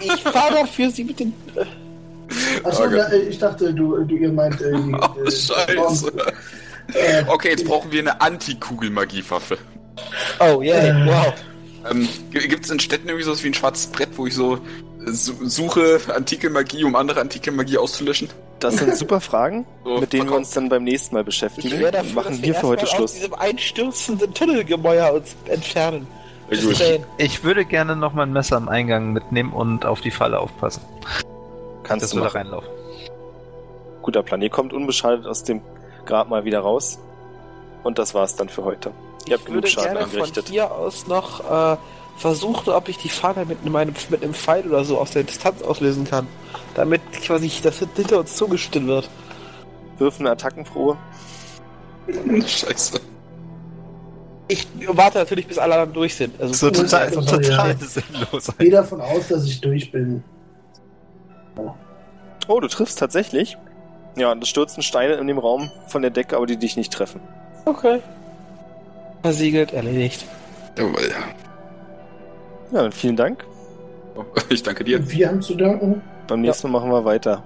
Speaker 1: Ich war dafür, sie mit den...
Speaker 6: Achso,
Speaker 5: Okay.
Speaker 6: na, äh, ich dachte, du, du ihr meint äh, die,
Speaker 5: Oh,
Speaker 6: äh,
Speaker 5: scheiße.
Speaker 6: Äh,
Speaker 5: Okay, jetzt brauchen wir eine Antikugelmagiewaffe.
Speaker 1: Oh, yeah,
Speaker 6: Äh.
Speaker 1: wow.
Speaker 5: Ähm, g- gibt's in Städten irgendwie sowas wie ein schwarzes Brett, wo ich so äh, su- suche antike Magie, um andere antike Magie auszulöschen?
Speaker 4: Das sind super Fragen,
Speaker 5: So,
Speaker 4: mit denen wir
Speaker 5: verkauft.
Speaker 4: uns dann beim nächsten Mal
Speaker 1: Ich
Speaker 4: beschäftigen.
Speaker 1: wäre dafür,
Speaker 4: Wir machen
Speaker 1: dass wir
Speaker 4: hier für heute
Speaker 1: erstmal aus
Speaker 4: Schluss.
Speaker 1: diesem einstürzenden Tunnelgemäuer uns entfernen.
Speaker 5: Ja,
Speaker 1: Just
Speaker 5: gut.
Speaker 1: saying.
Speaker 2: Ich würde gerne noch mein Messer am Eingang mitnehmen und auf die Falle aufpassen, dass
Speaker 4: Kannst du
Speaker 2: wir da
Speaker 4: machen.
Speaker 2: reinlaufen.
Speaker 4: Guter Plan. Ihr kommt unbeschadet aus dem Grab mal wieder raus. Und das war's dann für heute. Ihr habt
Speaker 1: Ich würde
Speaker 4: genug Schaden
Speaker 1: gerne von
Speaker 4: angerichtet.
Speaker 1: hier aus noch äh, versuchen, ob ich die Fahne mit, meinem, mit einem Pfeil oder so aus der Distanz auslösen kann. Damit quasi das hinter uns zugeschnitten wird.
Speaker 4: Wirf eine Attackenprobe.
Speaker 5: Scheiße.
Speaker 1: Ich warte natürlich, bis alle anderen durch sind. Also,
Speaker 2: So total,
Speaker 6: das soll ja-
Speaker 2: total sinnlos.
Speaker 6: Geh davon aus, dass ich durch bin.
Speaker 4: Oh, du triffst tatsächlich. Ja, und es stürzen Steine in dem Raum von der Decke, aber die dich nicht treffen.
Speaker 1: Okay. Versiegelt, erledigt.
Speaker 5: Jawohl.
Speaker 4: Ja, dann vielen Dank.
Speaker 5: Ich danke dir.
Speaker 6: Wir haben zu danken.
Speaker 4: Beim nächsten Mal machen wir weiter.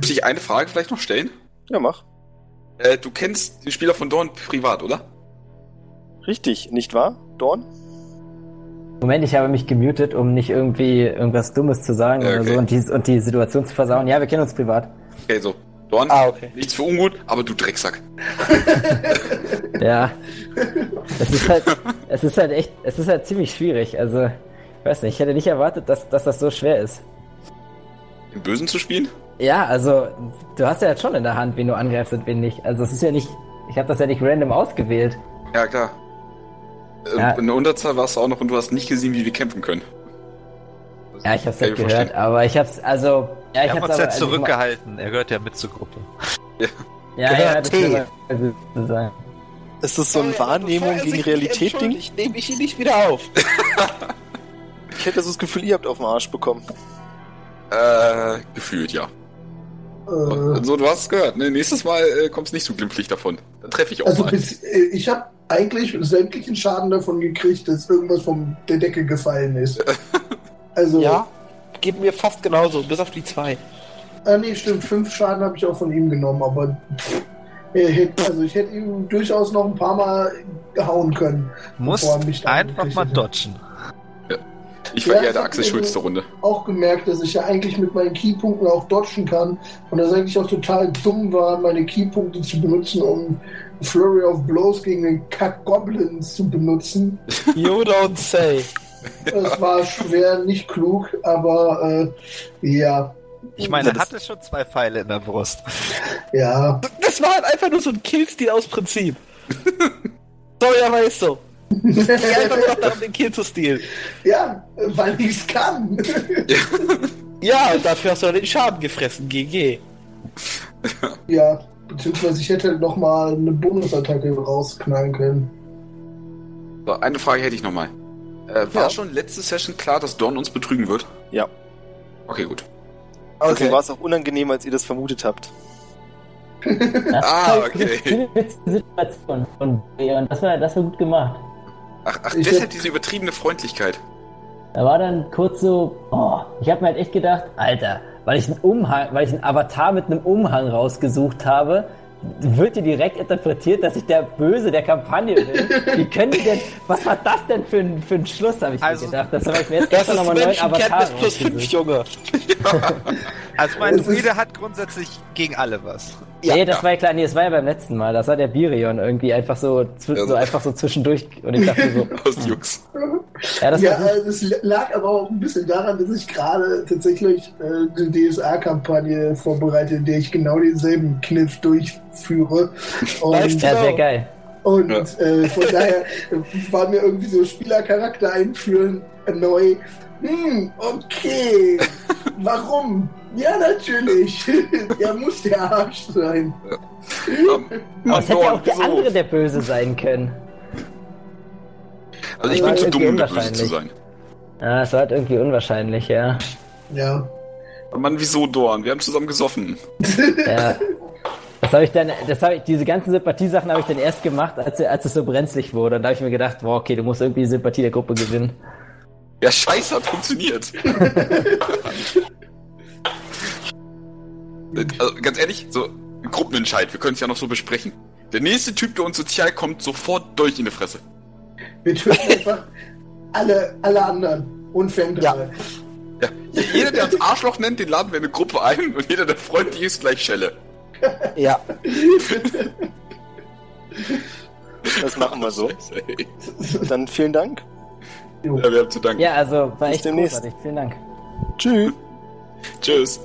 Speaker 5: Muss ich eine Frage vielleicht noch stellen?
Speaker 4: Ja, mach.
Speaker 5: Äh, du kennst den Spieler von Dorn privat, oder?
Speaker 4: Richtig, nicht wahr? Dorn?
Speaker 3: Moment, ich habe mich gemutet, um nicht irgendwie irgendwas Dummes zu sagen
Speaker 5: Ja,
Speaker 3: oder
Speaker 5: okay.
Speaker 3: so und die, und die Situation zu versauen. Ja, wir kennen uns privat.
Speaker 5: Okay, so. Dorn,
Speaker 1: Ah, okay.
Speaker 5: nichts für ungut, aber du Drecksack.
Speaker 3: Ja. Es ist halt, es ist halt echt, es ist halt ziemlich schwierig. Also, ich weiß nicht, ich hätte nicht erwartet, dass, dass das so schwer ist.
Speaker 5: Den Bösen zu spielen?
Speaker 3: Ja, also, du hast ja jetzt schon in der Hand, wen du angreifst und wen nicht. Also, es ist ja nicht, ich habe das ja nicht random ausgewählt.
Speaker 5: Ja, klar. Äh,
Speaker 3: Ja.
Speaker 5: In der Unterzahl warst du auch noch und du hast nicht gesehen, wie wir kämpfen können.
Speaker 3: Ja, ich hab's
Speaker 5: Kann
Speaker 3: halt
Speaker 5: ich
Speaker 3: gehört,
Speaker 5: verstehen.
Speaker 3: aber ich hab's, also, ja, ich
Speaker 2: Wir haben
Speaker 3: hab's
Speaker 2: uns
Speaker 3: aber,
Speaker 2: ja
Speaker 3: also,
Speaker 2: zurückgehalten. Er gehört ja mit zur Gruppe.
Speaker 3: Ja, ja,
Speaker 4: Gehört,
Speaker 3: das
Speaker 4: hey.
Speaker 3: kann man also so sagen.
Speaker 4: Ist das so ein Wahrnehmung gegen Realität-Ding?
Speaker 1: Ich nehme ich ihn nicht wieder auf.
Speaker 4: Ich hätte so das Gefühl, ihr habt auf den Arsch bekommen.
Speaker 5: Äh, gefühlt, ja.
Speaker 6: Äh,
Speaker 5: So, du hast es gehört. Ne? Nächstes Mal äh, kommst du nicht so glimpflich davon. Dann treffe ich auch
Speaker 6: also
Speaker 5: mal.
Speaker 6: bis, äh, ich habe eigentlich sämtlichen Schaden davon gekriegt, dass irgendwas von der Decke gefallen ist.
Speaker 4: Oh.
Speaker 6: Also,
Speaker 1: Ja, geht mir fast genauso, bis auf die zwei.
Speaker 6: Ah, nee, stimmt. Fünf Schaden habe ich auch von ihm genommen, aber pff, er hätte, also ich hätte ihm durchaus noch ein paar Mal hauen können.
Speaker 2: Muss
Speaker 6: Bevor er mich da
Speaker 2: einfach
Speaker 6: angekriegt
Speaker 2: mal
Speaker 6: hätte.
Speaker 2: dodgen.
Speaker 5: Ich war
Speaker 6: Ja,
Speaker 5: eher
Speaker 6: ich
Speaker 5: der
Speaker 6: hab
Speaker 5: Axel
Speaker 6: mir
Speaker 5: Schulz
Speaker 6: so-
Speaker 5: der Runde.
Speaker 6: Auch gemerkt, dass ich ja eigentlich mit meinen Keypunkten auch dodgen kann und dass eigentlich auch total dumm war, meine Keypunkte zu benutzen, um Flurry of Blows gegen den Kack Goblins zu benutzen.
Speaker 1: You don't say.
Speaker 6: Das war schwer, nicht klug, aber äh, ja,
Speaker 2: Ich meine, er
Speaker 4: Das-
Speaker 2: hatte schon zwei Pfeile in der Brust.
Speaker 6: ja.
Speaker 1: Das war halt einfach nur so ein Killstil aus Prinzip. Sorry, aber ist so. Ich geh einfach nur noch darum, den Kill zu stehlen.
Speaker 6: ja, weil ich es kann.
Speaker 1: Ja, und dafür hast du dann den Schaden gefressen, GG.
Speaker 6: Ja, beziehungsweise ich hätte noch mal eine Bonusattacke rausknallen können.
Speaker 5: So, eine Frage hätte ich nochmal. Äh, war
Speaker 6: Ja.
Speaker 5: schon letzte Session klar, dass Dorn uns betrügen wird?
Speaker 4: Ja.
Speaker 5: Okay, gut.
Speaker 4: Deswegen Also war es auch unangenehm, als ihr das vermutet habt.
Speaker 5: Ah, okay.
Speaker 3: Schöne witzige Situation von Leon. Das war, das war gut gemacht.
Speaker 5: Ach, ach
Speaker 6: Ich
Speaker 5: deshalb
Speaker 6: hab-
Speaker 5: diese übertriebene Freundlichkeit.
Speaker 3: Da war dann kurz so, oh, ich habe mir halt echt gedacht, Alter, weil ich einen Umhang, weil ich einen Avatar mit einem Umhang rausgesucht habe, wird dir direkt interpretiert, dass ich der Böse der Kampagne bin. Wie können die denn, was war das denn für ein, für ein Schluss, habe ich
Speaker 2: Also-
Speaker 3: mir gedacht. Das habe ich mir jetzt
Speaker 1: Das
Speaker 3: extra
Speaker 1: ist
Speaker 3: nochmal einen neuen Avatar
Speaker 1: Menschenkenntnis plus 5,
Speaker 3: rausgesucht.
Speaker 1: Junge.
Speaker 2: Also mein
Speaker 6: Es ist-
Speaker 2: Druide hat grundsätzlich gegen alle was.
Speaker 1: Ja,
Speaker 3: nee, das war ja klar, nee, das war ja beim letzten Mal. Das war der Birion irgendwie einfach so, zw-
Speaker 5: Ja.
Speaker 3: so einfach so zwischendurch. Und ich dachte so,
Speaker 5: Aus Jux.
Speaker 3: ja, das
Speaker 6: ja,
Speaker 3: war gut.
Speaker 6: äh, das lag aber auch ein bisschen daran, dass ich gerade tatsächlich äh, eine DSA-Kampagne vorbereite, in der ich genau denselben Kniff durchführe. Und,
Speaker 3: Ja, sehr geil.
Speaker 6: und
Speaker 5: Ja.
Speaker 6: äh, von daher äh, war mir irgendwie so Spielercharakter einführen äh, neu. Hm, okay. Warum? Ja, natürlich. er muss der Arsch sein.
Speaker 5: Ähm,
Speaker 3: Das
Speaker 5: Mann,
Speaker 3: hätte ja auch
Speaker 5: Dorn,
Speaker 3: der
Speaker 5: so.
Speaker 3: andere der Böse sein können.
Speaker 5: Also ich
Speaker 6: war
Speaker 5: bin zu
Speaker 3: irgendwie
Speaker 5: dumm, um der Böse
Speaker 3: unwahrscheinlich.
Speaker 5: zu sein.
Speaker 3: Ja, das war halt irgendwie unwahrscheinlich, ja.
Speaker 6: Ja.
Speaker 5: Oh Mann, wieso Dorn? Wir haben zusammen gesoffen.
Speaker 3: Ja. Äh, Das habe ich dann, das habe ich, diese ganzen Sympathiesachen habe ich dann erst gemacht, als, als es so brenzlig wurde. Und da habe ich mir gedacht, boah, okay, du musst irgendwie die Sympathie der Gruppe gewinnen.
Speaker 5: Ja, scheiße, hat funktioniert. Äh, also, ganz ehrlich, so Gruppenentscheid, wir können es ja noch so besprechen. Der nächste Typ, der uns sozial kommt, sofort durch in die Fresse.
Speaker 6: Wir töten einfach alle, alle anderen und Fendral.
Speaker 5: Ja. Jeder, der uns Arschloch nennt, den laden wir in eine Gruppe ein und jeder, der freundlich ist, gleich Schelle.
Speaker 1: Ja.
Speaker 4: Das machen wir so.
Speaker 5: Scheiße, ey.
Speaker 4: Dann vielen Dank.
Speaker 5: Ja, wir haben zu danken.
Speaker 3: Ja, also war echt
Speaker 4: demnächst.
Speaker 3: großartig. Vielen Dank.
Speaker 4: Tschüss.
Speaker 5: Tschüss.